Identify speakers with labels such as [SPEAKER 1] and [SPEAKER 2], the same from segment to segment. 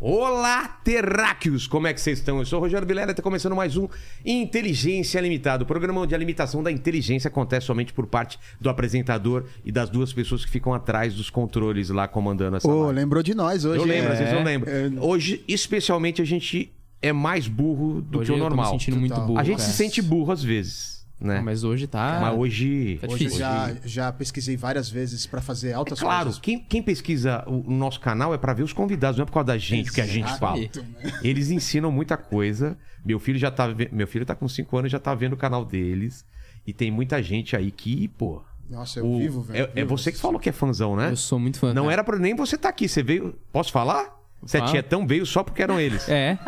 [SPEAKER 1] Olá, terráqueos! Como é que vocês estão? Eu sou o Rogério Vilela e está começando mais um Inteligência Limitada, o programa onde a limitação da inteligência acontece somente por parte do apresentador e das duas pessoas que ficam atrás dos controles lá comandando essa
[SPEAKER 2] Ô,
[SPEAKER 1] live.
[SPEAKER 2] lembrou de nós hoje.
[SPEAKER 1] Eu lembro,
[SPEAKER 2] né?
[SPEAKER 1] às vezes eu lembro.
[SPEAKER 2] É.
[SPEAKER 1] Hoje, especialmente, a gente é mais burro do que
[SPEAKER 3] Hoje
[SPEAKER 1] o
[SPEAKER 3] eu tô me
[SPEAKER 1] normal.
[SPEAKER 3] sentindo muito
[SPEAKER 2] Total.
[SPEAKER 3] burro,
[SPEAKER 1] a gente
[SPEAKER 3] cara.
[SPEAKER 1] se sente burro às vezes, né?
[SPEAKER 3] Ah,
[SPEAKER 1] mas,
[SPEAKER 3] Mas hoje tá.
[SPEAKER 1] hoje.
[SPEAKER 3] Tá
[SPEAKER 2] É. Hoje eu
[SPEAKER 3] difícil.
[SPEAKER 2] já, já pesquisei várias vezes pra fazer
[SPEAKER 1] É
[SPEAKER 2] altas
[SPEAKER 1] claro,
[SPEAKER 2] coisas.
[SPEAKER 1] quem, quem pesquisa o o nosso canal é pra ver os convidados, não é por causa da gente, o que a gente
[SPEAKER 2] Exato,
[SPEAKER 1] fala.
[SPEAKER 2] né?
[SPEAKER 1] Eles ensinam muita coisa. Meu filho já tá, ve- meu filho tá com 5 anos, já tá vendo o canal deles. E tem muita gente aí que, pô.
[SPEAKER 2] Nossa, eu
[SPEAKER 1] o-
[SPEAKER 2] vivo, velho.
[SPEAKER 1] é, é
[SPEAKER 2] vivo.
[SPEAKER 1] você que falou que é fãzão, né?
[SPEAKER 3] Eu sou muito fã.
[SPEAKER 1] Não
[SPEAKER 3] cara.
[SPEAKER 1] era pra nem você estar aqui, você veio. Posso falar? Você é
[SPEAKER 3] Fala.
[SPEAKER 1] tietão, veio só porque eram eles.
[SPEAKER 3] É.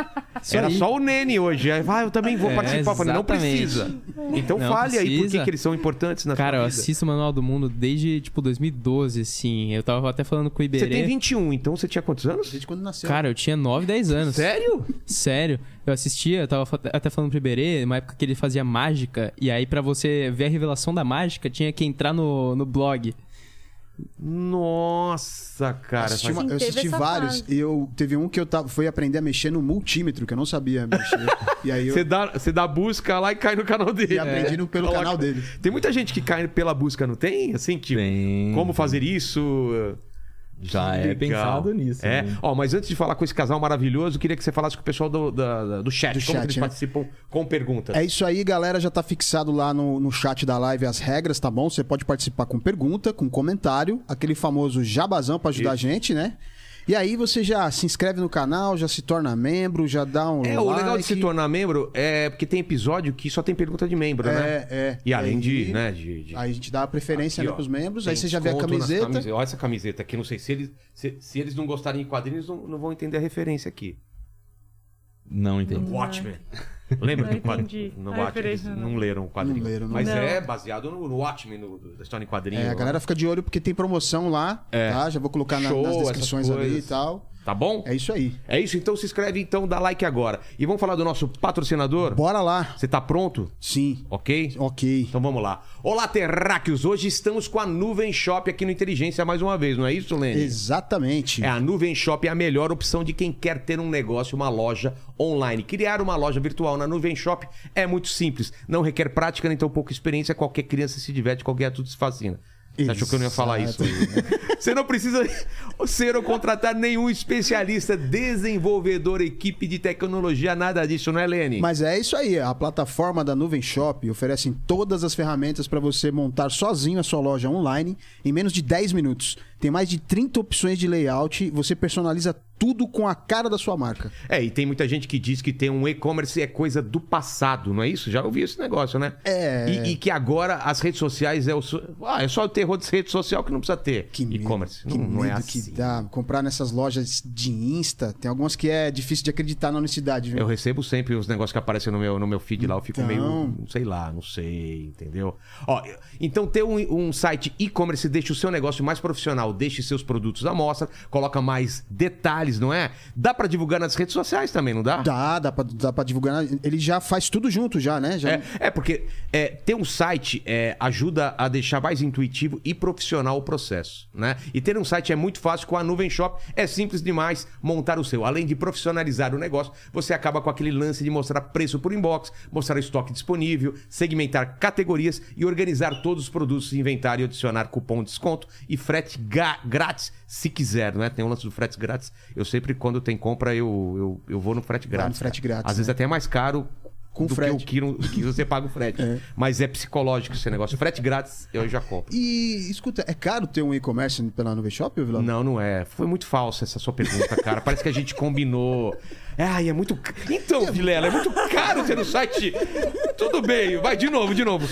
[SPEAKER 3] Isso
[SPEAKER 1] Era
[SPEAKER 3] aí.
[SPEAKER 1] só o Nene hoje. Aí, vai, eu também vou
[SPEAKER 3] É,
[SPEAKER 1] participar. Eu falei, não
[SPEAKER 3] exatamente.
[SPEAKER 1] precisa. Então
[SPEAKER 3] Não
[SPEAKER 1] fale aí por que,
[SPEAKER 3] precisa.
[SPEAKER 1] que eles são importantes na
[SPEAKER 3] Cara, eu
[SPEAKER 1] sua vida.
[SPEAKER 3] assisto o Manual do Mundo desde, tipo, 2012, assim. Eu tava até falando com o Iberê.
[SPEAKER 1] Você tem 21, então você tinha quantos anos?
[SPEAKER 2] Desde quando nasceu.
[SPEAKER 3] Cara, eu tinha 9, 10 anos.
[SPEAKER 1] Sério?
[SPEAKER 3] Sério. Eu assistia, eu tava fa- até falando pro Iberê, uma época que ele fazia mágica. E aí, pra você ver a revelação da mágica, tinha que entrar no, no blog.
[SPEAKER 1] Nossa, cara.
[SPEAKER 2] assisti
[SPEAKER 1] faz-
[SPEAKER 2] uma-
[SPEAKER 4] Sim,
[SPEAKER 2] eu
[SPEAKER 4] teve
[SPEAKER 2] assisti
[SPEAKER 4] essa
[SPEAKER 2] vários. E eu teve um que eu tava, foi aprender a mexer no multímetro, que eu não sabia mexer. e aí eu
[SPEAKER 1] Você dá, você dá busca lá e cai no canal dele.
[SPEAKER 2] e aprendi no- pelo
[SPEAKER 1] Coloca-
[SPEAKER 2] canal dele.
[SPEAKER 1] Tem muita gente que cai pela busca, não tem? Assim, tipo,
[SPEAKER 5] Tem.
[SPEAKER 1] como fazer isso?
[SPEAKER 5] Já
[SPEAKER 1] Que
[SPEAKER 5] é pensado nisso,
[SPEAKER 1] É.
[SPEAKER 5] né?
[SPEAKER 1] Ó, mas antes de falar com esse casal maravilhoso, eu queria que você falasse com o pessoal do, da- da- do chat.
[SPEAKER 2] Do
[SPEAKER 1] como que
[SPEAKER 2] chat,
[SPEAKER 1] eles
[SPEAKER 2] né?
[SPEAKER 1] participam com perguntas.
[SPEAKER 2] É isso aí, galera. Já tá fixado lá no, no chat da live as regras, tá bom? Você pode participar com pergunta, com comentário, aquele famoso jabazão pra ajudar a gente, né? E aí você já se inscreve no canal, já se torna membro, já dá um
[SPEAKER 1] É,
[SPEAKER 2] like.
[SPEAKER 1] o legal de se tornar membro é porque tem episódio que só tem pergunta de membro, né?
[SPEAKER 2] É, é.
[SPEAKER 1] E além de,
[SPEAKER 2] aí-
[SPEAKER 1] né, de... de-
[SPEAKER 2] Aí a gente dá a preferência
[SPEAKER 1] Aqui,
[SPEAKER 2] né,
[SPEAKER 1] ó.
[SPEAKER 2] pros membros, aí
[SPEAKER 1] tem
[SPEAKER 2] você já vê a
[SPEAKER 1] desconto nas
[SPEAKER 2] camiseta.
[SPEAKER 1] camisas. Olha essa camiseta aqui, não sei se eles, se, se eles não gostarem de quadrinhos, não, não vão entender a referência aqui.
[SPEAKER 5] Não entendi.
[SPEAKER 1] Watchmen. Lembra
[SPEAKER 4] Não
[SPEAKER 1] do quadrinho?
[SPEAKER 4] entendi
[SPEAKER 1] No
[SPEAKER 4] a
[SPEAKER 1] Watchmen, eles
[SPEAKER 4] referência,
[SPEAKER 1] não
[SPEAKER 4] não.
[SPEAKER 1] leram o quadrinho.
[SPEAKER 2] Não leram, não.
[SPEAKER 1] Mas
[SPEAKER 4] Não.
[SPEAKER 1] é baseado no, no Watchmen, no, do- da história em quadrinho.
[SPEAKER 2] É, a
[SPEAKER 1] lá.
[SPEAKER 2] galera fica de olho porque tem promoção lá, tá? Já vou colocar
[SPEAKER 1] É.
[SPEAKER 2] na-
[SPEAKER 1] Show,
[SPEAKER 2] nas
[SPEAKER 1] essas
[SPEAKER 2] descrições ali e
[SPEAKER 1] coisas.
[SPEAKER 2] tal.
[SPEAKER 1] Tá bom?
[SPEAKER 2] É isso aí.
[SPEAKER 1] É isso, então se inscreve, então dá like agora. E vamos falar do nosso patrocinador?
[SPEAKER 2] Bora lá.
[SPEAKER 1] Você tá pronto?
[SPEAKER 2] Sim.
[SPEAKER 1] Ok?
[SPEAKER 2] Ok.
[SPEAKER 1] Então vamos lá. Olá, Terráqueos! Hoje estamos com a Nuvem Shop aqui no Inteligência mais uma vez, não é isso, Lenny?
[SPEAKER 2] Exatamente.
[SPEAKER 1] É, a Nuvem Shop é a melhor opção de quem quer ter um negócio, uma loja online. Criar uma loja virtual na Nuvem Shop é muito simples. Não requer prática, nem tão pouca experiência. Qualquer criança se diverte, qualquer adulto se fascina. Você achou que eu não ia falar isso?
[SPEAKER 2] Exato.
[SPEAKER 1] Você não precisa ser ou contratar nenhum especialista, desenvolvedor, equipe de tecnologia, nada disso, não é, Lene?
[SPEAKER 2] Mas é isso aí, a plataforma da Nuvem Shop oferece todas as ferramentas para você montar sozinho a sua loja online em menos de 10 minutos. Tem mais de 30 opções de layout, você personaliza tudo com a cara da sua marca.
[SPEAKER 1] É, e tem muita gente que diz que ter um e-commerce é coisa do passado, não é isso? Já ouvi esse negócio, né?
[SPEAKER 2] É.
[SPEAKER 1] E, e que agora as redes sociais é o. so- Ah, é só o terror de rede social que não precisa ter
[SPEAKER 2] Que medo,
[SPEAKER 1] e-commerce.
[SPEAKER 2] que
[SPEAKER 1] Não, não é
[SPEAKER 2] medo
[SPEAKER 1] assim.
[SPEAKER 2] que dá. Comprar nessas lojas de Insta, tem algumas que é difícil de acreditar na honestidade, viu?
[SPEAKER 1] Eu recebo sempre os negócios que aparecem no meu, no meu feed lá, eu fico
[SPEAKER 2] Então.
[SPEAKER 1] meio, não sei lá, não sei, entendeu? Ó, eu- então ter um, um site e-commerce deixa o seu negócio mais profissional, deixe seus produtos à mostra, coloca mais detalhes, não é? Dá pra divulgar nas redes sociais também, não dá?
[SPEAKER 2] Dá, dá pra, dá pra divulgar. na- Ele já faz tudo junto, já, né? Já,
[SPEAKER 1] É, é, porque é, ter um site é, ajuda a deixar mais intuitivo e profissional o processo, né? E ter um site é muito fácil com a Nuvem Shop, é simples demais montar o seu. Além de profissionalizar o negócio, você acaba com aquele lance de mostrar preço por inbox, mostrar o estoque disponível, segmentar categorias e organizar todos os produtos em inventário e adicionar cupom de desconto e frete ga- grátis se quiser, né? Tem um lance do frete grátis. Eu sempre, quando tem compra, eu, eu, eu vou no frete
[SPEAKER 2] Vai no
[SPEAKER 1] grátis.
[SPEAKER 2] frete
[SPEAKER 1] cara.
[SPEAKER 2] grátis, né?
[SPEAKER 1] Às vezes até é mais caro
[SPEAKER 2] Com
[SPEAKER 1] do
[SPEAKER 2] frete.
[SPEAKER 1] que o que, que você paga o frete. Mas é psicológico esse negócio. Frete grátis, eu já compro.
[SPEAKER 2] E escuta, é caro ter um e-commerce pela Nuvem Shop, Vilão?
[SPEAKER 1] Não, não é. Foi muito falsa essa sua pergunta, cara. Parece que a gente combinou. Ai, é muito. ca- Então, Vilela, é muito caro ter um site. Tudo bem, vai de novo, de novo.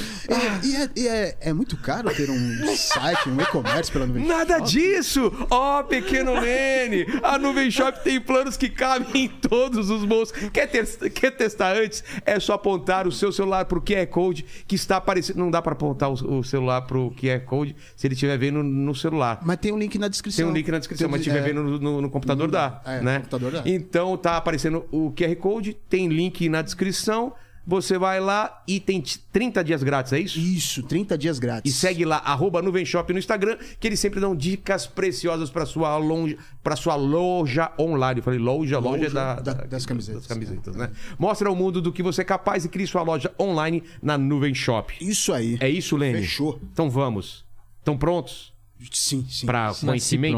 [SPEAKER 2] E, e é, e é- é muito caro ter um site, um e-commerce pela nuvem.
[SPEAKER 1] Nada disso! Ó, pequeno Lene! A Nuvem Shop tem planos que cabem em todos os bolsos. Quer, ter- quer testar antes? É só apontar o seu celular pro QR Code que está aparecendo. Não dá para apontar o, o celular pro QR Code se ele estiver vendo no celular.
[SPEAKER 2] Mas tem um link na
[SPEAKER 1] Tem
[SPEAKER 2] descrição.
[SPEAKER 1] um link na descrição,
[SPEAKER 2] Tem-
[SPEAKER 1] mas se estiver
[SPEAKER 2] é.
[SPEAKER 1] vendo no, no- no computador, dá.
[SPEAKER 2] É,
[SPEAKER 1] né?
[SPEAKER 2] no computador dá.
[SPEAKER 1] Então tá aparecendo o QR Code, tem link na descrição. Você vai lá e tem t- 30 dias grátis, é isso?
[SPEAKER 2] Isso, 30 dias
[SPEAKER 1] E
[SPEAKER 2] grátis.
[SPEAKER 1] segue lá, arroba Nuvem Shop no Instagram, que eles sempre dão dicas preciosas para sua longe, pra sua loja online. Eu falei loja, loja,
[SPEAKER 2] Loja
[SPEAKER 1] da,
[SPEAKER 2] da- das camisetas. É.
[SPEAKER 1] camisetas, né? Mostra ao mundo do que você é capaz e crie sua loja online na Nuvem Shop.
[SPEAKER 2] Isso aí.
[SPEAKER 1] É isso, Lene?
[SPEAKER 2] Fechou.
[SPEAKER 1] Então vamos. Estão prontos
[SPEAKER 2] Sim, sim.
[SPEAKER 1] para
[SPEAKER 3] Nasci
[SPEAKER 1] conhecimento?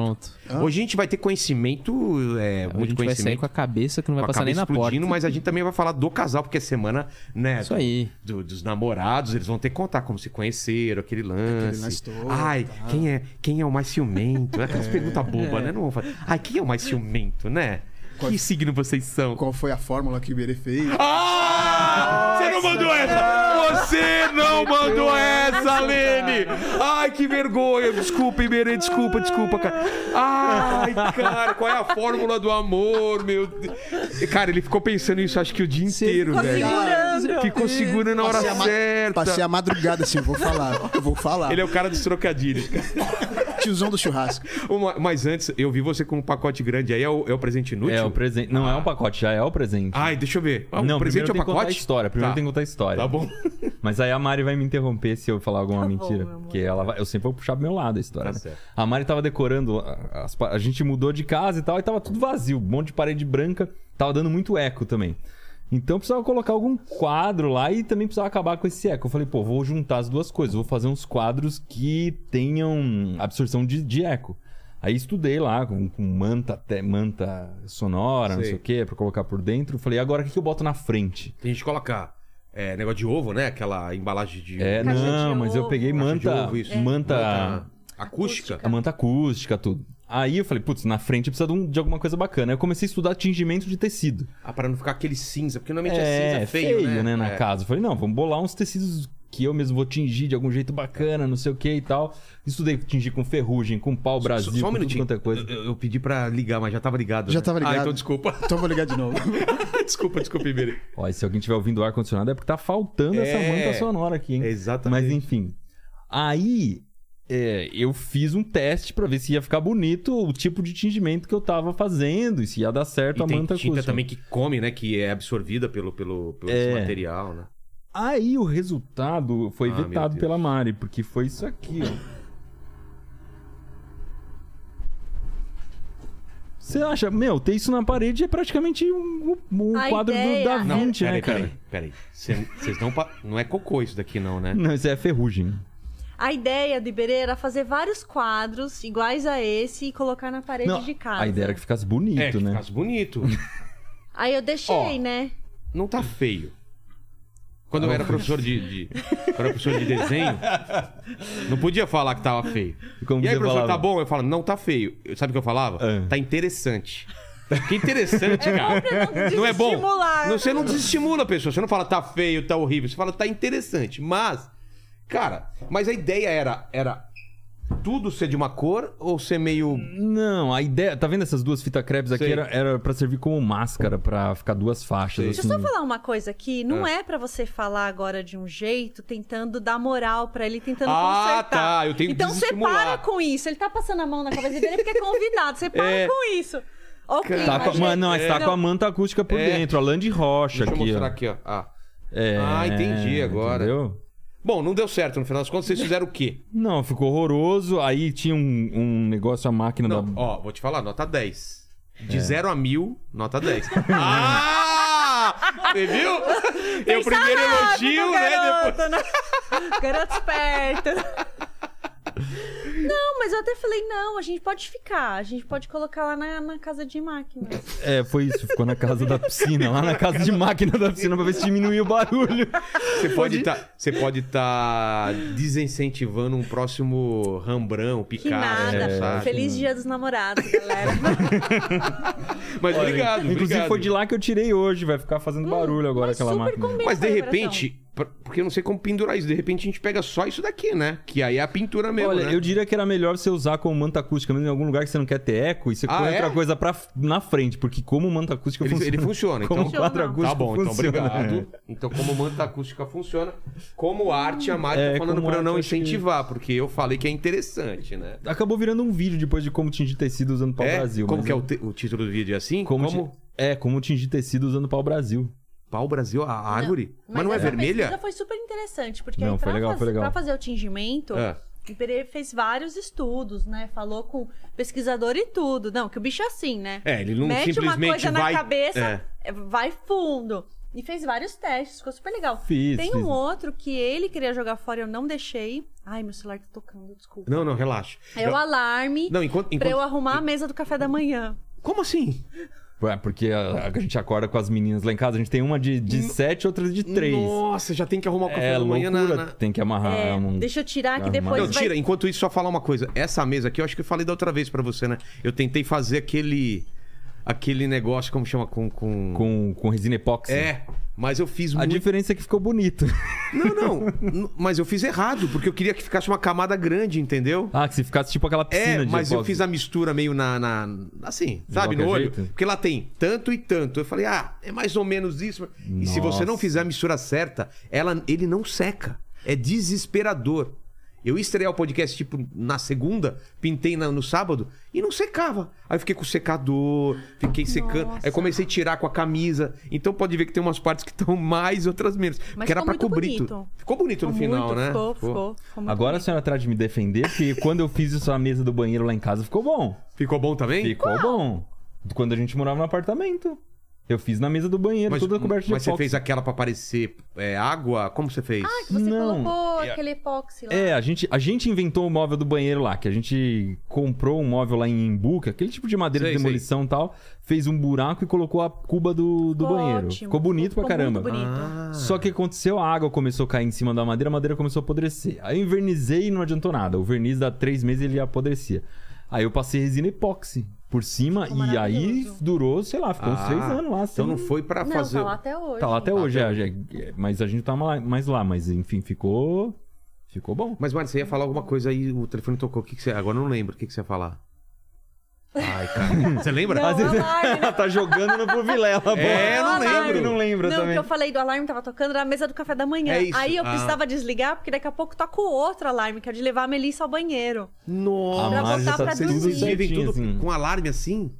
[SPEAKER 3] pronto.
[SPEAKER 1] Hoje a gente vai ter conhecimento, é,
[SPEAKER 3] a
[SPEAKER 1] muito
[SPEAKER 3] gente vai sair
[SPEAKER 1] conhecimento.
[SPEAKER 3] com a cabeça que não vai
[SPEAKER 1] com a
[SPEAKER 3] passar nem
[SPEAKER 1] cabeça
[SPEAKER 3] na porta.
[SPEAKER 1] explodindo, mas a gente também vai falar do casal, porque é semana, né?
[SPEAKER 3] Isso aí.
[SPEAKER 1] do- dos namorados, eles vão ter que contar como se conheceram, aquele lance.
[SPEAKER 2] lance todo, tá. É.
[SPEAKER 1] Ai, quem, é, quem é o mais ciumento? Aquelas perguntas bobas, né? Não vão fazer. Ai, quem é o mais ciumento, né? Que signo vocês são?
[SPEAKER 2] Qual foi a fórmula que o Iberê fez?
[SPEAKER 1] Ah! Você não mandou essa! Você não mandou essa, Lene! Ai, que vergonha! Desculpa, Iberê, desculpa, desculpa, cara. Ai, cara, qual é a fórmula do amor, meu Deus? Cara, ele ficou pensando nisso acho que o dia inteiro, velho. Ficou segurando na hora
[SPEAKER 2] Passei a ma-
[SPEAKER 1] certa.
[SPEAKER 2] Passei a madrugada assim, eu vou falar. Eu vou falar.
[SPEAKER 1] tá. Ele é o cara dos trocadilhos, cara.
[SPEAKER 2] tiozão do churrasco.
[SPEAKER 1] Uma- mas antes, eu vi você com um pacote grande aí, é o, é o presente inútil?
[SPEAKER 5] É o presente. Não é um pacote, já é o presente.
[SPEAKER 1] Ai, deixa eu ver. Ah,
[SPEAKER 5] não,
[SPEAKER 1] o presente é
[SPEAKER 5] primeiro
[SPEAKER 1] o
[SPEAKER 5] tem que contar a
[SPEAKER 1] pacote?
[SPEAKER 5] história. Primeiro
[SPEAKER 1] Tá.
[SPEAKER 5] tem que contar a história.
[SPEAKER 1] Tá bom.
[SPEAKER 5] Mas aí a Mari vai me interromper se eu falar alguma
[SPEAKER 4] Tá bom,
[SPEAKER 5] mentira.
[SPEAKER 4] meu amor.
[SPEAKER 5] porque ela vai- eu sempre vou puxar pro meu lado a história.
[SPEAKER 1] Tá
[SPEAKER 5] né?
[SPEAKER 1] certo.
[SPEAKER 5] A Mari tava decorando. A, as pa- a gente mudou de casa e tal, e tava tudo vazio. Um monte de parede branca. Tava dando muito eco também. Então precisava colocar algum quadro lá e também precisava acabar com esse eco. Eu falei, pô, vou juntar as duas coisas, vou fazer uns quadros que tenham absorção de, de eco. Aí estudei lá com, com manta, até- manta sonora, não
[SPEAKER 1] Sei.
[SPEAKER 5] sei o quê, pra colocar por dentro. Falei, agora o que que eu boto na frente?
[SPEAKER 1] Tem gente que coloca é, negócio de ovo, né? Aquela embalagem de.
[SPEAKER 5] É,
[SPEAKER 4] Caixa
[SPEAKER 5] não,
[SPEAKER 4] de
[SPEAKER 5] mas eu
[SPEAKER 4] ovo.
[SPEAKER 5] peguei
[SPEAKER 1] Caixa de
[SPEAKER 5] manta,
[SPEAKER 1] ovo, isso.
[SPEAKER 5] manta,
[SPEAKER 1] acústica.
[SPEAKER 5] a manta acústica, tudo. Aí eu falei, putz, na frente precisa de, um- de alguma coisa bacana. Aí eu comecei a estudar tingimento de tecido.
[SPEAKER 1] Ah, pra não ficar aquele cinza, porque normalmente é, cinza feio, né?
[SPEAKER 5] na
[SPEAKER 1] É.
[SPEAKER 5] casa. Eu falei, não, vamos bolar uns tecidos que eu mesmo vou tingir de algum jeito bacana, não sei o que e tal. Estudei tingir com ferrugem, com pau Brasil,
[SPEAKER 1] Só, só um
[SPEAKER 5] com tudo
[SPEAKER 1] minutinho.
[SPEAKER 5] quanto é coisa.
[SPEAKER 1] Eu, eu pedi pra ligar, mas já tava ligado.
[SPEAKER 2] Já
[SPEAKER 1] né?
[SPEAKER 2] tava ligado.
[SPEAKER 1] Ah, então desculpa.
[SPEAKER 2] Então vou ligar de novo.
[SPEAKER 1] desculpa, desculpa, Iberê.
[SPEAKER 5] Ó, e se alguém tiver ouvindo o ar-condicionado é porque tá faltando essa
[SPEAKER 1] É.
[SPEAKER 5] manta sonora aqui, hein?
[SPEAKER 1] Exatamente.
[SPEAKER 5] Mas enfim. Aí é, eu fiz um teste pra ver se ia ficar bonito o tipo de tingimento que eu tava fazendo e se ia dar certo
[SPEAKER 1] E
[SPEAKER 5] a
[SPEAKER 1] tem
[SPEAKER 5] manta
[SPEAKER 1] tinta
[SPEAKER 5] acústica.
[SPEAKER 1] também que come, né? Que é absorvida pelo, pelo, pelo
[SPEAKER 5] É.
[SPEAKER 1] esse material, né?
[SPEAKER 5] Aí o resultado foi
[SPEAKER 1] Ah, meu
[SPEAKER 5] vetado
[SPEAKER 1] Deus.
[SPEAKER 5] pela Mari, porque foi isso aqui, ó. Você acha, meu, ter isso na parede é praticamente um, um
[SPEAKER 4] A
[SPEAKER 5] quadro do
[SPEAKER 4] ideia
[SPEAKER 5] Da
[SPEAKER 4] é-
[SPEAKER 1] Não,
[SPEAKER 5] Vinci, né,
[SPEAKER 1] peraí,
[SPEAKER 5] cara?
[SPEAKER 1] peraí, peraí. Cê- Vocês não. pa- Não é cocô isso daqui, não, né?
[SPEAKER 5] Não, isso é ferrugem.
[SPEAKER 4] A ideia do Iberê era fazer vários quadros iguais a esse e colocar na parede
[SPEAKER 5] Não,
[SPEAKER 4] de casa.
[SPEAKER 5] a ideia era que ficasse bonito,
[SPEAKER 1] é, que
[SPEAKER 5] né?
[SPEAKER 1] ficasse bonito.
[SPEAKER 4] Aí eu deixei,
[SPEAKER 1] Ó.
[SPEAKER 4] né?
[SPEAKER 1] não tá feio. Quando eu era professor de, de- quando eu era professor de desenho, não podia falar que tava feio.
[SPEAKER 5] E como
[SPEAKER 1] e aí,
[SPEAKER 5] você
[SPEAKER 1] professor,
[SPEAKER 5] falava?
[SPEAKER 1] tá bom? Eu falo, não, tá feio. Eu- Sabe o que eu falava?
[SPEAKER 5] Ah.
[SPEAKER 1] Tá interessante. Que interessante, cara. Não é bom.
[SPEAKER 4] desestimular.
[SPEAKER 1] Não, Você não desestimula a pessoa. Você não fala tá feio, tá horrível. Você fala tá interessante. Mas, cara, mas a ideia era, era tudo ser de uma cor ou ser meio.
[SPEAKER 5] Hum. Não, a ideia. Tá vendo essas duas fitas crepes aqui?
[SPEAKER 1] Sei.
[SPEAKER 5] Era, era pra servir como máscara, pra ficar duas faixas.
[SPEAKER 1] Sei.
[SPEAKER 5] Assim.
[SPEAKER 4] Deixa eu só falar uma coisa aqui. Não é pra você falar agora de um jeito tentando dar moral pra ele, tentando
[SPEAKER 1] Ah,
[SPEAKER 4] consertar.
[SPEAKER 1] tá, eu tenho que
[SPEAKER 4] então você
[SPEAKER 1] desestimular.
[SPEAKER 4] para com isso. Ele tá passando a mão na cabeça dele porque é convidado. Você para
[SPEAKER 1] É.
[SPEAKER 4] com isso. Ok,
[SPEAKER 5] Tá com, a- mano, não, mas tá com a manta acústica por
[SPEAKER 1] É.
[SPEAKER 5] dentro, a lã de rocha
[SPEAKER 1] Deixa eu
[SPEAKER 5] aqui.
[SPEAKER 1] mostrar
[SPEAKER 5] ó.
[SPEAKER 1] aqui, ó. Ah.
[SPEAKER 5] É,
[SPEAKER 1] Ah, entendi agora.
[SPEAKER 5] Entendeu?
[SPEAKER 1] Bom, não deu certo no final das contas. Vocês fizeram o quê?
[SPEAKER 5] Não, ficou horroroso. Aí tinha um, um negócio, a máquina
[SPEAKER 1] Não, É.
[SPEAKER 5] da.
[SPEAKER 1] ó, vou te falar, nota 10. De 0 a 1000, nota 10. ah! Você viu? Tem o primeiro né, elogio, né? Depois...
[SPEAKER 4] Garoto esperto. Não, mas eu até falei, não, a gente pode ficar. A gente pode colocar lá na, na casa de máquina.
[SPEAKER 5] É, foi isso. Ficou na casa da piscina, lá na casa de máquina da piscina pra ver se diminuía o barulho.
[SPEAKER 1] Você pode estar você pode tá desincentivando um próximo Rambrão,
[SPEAKER 4] Que
[SPEAKER 1] Picasso,
[SPEAKER 4] nada.
[SPEAKER 1] sabe?
[SPEAKER 4] Feliz dia dos namorados, galera.
[SPEAKER 1] Mas obrigado,
[SPEAKER 5] Inclusive
[SPEAKER 1] obrigado.
[SPEAKER 5] foi de lá que eu tirei hoje, vai ficar fazendo barulho agora
[SPEAKER 4] Hum, Mas
[SPEAKER 5] aquela
[SPEAKER 4] super
[SPEAKER 5] máquina.
[SPEAKER 4] combina
[SPEAKER 1] Mas
[SPEAKER 4] com a
[SPEAKER 1] de
[SPEAKER 4] celebração.
[SPEAKER 1] repente, pra- porque eu não sei como pendurar isso, de repente a gente pega só isso daqui, né? Que aí é a pintura mesmo,
[SPEAKER 5] Olha,
[SPEAKER 1] né?
[SPEAKER 5] eu diria que era melhor você usar como manta acústica, mesmo em algum lugar que você não quer ter eco, e você
[SPEAKER 1] Ah,
[SPEAKER 5] põe
[SPEAKER 1] é?
[SPEAKER 5] outra coisa pra, na frente, porque como manta acústica
[SPEAKER 1] Ele, ele funciona,
[SPEAKER 5] Como
[SPEAKER 1] então.
[SPEAKER 5] quadro
[SPEAKER 4] Funciona.
[SPEAKER 5] acústico
[SPEAKER 1] Tá bom, então
[SPEAKER 5] funciona,
[SPEAKER 1] obrigado.
[SPEAKER 5] é.
[SPEAKER 1] Então, como manta acústica funciona, como arte, a Mari
[SPEAKER 5] É,
[SPEAKER 1] tá falando
[SPEAKER 5] como
[SPEAKER 1] pra eu
[SPEAKER 5] arte,
[SPEAKER 1] não
[SPEAKER 5] eu acho que-
[SPEAKER 1] incentivar, porque eu falei que é interessante, né?
[SPEAKER 5] Acabou virando um vídeo depois de como tingir tecido usando pau
[SPEAKER 1] é?
[SPEAKER 5] Brasil.
[SPEAKER 1] como
[SPEAKER 5] mas
[SPEAKER 1] que é o, te- o título do vídeo? É assim?
[SPEAKER 5] Como,
[SPEAKER 1] Como?
[SPEAKER 5] ti- É, como tingir tecido usando pau
[SPEAKER 1] é
[SPEAKER 5] Brasil. é
[SPEAKER 1] Pau Brasil, a árvore? Mas, não é
[SPEAKER 4] essa
[SPEAKER 1] vermelha?
[SPEAKER 4] pesquisa foi super interessante, porque
[SPEAKER 5] Não,
[SPEAKER 4] aí
[SPEAKER 5] foi
[SPEAKER 4] pra,
[SPEAKER 5] legal,
[SPEAKER 4] faz-
[SPEAKER 5] foi legal.
[SPEAKER 4] pra fazer o tingimento,
[SPEAKER 1] É.
[SPEAKER 4] o Iberê fez vários estudos, né? Falou com pesquisador e tudo. Não, que o bicho é assim, né?
[SPEAKER 1] É, ele não
[SPEAKER 4] Mete
[SPEAKER 1] simplesmente
[SPEAKER 4] uma coisa
[SPEAKER 1] vai-
[SPEAKER 4] na cabeça,
[SPEAKER 1] é.
[SPEAKER 4] é, vai fundo. E fez vários testes, ficou super legal.
[SPEAKER 5] Fiz,
[SPEAKER 4] Tem
[SPEAKER 5] fiz.
[SPEAKER 4] um outro que ele queria jogar fora e eu não deixei. Ai, meu celular tá tocando, desculpa.
[SPEAKER 1] Não, não, relaxa.
[SPEAKER 4] É o alarme
[SPEAKER 1] Não, enquanto.
[SPEAKER 4] pra eu
[SPEAKER 1] enquanto...
[SPEAKER 4] arrumar a mesa do café da manhã.
[SPEAKER 1] Como assim?
[SPEAKER 5] Ué, porque a, a gente acorda com as meninas lá em casa, a gente tem uma de, de sete, outra de três.
[SPEAKER 1] Nossa, já tem que arrumar o café
[SPEAKER 5] é
[SPEAKER 1] da manhã
[SPEAKER 5] loucura,
[SPEAKER 1] na. na-
[SPEAKER 5] tem que amarrar.
[SPEAKER 4] É,
[SPEAKER 5] um-
[SPEAKER 4] Deixa eu tirar que
[SPEAKER 5] arrumar.
[SPEAKER 4] depois
[SPEAKER 5] Pois
[SPEAKER 1] Não,
[SPEAKER 4] vai...
[SPEAKER 1] tira, enquanto isso, só falar uma coisa. Essa mesa aqui, eu acho que eu falei da outra vez pra você, né? Eu tentei fazer aquele. aquele negócio, como chama? Com. com...
[SPEAKER 5] com, com resina epóxi.
[SPEAKER 1] É, mas eu fiz
[SPEAKER 5] A
[SPEAKER 1] muito.
[SPEAKER 5] diferença é que ficou bonito.
[SPEAKER 1] Não, não. n- mas eu fiz errado, porque eu queria que ficasse uma camada grande, entendeu?
[SPEAKER 5] Ah, que se ficasse tipo aquela
[SPEAKER 1] É,
[SPEAKER 5] piscina de
[SPEAKER 1] mas eu
[SPEAKER 5] epóxi.
[SPEAKER 1] fiz a mistura meio na. na- assim, sabe, no
[SPEAKER 5] qualquer
[SPEAKER 1] olho.
[SPEAKER 5] jeito?
[SPEAKER 1] Porque lá tem tanto e tanto. Eu falei, ah, é mais ou menos isso. E se você não
[SPEAKER 5] Nossa.
[SPEAKER 1] fizer a mistura certa, ela, ele não seca. É desesperador. Eu ia estrear o podcast, tipo, na segunda, pintei na- no sábado e não secava. Aí eu fiquei com o secador, fiquei secando. Aí eu comecei a tirar com a camisa. Então pode ver que tem umas partes que estão mais, outras menos. porque era
[SPEAKER 4] ficou
[SPEAKER 1] pra
[SPEAKER 4] muito
[SPEAKER 1] cobrir
[SPEAKER 4] bonito.
[SPEAKER 1] tudo. Ficou bonito no
[SPEAKER 4] Ficou
[SPEAKER 1] final,
[SPEAKER 4] muito,
[SPEAKER 1] né?
[SPEAKER 4] Ficou, ficou. ficou muito
[SPEAKER 5] Agora a senhora atrás de me defender, porque quando eu fiz isso na mesa do banheiro lá em casa, ficou bom.
[SPEAKER 1] Ficou bom também?
[SPEAKER 5] Ficou bom. Quando a gente morava no apartamento. Eu fiz na mesa do banheiro, toda coberta de
[SPEAKER 1] mas você
[SPEAKER 5] epóxi.
[SPEAKER 1] fez aquela pra parecer é, água? Como você fez?
[SPEAKER 4] Você
[SPEAKER 5] Não.
[SPEAKER 4] colocou
[SPEAKER 5] É.
[SPEAKER 4] aquele epóxi lá.
[SPEAKER 5] É, a gente, a gente inventou o móvel do banheiro lá, que a gente comprou um móvel lá em Imbu, que é aquele tipo de madeira
[SPEAKER 1] Sei,
[SPEAKER 5] de demolição e tal, fez um buraco e colocou a cuba do, do
[SPEAKER 4] Ficou
[SPEAKER 5] banheiro.
[SPEAKER 4] ótimo,
[SPEAKER 5] Ficou bonito pra caramba.
[SPEAKER 4] Muito bonito.
[SPEAKER 1] Ah.
[SPEAKER 5] Só que aconteceu, a água começou a cair em cima da madeira, a madeira começou a apodrecer. Aí eu invernizei e não adiantou nada. O verniz dá três meses ele apodrecia. Aí eu passei resina epóxi por cima
[SPEAKER 4] Ficou
[SPEAKER 5] e aí
[SPEAKER 4] maravilhoso.
[SPEAKER 5] durou, sei lá, ficou uns
[SPEAKER 1] Ah,
[SPEAKER 5] três anos lá.
[SPEAKER 1] Então
[SPEAKER 5] sem-
[SPEAKER 1] não foi pra
[SPEAKER 4] não,
[SPEAKER 1] fazer.
[SPEAKER 4] tá lá até hoje.
[SPEAKER 5] Tá lá até
[SPEAKER 1] Tá
[SPEAKER 5] hoje,
[SPEAKER 1] até
[SPEAKER 5] é, já- é, mas a gente tá ma- mais lá, mas enfim, ficou. Ficou bom.
[SPEAKER 1] Mas, Mari, você ia falar alguma coisa aí, o telefone tocou. O que que você... Agora eu não lembro. O que, que você ia falar? Ai, cara. Você lembra?
[SPEAKER 4] Não,
[SPEAKER 1] Às vezes-
[SPEAKER 4] o alarme, né?
[SPEAKER 5] tá jogando no pro Vilela, pô.
[SPEAKER 1] É, eu não lembro.
[SPEAKER 5] Não lembro
[SPEAKER 4] Não,
[SPEAKER 5] também.
[SPEAKER 4] que eu falei do alarme tava tocando na mesa do café da manhã.
[SPEAKER 1] É isso.
[SPEAKER 4] Aí eu
[SPEAKER 1] Ah.
[SPEAKER 4] precisava desligar, porque daqui a pouco toca o outro alarme, que é o de levar a Melissa ao banheiro.
[SPEAKER 1] Nossa.
[SPEAKER 4] Pra
[SPEAKER 5] Mari já
[SPEAKER 4] botar pra
[SPEAKER 1] Vocês
[SPEAKER 4] dormir.
[SPEAKER 5] certinho,
[SPEAKER 1] vivem tudo
[SPEAKER 5] assim.
[SPEAKER 1] com alarme assim?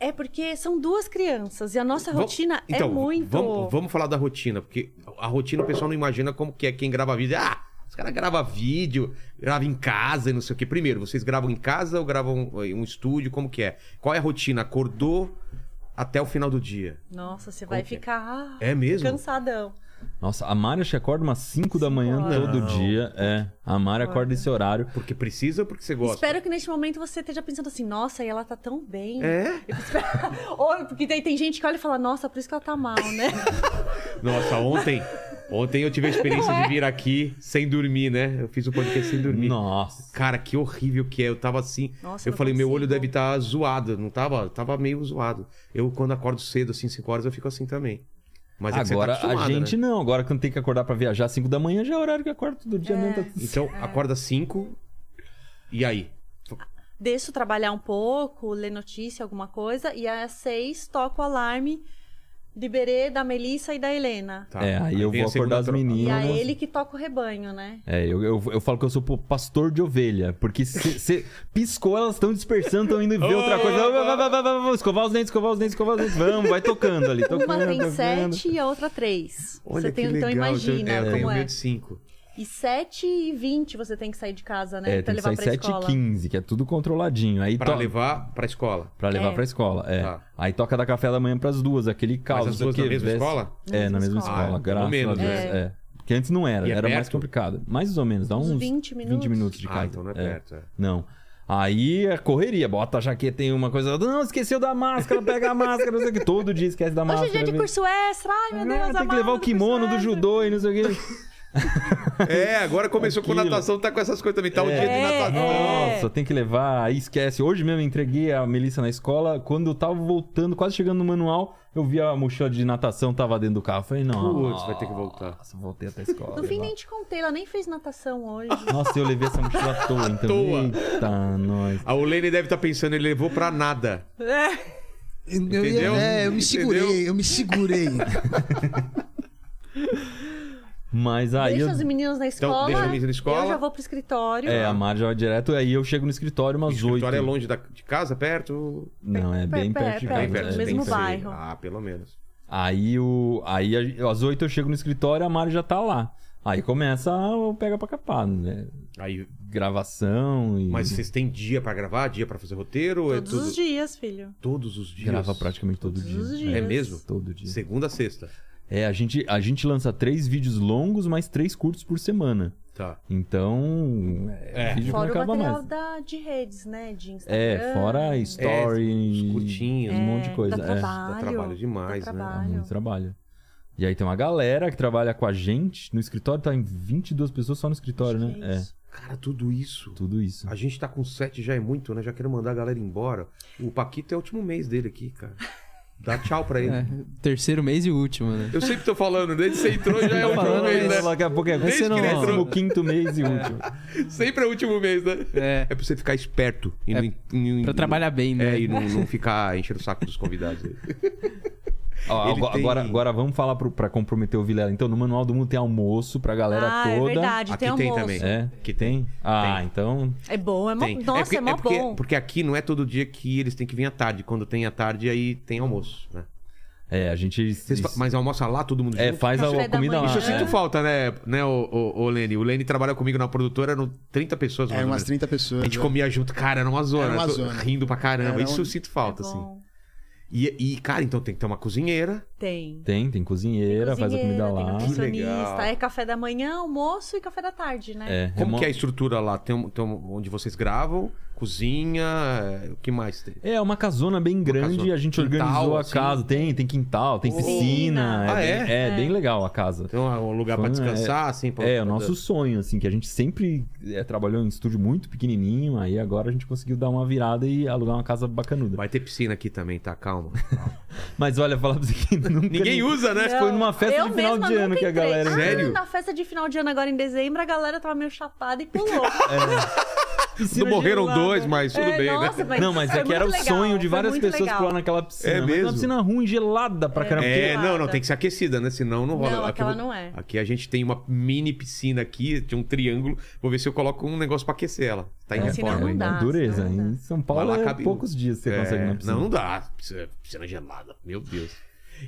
[SPEAKER 4] É porque são duas crianças e a nossa
[SPEAKER 1] Vam-
[SPEAKER 4] rotina
[SPEAKER 1] então,
[SPEAKER 4] é muito.
[SPEAKER 1] Vamos, vamos falar da rotina, porque a rotina o pessoal não imagina como que é quem grava vídeo. Ah, os caras gravam vídeo, gravam em casa e não sei o quê. Primeiro, vocês gravam em casa ou gravam em um estúdio? Como que é? Qual é a rotina? Acordou até o final do dia?
[SPEAKER 4] Nossa, você vai
[SPEAKER 1] Como que é?
[SPEAKER 4] ficar
[SPEAKER 1] É mesmo?
[SPEAKER 4] cansadão.
[SPEAKER 5] Nossa, a Mari acho que acorda umas 5 da manhã
[SPEAKER 4] Não.
[SPEAKER 5] todo dia. É, a Mari acorda esse horário.
[SPEAKER 1] Porque precisa ou porque você gosta?
[SPEAKER 4] Espero que neste momento você esteja pensando assim, nossa, e ela tá tão bem.
[SPEAKER 1] É?
[SPEAKER 4] Ou, porque daí tem gente que olha e fala, nossa, por isso que ela tá mal, né?
[SPEAKER 1] Nossa, ontem. Ontem eu tive a experiência
[SPEAKER 4] é.
[SPEAKER 1] de vir aqui sem dormir, né? Eu fiz o podcast sem dormir.
[SPEAKER 5] Nossa.
[SPEAKER 1] Cara, que horrível que é. Eu tava assim.
[SPEAKER 4] Nossa,
[SPEAKER 1] eu
[SPEAKER 4] não
[SPEAKER 1] falei, meu
[SPEAKER 4] consigo.
[SPEAKER 1] olho deve estar zoado. Não tava? Tava meio zoado. Eu, quando acordo cedo, assim, 5 horas, eu fico assim também. Mas é que você tá
[SPEAKER 5] Agora a
[SPEAKER 1] acostumada,
[SPEAKER 5] gente
[SPEAKER 1] né?
[SPEAKER 5] não. Agora quando tem que acordar pra viajar às 5 da manhã, já é o horário que acorda todo dia. Não tá...
[SPEAKER 4] É.
[SPEAKER 1] Então, acorda 5. E aí?
[SPEAKER 4] Deixo trabalhar um pouco, ler notícia, alguma coisa, e às seis toco o alarme do Iberê, da Melissa e da Helena.
[SPEAKER 1] Tá.
[SPEAKER 5] É, aí eu
[SPEAKER 1] vem
[SPEAKER 5] vou
[SPEAKER 1] a segunda
[SPEAKER 5] acordar as
[SPEAKER 1] troca.
[SPEAKER 5] meninas.
[SPEAKER 4] E
[SPEAKER 5] Não,
[SPEAKER 4] a
[SPEAKER 5] não.
[SPEAKER 4] ele que toca o rebanho, né?
[SPEAKER 5] É, eu, eu, eu falo que eu sou pô- pastor de ovelha, porque você piscou, elas estão dispersando, estão indo ver outra coisa. Vai, vai, vai, vai, vai, vai, vai, escovar os dentes, escovar os dentes, escovar os dentes. Vamos, vai tocando ali. Tocando,
[SPEAKER 4] Uma tem
[SPEAKER 5] tocando.
[SPEAKER 4] sete e a outra três.
[SPEAKER 1] Olha
[SPEAKER 4] você
[SPEAKER 1] que
[SPEAKER 4] tem, então
[SPEAKER 1] legal.
[SPEAKER 4] imagina
[SPEAKER 1] eu, é, eu tenho
[SPEAKER 4] como é.
[SPEAKER 1] medo de 5.
[SPEAKER 4] E sete e vinte você tem que sair de casa, né? pra
[SPEAKER 5] É, tem que
[SPEAKER 4] levar
[SPEAKER 5] sair
[SPEAKER 4] pra
[SPEAKER 5] 7
[SPEAKER 4] escola.
[SPEAKER 5] e 15, que é tudo controladinho. Aí
[SPEAKER 1] Pra
[SPEAKER 5] to-
[SPEAKER 1] levar pra escola.
[SPEAKER 5] Pra levar
[SPEAKER 4] É.
[SPEAKER 5] pra escola, é.
[SPEAKER 1] Tá.
[SPEAKER 5] Aí toca da café da manhã pras duas, aquele caos.
[SPEAKER 1] Mas as duas
[SPEAKER 5] aqui,
[SPEAKER 1] na mesma
[SPEAKER 5] veste-
[SPEAKER 1] escola?
[SPEAKER 5] É, na mesma escola,
[SPEAKER 1] Ah, pelo
[SPEAKER 5] graças
[SPEAKER 1] menos,
[SPEAKER 5] a Deus.
[SPEAKER 1] né?
[SPEAKER 5] É. Que antes não era,
[SPEAKER 1] E é
[SPEAKER 5] era mais
[SPEAKER 1] perto?
[SPEAKER 5] complicado. Mais ou menos, dá
[SPEAKER 4] Uns
[SPEAKER 5] uns
[SPEAKER 4] 20
[SPEAKER 5] 20 minutos de
[SPEAKER 1] Ah,
[SPEAKER 5] casa.
[SPEAKER 1] então não é perto, é.
[SPEAKER 5] Não. Aí é correria, bota a jaqueta em uma coisa, não, esqueceu da máscara, pega a máscara, não sei o que. Todo dia esquece da
[SPEAKER 4] Hoje
[SPEAKER 5] máscara.
[SPEAKER 4] é dia de
[SPEAKER 5] vem-
[SPEAKER 4] curso extra. Ai, meu Deus,
[SPEAKER 5] Ah,
[SPEAKER 4] a
[SPEAKER 5] tem que levar o
[SPEAKER 4] mala curso
[SPEAKER 5] kimono do
[SPEAKER 4] extra.
[SPEAKER 5] judô e não sei o que.
[SPEAKER 1] É, agora começou com
[SPEAKER 5] Aquilo.
[SPEAKER 1] natação, tá com essas coisas também. Tá o
[SPEAKER 5] É.
[SPEAKER 1] dia de natação.
[SPEAKER 4] É.
[SPEAKER 5] Nossa, tem que levar, aí esquece. Hoje mesmo eu entreguei a Melissa na escola. Quando eu tava voltando, quase chegando no manual, eu vi a mochila de natação tava dentro do carro. Eu Falei, não.
[SPEAKER 1] Putz, vai ter que voltar.
[SPEAKER 5] Nossa, voltei até a escola.
[SPEAKER 4] No fim, nem te contei, ela nem fez natação hoje.
[SPEAKER 5] Nossa, eu levei essa mochila à toa, então.
[SPEAKER 1] toa.
[SPEAKER 5] Eita, nós.
[SPEAKER 1] A Olene deve estar pensando, ele levou pra nada.
[SPEAKER 4] É.
[SPEAKER 2] Eu, eu-
[SPEAKER 1] Entendeu?
[SPEAKER 2] é, eu me
[SPEAKER 1] Entendeu?
[SPEAKER 2] segurei, eu me segurei.
[SPEAKER 5] Mas aí.
[SPEAKER 4] Deixa
[SPEAKER 5] eu- então,
[SPEAKER 4] os meninos na escola.
[SPEAKER 1] deixa os meninos na escola.
[SPEAKER 4] Eu já vou pro escritório.
[SPEAKER 5] É, a Mari já vai direto, aí eu chego no escritório
[SPEAKER 1] O
[SPEAKER 5] umas oito.
[SPEAKER 1] escritório é longe da- de casa, perto?
[SPEAKER 5] Não, é bem
[SPEAKER 4] Pé,
[SPEAKER 5] perto de
[SPEAKER 4] pé,
[SPEAKER 5] casa.
[SPEAKER 4] pé,
[SPEAKER 5] é,
[SPEAKER 1] perto,
[SPEAKER 4] mesmo
[SPEAKER 5] bem
[SPEAKER 1] tem que ser.
[SPEAKER 4] bairro.
[SPEAKER 1] Ah, pelo menos.
[SPEAKER 5] Aí, o, aí a- às oito eu chego no escritório, a Mari já tá lá. Aí começa o pega pra capar, né?
[SPEAKER 1] Aí,
[SPEAKER 5] Gravação e
[SPEAKER 1] mas vocês têm dia pra gravar, dia pra fazer roteiro? Ou é
[SPEAKER 4] Todos os
[SPEAKER 1] tudo-
[SPEAKER 4] dias, filho.
[SPEAKER 1] Todos os dias.
[SPEAKER 5] grava praticamente todo
[SPEAKER 4] Todos os
[SPEAKER 5] dia.
[SPEAKER 4] dias.
[SPEAKER 1] É mesmo?
[SPEAKER 5] Todo dia.
[SPEAKER 1] Segunda a sexta.
[SPEAKER 5] É, a gente, a gente lança três vídeos longos, mais três curtos por semana.
[SPEAKER 1] Tá.
[SPEAKER 5] Então, é,
[SPEAKER 1] É.
[SPEAKER 5] vídeo que não
[SPEAKER 4] Fora o
[SPEAKER 5] acaba
[SPEAKER 4] material
[SPEAKER 5] mais.
[SPEAKER 4] da, de redes, né? De Instagram.
[SPEAKER 5] É, fora
[SPEAKER 1] Os
[SPEAKER 5] story,
[SPEAKER 1] curtinhos.
[SPEAKER 5] um monte de coisa.
[SPEAKER 4] Dá
[SPEAKER 5] é.
[SPEAKER 4] trabalho.
[SPEAKER 1] Dá trabalho demais,
[SPEAKER 4] dá
[SPEAKER 1] né?
[SPEAKER 5] Dá é
[SPEAKER 4] trabalho.
[SPEAKER 5] muito trabalho. E aí tem uma galera que trabalha com a gente. No escritório tá em 22 pessoas só no escritório,
[SPEAKER 4] Acho que é
[SPEAKER 5] né?
[SPEAKER 4] isso.
[SPEAKER 1] Cara, tudo isso.
[SPEAKER 5] É, tudo isso.
[SPEAKER 1] A gente tá com sete já é muito, né? Já quero mandar a galera embora. O Paquito é o último mês dele aqui, cara. Dá tchau pra ele.
[SPEAKER 3] É, terceiro mês e último, né?
[SPEAKER 1] Eu sempre tô falando, desde que você entrou já é o último
[SPEAKER 3] falando
[SPEAKER 1] mês, né?
[SPEAKER 3] isso.
[SPEAKER 5] Daqui a pouco é
[SPEAKER 3] Desde que
[SPEAKER 1] ele entrou.
[SPEAKER 5] 15 quinto mês e último.
[SPEAKER 1] Sempre é o último mês, né?
[SPEAKER 3] É.
[SPEAKER 1] É pra você ficar esperto. E
[SPEAKER 3] É,
[SPEAKER 1] não, e-
[SPEAKER 3] Pra trabalhar bem, né?
[SPEAKER 1] É, e não, não ficar enchendo o saco dos convidados. aí.
[SPEAKER 5] Ó,
[SPEAKER 1] Ele
[SPEAKER 5] agora,
[SPEAKER 1] tem-
[SPEAKER 5] agora, agora vamos falar pro, pra comprometer o Vilela. Então, no Manual do Mundo tem almoço pra galera
[SPEAKER 4] ah, é
[SPEAKER 5] toda.
[SPEAKER 4] verdade.
[SPEAKER 1] Aqui
[SPEAKER 4] tem
[SPEAKER 1] tem
[SPEAKER 4] almoço.
[SPEAKER 1] também.
[SPEAKER 5] É?
[SPEAKER 1] Que
[SPEAKER 5] Que tem? Ah, então.
[SPEAKER 4] É bom, é mó...
[SPEAKER 1] Tem.
[SPEAKER 4] Nossa, é,
[SPEAKER 1] porque,
[SPEAKER 4] mó
[SPEAKER 1] porque,
[SPEAKER 4] bom.
[SPEAKER 1] porque aqui não é todo dia que eles têm que vir à tarde. Quando tem à tarde, aí tem almoço, né?
[SPEAKER 5] É, a gente.
[SPEAKER 1] Vocês fa- Mas almoça lá todo mundo
[SPEAKER 5] É,
[SPEAKER 1] junto?
[SPEAKER 5] faz
[SPEAKER 4] Café
[SPEAKER 5] a
[SPEAKER 4] da
[SPEAKER 5] comida
[SPEAKER 4] manhã.
[SPEAKER 5] lá.
[SPEAKER 1] Isso eu
[SPEAKER 5] é.
[SPEAKER 1] sinto falta, né, né o, o, o Lene? O Lene trabalha comigo na produtora, eram 30
[SPEAKER 5] É
[SPEAKER 1] pessoas mais
[SPEAKER 2] Era
[SPEAKER 1] ou
[SPEAKER 2] É, umas
[SPEAKER 1] menos.
[SPEAKER 2] 30
[SPEAKER 1] A
[SPEAKER 2] pessoas.
[SPEAKER 1] gente
[SPEAKER 2] né?
[SPEAKER 1] comia junto, cara, era uma zona.
[SPEAKER 2] Era uma
[SPEAKER 1] tô
[SPEAKER 2] zona.
[SPEAKER 1] Rindo pra caramba.
[SPEAKER 2] Era
[SPEAKER 1] Isso
[SPEAKER 2] um-
[SPEAKER 1] eu sinto falta, assim.
[SPEAKER 4] É Bom,
[SPEAKER 1] E, e, cara, então tem que ter uma cozinheira.
[SPEAKER 4] Tem.
[SPEAKER 5] Tem, tem cozinheira, faz a
[SPEAKER 4] Cozinheira,
[SPEAKER 5] comida
[SPEAKER 4] tem
[SPEAKER 5] lá.
[SPEAKER 1] legal.
[SPEAKER 4] nutricionista. É café da manhã, almoço e café da tarde, né?
[SPEAKER 5] É,
[SPEAKER 1] Como
[SPEAKER 5] remo-
[SPEAKER 1] que é a estrutura lá? Tem, um- tem um- onde vocês gravam, cozinha, é, o que mais tem?
[SPEAKER 5] É, uma casona bem grande,
[SPEAKER 1] casona.
[SPEAKER 5] a gente
[SPEAKER 1] Quintal,
[SPEAKER 5] organizou a
[SPEAKER 1] assim?
[SPEAKER 5] casa. Tem, tem quintal, tem piscina.
[SPEAKER 1] Ah,
[SPEAKER 5] bem-
[SPEAKER 1] é?
[SPEAKER 5] é bem legal a casa.
[SPEAKER 1] Tem um um lugar pra
[SPEAKER 5] Fã,
[SPEAKER 1] descansar, assim? Pra,
[SPEAKER 5] É,
[SPEAKER 1] pra-
[SPEAKER 5] o nosso sonho, assim, que a gente sempre é, trabalhou em estúdio muito pequenininho, aí agora a gente conseguiu dar uma virada e alugar uma casa bacanuda.
[SPEAKER 1] Vai ter piscina aqui também, tá? Calma.
[SPEAKER 5] Mas olha, falar pra você que nunca
[SPEAKER 1] Ninguém usa, né?
[SPEAKER 5] Foi numa festa
[SPEAKER 4] eu
[SPEAKER 5] de final
[SPEAKER 4] mesma
[SPEAKER 5] de ano
[SPEAKER 4] nunca
[SPEAKER 5] que a
[SPEAKER 4] entrei.
[SPEAKER 5] galera.
[SPEAKER 4] Ah,
[SPEAKER 1] Sério?
[SPEAKER 4] Na festa de final de ano agora em dezembro, a galera tava meio chapada e pulou.
[SPEAKER 5] Piscina
[SPEAKER 1] Não morreram
[SPEAKER 5] gelada.
[SPEAKER 1] dois, mas tudo
[SPEAKER 4] É,
[SPEAKER 1] bem,
[SPEAKER 4] nossa,
[SPEAKER 1] né?
[SPEAKER 4] mas
[SPEAKER 5] Não, mas
[SPEAKER 4] foi
[SPEAKER 5] é que era o
[SPEAKER 4] muito legal,
[SPEAKER 5] sonho de
[SPEAKER 4] foi
[SPEAKER 5] várias
[SPEAKER 4] muito
[SPEAKER 5] pessoas
[SPEAKER 4] legal.
[SPEAKER 5] pular naquela piscina.
[SPEAKER 1] É
[SPEAKER 5] Mas
[SPEAKER 1] mesmo?
[SPEAKER 5] Uma piscina ruim, gelada pra caramba.
[SPEAKER 1] É,
[SPEAKER 4] gelada.
[SPEAKER 1] não, não, tem que ser aquecida, né? Senão não rola.
[SPEAKER 4] um Não, aquela
[SPEAKER 1] eu-
[SPEAKER 4] não é.
[SPEAKER 1] Aqui a gente tem uma mini piscina aqui, tem um triângulo. Vou ver se eu coloco um negócio pra aquecer ela. Tá em
[SPEAKER 4] Assim Não,
[SPEAKER 5] porque-
[SPEAKER 4] senão
[SPEAKER 1] reforma
[SPEAKER 4] não
[SPEAKER 1] ainda.
[SPEAKER 4] dá.
[SPEAKER 5] é dureza.
[SPEAKER 4] senão não
[SPEAKER 5] Em
[SPEAKER 4] dá.
[SPEAKER 5] São
[SPEAKER 1] Vai
[SPEAKER 5] Paulo
[SPEAKER 1] lá,
[SPEAKER 5] é
[SPEAKER 1] cabe-
[SPEAKER 5] poucos dias que você
[SPEAKER 1] É,
[SPEAKER 5] consegue na piscina.
[SPEAKER 1] Não, não dá. Piscina, piscina gelada, meu Deus.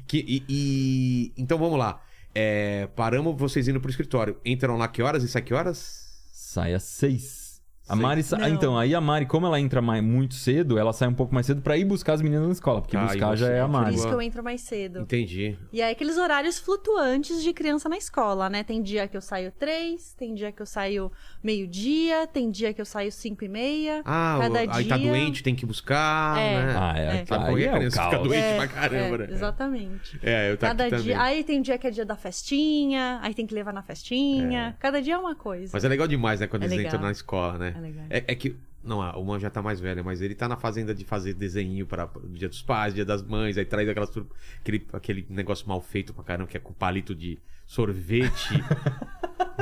[SPEAKER 1] Que, e, e- então vamos lá. É, paramos vocês indo pro escritório. Entram lá que horas e sai que horas?
[SPEAKER 5] Sai às seis. A
[SPEAKER 1] Seis.
[SPEAKER 5] Mari sa...
[SPEAKER 4] Não.
[SPEAKER 5] ah, Então, aí a Mari, como ela entra mais, muito cedo, ela sai um pouco mais cedo pra ir buscar as meninas na escola. Porque
[SPEAKER 1] Ah,
[SPEAKER 5] buscar
[SPEAKER 1] e
[SPEAKER 5] já
[SPEAKER 1] você?
[SPEAKER 5] é a
[SPEAKER 4] Por
[SPEAKER 5] Mari.
[SPEAKER 4] isso que eu entro mais cedo.
[SPEAKER 1] Entendi.
[SPEAKER 4] E aí, aqueles horários flutuantes de criança na escola, né? Tem dia que eu saio três, tem dia que eu saio meio-dia, tem dia que eu saio cinco e meia.
[SPEAKER 1] Ah,
[SPEAKER 4] Cada
[SPEAKER 1] o- aí tá
[SPEAKER 4] dia-
[SPEAKER 1] doente, tem que buscar,
[SPEAKER 4] É.
[SPEAKER 1] né?
[SPEAKER 5] Ah, é.
[SPEAKER 1] Sabe
[SPEAKER 4] É.
[SPEAKER 5] Aí
[SPEAKER 1] qual é a
[SPEAKER 5] é o
[SPEAKER 1] criança que fica
[SPEAKER 5] caos.
[SPEAKER 1] doente
[SPEAKER 4] É,
[SPEAKER 1] pra caramba,
[SPEAKER 4] é,
[SPEAKER 1] né?
[SPEAKER 4] Exatamente.
[SPEAKER 1] É, eu tá
[SPEAKER 4] Cada
[SPEAKER 1] aqui também.
[SPEAKER 4] dia. Aí tem dia que é dia da festinha, aí tem que levar na festinha. Cada dia é uma coisa.
[SPEAKER 1] Mas é legal demais, né? Quando
[SPEAKER 4] É
[SPEAKER 1] eles
[SPEAKER 4] legal.
[SPEAKER 1] entram na escola, né?
[SPEAKER 4] É legal.
[SPEAKER 1] É, é que. Não, a- o Man já tá mais velha, mas ele tá na fazenda de fazer desenho para Dia dos Pais, Dia das Mães, aí traz aquelas, tur- aquele, aquele negócio mal feito pra caramba, que é com palito de sorvete,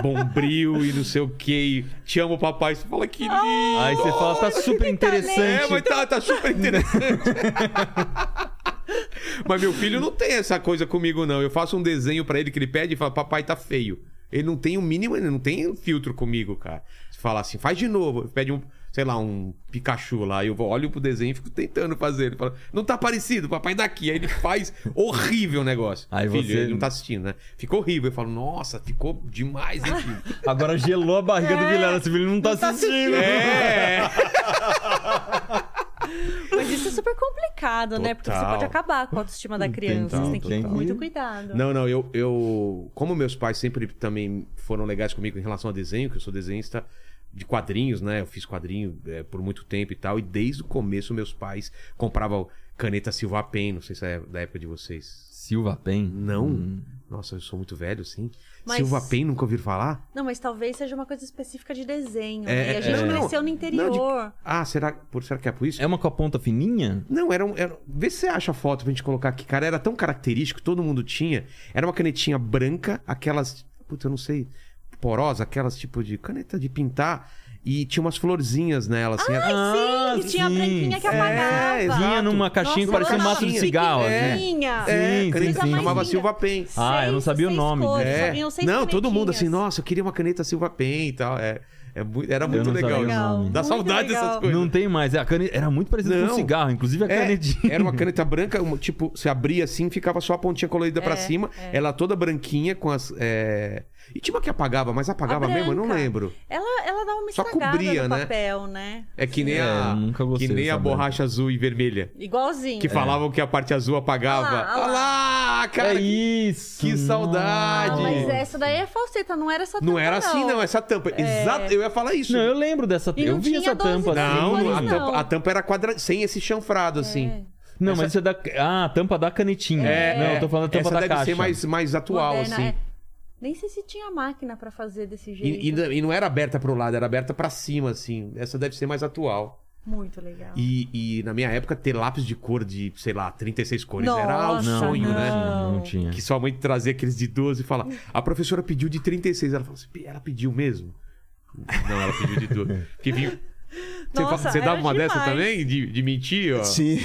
[SPEAKER 1] bombril e não sei o que. Te amo, papai. Você fala que lindo.
[SPEAKER 5] Aí você fala, tá super
[SPEAKER 1] É, mas
[SPEAKER 5] interessante.
[SPEAKER 1] tá, tá super interessante. mas meu filho não tem essa coisa comigo, não. Eu faço um desenho pra ele que ele pede e fala, papai, tá feio. Ele não tem o mínimo, ele não tem filtro comigo, cara. Se falar assim, faz de novo, pede um, sei lá, um Pikachu lá, eu vou- olho pro desenho e fico tentando fazer. Ele fala, não tá parecido, papai, daqui. Aí ele faz horrível o negócio.
[SPEAKER 5] Aí
[SPEAKER 1] filho,
[SPEAKER 5] você-
[SPEAKER 1] ele não tá assistindo, né? Ficou horrível. Eu falo, nossa, ficou demais, hein, filho?
[SPEAKER 5] Agora
[SPEAKER 4] Então, tá assim,
[SPEAKER 5] gelou a barriga do Vilela, esse filho não tá assistindo.
[SPEAKER 1] É.
[SPEAKER 4] Mas isso é super complicado, né? Porque você
[SPEAKER 1] Total.
[SPEAKER 4] pode acabar com a autoestima da criança.
[SPEAKER 1] Total,
[SPEAKER 4] você tem que ter
[SPEAKER 5] total.
[SPEAKER 4] muito cuidado.
[SPEAKER 1] Não, não, eu, eu. Como meus pais sempre também foram legais comigo em relação a desenho, que eu sou desenhista de quadrinhos, né? Eu fiz quadrinho eh, por muito tempo e tal. E desde o começo, meus pais compravam caneta Silva Pen, não sei se é da época de vocês.
[SPEAKER 5] Silva Pen.
[SPEAKER 1] Não?
[SPEAKER 5] Hum.
[SPEAKER 1] Nossa, eu sou muito velho, sim.
[SPEAKER 4] Mas-
[SPEAKER 1] Silva Pen, nunca ouviram falar?
[SPEAKER 4] Não, mas talvez seja uma coisa específica de desenho.
[SPEAKER 1] É,
[SPEAKER 4] né? E
[SPEAKER 1] é,
[SPEAKER 4] a gente
[SPEAKER 1] não, não.
[SPEAKER 4] cresceu no interior.
[SPEAKER 1] Não, de- Ah, será, por, será que é por isso?
[SPEAKER 5] É uma com a ponta fininha?
[SPEAKER 1] Não, era um. Era... Vê se você acha a foto pra gente colocar aqui, cara. Era tão característico, todo mundo tinha. Era uma canetinha branca, aquelas. Puta, eu não sei. Porosa, aquelas tipo de caneta de pintar. E tinha umas florzinhas nela, assim.
[SPEAKER 4] Ai,
[SPEAKER 5] Ah,
[SPEAKER 4] sim, que tinha a
[SPEAKER 5] sim.
[SPEAKER 4] branquinha que
[SPEAKER 5] É,
[SPEAKER 4] apagava.
[SPEAKER 1] exato.
[SPEAKER 5] Vinha numa caixinha que parecia um
[SPEAKER 1] ela
[SPEAKER 5] maço de
[SPEAKER 1] tinha.
[SPEAKER 5] cigarro.
[SPEAKER 1] É.
[SPEAKER 5] assim.
[SPEAKER 4] Pequenininha.
[SPEAKER 1] é,
[SPEAKER 5] sim,
[SPEAKER 1] caneta
[SPEAKER 5] sim,
[SPEAKER 1] que
[SPEAKER 5] sim.
[SPEAKER 1] chamava
[SPEAKER 4] Coisa
[SPEAKER 1] Silva Pen.
[SPEAKER 5] Ah, eu não
[SPEAKER 4] Seis-
[SPEAKER 5] sabia o
[SPEAKER 4] seis
[SPEAKER 5] nome
[SPEAKER 4] cores,
[SPEAKER 5] dele.
[SPEAKER 4] só
[SPEAKER 1] É.
[SPEAKER 4] vinham seis
[SPEAKER 1] Não, todo mundo assim,
[SPEAKER 4] canequinhas.
[SPEAKER 1] nossa, eu queria uma caneta Silva Pen e tal. É, é muito- era muito
[SPEAKER 5] não
[SPEAKER 1] legal.
[SPEAKER 5] sabia o
[SPEAKER 1] isso.
[SPEAKER 5] nome.
[SPEAKER 1] Dá
[SPEAKER 4] Muito
[SPEAKER 1] saudade
[SPEAKER 4] legal.
[SPEAKER 1] dessas coisas.
[SPEAKER 5] Não tem mais. É, a cane- Era muito parecido com
[SPEAKER 1] Não.
[SPEAKER 5] um cigarro, inclusive a
[SPEAKER 1] É,
[SPEAKER 5] canetinha.
[SPEAKER 1] era uma caneta branca, uma- tipo, você abria assim, ficava só a pontinha colorida
[SPEAKER 5] É,
[SPEAKER 1] pra cima, ela toda branquinha com as. é, E tinha uma que apagava, mas apagava
[SPEAKER 4] A
[SPEAKER 1] mesmo? Eu não
[SPEAKER 4] branca.
[SPEAKER 1] lembro.
[SPEAKER 4] Ela, ela dá uma
[SPEAKER 1] Só
[SPEAKER 4] estragada
[SPEAKER 1] cobria,
[SPEAKER 4] no
[SPEAKER 1] né?
[SPEAKER 4] papel, né?
[SPEAKER 1] É que nem
[SPEAKER 5] É,
[SPEAKER 1] a.
[SPEAKER 5] eu nunca
[SPEAKER 1] que
[SPEAKER 5] gostei
[SPEAKER 1] nem
[SPEAKER 5] dessa
[SPEAKER 1] a
[SPEAKER 5] branca.
[SPEAKER 1] borracha azul e vermelha.
[SPEAKER 4] Igualzinho.
[SPEAKER 1] Que
[SPEAKER 5] É.
[SPEAKER 1] falavam que a parte azul apagava.
[SPEAKER 4] Olha lá, olha
[SPEAKER 1] Olha lá, cara!
[SPEAKER 5] É
[SPEAKER 1] que-
[SPEAKER 5] isso.
[SPEAKER 1] que
[SPEAKER 5] nossa.
[SPEAKER 4] Ah,
[SPEAKER 1] saudade.
[SPEAKER 4] mas essa daí é falseta, não É. era essa
[SPEAKER 1] Não
[SPEAKER 4] tampa,
[SPEAKER 1] era assim, não, essa tampa. Exato, eu ia falar isso.
[SPEAKER 5] Não, eu lembro dessa
[SPEAKER 4] E
[SPEAKER 5] Eu
[SPEAKER 4] não
[SPEAKER 5] vi
[SPEAKER 4] tinha
[SPEAKER 5] essa
[SPEAKER 4] 12
[SPEAKER 5] tampa. assim.
[SPEAKER 1] Não,
[SPEAKER 4] Não,
[SPEAKER 1] a,
[SPEAKER 4] não. É.
[SPEAKER 1] Tampa, a tampa era quadra sem esse chanfrado, assim.
[SPEAKER 5] Não,
[SPEAKER 1] Essa- É.
[SPEAKER 5] mas isso é da. Ah, a tampa da canetinha. não, eu tô falando da tampa
[SPEAKER 1] essa
[SPEAKER 5] da
[SPEAKER 1] deve
[SPEAKER 5] caixa.
[SPEAKER 1] ser mais, mais atual,
[SPEAKER 4] Moderna,
[SPEAKER 1] assim.
[SPEAKER 4] é. Nem sei se tinha máquina pra fazer desse jeito.
[SPEAKER 1] E, e- e não era aberta pro lado, era aberta pra cima, assim. Essa deve ser mais atual.
[SPEAKER 4] Muito legal.
[SPEAKER 1] E, e na minha época, ter lápis de cor de, sei lá, 36 cores
[SPEAKER 4] Nossa,
[SPEAKER 1] era o
[SPEAKER 5] Não,
[SPEAKER 1] sonho,
[SPEAKER 5] não,
[SPEAKER 1] né?
[SPEAKER 5] tinha, não tinha.
[SPEAKER 1] Que sua mãe trazia aqueles de 12 e fala: a professora pediu de 36. Ela falou assim: "Pe- ela pediu mesmo? Não, ela pediu de 12. Porque vinha. Você,
[SPEAKER 4] Nossa,
[SPEAKER 1] fa- você
[SPEAKER 4] era
[SPEAKER 1] dava uma dessa
[SPEAKER 4] demais.
[SPEAKER 1] também? De, de mentir, ó.
[SPEAKER 2] Sim,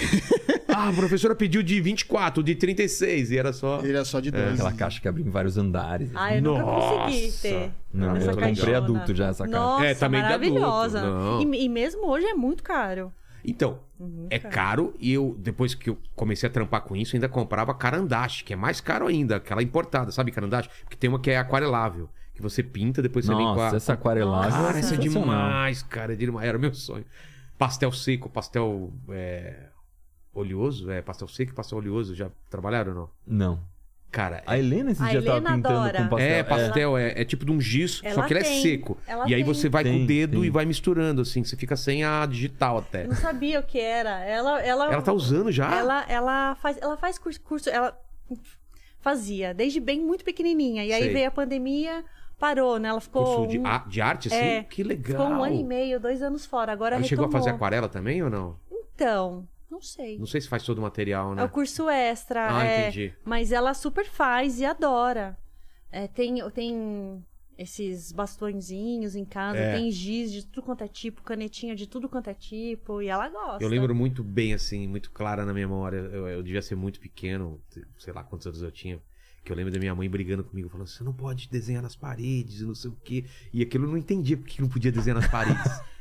[SPEAKER 1] Ah, a professora pediu de 24, de 36. E era só.
[SPEAKER 2] ele é só de dois.
[SPEAKER 5] Aquela caixa que abria em vários andares.
[SPEAKER 4] Ah, eu nunca
[SPEAKER 1] Nossa!
[SPEAKER 4] consegui ter.
[SPEAKER 5] Não,
[SPEAKER 4] essa
[SPEAKER 5] eu comprei
[SPEAKER 4] caixona.
[SPEAKER 5] adulto já essa caixa.
[SPEAKER 4] Nossa,
[SPEAKER 1] É, também de adulto,
[SPEAKER 4] maravilhosa.
[SPEAKER 1] não.
[SPEAKER 4] E, e mesmo hoje é muito caro.
[SPEAKER 1] Então,
[SPEAKER 4] Uhum,
[SPEAKER 1] é caro e eu, depois que eu comecei a trampar com isso, ainda comprava carandache, que é mais caro ainda, aquela importada, sabe carandache? Porque tem uma que é aquarelável, que você pinta, depois você vem com
[SPEAKER 5] Nossa,
[SPEAKER 1] a...
[SPEAKER 5] essa aquarelagem.
[SPEAKER 1] Cara, isso é
[SPEAKER 5] sensacional.
[SPEAKER 1] demais, cara, é demais. Era meu sonho. Pastel seco, pastel é, oleoso, é, pastel seco e pastel oleoso, já trabalharam ou não?
[SPEAKER 5] Não.
[SPEAKER 1] Cara,
[SPEAKER 5] A Helena esses
[SPEAKER 4] A
[SPEAKER 5] dias tava
[SPEAKER 4] Helena
[SPEAKER 5] pintando
[SPEAKER 4] adora.
[SPEAKER 5] com pastel.
[SPEAKER 1] é pastel, é, é tipo de um giz,
[SPEAKER 4] Ela
[SPEAKER 1] só que ele é
[SPEAKER 4] tem,
[SPEAKER 1] seco.
[SPEAKER 4] ela
[SPEAKER 1] E aí
[SPEAKER 4] tem.
[SPEAKER 1] você vai com o
[SPEAKER 5] Tem,
[SPEAKER 1] dedo
[SPEAKER 5] tem.
[SPEAKER 1] e vai misturando, assim, você fica sem a digital até.
[SPEAKER 4] Eu não sabia o que era. Ela, ela,
[SPEAKER 1] É. Ela tá usando já?
[SPEAKER 4] Ela, ela faz, ela faz curso, curso- ela fazia desde bem muito pequenininha. E aí
[SPEAKER 1] Sei.
[SPEAKER 4] veio a pandemia, parou, né? Ela ficou
[SPEAKER 1] Curso de,
[SPEAKER 4] um,
[SPEAKER 1] a- de arte, assim?
[SPEAKER 4] É.
[SPEAKER 1] que legal.
[SPEAKER 4] ficou um ano e meio, dois anos fora. Agora
[SPEAKER 1] Ela chegou
[SPEAKER 4] retomou.
[SPEAKER 1] a fazer aquarela também ou não?
[SPEAKER 4] Então, não sei.
[SPEAKER 1] Não sei se faz todo o material,
[SPEAKER 4] É o
[SPEAKER 1] né?
[SPEAKER 4] curso extra.
[SPEAKER 1] Ah,
[SPEAKER 4] é,
[SPEAKER 1] entendi.
[SPEAKER 4] Mas ela super faz e adora. É, tem, tem esses bastõezinhos em casa,
[SPEAKER 1] É.
[SPEAKER 4] tem giz de tudo quanto é tipo, canetinha de tudo quanto é tipo, e ela gosta.
[SPEAKER 1] Eu lembro muito bem, assim, muito clara na memória. Eu, eu devia ser muito pequeno, sei lá quantos anos eu tinha. Que eu lembro da minha mãe brigando comigo, falando: você não pode desenhar nas paredes, não sei o quê. E aquilo eu não entendia porque não podia desenhar nas paredes.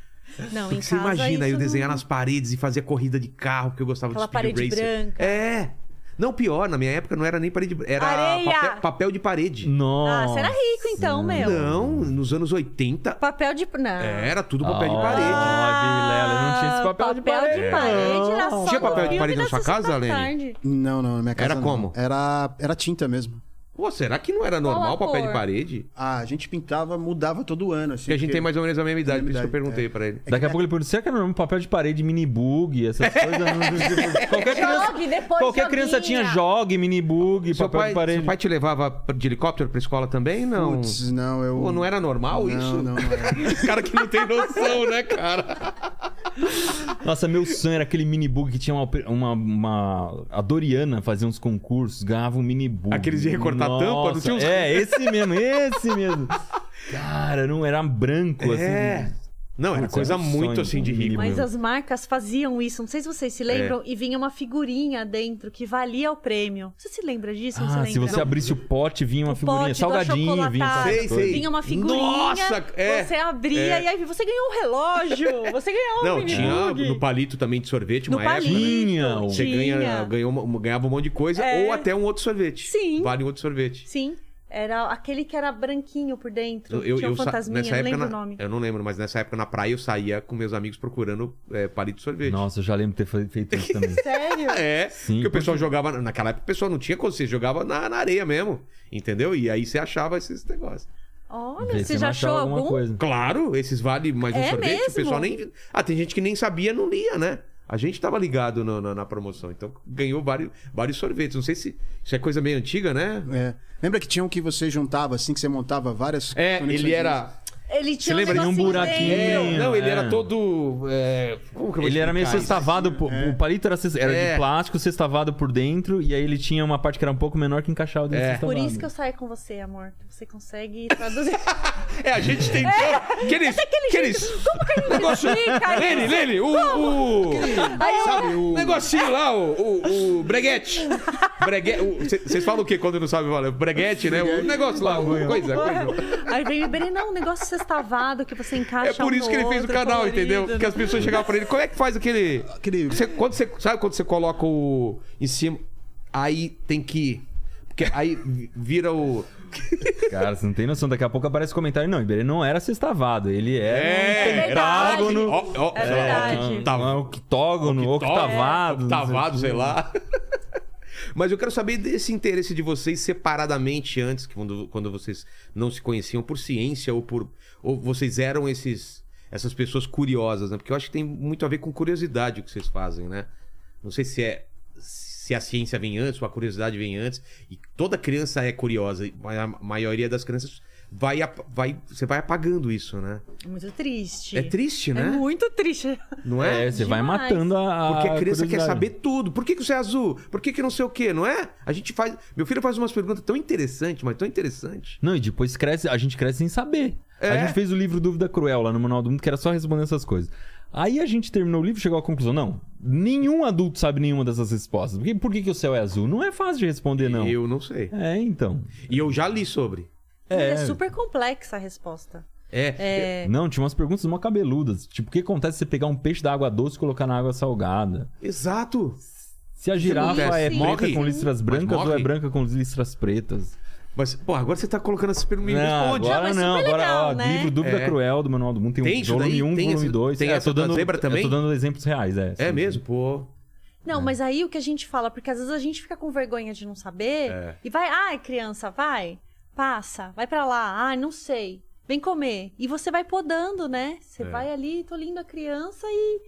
[SPEAKER 4] Não, em
[SPEAKER 1] porque você
[SPEAKER 4] casa,
[SPEAKER 1] imagina eu
[SPEAKER 4] isso
[SPEAKER 1] desenhar
[SPEAKER 4] não...
[SPEAKER 1] nas paredes e fazer corrida de carro, porque eu gostava
[SPEAKER 4] Aquela
[SPEAKER 1] de speed
[SPEAKER 4] parede
[SPEAKER 1] racer.
[SPEAKER 4] branca.
[SPEAKER 1] É! Não, pior, na minha época não era nem parede branca, era
[SPEAKER 4] Areia!
[SPEAKER 1] papel, papel de parede.
[SPEAKER 4] Ah,
[SPEAKER 5] É. Nossa.
[SPEAKER 4] você era rico então, meu.
[SPEAKER 1] Não, É. nos anos 80
[SPEAKER 4] Papel de. Não.
[SPEAKER 1] era tudo papel de
[SPEAKER 5] Ah,
[SPEAKER 1] parede.
[SPEAKER 5] Vilela, não tinha esse papel de parede,
[SPEAKER 4] Papel de parede
[SPEAKER 5] não.
[SPEAKER 4] era só
[SPEAKER 1] Tinha
[SPEAKER 4] no
[SPEAKER 1] papel de
[SPEAKER 4] filme
[SPEAKER 1] parede na
[SPEAKER 4] da
[SPEAKER 1] sua
[SPEAKER 4] Sessão
[SPEAKER 1] casa,
[SPEAKER 4] da
[SPEAKER 1] Lene?
[SPEAKER 4] Tarde.
[SPEAKER 2] Não, não, na minha casa
[SPEAKER 1] Era
[SPEAKER 2] não.
[SPEAKER 1] como?
[SPEAKER 2] Era, era tinta mesmo.
[SPEAKER 1] Pô, será que não era
[SPEAKER 4] Qual
[SPEAKER 1] normal
[SPEAKER 4] a
[SPEAKER 1] papel de
[SPEAKER 4] cor?
[SPEAKER 1] parede?
[SPEAKER 2] Ah, a gente pintava, mudava todo ano, assim.
[SPEAKER 1] Porque a gente
[SPEAKER 2] porque-
[SPEAKER 1] tem mais ou menos a mesma idade, por isso que eu
[SPEAKER 2] Mesma idade,
[SPEAKER 1] perguntei pra ele.
[SPEAKER 5] Daqui a pouco ele pergunta, será que era um papel de parede, mini-bug, essas coisas? Tipo, qualquer criança,
[SPEAKER 4] Jogue, depois
[SPEAKER 5] qualquer criança
[SPEAKER 4] joguinha.
[SPEAKER 5] tinha jogue, mini-bug,
[SPEAKER 1] Seu
[SPEAKER 5] papel
[SPEAKER 1] pai,
[SPEAKER 5] de parede.
[SPEAKER 1] seu pai te levava pra- de helicóptero pra escola também? Não.
[SPEAKER 2] Putz, não, eu.
[SPEAKER 1] Pô, não era normal
[SPEAKER 2] não,
[SPEAKER 1] isso?
[SPEAKER 2] Não, não era.
[SPEAKER 1] Cara que não tem noção, né, cara?
[SPEAKER 5] Nossa, meu sonho era aquele mini-bug que tinha uma, uma, uma- A Doriana fazia uns concursos, ganhava um mini-bug.
[SPEAKER 1] Aqueles de recortar tampa, não tinha uns-
[SPEAKER 5] É, esse mesmo, esse mesmo. Cara, não era branco,
[SPEAKER 1] É.
[SPEAKER 5] assim.
[SPEAKER 1] Não, era
[SPEAKER 5] Putz,
[SPEAKER 1] coisa
[SPEAKER 5] era um
[SPEAKER 1] muito
[SPEAKER 5] sonho,
[SPEAKER 1] assim de
[SPEAKER 5] um
[SPEAKER 1] rico.
[SPEAKER 5] mini-
[SPEAKER 4] Mas as marcas faziam isso, não sei se vocês
[SPEAKER 1] É.
[SPEAKER 4] se lembram, e vinha uma figurinha dentro que valia o prêmio. Você se lembra disso? ou
[SPEAKER 5] Ah,
[SPEAKER 4] você
[SPEAKER 5] se
[SPEAKER 4] lembra?
[SPEAKER 5] você abrisse o pote, vinha uma
[SPEAKER 4] O
[SPEAKER 5] figurinha.
[SPEAKER 4] pote do
[SPEAKER 5] salgadinho, vinha.
[SPEAKER 4] achocolatado.
[SPEAKER 5] essas
[SPEAKER 1] Sei,
[SPEAKER 5] coisas.
[SPEAKER 1] sei.
[SPEAKER 4] Vinha uma figurinha,
[SPEAKER 1] Nossa, é,
[SPEAKER 4] você abria
[SPEAKER 1] é.
[SPEAKER 4] e aí você ganhou um relógio, você ganhou um
[SPEAKER 1] Não,
[SPEAKER 4] mini
[SPEAKER 1] tinha
[SPEAKER 4] bug.
[SPEAKER 1] no palito também de sorvete,
[SPEAKER 4] No
[SPEAKER 1] uma época. né?
[SPEAKER 4] palito,
[SPEAKER 5] Tinha,
[SPEAKER 1] Você ganha,
[SPEAKER 4] tinha.
[SPEAKER 1] ganhou uma- ganhava um monte de coisa,
[SPEAKER 4] É.
[SPEAKER 1] ou até um outro sorvete.
[SPEAKER 4] Sim.
[SPEAKER 1] Vale um outro sorvete.
[SPEAKER 4] Sim. Era aquele que era branquinho por dentro.
[SPEAKER 1] Eu, eu,
[SPEAKER 4] tinha um
[SPEAKER 1] eu sa-
[SPEAKER 4] fantasminha,
[SPEAKER 1] nessa
[SPEAKER 4] não
[SPEAKER 1] época,
[SPEAKER 4] lembro
[SPEAKER 1] na- É.
[SPEAKER 4] o nome.
[SPEAKER 1] eu não lembro, mas nessa época na praia eu saía com meus amigos procurando é, palito de sorvete.
[SPEAKER 5] Nossa, eu já lembro de ter fe- feito isso também.
[SPEAKER 4] Sério?
[SPEAKER 1] É,
[SPEAKER 5] Sim,
[SPEAKER 1] porque o pessoal jogava. Naquela época o pessoal não tinha consciência, jogava na, na areia mesmo. Entendeu? E aí você achava esses negócios.
[SPEAKER 4] Olha,
[SPEAKER 5] Vê se
[SPEAKER 4] você já achou
[SPEAKER 5] achava
[SPEAKER 4] algum?
[SPEAKER 5] coisa.
[SPEAKER 1] Claro, esses vale mais um
[SPEAKER 4] É
[SPEAKER 1] sorvete. O
[SPEAKER 4] mesmo?
[SPEAKER 1] pessoal nem. Ah, tem gente que nem sabia, não lia, né? A gente tava ligado no- na, na promoção, então ganhou vários, vários sorvetes. Não sei se isso é coisa meio antiga, né?
[SPEAKER 2] É. Lembra que tinha um que você juntava, assim, que você montava várias.
[SPEAKER 1] É,
[SPEAKER 2] conexões?
[SPEAKER 1] ele era.
[SPEAKER 4] Ele tinha
[SPEAKER 5] lembra de um
[SPEAKER 4] um negocinho
[SPEAKER 5] buraquinho?
[SPEAKER 4] dentro.
[SPEAKER 1] É, não, ele
[SPEAKER 5] é.
[SPEAKER 1] era todo. é, como que eu vou
[SPEAKER 5] Ele era meio
[SPEAKER 1] explicar isso?
[SPEAKER 5] sextavado, pô, o palito era, cest- era
[SPEAKER 1] É.
[SPEAKER 5] de plástico, sextavado por dentro, e aí ele tinha uma parte que era um pouco menor que encaixava dentro
[SPEAKER 1] É.
[SPEAKER 5] do sextavado.
[SPEAKER 4] Por isso que eu saí com você, amor. Você consegue traduzir.
[SPEAKER 1] É, a gente tentou. Aqueles.
[SPEAKER 4] É
[SPEAKER 1] aqueles... Como que negócio...
[SPEAKER 4] explica isso?
[SPEAKER 1] Lene, Lene, o. o- Sabe, o negocinho lá, o, o, o breguete. Breguete. Vocês falam o que quando não sabem falar? Breguete, né? O negócio lá, o- coisa, coisa.
[SPEAKER 4] Aí vem o Iberê, não, um negócio sextavado que você encaixa.
[SPEAKER 1] É por
[SPEAKER 4] um
[SPEAKER 1] isso que
[SPEAKER 4] no
[SPEAKER 1] ele fez o
[SPEAKER 4] outro,
[SPEAKER 1] canal,
[SPEAKER 4] colorido,
[SPEAKER 1] entendeu?
[SPEAKER 4] né?
[SPEAKER 1] Porque as pessoas chegavam pra ele, como é que faz aquele.
[SPEAKER 2] Aquele-
[SPEAKER 1] Você- quando você, sabe quando você coloca o. em cima. Aí tem que. Porque aí vi- vira o.
[SPEAKER 5] Cara, você não tem noção. Daqui a pouco aparece comentário. Não, Iberê não era sextavado. Ele era um
[SPEAKER 4] É verdade.
[SPEAKER 5] pentágono.
[SPEAKER 1] Ó, ó,
[SPEAKER 4] É
[SPEAKER 1] ó,
[SPEAKER 4] verdade.
[SPEAKER 1] tá-
[SPEAKER 5] um octógono,
[SPEAKER 1] né?
[SPEAKER 5] octavado.
[SPEAKER 1] Octavado, sei lá. Mas eu quero saber desse interesse de vocês separadamente antes, que quando, quando vocês não se conheciam por ciência ou por. Ou vocês eram esses, essas pessoas curiosas, né? Porque eu acho que tem muito a ver com curiosidade o que vocês fazem, né? Não sei se é. Se a ciência vem antes ou a curiosidade vem antes. E toda criança é curiosa. e A maioria das crianças vai. ap- vai você vai apagando isso, né?
[SPEAKER 4] Muito triste.
[SPEAKER 1] É triste,
[SPEAKER 4] É
[SPEAKER 1] né?
[SPEAKER 4] muito triste.
[SPEAKER 1] Não é?
[SPEAKER 5] É, você vai
[SPEAKER 4] Demais.
[SPEAKER 5] matando a. a
[SPEAKER 1] Porque a criança quer
[SPEAKER 5] Ah, é curiosidade.
[SPEAKER 1] saber tudo. Por que, que você é azul? Por que, que não sei o quê, não é? A gente faz. Meu filho faz umas perguntas tão interessantes, mas tão interessantes.
[SPEAKER 5] Não, e depois cresce, a gente cresce sem saber.
[SPEAKER 1] É.
[SPEAKER 5] A gente fez o livro Dúvida Cruel lá no Manual do Mundo, que era só responder essas coisas. Aí a gente terminou o livro e chegou à conclusão: não, nenhum adulto sabe nenhuma dessas respostas. Por que, por que, que o céu é azul? Não é fácil de responder, não.
[SPEAKER 1] Eu não sei.
[SPEAKER 5] É, então.
[SPEAKER 1] E eu já li sobre.
[SPEAKER 4] É,
[SPEAKER 5] É.
[SPEAKER 4] super complexa a resposta.
[SPEAKER 1] É.
[SPEAKER 4] É,
[SPEAKER 5] Não, tinha umas perguntas mó cabeludas. Tipo, o que acontece se você pegar um peixe da água doce e colocar na água salgada?
[SPEAKER 1] Exato.
[SPEAKER 5] Se a girafa
[SPEAKER 1] acontece?
[SPEAKER 5] é
[SPEAKER 1] Morre?
[SPEAKER 5] preta com listras brancas ou é
[SPEAKER 1] morre?
[SPEAKER 5] branca com listras pretas?
[SPEAKER 1] Mas, pô, agora você tá colocando essas perguntas. Me
[SPEAKER 5] não,
[SPEAKER 1] responde.
[SPEAKER 5] agora
[SPEAKER 4] mas
[SPEAKER 5] não.
[SPEAKER 4] super
[SPEAKER 5] Agora,
[SPEAKER 4] legal,
[SPEAKER 5] ó,
[SPEAKER 4] né?
[SPEAKER 5] livro Dúvida
[SPEAKER 1] É.
[SPEAKER 5] Cruel do Manual do Mundo. Tem,
[SPEAKER 1] Tem
[SPEAKER 5] um
[SPEAKER 1] isso
[SPEAKER 5] volume
[SPEAKER 1] daí?
[SPEAKER 5] 1,
[SPEAKER 1] Tem
[SPEAKER 5] volume
[SPEAKER 1] esse-
[SPEAKER 5] 2.
[SPEAKER 1] tem
[SPEAKER 5] é,
[SPEAKER 1] essa
[SPEAKER 5] tô
[SPEAKER 1] da
[SPEAKER 5] dando,
[SPEAKER 1] zebra também?
[SPEAKER 5] Eu tô dando exemplos reais, é.
[SPEAKER 1] É
[SPEAKER 5] sim.
[SPEAKER 1] mesmo, pô.
[SPEAKER 4] Não,
[SPEAKER 1] É.
[SPEAKER 4] mas aí o que a gente fala, porque às vezes a gente fica com vergonha de não saber
[SPEAKER 1] É.
[SPEAKER 4] e vai, ai, criança, vai, passa, vai pra lá, ai, não sei, vem comer. E você vai podando, né? Você
[SPEAKER 1] É.
[SPEAKER 4] vai ali, tô lindo a criança e,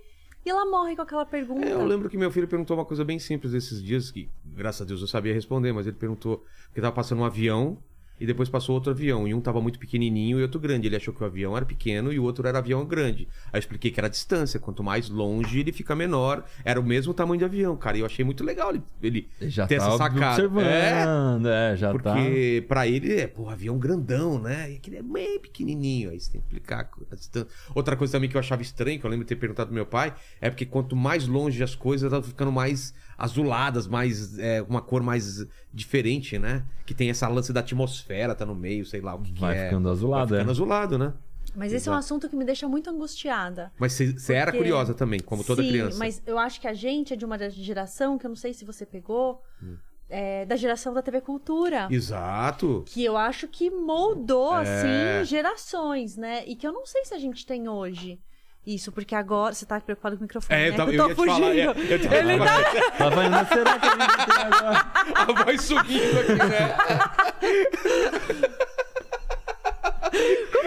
[SPEAKER 4] e ela morre com aquela pergunta.
[SPEAKER 1] É, eu lembro que meu filho perguntou uma coisa bem simples esses dias, que graças a Deus eu sabia responder, mas ele perguntou que tava passando um avião e depois passou outro avião. E um tava muito pequenininho e outro grande. Ele achou que o avião era pequeno e o outro era avião grande. Aí eu expliquei que era a distância. Quanto mais longe ele fica menor. Era o mesmo tamanho de avião, cara. E eu achei muito legal ele, ele
[SPEAKER 5] Já
[SPEAKER 1] ter
[SPEAKER 5] tá
[SPEAKER 1] essa sacada. É,
[SPEAKER 5] observando, é, já tá.
[SPEAKER 1] porque pra ele é, pô, avião grandão, né? E aquele é bem pequenininho, aí você tem que explicar a distância. Outra coisa também que eu achava estranho, que eu lembro de ter perguntado pro meu pai, é porque quanto mais longe as coisas, elas vão ficando mais azuladas, mais é, uma cor mais diferente, né? Que tem essa lance da atmosfera, tá no meio, sei lá o que, que
[SPEAKER 5] Vai
[SPEAKER 1] é.
[SPEAKER 5] ficando azulado,
[SPEAKER 1] Vai
[SPEAKER 5] é.
[SPEAKER 1] ficando azulado, né?
[SPEAKER 4] Mas esse é um
[SPEAKER 1] Exato.
[SPEAKER 4] assunto que me deixa muito angustiada.
[SPEAKER 1] Mas você era
[SPEAKER 4] Porque-
[SPEAKER 1] curiosa também, como toda
[SPEAKER 4] Sim,
[SPEAKER 1] criança.
[SPEAKER 4] mas eu acho que a gente é de uma geração, que eu não sei se você pegou,
[SPEAKER 1] Hum.
[SPEAKER 4] é, da geração da TV Cultura.
[SPEAKER 1] Exato.
[SPEAKER 4] que eu acho que moldou
[SPEAKER 1] É.
[SPEAKER 4] assim gerações, né? E que eu não sei se a gente tem hoje. Isso, porque agora você tá preocupado com o microfone,
[SPEAKER 1] É, eu
[SPEAKER 4] né?
[SPEAKER 1] tava-
[SPEAKER 4] Que
[SPEAKER 1] eu
[SPEAKER 4] eu
[SPEAKER 1] ia
[SPEAKER 4] tô
[SPEAKER 1] te falar,
[SPEAKER 4] fugindo.
[SPEAKER 1] é, eu tava-
[SPEAKER 4] Ele tá...
[SPEAKER 5] Lá vai, mas será que a gente tem agora?
[SPEAKER 1] A voz subindo aqui, né?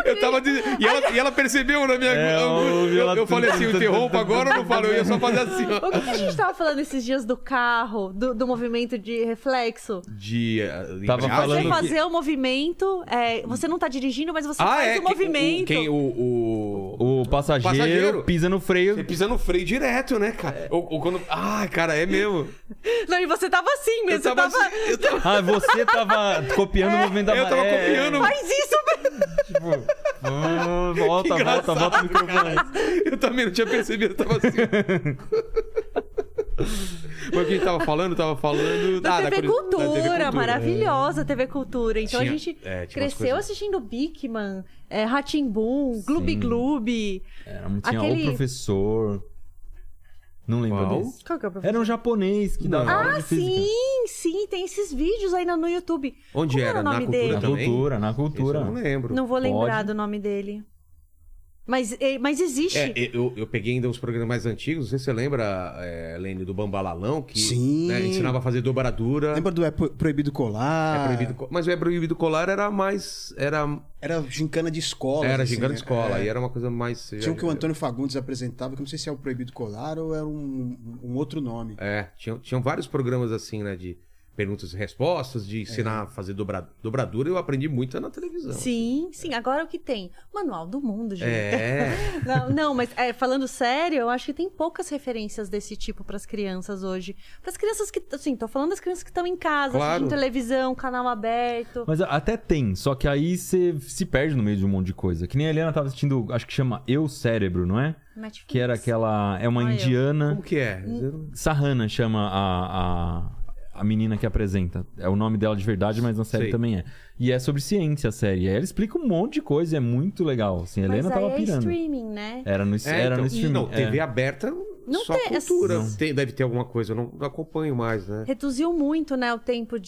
[SPEAKER 1] Eu tava dizendo. E ela, e ela percebeu na minha
[SPEAKER 5] É,
[SPEAKER 1] angústia.
[SPEAKER 5] ouve
[SPEAKER 1] Eu,
[SPEAKER 5] ela-
[SPEAKER 1] eu falei assim: eu interrompo agora ou não falo? Eu ia só fazer assim, ó.
[SPEAKER 4] O que, que a gente tava falando esses dias do carro, do, do movimento de reflexo?
[SPEAKER 1] De. eh,
[SPEAKER 5] Tava
[SPEAKER 1] embreagem?
[SPEAKER 5] falando
[SPEAKER 4] você
[SPEAKER 5] que-
[SPEAKER 4] fazer o movimento, é, você não tá dirigindo, mas você
[SPEAKER 1] Ah,
[SPEAKER 4] faz
[SPEAKER 1] é.
[SPEAKER 4] o
[SPEAKER 1] que-
[SPEAKER 4] movimento.
[SPEAKER 1] Quem, o, o,
[SPEAKER 5] O passageiro,
[SPEAKER 1] Passageiro.
[SPEAKER 5] pisa no freio.
[SPEAKER 1] Você pisa no freio direto, né, cara? Ou, ou quando. Ah, cara, é mesmo.
[SPEAKER 4] Não, e você tava assim mesmo,
[SPEAKER 1] Eu
[SPEAKER 4] você
[SPEAKER 1] tava.
[SPEAKER 4] tava...
[SPEAKER 1] assim, eu tava,
[SPEAKER 5] Ah, você tava copiando o movimento da
[SPEAKER 1] eu tava
[SPEAKER 5] é,
[SPEAKER 1] copiando.
[SPEAKER 4] Faz isso mesmo!
[SPEAKER 5] tipo, hum, volta, volta,
[SPEAKER 1] engraçado,
[SPEAKER 5] volta o microfone.
[SPEAKER 1] Eu também não tinha percebido, eu tava assim. Mas o que a gente tava falando? Tava falando.
[SPEAKER 4] Da
[SPEAKER 1] ah,
[SPEAKER 4] TV
[SPEAKER 1] curi-
[SPEAKER 4] Cultura,
[SPEAKER 1] da TV
[SPEAKER 4] maravilhosa TV Cultura. Então
[SPEAKER 1] é. Tinha-
[SPEAKER 4] a gente
[SPEAKER 1] é, tinha umas
[SPEAKER 4] cresceu
[SPEAKER 1] coisas-
[SPEAKER 4] assistindo Bigman, é, Ratimbum, Gloob
[SPEAKER 5] Sim.
[SPEAKER 4] Gloob.
[SPEAKER 5] Era, muito- tinha o
[SPEAKER 4] Aquele-
[SPEAKER 5] professor. Não lembra
[SPEAKER 1] Qual?
[SPEAKER 5] desse?
[SPEAKER 4] Qual que é o professor?
[SPEAKER 5] Era um japonês que dava
[SPEAKER 1] Não.
[SPEAKER 5] aula
[SPEAKER 4] Ah,
[SPEAKER 5] de física.
[SPEAKER 4] sim, sim, tem esses vídeos ainda no YouTube.
[SPEAKER 1] É. Onde
[SPEAKER 4] Como é
[SPEAKER 1] era?
[SPEAKER 4] o
[SPEAKER 1] Na
[SPEAKER 4] nome
[SPEAKER 1] cultura
[SPEAKER 5] Na
[SPEAKER 4] dele?
[SPEAKER 1] também?
[SPEAKER 5] cultura, na
[SPEAKER 1] Isso
[SPEAKER 5] cultura.
[SPEAKER 1] eu não lembro.
[SPEAKER 4] Não vou lembrar
[SPEAKER 5] Pode.
[SPEAKER 4] do nome dele. Mas, eh, mas existe.
[SPEAKER 5] então.
[SPEAKER 1] É, eu, eu peguei ainda uns programas mais antigos, não sei se você lembra, é, Lene, do Bambalalão, que
[SPEAKER 2] Sim.
[SPEAKER 1] né, ensinava a fazer dobradura.
[SPEAKER 2] Lembra do É Pro- Proibido Colar?
[SPEAKER 1] É proibido, co- mas o é proibido colar era mais. Era,
[SPEAKER 2] Era gincana de escola.
[SPEAKER 1] era
[SPEAKER 2] assim,
[SPEAKER 1] gigante
[SPEAKER 2] né?
[SPEAKER 1] escola,
[SPEAKER 2] É.
[SPEAKER 1] e era uma coisa mais.
[SPEAKER 2] Tinha um que o Antônio Fagundes apresentava, que eu não sei se é o Proibido Colar ou é um, um outro nome.
[SPEAKER 1] É, tinham, tinham vários programas assim, né? De perguntas e respostas, de
[SPEAKER 5] É.
[SPEAKER 1] ensinar a fazer dobra- dobradura, eu aprendi muito na televisão.
[SPEAKER 4] Sim, sim. Agora é o que tem? Manual do mundo, gente.
[SPEAKER 1] É.
[SPEAKER 4] Não, não, mas é, falando sério, eu acho que tem poucas referências desse tipo para as crianças hoje. Para as crianças que, assim, tô falando das crianças que estão em casa,
[SPEAKER 1] Claro.
[SPEAKER 4] assistindo televisão, canal aberto.
[SPEAKER 5] Mas até tem, só que aí você se perde no meio de um monte de coisa. Que nem a Helena tava assistindo, acho que chama Eu Cérebro, não é?
[SPEAKER 4] Netflix.
[SPEAKER 5] Que era aquela. É uma
[SPEAKER 4] Ah, eu.
[SPEAKER 5] indiana.
[SPEAKER 1] Como que é?
[SPEAKER 4] Hum.
[SPEAKER 5] Sahana chama a, a, a menina que apresenta. É o nome dela de verdade, mas na série
[SPEAKER 1] Sei.
[SPEAKER 5] também é. E é sobre ciência a série. E aí ela explica um monte de coisa, e é muito legal. Assim, a
[SPEAKER 4] Mas
[SPEAKER 5] Helena
[SPEAKER 4] aí
[SPEAKER 5] tava
[SPEAKER 4] é
[SPEAKER 5] pirando.
[SPEAKER 4] streaming, né?
[SPEAKER 5] Era no,
[SPEAKER 1] É,
[SPEAKER 5] era
[SPEAKER 1] então,
[SPEAKER 5] no streaming.
[SPEAKER 1] Não,
[SPEAKER 5] é.
[SPEAKER 1] TV aberta, um,
[SPEAKER 4] Não
[SPEAKER 1] só
[SPEAKER 4] tem- assim,
[SPEAKER 1] cultura.
[SPEAKER 4] Não.
[SPEAKER 1] Tem- deve ter alguma coisa, eu não, não acompanho mais, né?
[SPEAKER 4] Reduziu muito, né, o tempo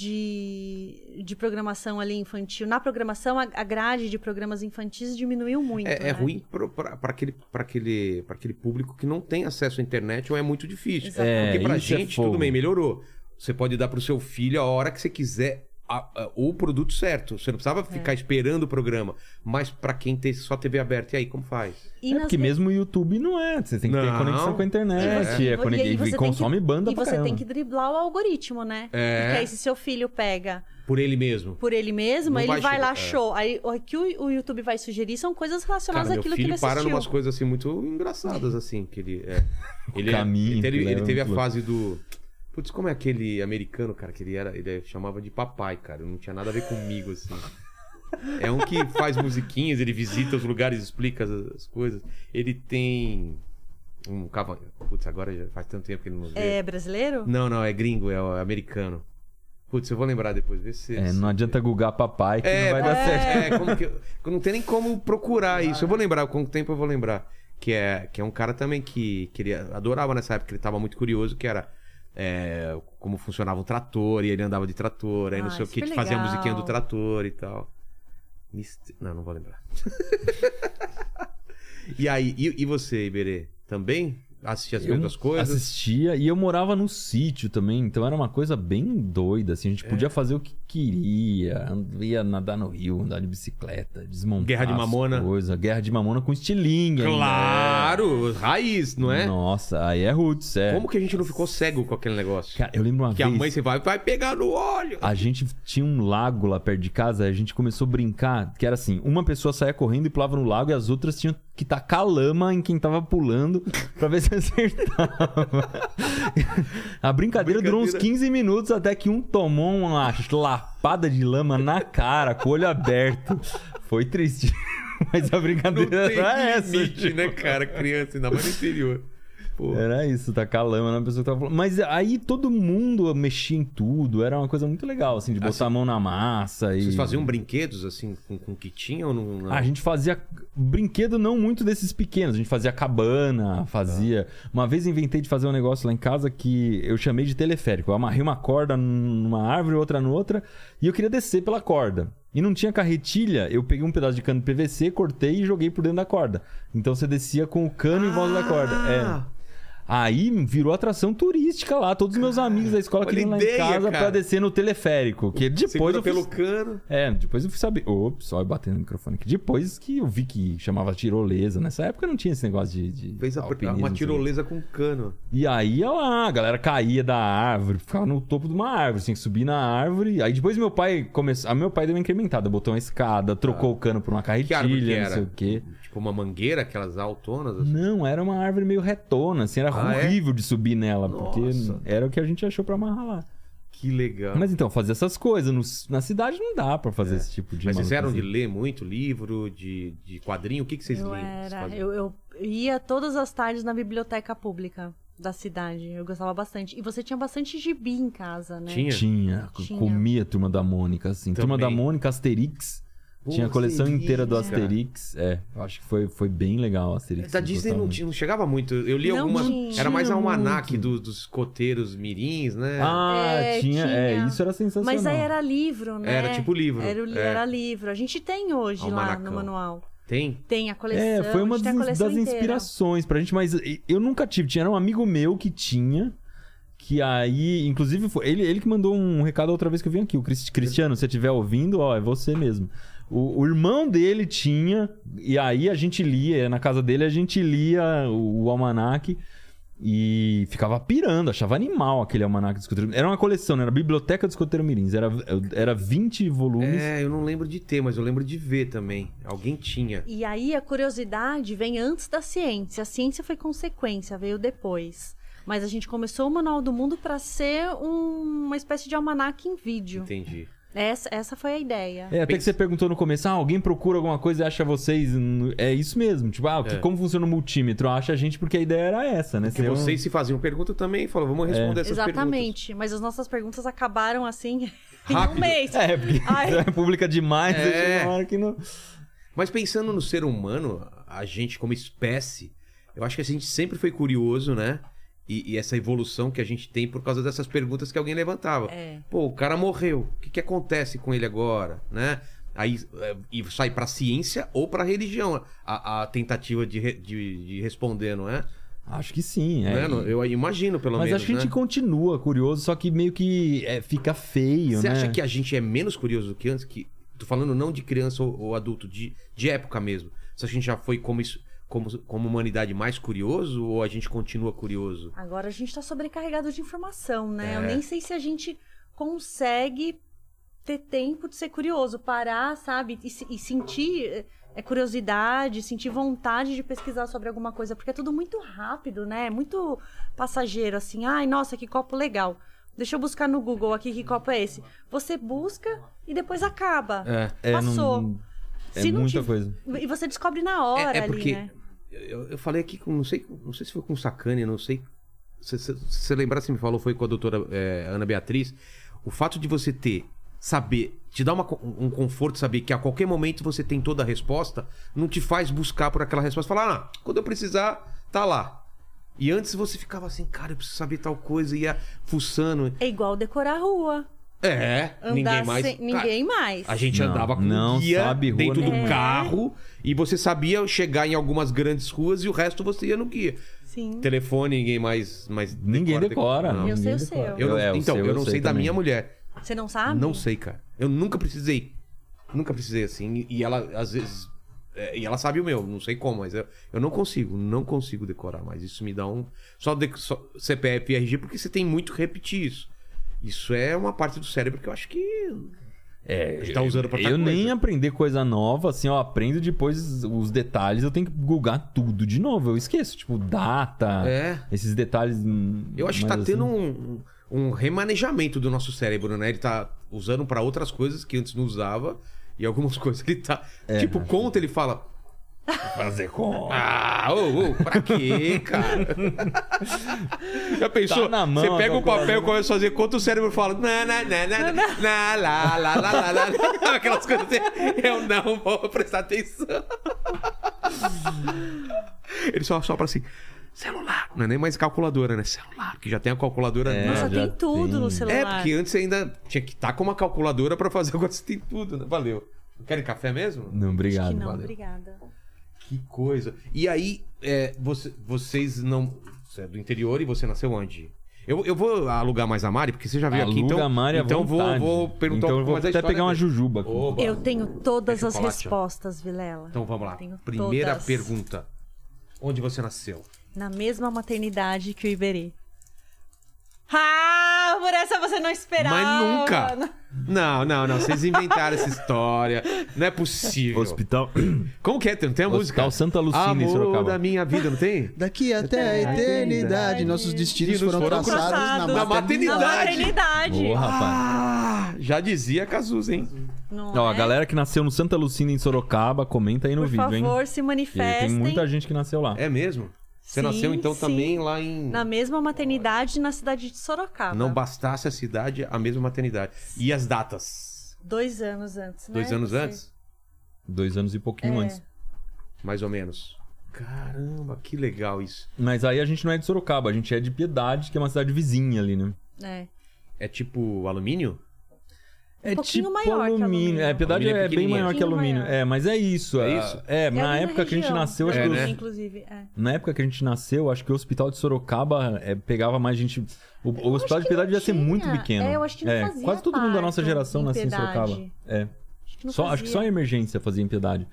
[SPEAKER 4] de, de programação ali infantil. Na programação, a, a grade de programas infantis diminuiu muito.
[SPEAKER 1] É,
[SPEAKER 4] né?
[SPEAKER 1] é ruim para aquele, pra aquele, pra aquele público que não tem acesso à internet ou é muito difícil.
[SPEAKER 4] Exato.
[SPEAKER 5] É,
[SPEAKER 1] Porque pra
[SPEAKER 5] isso é
[SPEAKER 1] gente,
[SPEAKER 5] fogo.
[SPEAKER 1] tudo bem, melhorou. Você pode dar pro seu filho a hora que você quiser a- a- o produto certo. Você não
[SPEAKER 5] É.
[SPEAKER 1] precisava ficar esperando o programa. Mas pra quem tem só TV aberta, e aí, como faz?
[SPEAKER 4] E
[SPEAKER 5] É
[SPEAKER 4] nas
[SPEAKER 5] porque mesmo o YouTube não é. Você tem que ter
[SPEAKER 1] Não.
[SPEAKER 5] conexão com a internet.
[SPEAKER 4] tipo, E
[SPEAKER 5] é
[SPEAKER 4] vo-
[SPEAKER 5] conex-
[SPEAKER 4] aí
[SPEAKER 5] e
[SPEAKER 4] você tem
[SPEAKER 5] consome
[SPEAKER 4] que-
[SPEAKER 5] banda
[SPEAKER 4] E
[SPEAKER 5] pra
[SPEAKER 4] você
[SPEAKER 5] caramba.
[SPEAKER 4] tem que driblar o algoritmo, né?
[SPEAKER 1] É.
[SPEAKER 4] Porque aí se seu filho pega
[SPEAKER 1] Por ele mesmo.
[SPEAKER 4] por ele mesmo,
[SPEAKER 1] Não
[SPEAKER 4] ele
[SPEAKER 1] vai
[SPEAKER 4] vai,
[SPEAKER 1] chegar-
[SPEAKER 4] lá,
[SPEAKER 1] é.
[SPEAKER 4] show. Aí o que o, o YouTube vai sugerir são coisas relacionadas
[SPEAKER 1] Cara, meu
[SPEAKER 4] àquilo que
[SPEAKER 1] filho
[SPEAKER 4] ele
[SPEAKER 1] para
[SPEAKER 4] assistiu.
[SPEAKER 1] numas coisas assim muito engraçadas, assim, que ele. É, ele, é-
[SPEAKER 5] Caminho
[SPEAKER 1] ele, teve-
[SPEAKER 5] que leva
[SPEAKER 1] ele teve a
[SPEAKER 5] muito
[SPEAKER 1] fase do. Putz, como é aquele americano, cara, que ele era. Ele chamava de papai, cara. Não tinha nada a ver comigo, assim. É um que faz musiquinhas, ele visita os lugares, explica as, as coisas. Ele tem. Um cavalo. Putz, agora já faz tanto tempo que ele não vê.
[SPEAKER 4] É brasileiro?
[SPEAKER 1] Não, não, é gringo, é o- é americano. Putz, eu vou lembrar depois, vê se.
[SPEAKER 5] É,
[SPEAKER 1] se-
[SPEAKER 5] não adianta googar papai que não vai dar
[SPEAKER 1] é,
[SPEAKER 5] certo.
[SPEAKER 1] É, como que eu- eu não tem nem como procurar isso. Eu vou lembrar, com o tempo eu vou lembrar. Que é, que é um cara também que, que ele adorava nessa época, que ele tava muito curioso, que era é, como funcionava um trator, e ele andava de trator, aí não
[SPEAKER 4] Ah,
[SPEAKER 1] sei o que,
[SPEAKER 4] super
[SPEAKER 1] fazia a
[SPEAKER 4] legal.
[SPEAKER 1] musiquinha do trator e tal. Mist- Não, não vou lembrar. e aí, e, e você, Iberê, também assistia as
[SPEAKER 5] Eu
[SPEAKER 1] mesmas coisas?
[SPEAKER 5] Assistia e eu morava num sítio também, então era uma coisa bem doida, assim, a
[SPEAKER 1] É.
[SPEAKER 5] gente podia fazer o que queria, and- ia nadar no rio, andar de bicicleta, desmontar
[SPEAKER 1] Guerra de
[SPEAKER 5] as
[SPEAKER 1] Mamona.
[SPEAKER 5] coisa, guerra de mamona com estilingue. ainda.
[SPEAKER 1] Claro, raiz, não é?
[SPEAKER 5] Nossa, aí é roots, é.
[SPEAKER 1] Como que a gente não ficou cego com aquele negócio?
[SPEAKER 5] Cara, eu lembro uma
[SPEAKER 1] Que a
[SPEAKER 5] vez,
[SPEAKER 1] mãe você vai, vai pegar no olho.
[SPEAKER 5] a gente tinha um lago lá perto de casa, a gente começou a brincar, que era assim, uma pessoa saía correndo e pulava no lago e as outras tinham que tacar lama em quem tava pulando pra ver se acertava. A brincadeira, durou uns
[SPEAKER 1] Brincadeira.
[SPEAKER 5] 15 minutos até que um tomou uma lapada de lama na cara, com o olho aberto. Foi triste. Mas a
[SPEAKER 1] Não
[SPEAKER 5] brincadeira
[SPEAKER 1] tem
[SPEAKER 5] era essa.
[SPEAKER 1] limite,
[SPEAKER 5] tipo. É,
[SPEAKER 1] né, cara? Criança, ainda mais no interior. Pô.
[SPEAKER 5] Era isso, tacar lama na pessoa que tava falando. Mas aí todo mundo mexia em tudo, era uma coisa muito legal, assim, de botar a mão na massa e.
[SPEAKER 1] Ah, Vocês faziam brinquedos, assim, com, com o que tinha ou não? não?
[SPEAKER 5] Ah, A gente fazia brinquedo não muito desses pequenos. A gente fazia
[SPEAKER 1] Ah, tá.
[SPEAKER 5] cabana, fazia. Uma vez inventei de fazer um negócio lá em casa que eu chamei de teleférico. Eu amarrei uma corda numa árvore, outra noutra, e eu queria descer pela corda. E não tinha carretilha, eu peguei um pedaço de cano de PVC, cortei e joguei por dentro da corda. Então você descia com o cano em volta da corda.
[SPEAKER 1] Ah!
[SPEAKER 5] É. Aí virou atração turística lá. Todos os meus amigos da escola
[SPEAKER 1] olha a
[SPEAKER 5] queriam ir lá em
[SPEAKER 1] ideia,
[SPEAKER 5] casa pra
[SPEAKER 1] cara.
[SPEAKER 5] descer no teleférico. Que depois
[SPEAKER 1] Segura
[SPEAKER 5] eu fiz-
[SPEAKER 1] pelo cano.
[SPEAKER 5] é, depois eu fui saber. Ops, olha, batendo no microfone aqui. Depois que eu vi que chamava tirolesa. Nessa época não tinha esse negócio de. de
[SPEAKER 1] Fez a-
[SPEAKER 5] alpinismo,
[SPEAKER 1] uma
[SPEAKER 5] assim.
[SPEAKER 1] tirolesa com cano.
[SPEAKER 5] E aí, olha lá, a galera caía da árvore, ficava no topo de uma árvore, tinha que subir na árvore. Aí depois meu pai começou. Aí meu pai deu uma incrementada, botou uma escada, trocou o cano por uma
[SPEAKER 1] Ah. Que árvore que
[SPEAKER 5] carretilha, não
[SPEAKER 1] era?
[SPEAKER 5] sei o quê.
[SPEAKER 1] Tipo uma mangueira, aquelas altonas. assim.
[SPEAKER 5] Não, era uma árvore meio retona, assim, era
[SPEAKER 1] Ah, é?
[SPEAKER 5] horrível de subir nela,
[SPEAKER 1] Nossa. Ah.
[SPEAKER 5] porque era o que a gente achou pra amarrar lá.
[SPEAKER 1] Que legal.
[SPEAKER 5] Mas então, fazer essas coisas no- na cidade não dá pra fazer esse tipo de
[SPEAKER 1] É. Mas vocês eram de
[SPEAKER 5] maluquice.
[SPEAKER 1] ler muito livro, de, de quadrinho? O que, que vocês
[SPEAKER 4] Eu
[SPEAKER 1] liam? Vocês
[SPEAKER 4] era.
[SPEAKER 1] faziam?
[SPEAKER 4] Eu, eu ia todas as tardes na biblioteca pública da cidade. Eu gostava bastante. E você tinha bastante gibi em casa, né?
[SPEAKER 1] Tinha?
[SPEAKER 5] Tinha,
[SPEAKER 4] Tinha.
[SPEAKER 5] comia Turma da Mônica, assim. Turma da
[SPEAKER 1] Também.
[SPEAKER 5] Mônica, Asterix. Tinha a coleção
[SPEAKER 1] Asterix,
[SPEAKER 5] inteira do
[SPEAKER 1] cara.
[SPEAKER 5] Asterix. É, eu acho que foi, foi bem legal o Asterix.
[SPEAKER 1] Da
[SPEAKER 5] eu
[SPEAKER 1] Disney
[SPEAKER 5] gostava
[SPEAKER 1] não,
[SPEAKER 5] muito.
[SPEAKER 1] tinha- não chegava muito. Eu li
[SPEAKER 4] Não
[SPEAKER 1] algumas.
[SPEAKER 4] tinha
[SPEAKER 1] era mais um almanac
[SPEAKER 5] muito.
[SPEAKER 1] do- dos coteiros mirins, né?
[SPEAKER 5] Ah,
[SPEAKER 4] É,
[SPEAKER 5] tinha, É,
[SPEAKER 4] tinha.
[SPEAKER 5] isso era sensacional.
[SPEAKER 4] Mas aí era livro, né?
[SPEAKER 1] Era tipo livro.
[SPEAKER 4] Era, o li-
[SPEAKER 1] É.
[SPEAKER 4] era livro. A gente tem hoje lá
[SPEAKER 1] Almanacão.
[SPEAKER 4] no manual.
[SPEAKER 1] Tem?
[SPEAKER 4] Tem a coleção.
[SPEAKER 5] É, foi
[SPEAKER 4] a
[SPEAKER 5] uma
[SPEAKER 4] gente
[SPEAKER 5] das,
[SPEAKER 4] tem a coleção
[SPEAKER 5] das
[SPEAKER 4] inteira.
[SPEAKER 5] inspirações pra gente, mas eu nunca tive. Tinha era um amigo meu que tinha. Que aí, inclusive, foi ele, ele que mandou um recado outra vez que eu vim aqui. O Cris- Cristiano, se você estiver ouvindo, ó, é você mesmo. O, o irmão dele tinha, e aí a gente lia, na casa dele a gente lia o, o almanac e ficava pirando, achava animal aquele almanac do escoteiro. Era uma coleção, né? Era a Biblioteca do Escoteiro Mirins, era, era 20 volumes.
[SPEAKER 1] É, eu não lembro de ter, mas eu lembro de ver também. Alguém tinha.
[SPEAKER 4] E aí a curiosidade vem antes da ciência. A ciência foi consequência, veio depois. Mas a gente começou o Manual do Mundo para ser um- uma espécie de almanac em vídeo.
[SPEAKER 1] Entendi.
[SPEAKER 4] Essa, essa foi a ideia.
[SPEAKER 5] É, até que você perguntou no começo, ah, alguém procura alguma coisa e acha vocês. no- É isso mesmo. Tipo, ah, que-
[SPEAKER 1] É.
[SPEAKER 5] como funciona o multímetro? Acha a gente porque a ideia era essa, né?
[SPEAKER 1] Porque
[SPEAKER 5] Ser um- É.
[SPEAKER 1] vocês se faziam pergunta também e falavam, vamos responder essas perguntas.
[SPEAKER 4] Exatamente. Mas as nossas perguntas acabaram assim em
[SPEAKER 1] Rápido.
[SPEAKER 4] um mês.
[SPEAKER 5] É, porque
[SPEAKER 4] Ai.
[SPEAKER 5] é pública demais,
[SPEAKER 1] É.
[SPEAKER 5] aí chega uma hora que não.
[SPEAKER 4] um-
[SPEAKER 1] Mas pensando no ser humano, a gente como espécie, eu acho que a gente sempre foi curioso, né? E, e essa evolução que a gente tem por causa dessas perguntas que alguém levantava.
[SPEAKER 4] É.
[SPEAKER 1] Pô, o cara morreu. O que, que acontece com ele agora, né? Aí é, e sai pra ciência ou pra religião a, a tentativa de, re- de, de responder, não é?
[SPEAKER 5] Acho que sim, é.
[SPEAKER 1] Né? Não- Eu imagino, pelo
[SPEAKER 5] Mas
[SPEAKER 1] menos.
[SPEAKER 5] acho que a gente
[SPEAKER 1] né?
[SPEAKER 5] continua curioso, só que meio que é, fica feio,
[SPEAKER 1] Você
[SPEAKER 5] né?
[SPEAKER 1] acha que a gente é menos curioso do que antes? Que, tô falando não de criança ou, ou adulto, de, de época mesmo. Se a gente já foi como, isso, como, como humanidade mais curioso ou a gente continua curioso?
[SPEAKER 4] Agora a gente tá sobrecarregado de informação, né?
[SPEAKER 1] É.
[SPEAKER 4] Eu nem sei se a gente consegue ter tempo de ser curioso, parar, sabe? E, se- e sentir eh, eh, curiosidade, sentir vontade de pesquisar sobre alguma coisa, porque é tudo muito rápido, né? Muito passageiro, assim. Ai, nossa, que copo legal. Deixa eu buscar no Google aqui que copo é esse. Você busca e depois acaba.
[SPEAKER 1] É.
[SPEAKER 5] É, não-
[SPEAKER 4] Passou.
[SPEAKER 5] é
[SPEAKER 4] Se não
[SPEAKER 5] muita
[SPEAKER 4] tive-
[SPEAKER 5] coisa.
[SPEAKER 4] E você descobre na hora
[SPEAKER 1] É, é
[SPEAKER 4] ali,
[SPEAKER 1] porque
[SPEAKER 4] né?
[SPEAKER 1] eu, eu falei aqui com não sei, não sei se foi com o Sacani, não sei. Se se- se você lembrar, você me falou, foi com a doutora eh, Ana Beatriz. O fato de você ter, saber, te dá uma co- um conforto saber que a qualquer momento você tem toda a resposta, não te faz buscar por aquela resposta. Falar, ah, quando eu precisar, tá lá. E antes você ficava assim, cara, eu preciso saber tal coisa, ia fuçando.
[SPEAKER 4] É igual decorar a rua.
[SPEAKER 1] É,
[SPEAKER 4] Andar
[SPEAKER 1] ninguém mais.
[SPEAKER 4] sem... Ninguém mais.
[SPEAKER 1] A gente
[SPEAKER 5] Não,
[SPEAKER 1] andava com
[SPEAKER 5] não
[SPEAKER 1] guia
[SPEAKER 5] sabe rua
[SPEAKER 1] dentro do
[SPEAKER 5] nenhuma.
[SPEAKER 1] carro e você sabia chegar em algumas grandes ruas e o resto você ia no guia.
[SPEAKER 4] Sim.
[SPEAKER 1] Telefone, ninguém mais. mais
[SPEAKER 5] Ninguém decora.
[SPEAKER 1] Não.
[SPEAKER 4] Eu sei
[SPEAKER 5] ninguém
[SPEAKER 4] o seu.
[SPEAKER 5] decora.
[SPEAKER 1] Eu não-
[SPEAKER 5] É, o
[SPEAKER 1] então,
[SPEAKER 5] seu
[SPEAKER 1] eu não sei, da
[SPEAKER 5] também.
[SPEAKER 1] minha mulher.
[SPEAKER 4] Você não sabe?
[SPEAKER 1] Não sei, cara. Eu nunca precisei. Nunca precisei assim. E ela, às vezes. é, e ela sabe o meu, não sei como, mas eu, eu não consigo, não consigo decorar mais. Isso me dá um. Só, de- só CPF e RG, porque você tem muito que repetir isso. Isso é uma parte do cérebro que eu acho que.
[SPEAKER 5] É,
[SPEAKER 1] Tá usando pra outra
[SPEAKER 5] Eu nem
[SPEAKER 1] coisa.
[SPEAKER 5] aprender coisa nova, assim, eu aprendo depois os detalhes, eu tenho que googar tudo de novo. Eu esqueço, tipo, data,
[SPEAKER 1] É.
[SPEAKER 5] esses detalhes. hum,
[SPEAKER 1] Eu acho que tá
[SPEAKER 5] mais assim.
[SPEAKER 1] tendo um, um remanejamento do nosso cérebro, né? Ele tá usando pra outras coisas que antes não usava. E algumas coisas ele tá. tipo, conta, ele fala.
[SPEAKER 5] Fazer com.
[SPEAKER 1] Ah, ô, ô, pra quê, cara? Já pensou?
[SPEAKER 5] Tá na mão
[SPEAKER 1] Você pega
[SPEAKER 5] alguma
[SPEAKER 1] um papel,
[SPEAKER 5] coisa.
[SPEAKER 1] começa a fazer conta, o cérebro fala. Na, na, na, na, na, na, lá, lá, lá, lá, lá, lá. Aquelas coisas assim. Eu não vou prestar atenção. Ele só sopra assim. Celular. Não é nem mais calculadora, né? Celular, que já tem a calculadora
[SPEAKER 5] É,
[SPEAKER 1] na-
[SPEAKER 4] Nossa,
[SPEAKER 5] já
[SPEAKER 4] tem tudo
[SPEAKER 5] tem.
[SPEAKER 4] no
[SPEAKER 1] é,
[SPEAKER 4] celular.
[SPEAKER 1] porque antes você ainda tinha que estar com uma calculadora pra fazer agora você tem tudo, né? Valeu. Querem café mesmo?
[SPEAKER 5] Não,
[SPEAKER 4] Acho
[SPEAKER 5] obrigado.
[SPEAKER 4] que não,
[SPEAKER 1] valeu.
[SPEAKER 4] obrigada.
[SPEAKER 1] Que coisa. E aí, é, você- vocês não. Você é do interior e você nasceu onde? Eu, eu vou alugar mais a Mari, porque você já veio
[SPEAKER 5] Aluga
[SPEAKER 1] aqui, então.
[SPEAKER 5] a Mari à
[SPEAKER 1] então vou,
[SPEAKER 5] vontade.
[SPEAKER 1] vou perguntar
[SPEAKER 5] Então
[SPEAKER 1] um
[SPEAKER 5] eu
[SPEAKER 1] pouco
[SPEAKER 5] vou
[SPEAKER 1] mais da
[SPEAKER 5] até
[SPEAKER 1] história
[SPEAKER 5] pegar uma
[SPEAKER 1] dele.
[SPEAKER 5] jujuba aqui.
[SPEAKER 1] Oba.
[SPEAKER 4] Eu tenho todas
[SPEAKER 1] É
[SPEAKER 4] as
[SPEAKER 1] chocolate, ó.
[SPEAKER 4] respostas, Vilela.
[SPEAKER 1] Então vamos lá.
[SPEAKER 4] Tenho
[SPEAKER 1] Primeira
[SPEAKER 4] todas.
[SPEAKER 1] pergunta. Onde você nasceu?
[SPEAKER 4] Na mesma maternidade que o Iberê. Ah, por essa você não esperava.
[SPEAKER 1] Mas nunca! Não, não, não. Vocês inventaram essa história. Não é possível.
[SPEAKER 5] Hospital.
[SPEAKER 1] Como que é? Tem tem a
[SPEAKER 5] Hospital
[SPEAKER 1] música?
[SPEAKER 5] Santa Lucina em
[SPEAKER 1] Amor
[SPEAKER 5] Sorocaba.
[SPEAKER 1] da minha vida, não tem?
[SPEAKER 2] Daqui até a eternidade, nossos destinos
[SPEAKER 1] Destinos
[SPEAKER 2] foram
[SPEAKER 1] foram
[SPEAKER 2] traçados na
[SPEAKER 4] traçados
[SPEAKER 1] na
[SPEAKER 4] Na
[SPEAKER 2] maternidade.
[SPEAKER 1] maternidade.
[SPEAKER 4] maternidade.
[SPEAKER 5] Boa,
[SPEAKER 1] Ah,
[SPEAKER 5] rapaz.
[SPEAKER 1] já dizia Cazuza, hein?
[SPEAKER 4] Não
[SPEAKER 5] Ó,
[SPEAKER 4] é?
[SPEAKER 5] a galera que nasceu no Santa Lucina em Sorocaba, comenta aí no
[SPEAKER 4] Por
[SPEAKER 5] vídeo,
[SPEAKER 4] favor,
[SPEAKER 5] hein?
[SPEAKER 4] se
[SPEAKER 5] E Tem
[SPEAKER 4] manifestem.
[SPEAKER 5] muita gente que nasceu lá.
[SPEAKER 1] É mesmo? Você
[SPEAKER 4] Sim,
[SPEAKER 1] nasceu então
[SPEAKER 4] sim.
[SPEAKER 1] também lá em.
[SPEAKER 4] Na mesma maternidade na cidade de Sorocaba.
[SPEAKER 1] Não bastasse a cidade, a mesma maternidade. E as datas?
[SPEAKER 4] Dois anos antes, né?
[SPEAKER 1] Dois anos
[SPEAKER 4] Você-
[SPEAKER 1] antes?
[SPEAKER 5] Dois anos e pouquinho antes.
[SPEAKER 1] mais ou menos. Caramba, que legal isso.
[SPEAKER 5] Mas aí a gente não é de Sorocaba, a gente é de Piedade, que é uma cidade vizinha ali, né?
[SPEAKER 4] É.
[SPEAKER 1] É tipo alumínio?
[SPEAKER 5] É
[SPEAKER 4] Um pouquinho
[SPEAKER 5] tipo
[SPEAKER 4] maior que
[SPEAKER 5] alumínio.
[SPEAKER 4] alumínio.
[SPEAKER 5] É, Piedade
[SPEAKER 1] Alumínio
[SPEAKER 5] é bem
[SPEAKER 1] pequenininho.
[SPEAKER 5] maior que
[SPEAKER 4] Pouquinho
[SPEAKER 5] alumínio.
[SPEAKER 4] maior.
[SPEAKER 5] É, mas é isso.
[SPEAKER 1] É
[SPEAKER 5] a-
[SPEAKER 1] isso?
[SPEAKER 5] É,
[SPEAKER 4] É
[SPEAKER 5] na
[SPEAKER 4] ali
[SPEAKER 5] época que a gente
[SPEAKER 4] região,
[SPEAKER 5] nasceu, acho
[SPEAKER 4] é,
[SPEAKER 5] que
[SPEAKER 1] né?
[SPEAKER 5] os-
[SPEAKER 4] inclusive, é.
[SPEAKER 5] Na época que a gente nasceu, acho que o hospital de Sorocaba eh, pegava mais gente. O, o
[SPEAKER 4] acho
[SPEAKER 5] hospital de
[SPEAKER 4] que
[SPEAKER 5] Piedade
[SPEAKER 4] não
[SPEAKER 5] devia ser
[SPEAKER 4] tinha.
[SPEAKER 5] muito pequeno.
[SPEAKER 4] É, eu acho que não fazia
[SPEAKER 5] Quase todo mundo da nossa
[SPEAKER 4] parto
[SPEAKER 5] geração
[SPEAKER 4] em
[SPEAKER 5] nasceu em
[SPEAKER 4] Piedade.
[SPEAKER 5] Sorocaba. É.
[SPEAKER 4] Acho que não
[SPEAKER 5] só, acho que só em
[SPEAKER 4] fazia.
[SPEAKER 5] emergência fazia em Piedade.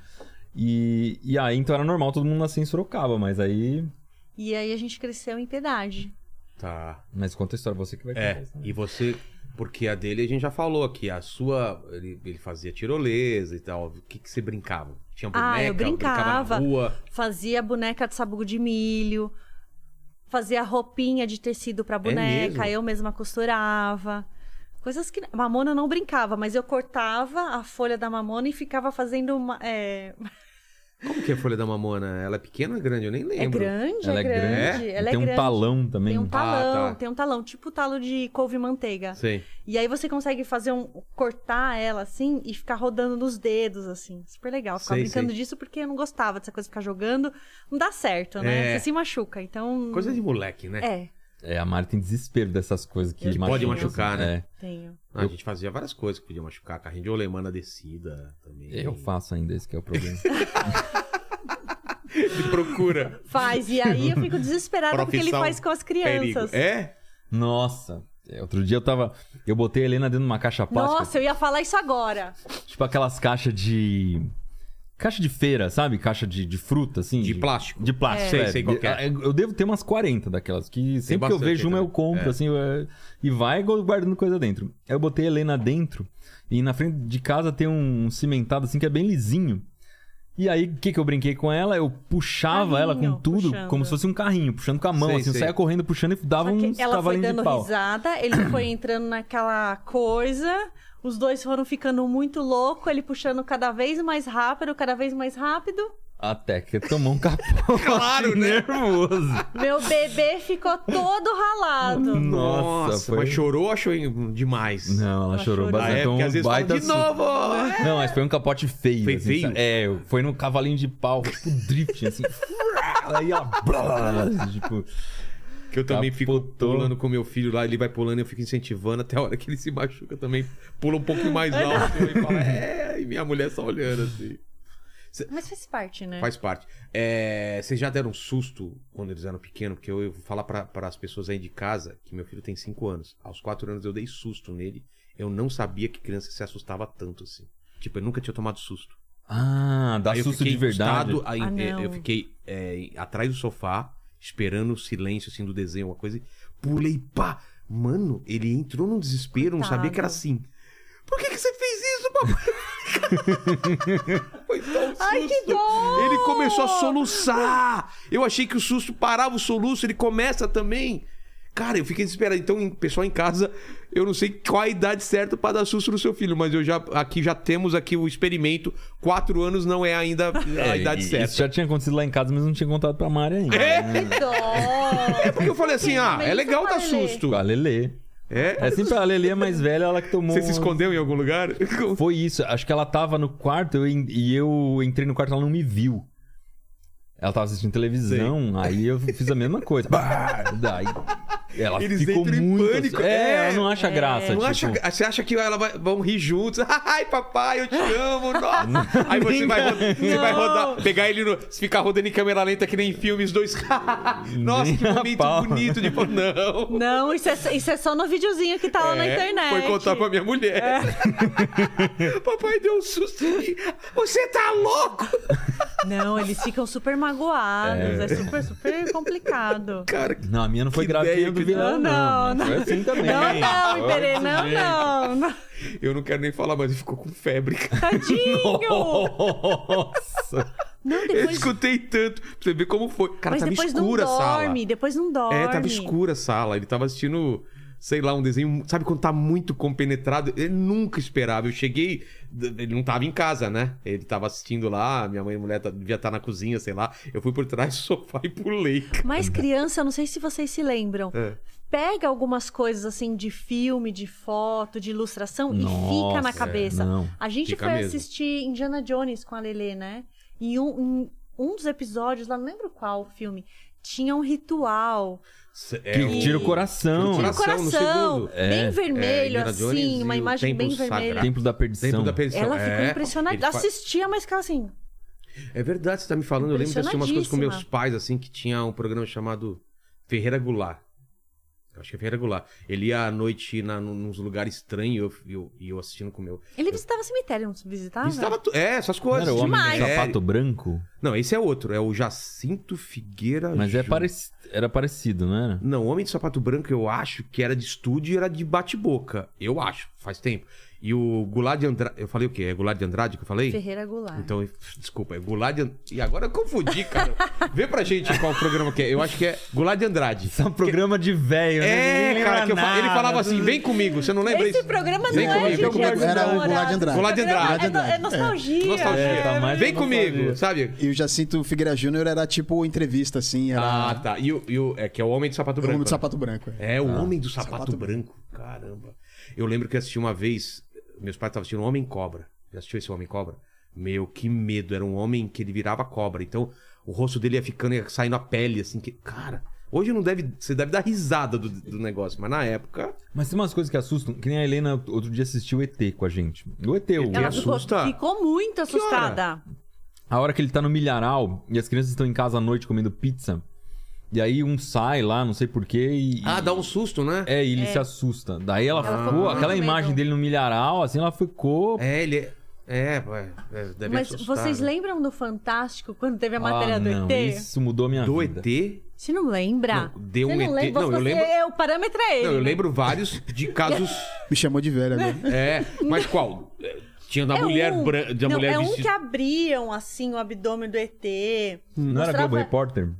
[SPEAKER 5] E, e aí, então era normal todo mundo nascer em Sorocaba, mas aí.
[SPEAKER 4] E aí a gente cresceu em Piedade.
[SPEAKER 1] Tá.
[SPEAKER 5] Mas conta a história, você que vai contar.
[SPEAKER 1] É,
[SPEAKER 5] essa, né?
[SPEAKER 1] e você. Porque a dele a gente já falou aqui, a sua. Ele, ele fazia tirolesa e tal. O que, que você brincava? Tinha boneca,
[SPEAKER 4] Ah, eu
[SPEAKER 1] brincava
[SPEAKER 4] brincava.
[SPEAKER 1] na rua.
[SPEAKER 4] Fazia boneca de sabugo de milho. Fazia roupinha de tecido pra boneca.
[SPEAKER 1] mesmo?
[SPEAKER 4] eu mesma costurava. Coisas que. Mamona eu não brincava, mas eu cortava a folha da mamona e ficava fazendo uma. É,
[SPEAKER 1] Como que é a folha da mamona? Ela é pequena ou é grande? Eu nem
[SPEAKER 4] é
[SPEAKER 1] lembro.
[SPEAKER 4] grande,
[SPEAKER 5] Ela
[SPEAKER 4] é grande.
[SPEAKER 5] E
[SPEAKER 4] Ela
[SPEAKER 5] tem
[SPEAKER 4] é
[SPEAKER 5] um
[SPEAKER 4] grande.
[SPEAKER 5] talão também.
[SPEAKER 4] Tem um talão,
[SPEAKER 1] tá.
[SPEAKER 4] tem um talão, tipo talo de couve-manteiga.
[SPEAKER 1] Sim.
[SPEAKER 4] E aí você consegue fazer um. cortar ela assim e ficar rodando nos dedos, assim. Super legal. Ficava
[SPEAKER 1] Sei,
[SPEAKER 4] brincando
[SPEAKER 1] sei.
[SPEAKER 4] disso porque eu não gostava dessa coisa de ficar jogando. Não dá certo, né?
[SPEAKER 1] É.
[SPEAKER 4] Você se machuca. Então.
[SPEAKER 1] Coisa de moleque, né?
[SPEAKER 4] É,
[SPEAKER 5] É, a Mari tem desespero dessas coisas que,
[SPEAKER 1] Que pode machucar, né?
[SPEAKER 5] É.
[SPEAKER 4] tenho.
[SPEAKER 1] Ah, A gente fazia várias coisas que podia machucar. Carrinho de olemã na descida também.
[SPEAKER 5] Eu faço ainda, esse que é o problema.
[SPEAKER 1] De procura.
[SPEAKER 4] Faz. E aí eu fico desesperada porque ele
[SPEAKER 1] Profissão,
[SPEAKER 4] faz com as
[SPEAKER 1] Perigo.
[SPEAKER 4] crianças.
[SPEAKER 1] É?
[SPEAKER 5] Nossa. É, Outro dia eu tava. Eu botei a Helena dentro de uma caixa plástica.
[SPEAKER 4] Nossa, eu ia falar isso agora.
[SPEAKER 5] Tipo aquelas caixas de. Caixa de feira, sabe? Caixa de, de fruta, assim.
[SPEAKER 1] De plástico.
[SPEAKER 5] De plástico,
[SPEAKER 1] Sei,
[SPEAKER 5] é.
[SPEAKER 1] sei qual que é.
[SPEAKER 5] Eu eu devo ter umas 40 daquelas. Que sempre que eu
[SPEAKER 1] bastante
[SPEAKER 5] vejo uma,
[SPEAKER 1] também.
[SPEAKER 5] eu compro,
[SPEAKER 1] É.
[SPEAKER 5] assim, eu- e vai guardando coisa dentro. Aí eu botei a Helena dentro, e na frente de casa tem um cimentado, assim, que é bem lisinho. E aí, o que, que eu brinquei com ela? Eu
[SPEAKER 4] Carrinho,
[SPEAKER 5] puxava ela com tudo,
[SPEAKER 4] puxando.
[SPEAKER 5] como se fosse um carrinho, puxando com a mão,
[SPEAKER 1] Sei,
[SPEAKER 5] assim, eu
[SPEAKER 1] sei.
[SPEAKER 5] saía correndo, puxando e dava
[SPEAKER 4] Só que
[SPEAKER 5] um
[SPEAKER 4] ela foi
[SPEAKER 5] cavalinho de
[SPEAKER 4] dando
[SPEAKER 5] pau.
[SPEAKER 4] risada, ele foi entrando naquela coisa. Os dois foram ficando muito louco, ele puxando cada vez mais rápido, cada vez mais rápido.
[SPEAKER 5] Até que tomou um capote
[SPEAKER 1] Claro, né?
[SPEAKER 5] nervoso.
[SPEAKER 4] Meu bebê ficou todo ralado.
[SPEAKER 5] Nossa, foi-
[SPEAKER 1] mas chorou ou achou em- demais?
[SPEAKER 5] Não, ela,
[SPEAKER 4] Ela
[SPEAKER 5] chorou
[SPEAKER 4] chorou.
[SPEAKER 1] Ah,
[SPEAKER 5] bastante.
[SPEAKER 1] é,
[SPEAKER 5] Então,
[SPEAKER 1] porque às
[SPEAKER 5] um
[SPEAKER 1] vezes fala,
[SPEAKER 5] baita
[SPEAKER 1] de
[SPEAKER 5] susto.
[SPEAKER 1] novo!
[SPEAKER 5] Não, mas foi um capote feio.
[SPEAKER 1] Foi
[SPEAKER 5] assim,
[SPEAKER 1] feio?
[SPEAKER 5] sabe? É, foi num cavalinho de pau, tipo drift, assim. Aí ela. blá, blá, blá, blá, tipo,
[SPEAKER 1] Que eu também fico
[SPEAKER 5] Capotou.
[SPEAKER 1] pulando com meu filho lá, ele vai pulando e eu fico incentivando até a hora que ele se machuca também. Pula um pouco mais alto e fala, é, e minha mulher só olhando assim.
[SPEAKER 4] Mas faz parte, né?
[SPEAKER 1] Faz parte. É, vocês já deram um susto quando eles eram pequenos? Porque eu, eu vou falar para as pessoas aí de casa que meu filho tem 5 anos. Aos 4 anos eu dei susto nele. Eu não sabia que criança se assustava tanto assim. Tipo, eu nunca tinha tomado susto.
[SPEAKER 5] Ah, dá
[SPEAKER 1] Aí eu
[SPEAKER 5] susto
[SPEAKER 1] fiquei
[SPEAKER 5] de verdade.
[SPEAKER 1] encostado, aí,
[SPEAKER 4] Ah,
[SPEAKER 1] eh,
[SPEAKER 4] não.
[SPEAKER 1] eu fiquei eh, atrás do sofá, esperando o silêncio assim do desenho, uma coisa. e Pulei, pá! Mano, ele entrou num desespero, não sabia que era
[SPEAKER 4] Coitado.
[SPEAKER 1] assim. Por que, que você fez isso, papai? Foi tão susto.
[SPEAKER 4] Ai, que dó!
[SPEAKER 1] Ele começou a soluçar. Eu achei que o susto parava o soluço, ele começa também. Cara, eu fiquei desesperado. Então, em- pessoal em casa, eu não sei qual a idade certa pra dar susto no seu filho, mas eu já aqui já temos aqui o experimento. Quatro anos não é ainda a
[SPEAKER 5] É,
[SPEAKER 1] idade
[SPEAKER 5] e- Isso
[SPEAKER 1] certa.
[SPEAKER 5] já tinha acontecido lá em casa, mas não tinha contado pra Mari ainda. né?
[SPEAKER 4] Que dó!
[SPEAKER 1] É porque eu falei assim, ah, é
[SPEAKER 4] Experimenta,
[SPEAKER 1] legal dar
[SPEAKER 4] Lelê.
[SPEAKER 1] susto.
[SPEAKER 5] A Lelê.
[SPEAKER 1] É?
[SPEAKER 5] É sempre a Lelê mais velha, ela que tomou.
[SPEAKER 1] Você se escondeu em algum lugar?
[SPEAKER 5] Foi isso. Acho que ela tava no quarto eu en- e eu entrei no quarto ela não me viu. Ela tava assistindo televisão, aí eu fiz a mesma coisa. Bah! Daí ela
[SPEAKER 1] Eles
[SPEAKER 5] ficou
[SPEAKER 1] entram em
[SPEAKER 5] muito.
[SPEAKER 1] pânico.
[SPEAKER 5] É,
[SPEAKER 1] É.
[SPEAKER 5] ela não acha graça.
[SPEAKER 1] Não
[SPEAKER 5] tipo,
[SPEAKER 1] acha- você acha que ela vai, vão rir juntos? Ai, papai, eu te amo, nossa. Aí você vai, ro- você vai
[SPEAKER 4] Não.
[SPEAKER 1] rodar, pegar ele no. Se ficar rodando em câmera lenta que nem em filmes, dois. nossa, que
[SPEAKER 5] Nem a
[SPEAKER 1] momento
[SPEAKER 5] pau.
[SPEAKER 1] bonito de. Não.
[SPEAKER 4] Não, isso é, isso é só no videozinho que tá lá na
[SPEAKER 1] É,
[SPEAKER 4] internet. É.
[SPEAKER 1] Foi contar pra minha mulher. papai deu um susto em mim. Você tá louco?
[SPEAKER 4] Não, eles ficam super magoados. É, super, super complicado.
[SPEAKER 1] Cara,
[SPEAKER 5] Não, a minha não foi
[SPEAKER 1] Que
[SPEAKER 5] grave,
[SPEAKER 1] ideia
[SPEAKER 5] eu do
[SPEAKER 1] que-
[SPEAKER 5] vilão,
[SPEAKER 4] Não, não,
[SPEAKER 5] mas Foi assim também.
[SPEAKER 4] Não, não,
[SPEAKER 5] Olha
[SPEAKER 4] Iberê,
[SPEAKER 5] desse
[SPEAKER 4] não,
[SPEAKER 5] jeito.
[SPEAKER 4] não, não.
[SPEAKER 1] eu não quero nem falar, mas ele ficou com febre. cara.
[SPEAKER 4] Tadinho!
[SPEAKER 5] Nossa.
[SPEAKER 4] Não,
[SPEAKER 1] Eu
[SPEAKER 4] depois.
[SPEAKER 1] escutei tanto. Pra você ver como foi. Cara,
[SPEAKER 4] Mas
[SPEAKER 1] tava
[SPEAKER 4] depois não
[SPEAKER 1] tá escura a sala. tá
[SPEAKER 4] dorme, depois não dorme.
[SPEAKER 1] É, tava escura a sala. Ele tava assistindo sei lá, um desenho. Sabe quando tá muito compenetrado? Ele nunca esperava. Eu cheguei. Ele não tava em casa, né? Ele tava assistindo lá, minha mãe e mulher tá- devia estar na cozinha, sei lá. Eu fui por trás do sofá e pulei.
[SPEAKER 4] Mas criança, eu não sei se vocês se lembram.
[SPEAKER 1] É.
[SPEAKER 4] Pega algumas coisas assim de filme, de foto, de ilustração e fica
[SPEAKER 5] Nossa,
[SPEAKER 1] é,
[SPEAKER 4] na cabeça.
[SPEAKER 5] Não.
[SPEAKER 4] A gente
[SPEAKER 1] Fica
[SPEAKER 4] foi
[SPEAKER 1] mesmo.
[SPEAKER 4] assistir Indiana Jones com a Lelê, né? E um, em um dos episódios, lá não lembro qual filme, tinha um ritual.
[SPEAKER 1] É,
[SPEAKER 5] Que tira o
[SPEAKER 1] Tira
[SPEAKER 5] coração.
[SPEAKER 1] o
[SPEAKER 4] Tinha um
[SPEAKER 1] Coração, no
[SPEAKER 4] coração,
[SPEAKER 1] segundo. É,
[SPEAKER 4] bem vermelho,
[SPEAKER 1] Indiana Jones
[SPEAKER 4] assim,
[SPEAKER 1] e
[SPEAKER 4] uma
[SPEAKER 1] o
[SPEAKER 4] imagem
[SPEAKER 1] Templo
[SPEAKER 4] bem
[SPEAKER 1] Sagrado.
[SPEAKER 4] vermelha.
[SPEAKER 5] Templo da perdição.
[SPEAKER 1] Templo da perdição.
[SPEAKER 4] Ela ficou
[SPEAKER 1] É,
[SPEAKER 4] impressionada.
[SPEAKER 1] ele fa-
[SPEAKER 4] Assistia, mas ficava assim.
[SPEAKER 1] É verdade, você tá me falando. Eu lembro de assistir umas coisas com meus
[SPEAKER 4] Impressionadíssima.
[SPEAKER 1] pais, assim, que tinha um programa chamado Ferreira Goulart. Eu acho que é Ferreira Goulart. Ele ia à noite na, num- nos lugares estranhos e eu, eu, eu assistindo com o meu.
[SPEAKER 4] Ele visitava cemitério, Ah, não visitava?
[SPEAKER 1] Visitava tu- É, essas
[SPEAKER 5] Não
[SPEAKER 1] coisas.
[SPEAKER 5] era o homem
[SPEAKER 4] Demais.
[SPEAKER 5] do
[SPEAKER 1] É,
[SPEAKER 5] sapato branco?
[SPEAKER 1] Não, esse é outro. É o Jacinto Figueira.
[SPEAKER 5] Mas é
[SPEAKER 1] Júnior.
[SPEAKER 5] pareci- era parecido, não era?
[SPEAKER 1] Não, Homem de Sapato Branco eu acho que era de estúdio e era de bate-boca. Eu acho, faz tempo. E o Goulart de Andrade. Eu falei o quê? É Goulart de Andrade que eu falei?
[SPEAKER 4] Ferreira Goulart.
[SPEAKER 1] Então, eu- desculpa, é Goulart de... And- E agora eu confundi, cara. Vê pra gente qual programa que é. Eu acho que é Goulart de Andrade.
[SPEAKER 5] Isso é um programa de velho, né?
[SPEAKER 1] É,
[SPEAKER 5] Ninguém
[SPEAKER 1] cara,
[SPEAKER 5] lembra
[SPEAKER 1] que eu fa- ele
[SPEAKER 5] nada,
[SPEAKER 1] falava assim,
[SPEAKER 5] tudo-
[SPEAKER 1] vem comigo, você não lembra
[SPEAKER 4] Esse
[SPEAKER 1] isso?
[SPEAKER 4] programa
[SPEAKER 1] Vem
[SPEAKER 4] não é
[SPEAKER 1] comigo,
[SPEAKER 4] de
[SPEAKER 1] vem comigo.
[SPEAKER 4] criança
[SPEAKER 2] Era o Goulart de
[SPEAKER 4] namorada.
[SPEAKER 2] Andrade.
[SPEAKER 1] Goulart de
[SPEAKER 4] Esse programa
[SPEAKER 2] Andrade.
[SPEAKER 4] É, no- é nostalgia.
[SPEAKER 1] Nostalgia.
[SPEAKER 5] É, tá mais
[SPEAKER 1] vem
[SPEAKER 5] pra
[SPEAKER 1] comigo,
[SPEAKER 5] nostalgia.
[SPEAKER 1] sabe?
[SPEAKER 2] E o Jacinto Figueira Júnior era tipo entrevista, assim, era
[SPEAKER 1] Ah, tá. E o, e o- é que é o Homem de Sapato
[SPEAKER 2] o
[SPEAKER 1] Branco.
[SPEAKER 2] homem do
[SPEAKER 1] né?
[SPEAKER 2] sapato branco. é.
[SPEAKER 1] É, o Homem do Sapato,
[SPEAKER 2] Sapato
[SPEAKER 1] branco. Caramba. Eu lembro que eu assisti uma vez, meus pais estavam assistindo Homem Cobra. Já assistiu esse Homem Cobra? Meu, que medo. Era um homem que ele virava cobra. Então, o rosto dele ia ficando, ia saindo a pele, assim. Que, cara, hoje não deve. Você deve dar risada do, do negócio, mas na época.
[SPEAKER 5] Mas tem umas coisas que assustam, que nem a Helena outro dia assistiu ET com a gente. O ET, o
[SPEAKER 1] Ela
[SPEAKER 4] Ela
[SPEAKER 1] Me
[SPEAKER 4] ficou,
[SPEAKER 1] É assusta.
[SPEAKER 4] ficou muito
[SPEAKER 1] hora?
[SPEAKER 4] assustada.
[SPEAKER 5] A hora que ele tá no milharal e as crianças estão em casa à noite comendo pizza. E aí um sai lá, não sei porquê, e.
[SPEAKER 1] Ah, dá um susto, né?
[SPEAKER 5] É, e ele se assusta. Daí ela,
[SPEAKER 4] Ela ficou
[SPEAKER 5] ficou,
[SPEAKER 4] com
[SPEAKER 5] aquela
[SPEAKER 4] muito
[SPEAKER 5] imagem
[SPEAKER 4] medo.
[SPEAKER 5] dele no milharal, assim, ela ficou.
[SPEAKER 1] É, ele. é- É, vai- é, deve
[SPEAKER 4] Mas
[SPEAKER 1] assustar,
[SPEAKER 4] vocês
[SPEAKER 1] né?
[SPEAKER 4] lembram do Fantástico quando teve a matéria
[SPEAKER 5] ah,
[SPEAKER 4] do
[SPEAKER 5] não,
[SPEAKER 4] ET?
[SPEAKER 5] Isso mudou minha
[SPEAKER 1] Do
[SPEAKER 5] vida.
[SPEAKER 1] ET?
[SPEAKER 4] Você não lembra?
[SPEAKER 1] Não, deu
[SPEAKER 4] Tá. Você
[SPEAKER 1] um
[SPEAKER 4] não
[SPEAKER 1] ET.
[SPEAKER 4] Lembra?
[SPEAKER 1] Não, eu
[SPEAKER 4] Você-
[SPEAKER 1] lembro-
[SPEAKER 4] é, o parâmetro é ele.
[SPEAKER 1] Não, eu lembro vários de casos.
[SPEAKER 2] Me chamou de velho agora.
[SPEAKER 1] é, mas qual? É, Tinha da
[SPEAKER 4] É
[SPEAKER 1] mulher
[SPEAKER 4] um-
[SPEAKER 1] branca. Da
[SPEAKER 4] não,
[SPEAKER 1] mulher
[SPEAKER 4] é um
[SPEAKER 1] vestida-
[SPEAKER 4] que abriam, assim, o abdômen do ET.
[SPEAKER 1] Hum,
[SPEAKER 5] Não era
[SPEAKER 4] Mostrava-
[SPEAKER 5] Globo Repórter?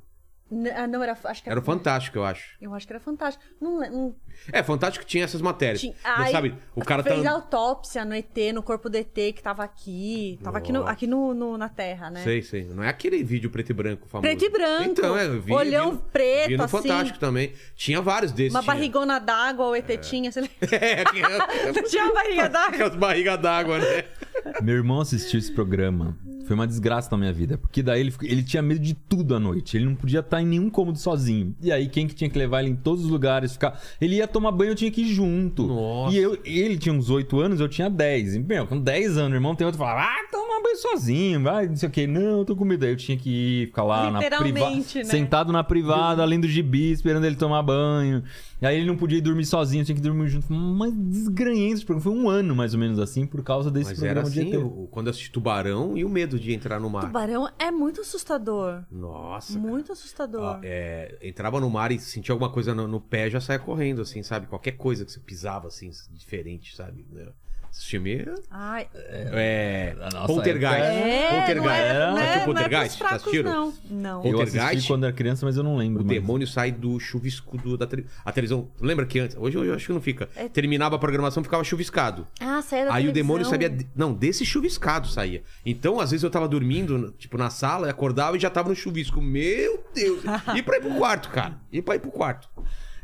[SPEAKER 4] N- ah, Não, era... Acho que
[SPEAKER 1] Era o Fantástico, eu acho.
[SPEAKER 4] Eu acho que era fantástico. Não, le- não
[SPEAKER 1] É, Fantástico tinha essas matérias.
[SPEAKER 4] tinha...
[SPEAKER 1] Mas,
[SPEAKER 4] Ai,
[SPEAKER 1] sabe, o cara tá.
[SPEAKER 4] fez autópsia no ET, no corpo do ET, que tava aqui. Tava aqui, no,
[SPEAKER 1] Nossa.
[SPEAKER 4] aqui no, no- na Terra, né?
[SPEAKER 1] Sei, sei. Não é aquele vídeo preto e branco famoso.
[SPEAKER 4] Preto e branco.
[SPEAKER 1] Então, é, eu vi.
[SPEAKER 4] Olhão
[SPEAKER 1] vi,
[SPEAKER 4] preto,
[SPEAKER 1] vi no
[SPEAKER 4] assim.
[SPEAKER 1] Fantástico também. Tinha vários desses.
[SPEAKER 4] Uma
[SPEAKER 1] tinha.
[SPEAKER 4] barrigona d'água, o ET tinha. Você lembra?
[SPEAKER 1] É,
[SPEAKER 4] Não
[SPEAKER 1] tinha-
[SPEAKER 4] tinha uma barriga d'água?
[SPEAKER 1] aquelas barrigas d'água, né?
[SPEAKER 5] Meu irmão assistiu esse programa. Foi uma desgraça na minha vida. Porque daí ele, ficou- ele tinha medo de tudo à noite. Ele não podia estar em nenhum cômodo sozinho. E aí, quem que tinha que levar ele em todos os lugares? Ficar... Ele ia tomar banho, eu tinha que ir junto.
[SPEAKER 1] Nossa.
[SPEAKER 5] E eu, ele tinha uns 8 anos, eu tinha 10. E, meu, com 10 anos, o irmão tem outro falava, ah, toma banho sozinho, vai, não sei o quê. Não, eu tô com medo. Aí eu tinha que ir, ficar lá na privada.
[SPEAKER 4] Literalmente, né?
[SPEAKER 5] Sentado na privada, além do gibi, esperando ele tomar banho. E aí ele não podia ir dormir sozinho, tinha que dormir junto. Mas desgranhei esse programa. Foi um ano, mais ou menos, assim, por causa desse
[SPEAKER 1] Mas era
[SPEAKER 5] programa de
[SPEAKER 1] assim,
[SPEAKER 5] ET.
[SPEAKER 1] o- quando eu assisti Tubarão e o medo de entrar no mar.
[SPEAKER 4] Tubarão é muito assustador.
[SPEAKER 1] Ah. Nossa. cara.
[SPEAKER 4] Muito assustador.
[SPEAKER 1] Ah, é, entrava no mar e sentia alguma coisa no, no pé, já saia correndo, assim, sabe? Qualquer coisa que você pisava, assim, diferente, sabe? Né? Esse filme
[SPEAKER 4] Ai,
[SPEAKER 1] é.
[SPEAKER 5] a nossa
[SPEAKER 1] Poltergeist.
[SPEAKER 5] época
[SPEAKER 4] é, não
[SPEAKER 1] Poltergeist.
[SPEAKER 4] é,
[SPEAKER 1] Já
[SPEAKER 4] né,
[SPEAKER 1] assistiu
[SPEAKER 4] não é
[SPEAKER 1] Poltergeist? tá
[SPEAKER 4] pros
[SPEAKER 1] Já
[SPEAKER 4] fracos,
[SPEAKER 1] assistiram?
[SPEAKER 4] não. Não.
[SPEAKER 1] Ou-
[SPEAKER 5] Eu assisti
[SPEAKER 1] Poltergeist?
[SPEAKER 5] quando era criança, mas eu não
[SPEAKER 1] O
[SPEAKER 5] lembro. mais.
[SPEAKER 1] demônio sai do chuvisco do- da, tele- a televisão. Lembra que antes? Hoje eu acho que não fica.
[SPEAKER 4] É.
[SPEAKER 1] Terminava a programação, ficava chuviscado.
[SPEAKER 4] Ah, saiu da
[SPEAKER 1] Aí o
[SPEAKER 4] televisão.
[SPEAKER 1] demônio sabia. de- Não, desse chuviscado saía. Então, às vezes eu tava dormindo, tipo, na sala, acordava e já tava no chuvisco. Meu Deus! E pra ir pro quarto, cara. E pra ir pro quarto.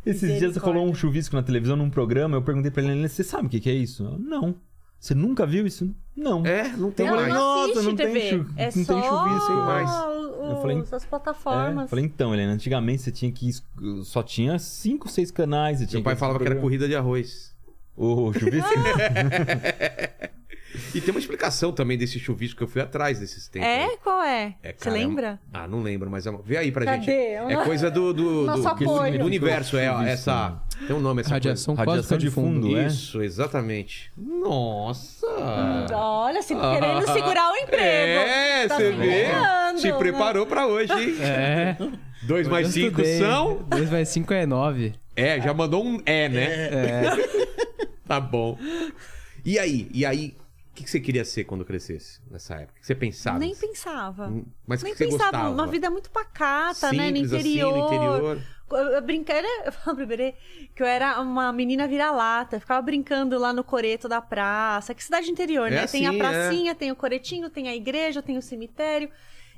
[SPEAKER 5] Esses dias você falou um chuvisco na televisão num programa, eu perguntei pra Helena, você sabe o que que é isso? Ela, não. Você nunca viu isso? Não.
[SPEAKER 1] É, não tem
[SPEAKER 4] Ela
[SPEAKER 1] mais.
[SPEAKER 4] não assiste
[SPEAKER 5] Nossa, não tem
[SPEAKER 4] TV.
[SPEAKER 5] chu-
[SPEAKER 4] é
[SPEAKER 5] não tem
[SPEAKER 4] só
[SPEAKER 5] chuvisco
[SPEAKER 1] mais.
[SPEAKER 4] o-
[SPEAKER 5] Eu falei-
[SPEAKER 4] Essas
[SPEAKER 5] É,
[SPEAKER 4] plataformas.
[SPEAKER 5] eu falei, então, Helena, antigamente você tinha que. es- Só tinha cinco, seis canais. Você tinha
[SPEAKER 1] Meu pai falava que era
[SPEAKER 5] corrida.
[SPEAKER 1] corrida de arroz.
[SPEAKER 5] Ô, chuvisco?
[SPEAKER 1] E tem uma explicação também desse chuvisco que eu fui atrás desses tempos.
[SPEAKER 4] É? Qual é?
[SPEAKER 1] É,
[SPEAKER 4] Você
[SPEAKER 1] cara, é uma-
[SPEAKER 4] lembra?
[SPEAKER 1] Ah, não lembro, mas é uma... vê aí pra
[SPEAKER 4] Cadê?
[SPEAKER 1] gente.
[SPEAKER 4] Eu não-
[SPEAKER 1] É coisa do do,
[SPEAKER 4] Nosso
[SPEAKER 1] do,
[SPEAKER 4] apoio.
[SPEAKER 1] do
[SPEAKER 4] Significa
[SPEAKER 1] universo, é
[SPEAKER 5] chuvisco,
[SPEAKER 1] essa. Tem um nome essa
[SPEAKER 3] Radiação
[SPEAKER 5] coisa.
[SPEAKER 3] cósmica
[SPEAKER 5] Radiação
[SPEAKER 3] de
[SPEAKER 5] de
[SPEAKER 3] fundo.
[SPEAKER 5] fundo.
[SPEAKER 1] coisa.
[SPEAKER 5] é?
[SPEAKER 1] Isso, exatamente. Nossa.
[SPEAKER 4] Olha, se
[SPEAKER 1] Ah.
[SPEAKER 4] querendo segurar o emprego.
[SPEAKER 1] É,
[SPEAKER 4] Tá
[SPEAKER 1] você
[SPEAKER 4] se
[SPEAKER 1] vê.
[SPEAKER 4] enrolando,
[SPEAKER 1] Se
[SPEAKER 4] né?
[SPEAKER 1] preparou pra hoje, hein?
[SPEAKER 3] É.
[SPEAKER 1] Dois mais cinco são.
[SPEAKER 3] 2 mais 5 é 9.
[SPEAKER 1] É, já mandou um é, né? tá bom. E aí? E aí? O que que você queria ser quando crescesse nessa época? O que você pensava?
[SPEAKER 4] Nem pensava.
[SPEAKER 1] Hum, Mas o
[SPEAKER 4] Nem
[SPEAKER 1] que você
[SPEAKER 4] pensava.
[SPEAKER 1] gostava?
[SPEAKER 4] Uma vida muito pacata, né? No
[SPEAKER 1] Simples,
[SPEAKER 4] interior.
[SPEAKER 1] Assim, no interior.
[SPEAKER 4] Eu brincadeira, eu falo pro Iberê que eu era uma menina vira-lata, eu ficava brincando lá no coreto da praça, que cidade interior,
[SPEAKER 1] É
[SPEAKER 4] né? tem
[SPEAKER 1] assim,
[SPEAKER 4] a
[SPEAKER 1] é.
[SPEAKER 4] pracinha, tem o coretinho, tem a igreja, tem o cemitério.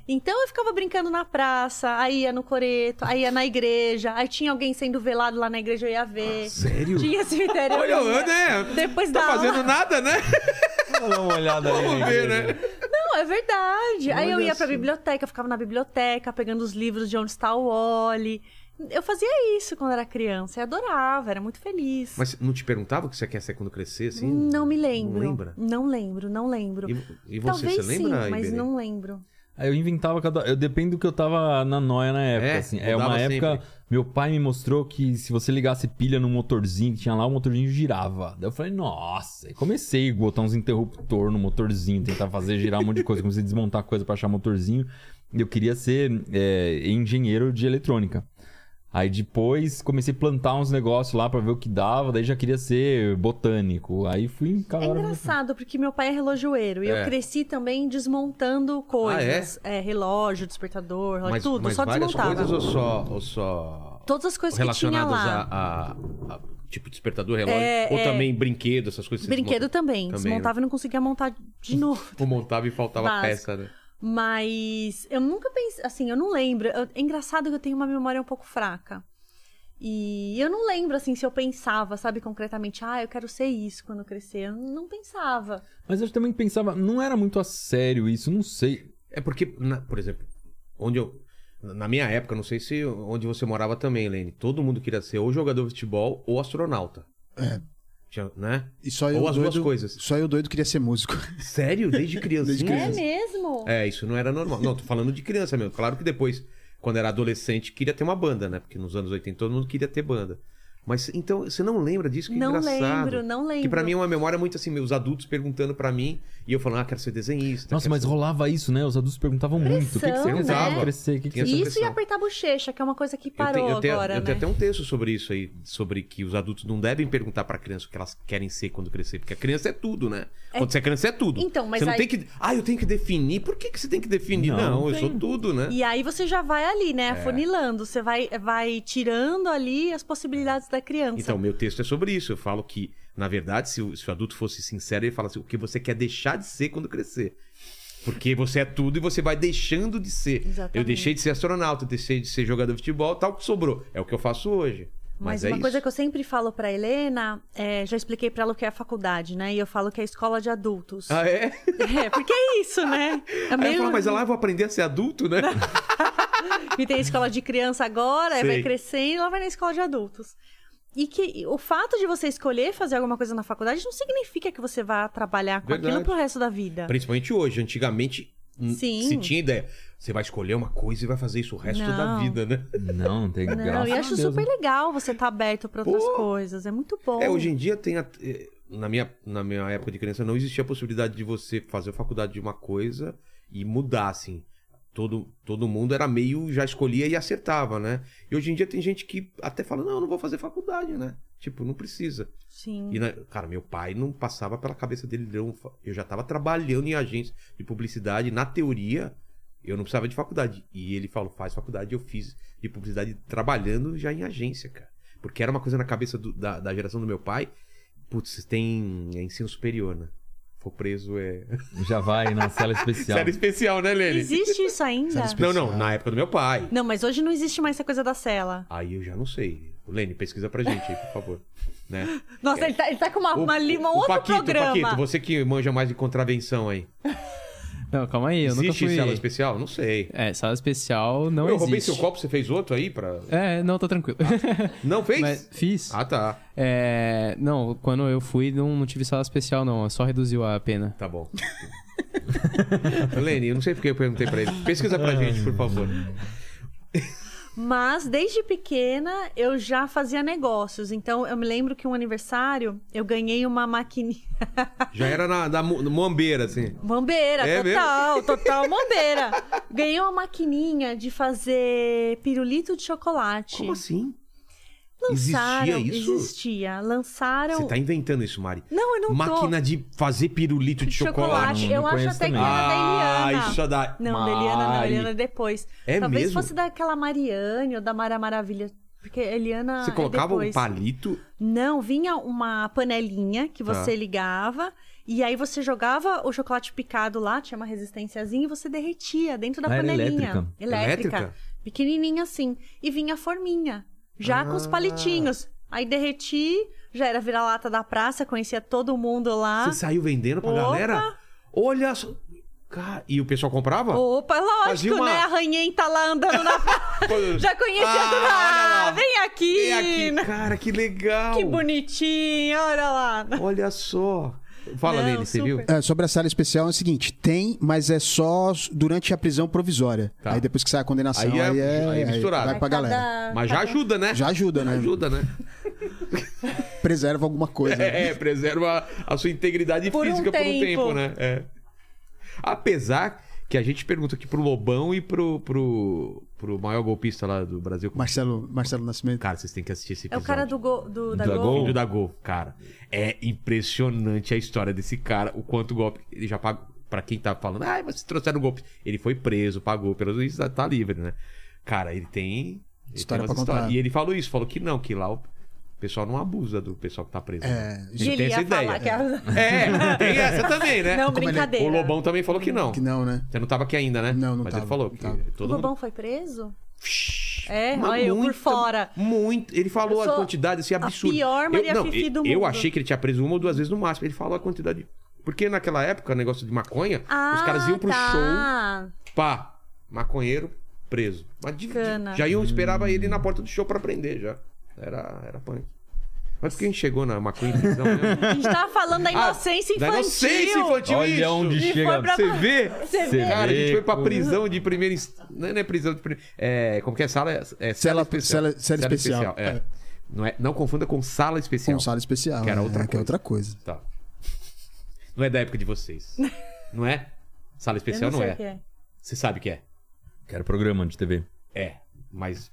[SPEAKER 4] Então eu ficava brincando na praça, aí ia no coreto, aí ia na igreja, aí tinha alguém sendo velado lá na igreja, eu ia ver.
[SPEAKER 1] Sério?
[SPEAKER 4] Tinha cemitério. eu
[SPEAKER 1] Olha,
[SPEAKER 4] ia.
[SPEAKER 1] eu, né?
[SPEAKER 4] Depois
[SPEAKER 1] Tá
[SPEAKER 4] da aula-
[SPEAKER 1] fazendo nada, né?
[SPEAKER 5] Vamos dar uma olhada aí.
[SPEAKER 1] Vamos
[SPEAKER 5] na
[SPEAKER 1] ver,
[SPEAKER 5] igreja.
[SPEAKER 1] né?
[SPEAKER 4] Não, é verdade. Aí eu
[SPEAKER 2] Olha
[SPEAKER 4] ia pra
[SPEAKER 2] só.
[SPEAKER 4] biblioteca, eu ficava na biblioteca, pegando os livros de onde está o Oli. Eu fazia isso quando era criança, eu adorava, era muito feliz.
[SPEAKER 1] Mas não te perguntava o que você quer ser quando crescer, assim?
[SPEAKER 4] não me lembro.
[SPEAKER 1] Não lembra?
[SPEAKER 4] Não lembro, não lembro.
[SPEAKER 1] E, e você,
[SPEAKER 4] Talvez
[SPEAKER 1] você lembra,
[SPEAKER 4] sim, mas
[SPEAKER 1] Iberê?
[SPEAKER 4] não lembro.
[SPEAKER 5] Aí eu inventava cada. Eu dependo do que eu tava na noia na época,
[SPEAKER 1] É,
[SPEAKER 5] assim. É
[SPEAKER 1] mudava
[SPEAKER 5] uma época.
[SPEAKER 1] sempre.
[SPEAKER 5] Meu pai me mostrou que se você ligasse pilha no motorzinho que tinha lá, o motorzinho girava. Daí eu falei, nossa. E comecei a botar uns interruptor no motorzinho, tentar fazer girar um monte de coisa. Comecei a desmontar coisa pra achar motorzinho. E Eu queria ser é, engenheiro de eletrônica. Aí depois comecei a plantar uns negócios lá pra ver o que dava. Daí já queria ser botânico. Aí fui
[SPEAKER 4] É
[SPEAKER 5] encarar.
[SPEAKER 4] engraçado, porque meu pai é relojoeiro e
[SPEAKER 1] É. Ah,
[SPEAKER 4] eu cresci também desmontando coisas. é? relógio, despertador, relógio,
[SPEAKER 1] Mas-
[SPEAKER 4] tudo,
[SPEAKER 1] mas
[SPEAKER 4] só
[SPEAKER 1] várias
[SPEAKER 4] desmontava.
[SPEAKER 1] coisas ou só, ou só
[SPEAKER 4] Todas as coisas que tinha
[SPEAKER 1] relacionadas
[SPEAKER 4] lá.
[SPEAKER 1] a, a- a, tipo despertador, relógio,
[SPEAKER 4] É,
[SPEAKER 1] ou
[SPEAKER 4] é.
[SPEAKER 1] também brinquedo, essas coisas. que vocês
[SPEAKER 4] Brinquedo também.
[SPEAKER 1] Também, né?
[SPEAKER 4] Desmontava e não conseguia montar de novo.
[SPEAKER 1] montam- Ou montava e faltava
[SPEAKER 4] Básico.
[SPEAKER 1] peça, né?
[SPEAKER 4] Mas eu nunca pensei. Assim, eu não lembro. Eu- é engraçado que eu tenho uma memória um pouco fraca. E eu não lembro, assim, se eu pensava, sabe, concretamente, ah, eu quero ser isso quando eu crescer. Eu não pensava.
[SPEAKER 5] Mas eu também pensava, não era muito a sério isso, não sei.
[SPEAKER 1] É porque, na- por exemplo, onde eu. na- Na minha época, não sei se onde você morava também, Helene, todo mundo queria ser ou jogador de futebol ou astronauta.
[SPEAKER 5] É.
[SPEAKER 1] Tinha- né?
[SPEAKER 2] E só eu
[SPEAKER 1] Ou as
[SPEAKER 2] doido,
[SPEAKER 1] duas coisas.
[SPEAKER 2] Só eu doido queria ser músico.
[SPEAKER 1] Sério? Desde criancinha?
[SPEAKER 4] É mesmo?
[SPEAKER 1] É, isso não era normal. Não, tô falando de criança mesmo. Claro que depois, quando era adolescente, queria ter uma banda, né? Porque nos anos 80 todo mundo queria ter banda. Mas então, você não lembra disso? Que
[SPEAKER 4] não
[SPEAKER 1] engraçado.
[SPEAKER 4] lembro, não lembro.
[SPEAKER 1] Que pra mim é uma memória muito assim, os adultos perguntando pra mim e eu falando, ah, quero ser desenhista.
[SPEAKER 5] Nossa,
[SPEAKER 1] quero
[SPEAKER 5] mas
[SPEAKER 1] ser...
[SPEAKER 5] rolava isso, né? Os adultos perguntavam muito. O que, que você
[SPEAKER 4] Pressão,
[SPEAKER 5] pensava
[SPEAKER 1] né?
[SPEAKER 5] pra crescer? O que, que
[SPEAKER 1] Tinha
[SPEAKER 5] você...
[SPEAKER 1] essa
[SPEAKER 4] Isso e
[SPEAKER 1] pressão.
[SPEAKER 4] apertar a bochecha, que é uma coisa que
[SPEAKER 1] Eu
[SPEAKER 4] parou
[SPEAKER 1] tenho- eu tenho,
[SPEAKER 4] agora,
[SPEAKER 1] eu tenho
[SPEAKER 4] né?
[SPEAKER 1] até um texto sobre isso aí, sobre que os adultos não devem perguntar pra criança o que elas querem ser quando crescer, porque a criança é tudo, né? Quando você é criança é tudo.
[SPEAKER 4] Então, mas
[SPEAKER 1] você não
[SPEAKER 4] aí-
[SPEAKER 1] tem que, ah, eu tenho que definir. Por que, que você tem que definir?
[SPEAKER 5] Não,
[SPEAKER 1] Não,
[SPEAKER 5] não
[SPEAKER 1] eu
[SPEAKER 5] tem.
[SPEAKER 1] sou tudo, né?
[SPEAKER 4] E aí você já vai ali,
[SPEAKER 1] É.
[SPEAKER 4] né, afunilando. Você vai, vai tirando ali as possibilidades da criança.
[SPEAKER 1] Então, meu texto é sobre isso. Eu falo que, na verdade, se o, se o adulto fosse sincero, ele fala assim: o que você quer deixar de ser quando crescer. Porque você é tudo e você vai deixando de ser.
[SPEAKER 4] Exatamente.
[SPEAKER 1] Eu deixei de ser astronauta, eu deixei de ser jogador de futebol, tal que sobrou. É o que eu faço hoje. Mas,
[SPEAKER 4] Mas
[SPEAKER 1] é
[SPEAKER 4] uma
[SPEAKER 1] isso.
[SPEAKER 4] coisa que eu sempre falo pra Helena, é, já expliquei pra ela o que é a faculdade, né? E eu falo que é a escola de adultos.
[SPEAKER 1] Ah, é?
[SPEAKER 4] É, porque é isso, né? É
[SPEAKER 1] Aí eu
[SPEAKER 4] meio-
[SPEAKER 1] falo, mas lá eu vou aprender a ser adulto, né?
[SPEAKER 4] E tem escola de criança agora, aí
[SPEAKER 1] Sei.
[SPEAKER 4] vai crescendo, ela vai na escola de adultos. E que o fato de você escolher fazer alguma coisa na faculdade não significa que você vá trabalhar com
[SPEAKER 1] Verdade.
[SPEAKER 4] aquilo pro resto da vida.
[SPEAKER 1] Principalmente hoje. Antigamente, n-
[SPEAKER 4] Sim.
[SPEAKER 1] se tinha ideia, você vai escolher uma coisa e vai fazer isso o resto da
[SPEAKER 4] Não.
[SPEAKER 1] vida, né?
[SPEAKER 5] Não, não tem
[SPEAKER 4] Não,
[SPEAKER 5] graça.
[SPEAKER 4] e acho
[SPEAKER 5] a Deus,
[SPEAKER 4] super
[SPEAKER 5] né?
[SPEAKER 4] legal você estar aberto pra outras
[SPEAKER 1] Pô.
[SPEAKER 4] coisas. É muito bom.
[SPEAKER 1] É, hoje em dia tem. a- eh, na, minha, na minha época de criança não existia a possibilidade de você fazer a faculdade de uma coisa e mudar, assim. Todo, todo mundo era meio, já escolhia e acertava, né? E hoje em dia tem gente que até fala, não, eu não vou fazer faculdade, né? Tipo, não precisa.
[SPEAKER 4] Sim.
[SPEAKER 1] E, na- cara, meu pai não passava pela cabeça dele, não. fa- Eu já tava trabalhando em agência de publicidade, na teoria, eu não precisava de faculdade. E ele falou, faz faculdade, eu fiz de publicidade trabalhando já em agência, cara. Porque era uma coisa na cabeça do- da, da geração do meu pai. Putz, tem é ensino superior, né? For preso é.
[SPEAKER 5] Já vai na sala especial.
[SPEAKER 1] Série especial, né, Lene?
[SPEAKER 4] Existe isso ainda?
[SPEAKER 2] Sabe,
[SPEAKER 1] Não, não, na época do meu pai.
[SPEAKER 4] Não, mas hoje não existe mais essa coisa da cela.
[SPEAKER 1] Aí eu já não sei. Lene, pesquisa pra gente aí, por favor. Né?
[SPEAKER 4] Nossa, ele, tá, ele tá com uma, uma, li- um outro
[SPEAKER 1] Paquito,
[SPEAKER 4] programa.
[SPEAKER 1] Paquito, você que manja mais de contravenção aí.
[SPEAKER 3] Não, calma aí, eu
[SPEAKER 1] Existe
[SPEAKER 3] nunca
[SPEAKER 1] cela
[SPEAKER 3] fui...
[SPEAKER 1] especial? Não sei.
[SPEAKER 3] É, sala especial não
[SPEAKER 1] eu
[SPEAKER 3] existe.
[SPEAKER 1] roubei seu copo, você fez outro aí pra.
[SPEAKER 3] É, não, tá tranquilo.
[SPEAKER 1] Não fez?
[SPEAKER 3] Mas fiz.
[SPEAKER 1] Ah, tá.
[SPEAKER 3] É, não, quando eu fui, não, não tive sala especial, não. Só reduziu a pena.
[SPEAKER 1] Tá bom. Lene, eu não sei porque eu perguntei pra ele. Pesquisa pra gente, por favor.
[SPEAKER 4] Mas desde pequena eu já fazia negócios. Então eu me lembro que um aniversário eu ganhei uma maquininha.
[SPEAKER 1] Já era na, na mu- muambeira, assim.
[SPEAKER 4] Mambeira,
[SPEAKER 1] É
[SPEAKER 4] total, total mambeira. Ganhei uma maquininha de fazer pirulito de chocolate.
[SPEAKER 1] Como assim?
[SPEAKER 4] Lançaram,
[SPEAKER 1] Existia isso?
[SPEAKER 4] Existia. Lançaram.
[SPEAKER 1] Você tá inventando isso, Mari.
[SPEAKER 4] Não, eu não
[SPEAKER 1] Máquina de fazer pirulito
[SPEAKER 4] tô.
[SPEAKER 1] de chocolate.
[SPEAKER 5] chocolate. Não,
[SPEAKER 4] Eu
[SPEAKER 5] não
[SPEAKER 4] acho
[SPEAKER 5] conheço
[SPEAKER 4] até que
[SPEAKER 5] também.
[SPEAKER 4] era da
[SPEAKER 1] Ah,
[SPEAKER 4] Eliana.
[SPEAKER 1] isso é da.
[SPEAKER 4] Não, da Eliana não,
[SPEAKER 1] Mari.
[SPEAKER 4] Eliana é depois.
[SPEAKER 1] É
[SPEAKER 4] Talvez
[SPEAKER 1] mesmo?
[SPEAKER 4] fosse daquela Mariane ou da Mara Maravilha. Porque a Eliana.
[SPEAKER 1] Você
[SPEAKER 4] é
[SPEAKER 1] colocava um
[SPEAKER 4] depois.
[SPEAKER 1] palito.
[SPEAKER 4] Não, vinha uma panelinha que você
[SPEAKER 1] Tá.
[SPEAKER 4] ligava. E aí você jogava o chocolate picado lá, tinha uma resistênciazinha, e você derretia dentro da
[SPEAKER 5] Ah, era
[SPEAKER 4] panelinha.
[SPEAKER 5] elétrica.
[SPEAKER 4] Elétrica.
[SPEAKER 1] Elétrica?
[SPEAKER 4] Pequenininha assim. E vinha a forminha, já com os
[SPEAKER 1] Ah.
[SPEAKER 4] palitinhos. Aí derreti, já era vira-lata da praça, conhecia todo mundo lá.
[SPEAKER 1] Você saiu vendendo pra
[SPEAKER 4] Opa!
[SPEAKER 1] galera? Olha só. Cara, e o pessoal comprava?
[SPEAKER 4] Opa,
[SPEAKER 1] Fazia
[SPEAKER 4] lógico,
[SPEAKER 1] uma-
[SPEAKER 4] né? A ranhenta lá andando na
[SPEAKER 1] Pô,
[SPEAKER 4] Já conhecia
[SPEAKER 1] Ah,
[SPEAKER 4] tudo.
[SPEAKER 1] olha lá.
[SPEAKER 4] Ah, vem aqui!
[SPEAKER 1] vem aqui, cara, que legal.
[SPEAKER 4] Que bonitinho, olha lá.
[SPEAKER 1] Olha só. Fala
[SPEAKER 4] Não,
[SPEAKER 1] nele, você
[SPEAKER 4] super.
[SPEAKER 1] viu?
[SPEAKER 2] É, sobre a sala especial é o seguinte: tem, mas é só durante a prisão provisória.
[SPEAKER 1] Tá.
[SPEAKER 2] Aí depois que sai a condenação,
[SPEAKER 1] Aí
[SPEAKER 2] aí,
[SPEAKER 1] é-
[SPEAKER 2] é,
[SPEAKER 1] aí é misturado.
[SPEAKER 2] vai pra galera.
[SPEAKER 4] Ah,
[SPEAKER 1] Mas
[SPEAKER 4] tá
[SPEAKER 1] já ajuda, né?
[SPEAKER 2] Já ajuda, né?
[SPEAKER 1] Ajuda, né?
[SPEAKER 2] Preserva alguma coisa. né?
[SPEAKER 1] É, é, preserva a sua integridade
[SPEAKER 4] Por um
[SPEAKER 1] física por um tempo,
[SPEAKER 4] tempo.
[SPEAKER 1] né? É. Apesar que a gente pergunta aqui pro Lobão e pro, pro, pro maior golpista lá do Brasil.
[SPEAKER 2] Marcelo, Marcelo Nascimento.
[SPEAKER 1] Cara, vocês têm que assistir esse
[SPEAKER 4] É o
[SPEAKER 1] episódio.
[SPEAKER 4] cara do, go, do da
[SPEAKER 5] Da
[SPEAKER 4] Gol.
[SPEAKER 5] Gol?
[SPEAKER 1] Filho da Gol, cara. É impressionante a história desse cara, o quanto golpe ele já pagou. Pra quem tá falando, ah, mas se trouxeram golpe. Ele foi preso, pagou, pelo menos tá, tá livre, né? Cara, ele tem. ele
[SPEAKER 2] História
[SPEAKER 1] tem umas
[SPEAKER 2] pra contar.
[SPEAKER 1] histórias. E ele falou isso, falou que não, que lá o pessoal não abusa do pessoal que tá preso.
[SPEAKER 2] É,
[SPEAKER 1] Ele
[SPEAKER 4] E ele
[SPEAKER 1] tem
[SPEAKER 4] ia
[SPEAKER 1] essa
[SPEAKER 4] falar
[SPEAKER 1] ideia.
[SPEAKER 4] que era...
[SPEAKER 1] É, tem essa também, né?
[SPEAKER 4] Não,
[SPEAKER 2] Como ele- é
[SPEAKER 4] brincadeira.
[SPEAKER 1] o Lobão também falou que não.
[SPEAKER 2] Que não, né?
[SPEAKER 1] Você não tava aqui ainda, né?
[SPEAKER 2] Não, não
[SPEAKER 1] Mas
[SPEAKER 2] tava,
[SPEAKER 1] ele falou
[SPEAKER 2] não
[SPEAKER 1] que
[SPEAKER 2] tava.
[SPEAKER 4] O
[SPEAKER 1] todo mundo...
[SPEAKER 4] Lobão foi preso?
[SPEAKER 1] Shhh,
[SPEAKER 4] É,
[SPEAKER 1] mas
[SPEAKER 4] olha eu por
[SPEAKER 1] muito-
[SPEAKER 4] fora.
[SPEAKER 1] Muito. Ele falou
[SPEAKER 4] Eu
[SPEAKER 1] a
[SPEAKER 4] sou
[SPEAKER 1] quantidade assim absurda.
[SPEAKER 4] pior Maria
[SPEAKER 1] eu, não,
[SPEAKER 4] Fifi
[SPEAKER 1] eu-
[SPEAKER 4] do
[SPEAKER 1] Eu
[SPEAKER 4] mundo.
[SPEAKER 1] achei que ele tinha preso uma ou duas vezes no máximo. Ele falou a quantidade. Porque naquela época, o negócio de maconha, os caras iam pro show,
[SPEAKER 4] Ah, tá.
[SPEAKER 1] pá, maconheiro preso. Mas de, de-
[SPEAKER 4] Cana.
[SPEAKER 1] já iam esperava ele na porta do show pra prender já. Era era punk. Mas por que a gente chegou na maconha em prisão mesmo?
[SPEAKER 4] A gente tava falando da inocência
[SPEAKER 1] Ah, Da
[SPEAKER 4] infantil.
[SPEAKER 1] inocência infantil
[SPEAKER 5] Olha
[SPEAKER 1] isso.
[SPEAKER 5] onde
[SPEAKER 4] E
[SPEAKER 5] chega.
[SPEAKER 4] foi pra-
[SPEAKER 5] Você vê?
[SPEAKER 4] Você
[SPEAKER 5] Você
[SPEAKER 4] vê?
[SPEAKER 1] Cara, a gente foi pra
[SPEAKER 5] como-
[SPEAKER 1] prisão de primeira instância. Não é prisão de primeira. É, como que é? Sala. É,
[SPEAKER 2] Cela- cela- cela especial.
[SPEAKER 1] é.
[SPEAKER 2] É.
[SPEAKER 1] Não, é, não confunda com sala especial.
[SPEAKER 2] Com sala especial.
[SPEAKER 1] Então, Que era
[SPEAKER 2] né?
[SPEAKER 1] outra
[SPEAKER 2] Que é outra coisa.
[SPEAKER 1] Tá. Não é da época de vocês. Não é? Sala
[SPEAKER 4] Eu
[SPEAKER 1] especial não,
[SPEAKER 4] sei o
[SPEAKER 1] é.
[SPEAKER 4] que é.
[SPEAKER 1] Você sabe que é.
[SPEAKER 5] Quero programa de TV.
[SPEAKER 1] É, mas.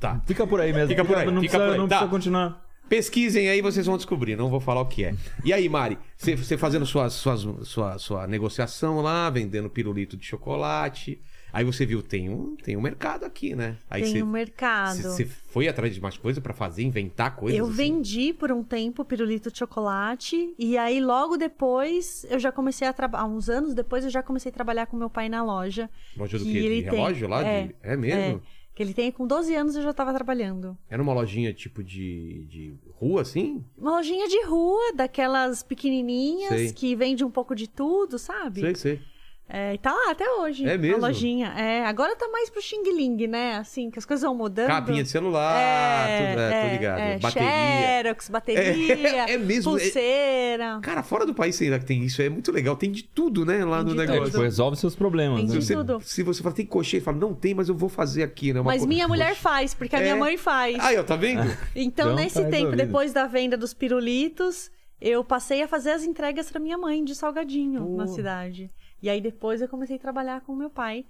[SPEAKER 1] Tá.
[SPEAKER 5] Fica por aí mesmo.
[SPEAKER 1] Fica por aí,
[SPEAKER 5] Não
[SPEAKER 1] fica
[SPEAKER 5] precisa,
[SPEAKER 1] por aí.
[SPEAKER 5] não
[SPEAKER 1] Tá.
[SPEAKER 5] precisa continuar.
[SPEAKER 1] Pesquisem aí, vocês vão descobrir. Não vou falar o que é. E aí, Mari? Você- Você fazendo suas, suas, sua, sua negociação lá, vendendo pirulito de chocolate. Aí você viu, tem um, tem um mercado aqui, né? Aí
[SPEAKER 4] Tem
[SPEAKER 1] você-
[SPEAKER 4] um mercado.
[SPEAKER 1] Você foi atrás de mais coisa pra fazer, inventar coisas?
[SPEAKER 4] Eu
[SPEAKER 1] assim?
[SPEAKER 4] vendi por um tempo pirulito de chocolate e aí logo depois eu já comecei a trabalhar, uns anos depois eu já comecei a trabalhar com meu pai na loja,
[SPEAKER 1] Loja do
[SPEAKER 4] que
[SPEAKER 1] quê? De
[SPEAKER 4] ele tem-
[SPEAKER 1] relógio lá?
[SPEAKER 4] é,
[SPEAKER 1] de- é mesmo?
[SPEAKER 4] que ele tem com 12 anos eu já tava trabalhando.
[SPEAKER 1] Era uma lojinha tipo de, de rua, assim?
[SPEAKER 4] Uma lojinha de rua, daquelas pequenininhas
[SPEAKER 1] Sei.
[SPEAKER 4] que vende um pouco de tudo, sabe?
[SPEAKER 1] Sei, sei.
[SPEAKER 4] É, e tá lá até hoje.
[SPEAKER 1] É mesmo?
[SPEAKER 4] A lojinha. É, agora tá mais pro Xing Ling, né? Assim, que as coisas vão mudando.
[SPEAKER 1] Capinha de celular, tudo, é, tô ligado.
[SPEAKER 4] é,
[SPEAKER 1] Bateria.
[SPEAKER 4] Xerox, bateria,
[SPEAKER 1] É, é mesmo, é-
[SPEAKER 4] pulseira.
[SPEAKER 1] Cara, fora do país será que tem isso? É muito legal. Tem de tudo, né? Lá
[SPEAKER 4] Tem
[SPEAKER 1] no
[SPEAKER 4] de
[SPEAKER 5] É,
[SPEAKER 1] negócio.
[SPEAKER 5] tipo, resolve seus problemas.
[SPEAKER 4] Tem
[SPEAKER 5] né?
[SPEAKER 1] se,
[SPEAKER 4] de
[SPEAKER 1] você,
[SPEAKER 4] tudo.
[SPEAKER 1] se você fala, tem cocheiro, fala, não tem, mas eu vou fazer aqui, né? Uma
[SPEAKER 4] Mas
[SPEAKER 1] co-
[SPEAKER 4] minha mulher faz, porque a minha
[SPEAKER 1] É.
[SPEAKER 4] mãe faz.
[SPEAKER 1] Aí, ó, tá vendo?
[SPEAKER 4] Então,
[SPEAKER 5] Então
[SPEAKER 4] nesse
[SPEAKER 5] tá
[SPEAKER 4] tempo,
[SPEAKER 5] resolvido.
[SPEAKER 4] depois da venda dos pirulitos, eu passei a fazer as entregas pra minha mãe de salgadinho
[SPEAKER 1] Pô.
[SPEAKER 4] na cidade. E aí depois eu comecei a trabalhar com meu pai.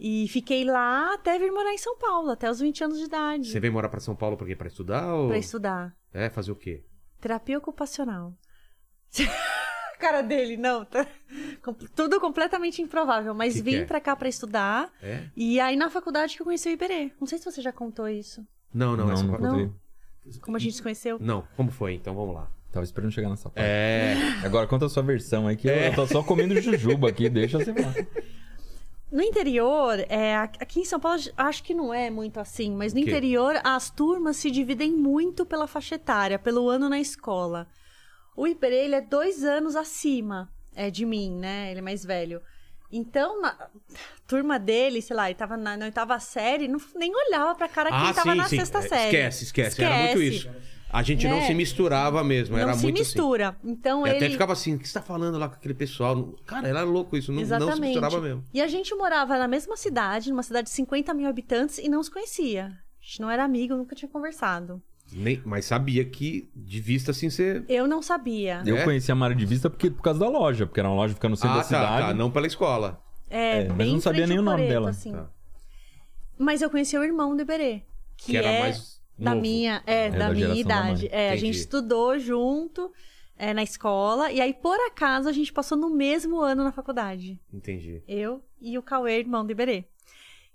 [SPEAKER 4] E fiquei lá até vir morar em São Paulo, até os 20 anos de idade.
[SPEAKER 1] Você vem morar pra São Paulo pra quê? Pra estudar? Ou...
[SPEAKER 4] Pra estudar.
[SPEAKER 1] É, fazer o quê?
[SPEAKER 4] Terapia ocupacional. A Cara dele, não. tá- com- Tudo completamente improvável. Mas
[SPEAKER 1] Que que
[SPEAKER 4] vim
[SPEAKER 1] é?
[SPEAKER 4] pra cá pra estudar.
[SPEAKER 1] É?
[SPEAKER 4] E aí na faculdade que eu conheci o Iberê. Não sei se você já contou isso.
[SPEAKER 1] Não, não,
[SPEAKER 5] Não,
[SPEAKER 1] essa
[SPEAKER 5] não,
[SPEAKER 1] parte-
[SPEAKER 5] contei.
[SPEAKER 4] Como a gente se conheceu.
[SPEAKER 1] Não, como foi? Então vamos lá.
[SPEAKER 5] Tava esperando chegar nessa parte.
[SPEAKER 1] É.
[SPEAKER 5] Agora conta a sua versão aí, que
[SPEAKER 1] É.
[SPEAKER 5] eu tô só comendo jujuba aqui, deixa você falar.
[SPEAKER 4] No interior, é, a- aqui em São Paulo acho que não é muito assim, mas no
[SPEAKER 1] O quê?
[SPEAKER 4] interior as turmas se dividem muito pela faixa etária, pelo ano na escola. O Iberê, ele é dois anos acima é, de mim, né? Ele é mais velho. Então, na a turma dele, sei lá, ele tava na, na oitava série, não, nem olhava pra cara quem tava na sexta
[SPEAKER 1] É,
[SPEAKER 4] série.
[SPEAKER 1] Esquece, esquece, Era muito isso. A gente não
[SPEAKER 4] Né?
[SPEAKER 1] se misturava mesmo.
[SPEAKER 4] Não
[SPEAKER 1] era
[SPEAKER 4] se
[SPEAKER 1] muito assim.
[SPEAKER 4] mistura. Então
[SPEAKER 1] Eu
[SPEAKER 4] ele.
[SPEAKER 1] até ficava assim, o que você tá falando lá com aquele pessoal? Cara, era louco isso, não, não se
[SPEAKER 4] Exatamente.
[SPEAKER 1] misturava mesmo.
[SPEAKER 4] E a gente morava na mesma cidade, numa cidade de 50 mil habitantes, e não se conhecia. A gente não era amigo, nunca tinha conversado.
[SPEAKER 1] Nem- mas sabia que, de vista assim, você...
[SPEAKER 4] Eu não sabia.
[SPEAKER 5] Eu
[SPEAKER 1] É?
[SPEAKER 5] conheci a Mari de vista porque, por causa da loja, porque era uma loja que fica no
[SPEAKER 1] Ah,
[SPEAKER 5] centro da
[SPEAKER 1] tá, tá,
[SPEAKER 5] cidade.
[SPEAKER 1] não pela escola.
[SPEAKER 4] É,
[SPEAKER 5] É, mas
[SPEAKER 4] bem
[SPEAKER 5] eu não sabia
[SPEAKER 4] em frente
[SPEAKER 5] nem
[SPEAKER 4] ao
[SPEAKER 5] o nome
[SPEAKER 4] Coreto,
[SPEAKER 5] dela.
[SPEAKER 4] assim.
[SPEAKER 1] Tá.
[SPEAKER 4] Mas eu conheci o irmão do Iberê, que,
[SPEAKER 1] Que era
[SPEAKER 4] é
[SPEAKER 1] mais
[SPEAKER 4] da
[SPEAKER 1] novo.
[SPEAKER 4] minha, é,
[SPEAKER 5] É,
[SPEAKER 4] da
[SPEAKER 5] da
[SPEAKER 4] minha
[SPEAKER 5] geração da mãe.
[SPEAKER 4] idade. é, a
[SPEAKER 1] Entendi.
[SPEAKER 4] gente estudou junto é, na escola e aí por acaso a gente passou no mesmo ano na faculdade.
[SPEAKER 1] Entendi.
[SPEAKER 4] Eu e o Cauê, irmão do Iberê.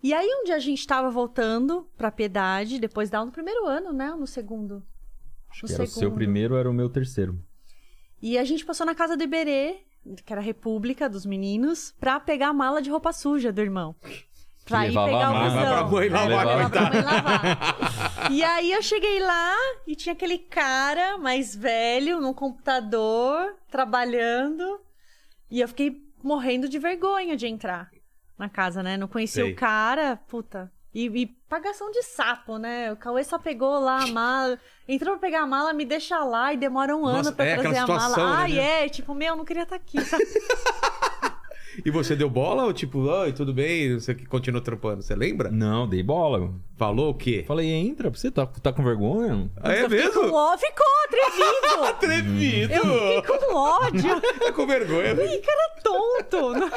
[SPEAKER 4] E aí um dia a gente tava voltando pra Piedade, depois da aula no primeiro ano, né? Ou no segundo.
[SPEAKER 5] Acho
[SPEAKER 4] No
[SPEAKER 5] que era o seu
[SPEAKER 4] segundo.
[SPEAKER 5] primeiro, era o meu terceiro.
[SPEAKER 4] E a gente passou na casa do Iberê, que era a república dos meninos, pra pegar a mala de roupa suja do irmão. Pra ir
[SPEAKER 5] Levava
[SPEAKER 4] pegar
[SPEAKER 5] a
[SPEAKER 4] o
[SPEAKER 5] mala.
[SPEAKER 4] busão.
[SPEAKER 1] Pra mãe lavar,
[SPEAKER 4] Pra
[SPEAKER 5] Levava-
[SPEAKER 4] ela pra mãe lavar. E aí eu cheguei lá e tinha aquele cara mais velho no computador, trabalhando. E eu fiquei morrendo de vergonha de entrar na casa, né? Não conhecia
[SPEAKER 1] Sei.
[SPEAKER 4] o cara, puta. E, e pagação de sapo, né? O Cauê só pegou lá a mala, entrou pra pegar a mala, me deixa lá e demora um
[SPEAKER 1] Nossa,
[SPEAKER 4] ano pra
[SPEAKER 1] é aquela
[SPEAKER 4] trazer a mala.
[SPEAKER 1] situação, né,
[SPEAKER 4] Ai,
[SPEAKER 1] gente?
[SPEAKER 4] é, tipo, meu, eu não queria estar aqui, sabe?
[SPEAKER 1] E você deu bola ou tipo, oi, tudo bem? Você que continuou trampando, você lembra?
[SPEAKER 5] Não, dei bola.
[SPEAKER 1] Falou o quê?
[SPEAKER 5] Falei, entra, você tá, tá com vergonha?
[SPEAKER 1] Ah, é
[SPEAKER 4] Eu fiquei com
[SPEAKER 1] mesmo?
[SPEAKER 4] ó- Ficou atrevido!
[SPEAKER 1] Atrevido!
[SPEAKER 4] Eu fiquei com ódio.
[SPEAKER 1] Tá com vergonha.
[SPEAKER 4] Ih, cara tonto. Não-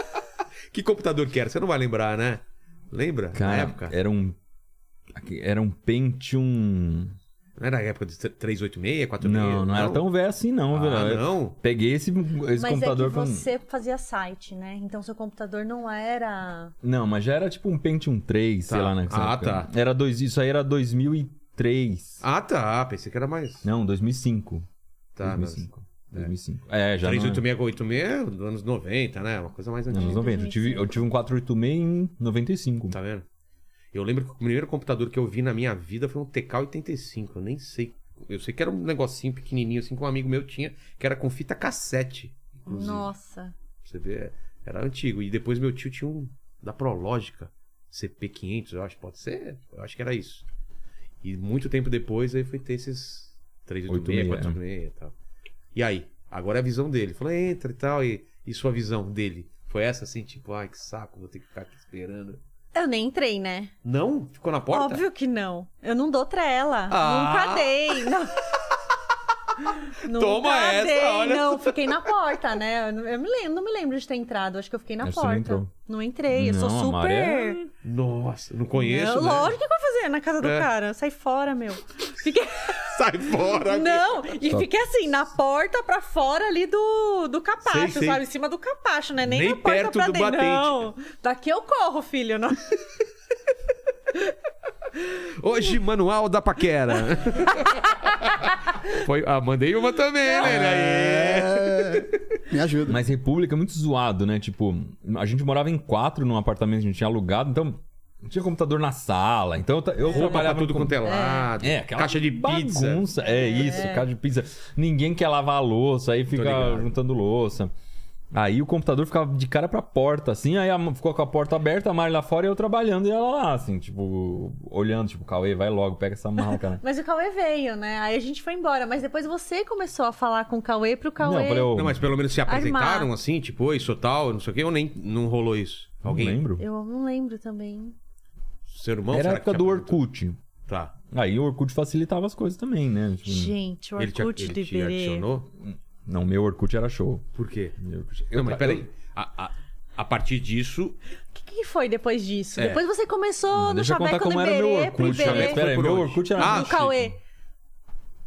[SPEAKER 1] Que computador que era? Você não vai lembrar, né? Lembra? Na
[SPEAKER 5] Cara,
[SPEAKER 1] época?
[SPEAKER 5] era um. Era um Pentium.
[SPEAKER 1] Não era a época de 386, 46?
[SPEAKER 5] Não, não era tão velho assim, não,
[SPEAKER 1] Ah,
[SPEAKER 5] velho. Eu
[SPEAKER 1] não?
[SPEAKER 5] Peguei esse, esse
[SPEAKER 4] Mas é
[SPEAKER 5] computador
[SPEAKER 4] que
[SPEAKER 5] com.
[SPEAKER 4] você fazia site, né? Então seu computador não era.
[SPEAKER 5] Não, mas já era tipo um Pentium 3, sei
[SPEAKER 1] Tá.
[SPEAKER 5] lá, né? que
[SPEAKER 1] Ah,
[SPEAKER 5] época.
[SPEAKER 1] tá.
[SPEAKER 5] Era dois, isso aí era 2003.
[SPEAKER 1] Ah, tá. Pensei que era mais.
[SPEAKER 5] Não, 2005.
[SPEAKER 1] Tá, mas...
[SPEAKER 5] 2005. 2005. É, já. não-
[SPEAKER 1] 386 com 86, dos anos 90, né? Uma coisa mais
[SPEAKER 5] Não,
[SPEAKER 1] antiga.
[SPEAKER 5] anos 90. Eu tive, eu tive um 486 em 95.
[SPEAKER 1] Tá vendo? Eu lembro que o primeiro computador que eu vi na minha vida foi um TK85. Eu nem sei. Eu sei que era um negocinho pequenininho, assim, que um amigo meu tinha, que era com fita cassete. Inclusive.
[SPEAKER 4] Nossa.
[SPEAKER 1] Você vê, era antigo. E depois meu tio tinha um da Prológica, CP500, eu acho. Pode ser? Eu acho que era isso. E muito tempo depois aí foi ter esses 386,
[SPEAKER 5] 86,
[SPEAKER 1] 486 e tal. E aí? Agora é a visão dele. Falou, entra e tal. E, e sua visão dele? Foi essa assim, tipo, ai que saco, vou ter que ficar aqui esperando.
[SPEAKER 4] Eu nem entrei, né?
[SPEAKER 1] Não? Ficou na porta?
[SPEAKER 4] Óbvio que não. Eu não dou trela.
[SPEAKER 1] Ah.
[SPEAKER 4] Nunca dei. Não. Nunca
[SPEAKER 1] Toma essa,
[SPEAKER 4] dei,
[SPEAKER 1] olha
[SPEAKER 4] não, fiquei na porta, né? Eu não, eu me lembro, não me lembro de ter entrado, acho que eu fiquei na
[SPEAKER 5] Mas você não
[SPEAKER 4] porta.
[SPEAKER 5] entrou.
[SPEAKER 4] Não entrei, eu sou
[SPEAKER 5] Não, a
[SPEAKER 4] super.
[SPEAKER 5] Mari é-
[SPEAKER 1] Nossa, não conheço.
[SPEAKER 4] Não,
[SPEAKER 1] né?
[SPEAKER 4] Lógico que eu vou fazer na casa do
[SPEAKER 1] É.
[SPEAKER 4] cara, sai fora, meu. Fiquei...
[SPEAKER 1] Sai fora.
[SPEAKER 4] Não, e
[SPEAKER 5] Só-
[SPEAKER 4] fiquei assim, na porta pra fora ali do, do capacho,
[SPEAKER 1] Sei, sei.
[SPEAKER 4] sabe? Em cima do capacho, né? Nem,
[SPEAKER 1] Nem
[SPEAKER 4] na porta
[SPEAKER 1] perto
[SPEAKER 4] pra
[SPEAKER 1] do
[SPEAKER 4] dentro.
[SPEAKER 1] batente.
[SPEAKER 4] Não, daqui eu corro, filho. Não.
[SPEAKER 1] Hoje, manual da paquera. Foi, ah, mandei uma também,
[SPEAKER 2] É.
[SPEAKER 1] né? Aí.
[SPEAKER 2] Me ajuda.
[SPEAKER 5] Mas República é muito zoado, né? Tipo, a gente morava em quatro num apartamento que a gente tinha alugado, então tinha computador na sala. Então eu, ta- eu
[SPEAKER 1] Roupa pra
[SPEAKER 5] trabalhava
[SPEAKER 1] tudo
[SPEAKER 5] no
[SPEAKER 1] quanto é lado.
[SPEAKER 5] É, aquela
[SPEAKER 1] caixa de pizza.
[SPEAKER 5] bagunça. É isso, caixa de pizza. Ninguém quer lavar a louça, aí fica
[SPEAKER 1] ligado.
[SPEAKER 5] juntando louça. Aí o computador ficava de cara pra porta, assim, aí a Ma- ficou com a porta aberta, a Mari lá fora e eu trabalhando, e ela lá, assim, tipo, olhando, tipo, Cauê, vai logo, pega essa né?" mala, cara.
[SPEAKER 4] Mas o Cauê veio, né? Aí a gente foi embora. Mas depois você começou a falar com o Cauê pro Cauê.
[SPEAKER 5] Não, eu falei, ô,
[SPEAKER 1] Não, mas pelo menos se
[SPEAKER 4] Armar.
[SPEAKER 1] apresentaram assim, tipo, oi, sou tal, não sei o quê, ou nem não rolou isso.
[SPEAKER 5] não
[SPEAKER 1] Alguém? um
[SPEAKER 5] lembro.
[SPEAKER 4] Eu não lembro
[SPEAKER 5] Hum.
[SPEAKER 4] também.
[SPEAKER 1] Ser humano?
[SPEAKER 5] Era a
[SPEAKER 1] será que te
[SPEAKER 5] época do
[SPEAKER 1] apresentou?
[SPEAKER 5] Orkut.
[SPEAKER 1] Tá.
[SPEAKER 5] Aí o Orkut facilitava as coisas também, né? Tipo,
[SPEAKER 4] Gente, o
[SPEAKER 1] Ele te,
[SPEAKER 4] Orkut
[SPEAKER 1] ele
[SPEAKER 4] de
[SPEAKER 1] te adicionou?
[SPEAKER 5] Não, meu Orkut era show.
[SPEAKER 1] Por quê?
[SPEAKER 5] Meu Orkut-
[SPEAKER 1] Não, mas peraí. A, a, a partir disso,
[SPEAKER 4] O que, que foi depois disso?
[SPEAKER 1] É.
[SPEAKER 4] Depois você começou no
[SPEAKER 5] Hum, Deixa eu contar
[SPEAKER 4] Chaveco do
[SPEAKER 5] como era
[SPEAKER 4] Iberê,
[SPEAKER 5] meu
[SPEAKER 4] pro
[SPEAKER 5] Orkut.
[SPEAKER 4] Iberê,
[SPEAKER 5] Chaveco, peraí,
[SPEAKER 1] Foi por
[SPEAKER 5] meu
[SPEAKER 1] onde?
[SPEAKER 5] Orkut
[SPEAKER 1] Ah,
[SPEAKER 5] era
[SPEAKER 4] do Cauê.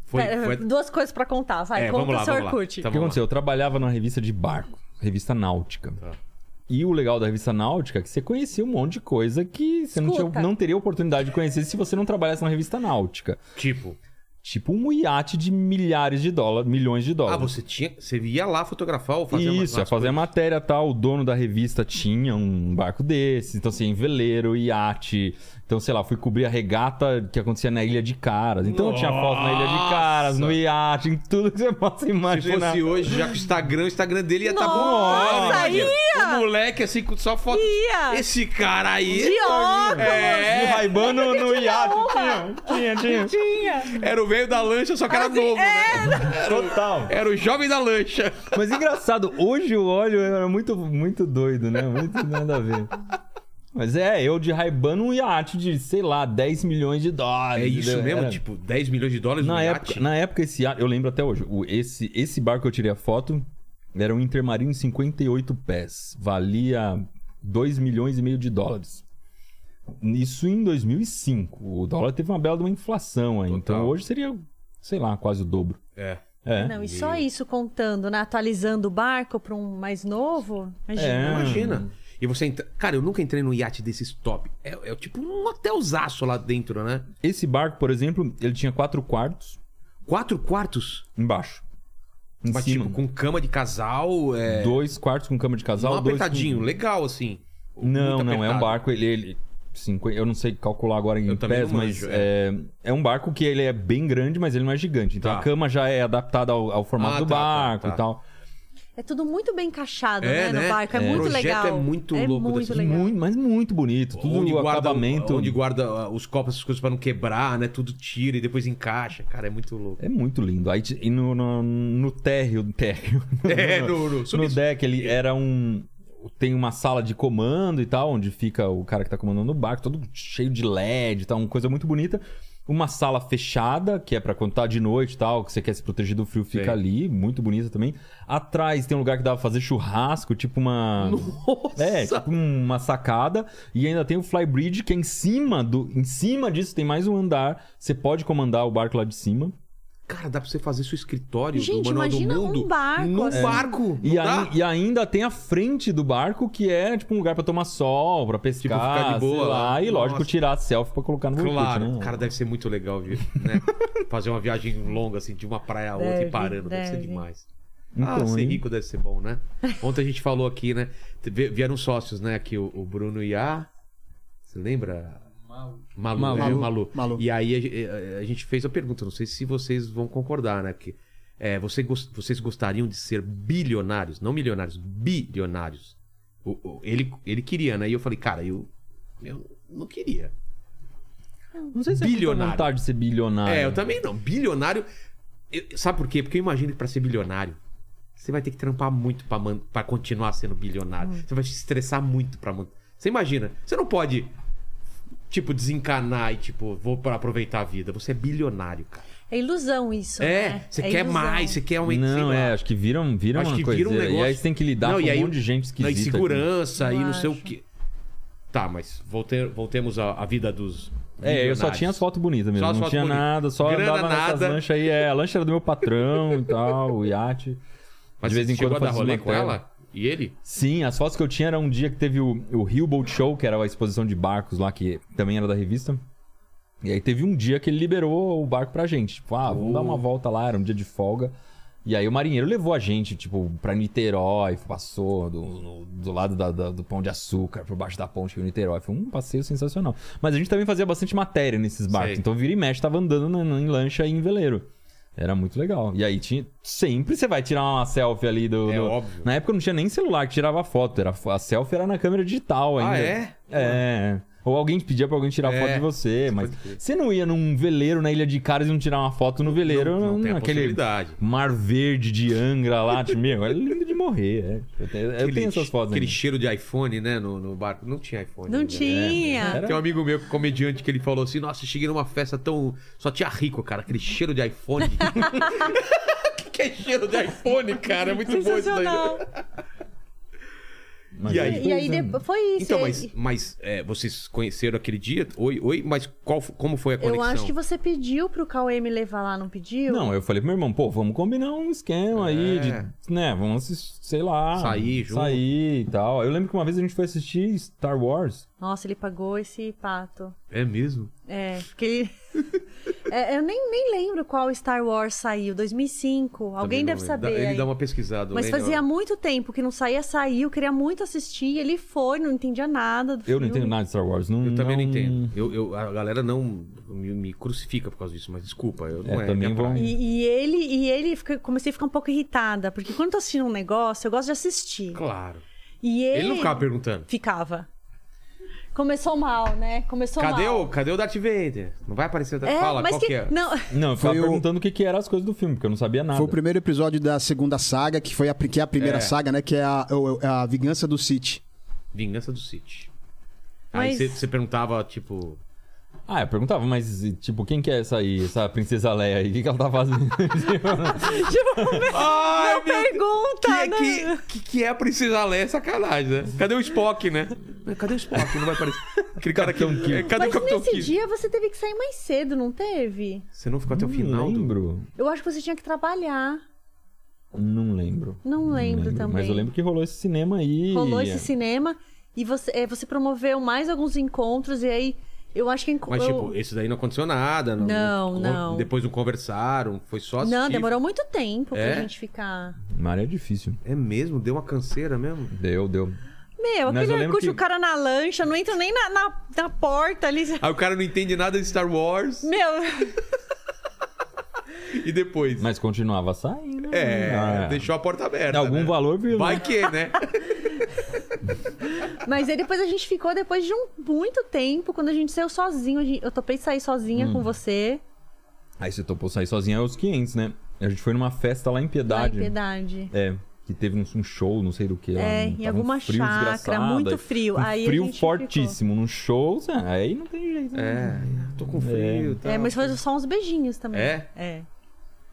[SPEAKER 1] foi.
[SPEAKER 4] Pera,
[SPEAKER 1] foi...
[SPEAKER 4] Duas coisas pra contar, vai.
[SPEAKER 1] É,
[SPEAKER 4] conta
[SPEAKER 1] vamos lá,
[SPEAKER 4] o seu
[SPEAKER 1] vamos lá.
[SPEAKER 4] Orkut.
[SPEAKER 1] Tá
[SPEAKER 5] O que
[SPEAKER 1] Vamos
[SPEAKER 5] aconteceu? Eu trabalhava numa revista de barco, revista náutica.
[SPEAKER 1] Tá.
[SPEAKER 5] E o legal da revista náutica é que você conhecia um monte de coisa que você não, tinha-
[SPEAKER 4] Escuta.
[SPEAKER 5] não teria oportunidade de conhecer se você não trabalhasse na revista náutica.
[SPEAKER 1] Tipo,
[SPEAKER 5] Tipo um iate de milhares de dólares, milhões de
[SPEAKER 1] ah,
[SPEAKER 5] dólares.
[SPEAKER 1] você tinha. Você ia lá fotografar ou fazer uma-
[SPEAKER 5] né? Isso, ia
[SPEAKER 1] umas
[SPEAKER 5] fazer a matéria tal. O dono da revista tinha um barco desse. Então, assim, veleiro, iate. Então, sei lá, fui cobrir a regata que acontecia na Ilha de Caras. Então, eu tinha foto na Ilha de Caras, no
[SPEAKER 1] Nossa!
[SPEAKER 5] iate, em tudo que você possa
[SPEAKER 1] Se
[SPEAKER 5] imaginar.
[SPEAKER 1] fosse hoje, já com o Instagram, o Instagram dele ia tá estar
[SPEAKER 4] Nossa,
[SPEAKER 1] imagina. O moleque, assim, com só foto.
[SPEAKER 4] Ia!
[SPEAKER 1] Esse cara aí.
[SPEAKER 4] De óculos!
[SPEAKER 5] De
[SPEAKER 1] É,
[SPEAKER 5] Ray-Ban no, no iate. Tinha, tinha, tinha.
[SPEAKER 1] era o veio da lancha, só que
[SPEAKER 4] Assim,
[SPEAKER 1] era novo,
[SPEAKER 4] é.
[SPEAKER 1] né? Era o,
[SPEAKER 5] Total.
[SPEAKER 1] era o jovem da lancha.
[SPEAKER 5] Mas engraçado, hoje eu olho, eu era muito, muito doido, né? Muito nada a ver. Mas é, eu de Ray-Ban num iate de, sei lá, 10 milhões de dólares.
[SPEAKER 1] É isso
[SPEAKER 5] entendeu?
[SPEAKER 1] mesmo?
[SPEAKER 5] Era-
[SPEAKER 1] Tipo, 10 milhões de dólares
[SPEAKER 5] né? Na
[SPEAKER 1] no
[SPEAKER 5] época,
[SPEAKER 1] iate?
[SPEAKER 5] na época, esse iate, eu lembro até hoje, o- esse, esse barco que eu tirei a foto era um Intermarino 58 pés. Valia 2 milhões e meio de dólares. Isso em 2005. O dólar teve uma bela de uma inflação aí. Então
[SPEAKER 1] Total.
[SPEAKER 5] hoje seria, sei lá, quase o dobro.
[SPEAKER 1] É.
[SPEAKER 5] É.
[SPEAKER 4] Não, e só isso contando, né? Atualizando o barco pra um mais novo? Imagina.
[SPEAKER 5] É.
[SPEAKER 1] Imagina. E você entra. Cara, eu nunca entrei num iate desses top. É, é tipo um hotelzaço lá dentro, né?
[SPEAKER 5] Esse barco, por exemplo, ele tinha quatro quartos
[SPEAKER 1] Quatro quartos.
[SPEAKER 5] embaixo. Em
[SPEAKER 1] Mas,
[SPEAKER 5] cima.
[SPEAKER 1] tipo, com cama de casal. É...
[SPEAKER 5] Dois quartos com cama de casal.
[SPEAKER 1] não
[SPEAKER 5] dois com-
[SPEAKER 1] apertadinho, legal, assim.
[SPEAKER 5] Não,
[SPEAKER 1] Muito
[SPEAKER 5] não, é um
[SPEAKER 1] apertado.
[SPEAKER 5] barco, ele. ele... 50, eu não sei calcular agora em
[SPEAKER 1] Eu também
[SPEAKER 5] pés,
[SPEAKER 1] não
[SPEAKER 5] mas
[SPEAKER 1] manjo,
[SPEAKER 5] é. é um barco que ele é bem grande, mas ele não é gigante. Então
[SPEAKER 1] Tá.
[SPEAKER 5] a cama já é adaptada ao, ao formato
[SPEAKER 1] Ah,
[SPEAKER 5] do
[SPEAKER 1] tá, tá,
[SPEAKER 5] barco
[SPEAKER 1] tá.
[SPEAKER 5] e tal.
[SPEAKER 4] É tudo muito bem encaixado,
[SPEAKER 1] É,
[SPEAKER 4] né,
[SPEAKER 1] né?
[SPEAKER 4] no barco. É,
[SPEAKER 1] É. O
[SPEAKER 4] muito
[SPEAKER 1] projeto
[SPEAKER 4] legal.
[SPEAKER 1] é muito louco
[SPEAKER 4] muito
[SPEAKER 1] dessas-
[SPEAKER 4] legal.
[SPEAKER 5] Muito, mas muito bonito. Tudo
[SPEAKER 1] onde
[SPEAKER 5] o
[SPEAKER 1] guarda,
[SPEAKER 5] acabamento.
[SPEAKER 1] onde guarda ah, os copos, essas coisas pra não quebrar, né? Tudo tira e depois encaixa. Cara, é muito louco.
[SPEAKER 5] É muito lindo. Aí, t- e no, no, no térreo, térreo.
[SPEAKER 1] É, no- no-
[SPEAKER 5] no
[SPEAKER 1] subi-
[SPEAKER 5] deck ele era um. Tem uma sala de comando e tal, onde fica o cara que tá comandando o barco, todo cheio de LED e tal, uma coisa muito bonita. Uma sala fechada, que é pra quando tá de noite e tal, que você quer se proteger do frio, fica
[SPEAKER 1] Sim.
[SPEAKER 5] ali, muito bonita também. Atrás tem um lugar que dá pra fazer churrasco, tipo uma.
[SPEAKER 1] Nossa!
[SPEAKER 5] É, tipo uma sacada. E ainda tem o flybridge, que é em cima do. Em cima disso tem mais um andar. Você pode comandar o barco lá de cima.
[SPEAKER 1] Cara, dá pra você fazer seu escritório
[SPEAKER 4] Gente,
[SPEAKER 1] do Manual do
[SPEAKER 4] imagina um
[SPEAKER 1] Mundo
[SPEAKER 4] barco,
[SPEAKER 1] num
[SPEAKER 4] assim.
[SPEAKER 1] barco.
[SPEAKER 5] É.
[SPEAKER 1] não
[SPEAKER 5] E,
[SPEAKER 1] dá?
[SPEAKER 5] ai- e ainda tem a frente do barco, que é tipo um lugar pra tomar sol, pra pescar,
[SPEAKER 1] Tipo, ficar de boa
[SPEAKER 5] sei lá.
[SPEAKER 1] lá.
[SPEAKER 5] E lógico,
[SPEAKER 1] Nossa.
[SPEAKER 5] tirar selfie pra colocar no
[SPEAKER 1] Claro,
[SPEAKER 5] Orkut, né?
[SPEAKER 1] cara, deve ser muito legal viu, né? fazer uma viagem longa, assim, de uma praia a outra e
[SPEAKER 4] Deve,
[SPEAKER 1] parando, deve, ser
[SPEAKER 4] deve.
[SPEAKER 1] demais. ah,
[SPEAKER 5] Então,
[SPEAKER 1] ser
[SPEAKER 5] hein?
[SPEAKER 1] rico deve ser bom, né? Ontem a gente falou aqui, né? Teve- Vieram sócios, né? Aqui o, o Bruno e a. Você lembra? Malu. Malu,
[SPEAKER 3] Malu.
[SPEAKER 1] né? Malu.
[SPEAKER 2] Malu.
[SPEAKER 1] E aí a ge- eh, a, a gente fez a pergunta, não sei se vocês vão concordar, né? Que, é, você gos- vocês gostariam de ser bilionários, não milionários, bilionários. O- o- ele, ele queria, né? E eu falei, cara, eu, eu não queria.
[SPEAKER 5] Não sei se é
[SPEAKER 1] Bilionário.
[SPEAKER 5] bilionário. vontade de ser bilionário.
[SPEAKER 1] É, eu também não. Bilionário. eu- sabe por quê? Porque eu imagino que pra ser bilionário, você vai ter que trampar muito pra, man- pra continuar sendo bilionário. Você vai se estressar muito pra. man- Você imagina, você não pode, tipo, desencanar e, tipo, vou pra aproveitar a vida. Você é bilionário, cara.
[SPEAKER 4] É ilusão isso.
[SPEAKER 1] é,
[SPEAKER 4] né?
[SPEAKER 1] você
[SPEAKER 4] É
[SPEAKER 1] quer
[SPEAKER 4] ilusão.
[SPEAKER 1] mais, você quer aumentar. sei
[SPEAKER 5] Não,
[SPEAKER 1] lá.
[SPEAKER 5] é, acho que viram, viram
[SPEAKER 1] Acho
[SPEAKER 5] uma
[SPEAKER 1] que
[SPEAKER 5] coisa.
[SPEAKER 1] vira um
[SPEAKER 5] E aí
[SPEAKER 1] negócio-
[SPEAKER 5] você tem que lidar
[SPEAKER 1] Não,
[SPEAKER 5] com
[SPEAKER 1] e aí
[SPEAKER 5] um
[SPEAKER 1] o-
[SPEAKER 5] monte de gente
[SPEAKER 1] Na
[SPEAKER 5] esquisita.
[SPEAKER 1] insegurança e
[SPEAKER 4] Eu
[SPEAKER 1] não sei o
[SPEAKER 4] acho.
[SPEAKER 1] quê. Tá, mas volte- voltemos à, à vida dos.
[SPEAKER 5] É, eu só
[SPEAKER 1] bilionários.
[SPEAKER 5] tinha as fotos bonitas mesmo.
[SPEAKER 1] Só as
[SPEAKER 5] não
[SPEAKER 1] fotos
[SPEAKER 5] tinha
[SPEAKER 1] bonitas.
[SPEAKER 5] nada, só
[SPEAKER 1] Grana,
[SPEAKER 5] andava nessas
[SPEAKER 1] nada.
[SPEAKER 5] lanchas aí. É, a lancha era do meu patrão e tal, o iate.
[SPEAKER 1] Mas
[SPEAKER 5] de vez em
[SPEAKER 1] chegou
[SPEAKER 5] quando
[SPEAKER 1] a dar
[SPEAKER 5] fazia
[SPEAKER 1] rolê
[SPEAKER 5] uma
[SPEAKER 1] com
[SPEAKER 5] tela.
[SPEAKER 1] ela? E ele?
[SPEAKER 5] Sim, as fotos que eu tinha era um dia que teve o, o Rio Boat Show, que era a exposição de barcos lá, que também era da revista. E aí teve um dia que ele liberou o barco pra gente. Tipo, ah, vamos dar uma volta lá, era um dia de folga. E aí o marinheiro levou a gente, tipo, pra Niterói, passou do, no- do lado da- da- do Pão de Açúcar, por baixo da ponte Rio Niterói. Foi um passeio sensacional. Mas a gente também fazia bastante matéria nesses barcos.
[SPEAKER 1] Sei.
[SPEAKER 5] Então vira e mexe, tava andando na- na- em lancha e em veleiro. Era muito legal. E aí tinha. Sempre você vai tirar uma selfie ali do.
[SPEAKER 1] É
[SPEAKER 5] do-
[SPEAKER 1] óbvio.
[SPEAKER 5] Na época não tinha nem celular que tirava foto. Era... fo- A selfie era na câmera digital ainda.
[SPEAKER 1] Ah, é?
[SPEAKER 5] É. Ou alguém pedia pra alguém tirar
[SPEAKER 1] É.
[SPEAKER 5] foto de você, mas
[SPEAKER 1] pode crer.
[SPEAKER 5] você não ia num veleiro na Ilha de Caras e não tirar uma foto no veleiro,
[SPEAKER 1] não, não tem a
[SPEAKER 5] naquele
[SPEAKER 1] possibilidade.
[SPEAKER 5] mar verde de Angra lá, tipo, meu, é lindo de morrer. é. Eu, te- eu tenho essas fotos
[SPEAKER 1] Aquele
[SPEAKER 5] ainda.
[SPEAKER 1] cheiro de iPhone, né, no, no barco. Não tinha iPhone.
[SPEAKER 4] Não
[SPEAKER 1] né?
[SPEAKER 4] tinha.
[SPEAKER 5] Era-
[SPEAKER 1] Tem um amigo meu, comediante, que ele falou assim: Nossa, eu cheguei numa festa tão. Só tinha rico, cara. Aquele cheiro de iPhone. que, que é cheiro de iPhone, cara? É muito bom isso daí.
[SPEAKER 4] Sensacional.
[SPEAKER 5] Mas é tipo
[SPEAKER 1] E aí?
[SPEAKER 4] E aí depois- foi isso.
[SPEAKER 1] Então,
[SPEAKER 4] e-
[SPEAKER 1] mas, mas é, vocês conheceram aquele dia? Oi, oi, mas qual, f- como foi a
[SPEAKER 4] Eu
[SPEAKER 1] conexão?
[SPEAKER 4] acho que você pediu pro Cauê me levar lá, não pediu?
[SPEAKER 5] Não, eu falei pro meu irmão, pô, vamos combinar um esquema aí de, né, vamos, assis- sei lá,
[SPEAKER 1] É. Sair junto.
[SPEAKER 5] sair e tal. Eu lembro que uma vez a gente foi assistir Star Wars.
[SPEAKER 4] Nossa, ele pagou esse pato.
[SPEAKER 1] É mesmo?
[SPEAKER 4] É, porque ele... É, eu nem, nem lembro qual Star Wars saiu, 2005.
[SPEAKER 1] Também
[SPEAKER 4] Alguém deve
[SPEAKER 1] não lembro.
[SPEAKER 4] saber.
[SPEAKER 1] Dá- Ele
[SPEAKER 4] aí.
[SPEAKER 1] dá uma pesquisada. né?
[SPEAKER 4] Mas
[SPEAKER 1] lembra?
[SPEAKER 4] fazia muito tempo que não saía, saiu, queria muito assistir, ele foi, não entendia nada do
[SPEAKER 5] Eu
[SPEAKER 4] filme.
[SPEAKER 5] não entendo nada de Star Wars. Não,
[SPEAKER 1] Eu também não, entendo. Eu, eu- a galera não me, me crucifica por causa disso, mas desculpa. Eu não é,
[SPEAKER 5] É,
[SPEAKER 1] minha
[SPEAKER 5] também vão-
[SPEAKER 1] praia.
[SPEAKER 4] E, e ele, e ele fica- comecei a ficar um pouco irritada, porque quando eu tô assistindo um negócio, eu gosto de assistir.
[SPEAKER 1] Claro.
[SPEAKER 4] E ele,
[SPEAKER 1] Ele... não ficava perguntando.
[SPEAKER 4] ficava. Começou mal, né? Começou
[SPEAKER 1] Cadê
[SPEAKER 4] mal.
[SPEAKER 1] o, cadê o Darth Vader? Não vai aparecer o Darth
[SPEAKER 4] É,
[SPEAKER 1] Fala,
[SPEAKER 4] mas
[SPEAKER 1] qual
[SPEAKER 4] que...
[SPEAKER 1] que é?
[SPEAKER 4] Não,
[SPEAKER 5] Não, eu ficava
[SPEAKER 2] Foi o-
[SPEAKER 5] perguntando o que que eram as coisas do filme, porque eu não sabia nada.
[SPEAKER 2] Foi o primeiro episódio da segunda saga, que foi a, pri- que é a primeira
[SPEAKER 1] É.
[SPEAKER 2] saga, né? Que é a, o- a vingança do Sith.
[SPEAKER 1] Vingança do City.
[SPEAKER 4] Mas-
[SPEAKER 1] Aí você perguntava, tipo.
[SPEAKER 5] Ah, eu perguntava, mas tipo, quem que é essa aí, essa princesa Leia aí? O que, que ela tá fazendo?
[SPEAKER 1] Ai,
[SPEAKER 4] tipo, pergunta, né?
[SPEAKER 1] que, que, que é a Princesa Leia? Sacanagem, né? Cadê o Spock, né? Cadê o Spock? Não vai aparecer. Aquele cara que.
[SPEAKER 5] Capitão Kirk.
[SPEAKER 1] é, Cadê
[SPEAKER 4] Mas
[SPEAKER 1] o Capitão
[SPEAKER 4] nesse
[SPEAKER 1] Kirk?
[SPEAKER 4] dia você teve que sair mais cedo, não teve?
[SPEAKER 1] Você não ficou até o
[SPEAKER 5] não
[SPEAKER 1] final? do-
[SPEAKER 5] lembro.
[SPEAKER 4] Eu acho que você tinha que trabalhar.
[SPEAKER 5] Não lembro.
[SPEAKER 4] Não lembro também.
[SPEAKER 5] Mas eu lembro que rolou esse cinema aí.
[SPEAKER 4] Rolou esse cinema. E você, é, você promoveu mais alguns encontros, e aí eu acho que. enco-
[SPEAKER 1] Mas,
[SPEAKER 4] eu-
[SPEAKER 1] tipo, esse daí não aconteceu nada.
[SPEAKER 4] Não, não.
[SPEAKER 1] Depois não conversaram, foi só assistir.
[SPEAKER 4] não, demorou muito tempo
[SPEAKER 1] É?
[SPEAKER 4] pra gente ficar.
[SPEAKER 5] Mário é difícil.
[SPEAKER 1] É mesmo? Deu uma canseira mesmo?
[SPEAKER 5] Deu, deu.
[SPEAKER 4] Meu,
[SPEAKER 5] Mas
[SPEAKER 4] aquele
[SPEAKER 5] eu lembro
[SPEAKER 4] Orkut,
[SPEAKER 5] que-
[SPEAKER 4] o cara na lancha, não entra nem na, na, na porta ali.
[SPEAKER 1] Aí o cara não entende nada de Star Wars
[SPEAKER 4] Meu,
[SPEAKER 1] e depois.
[SPEAKER 5] Mas continuava saindo.
[SPEAKER 1] É,
[SPEAKER 5] Ah,
[SPEAKER 1] deixou a porta aberta.
[SPEAKER 5] Algum
[SPEAKER 1] né?
[SPEAKER 5] valor viu?
[SPEAKER 1] Vai que, né?
[SPEAKER 4] mas aí depois a gente ficou, depois de um muito tempo, quando a gente saiu sozinho, a gente- eu topei sair sozinha
[SPEAKER 5] Hum.
[SPEAKER 4] com você.
[SPEAKER 5] Aí você topou sair sozinho aos 500, né? A gente foi numa festa lá em
[SPEAKER 4] Lá em
[SPEAKER 5] Piedade.
[SPEAKER 4] Piedade.
[SPEAKER 5] É, que teve um, um show, não sei do que. lá,
[SPEAKER 4] É,
[SPEAKER 5] um-
[SPEAKER 4] em
[SPEAKER 5] tava um
[SPEAKER 4] alguma
[SPEAKER 5] frio
[SPEAKER 4] chácara,
[SPEAKER 5] desgraçado,
[SPEAKER 4] muito
[SPEAKER 5] aí-
[SPEAKER 4] frio.
[SPEAKER 5] Um
[SPEAKER 4] Aí a
[SPEAKER 5] frio
[SPEAKER 4] gente
[SPEAKER 5] fortíssimo, num show, sabe? aí não tem jeito. né?
[SPEAKER 1] É, tô com frio e tal.
[SPEAKER 4] É, mas foi só uns beijinhos também.
[SPEAKER 1] É?
[SPEAKER 4] É.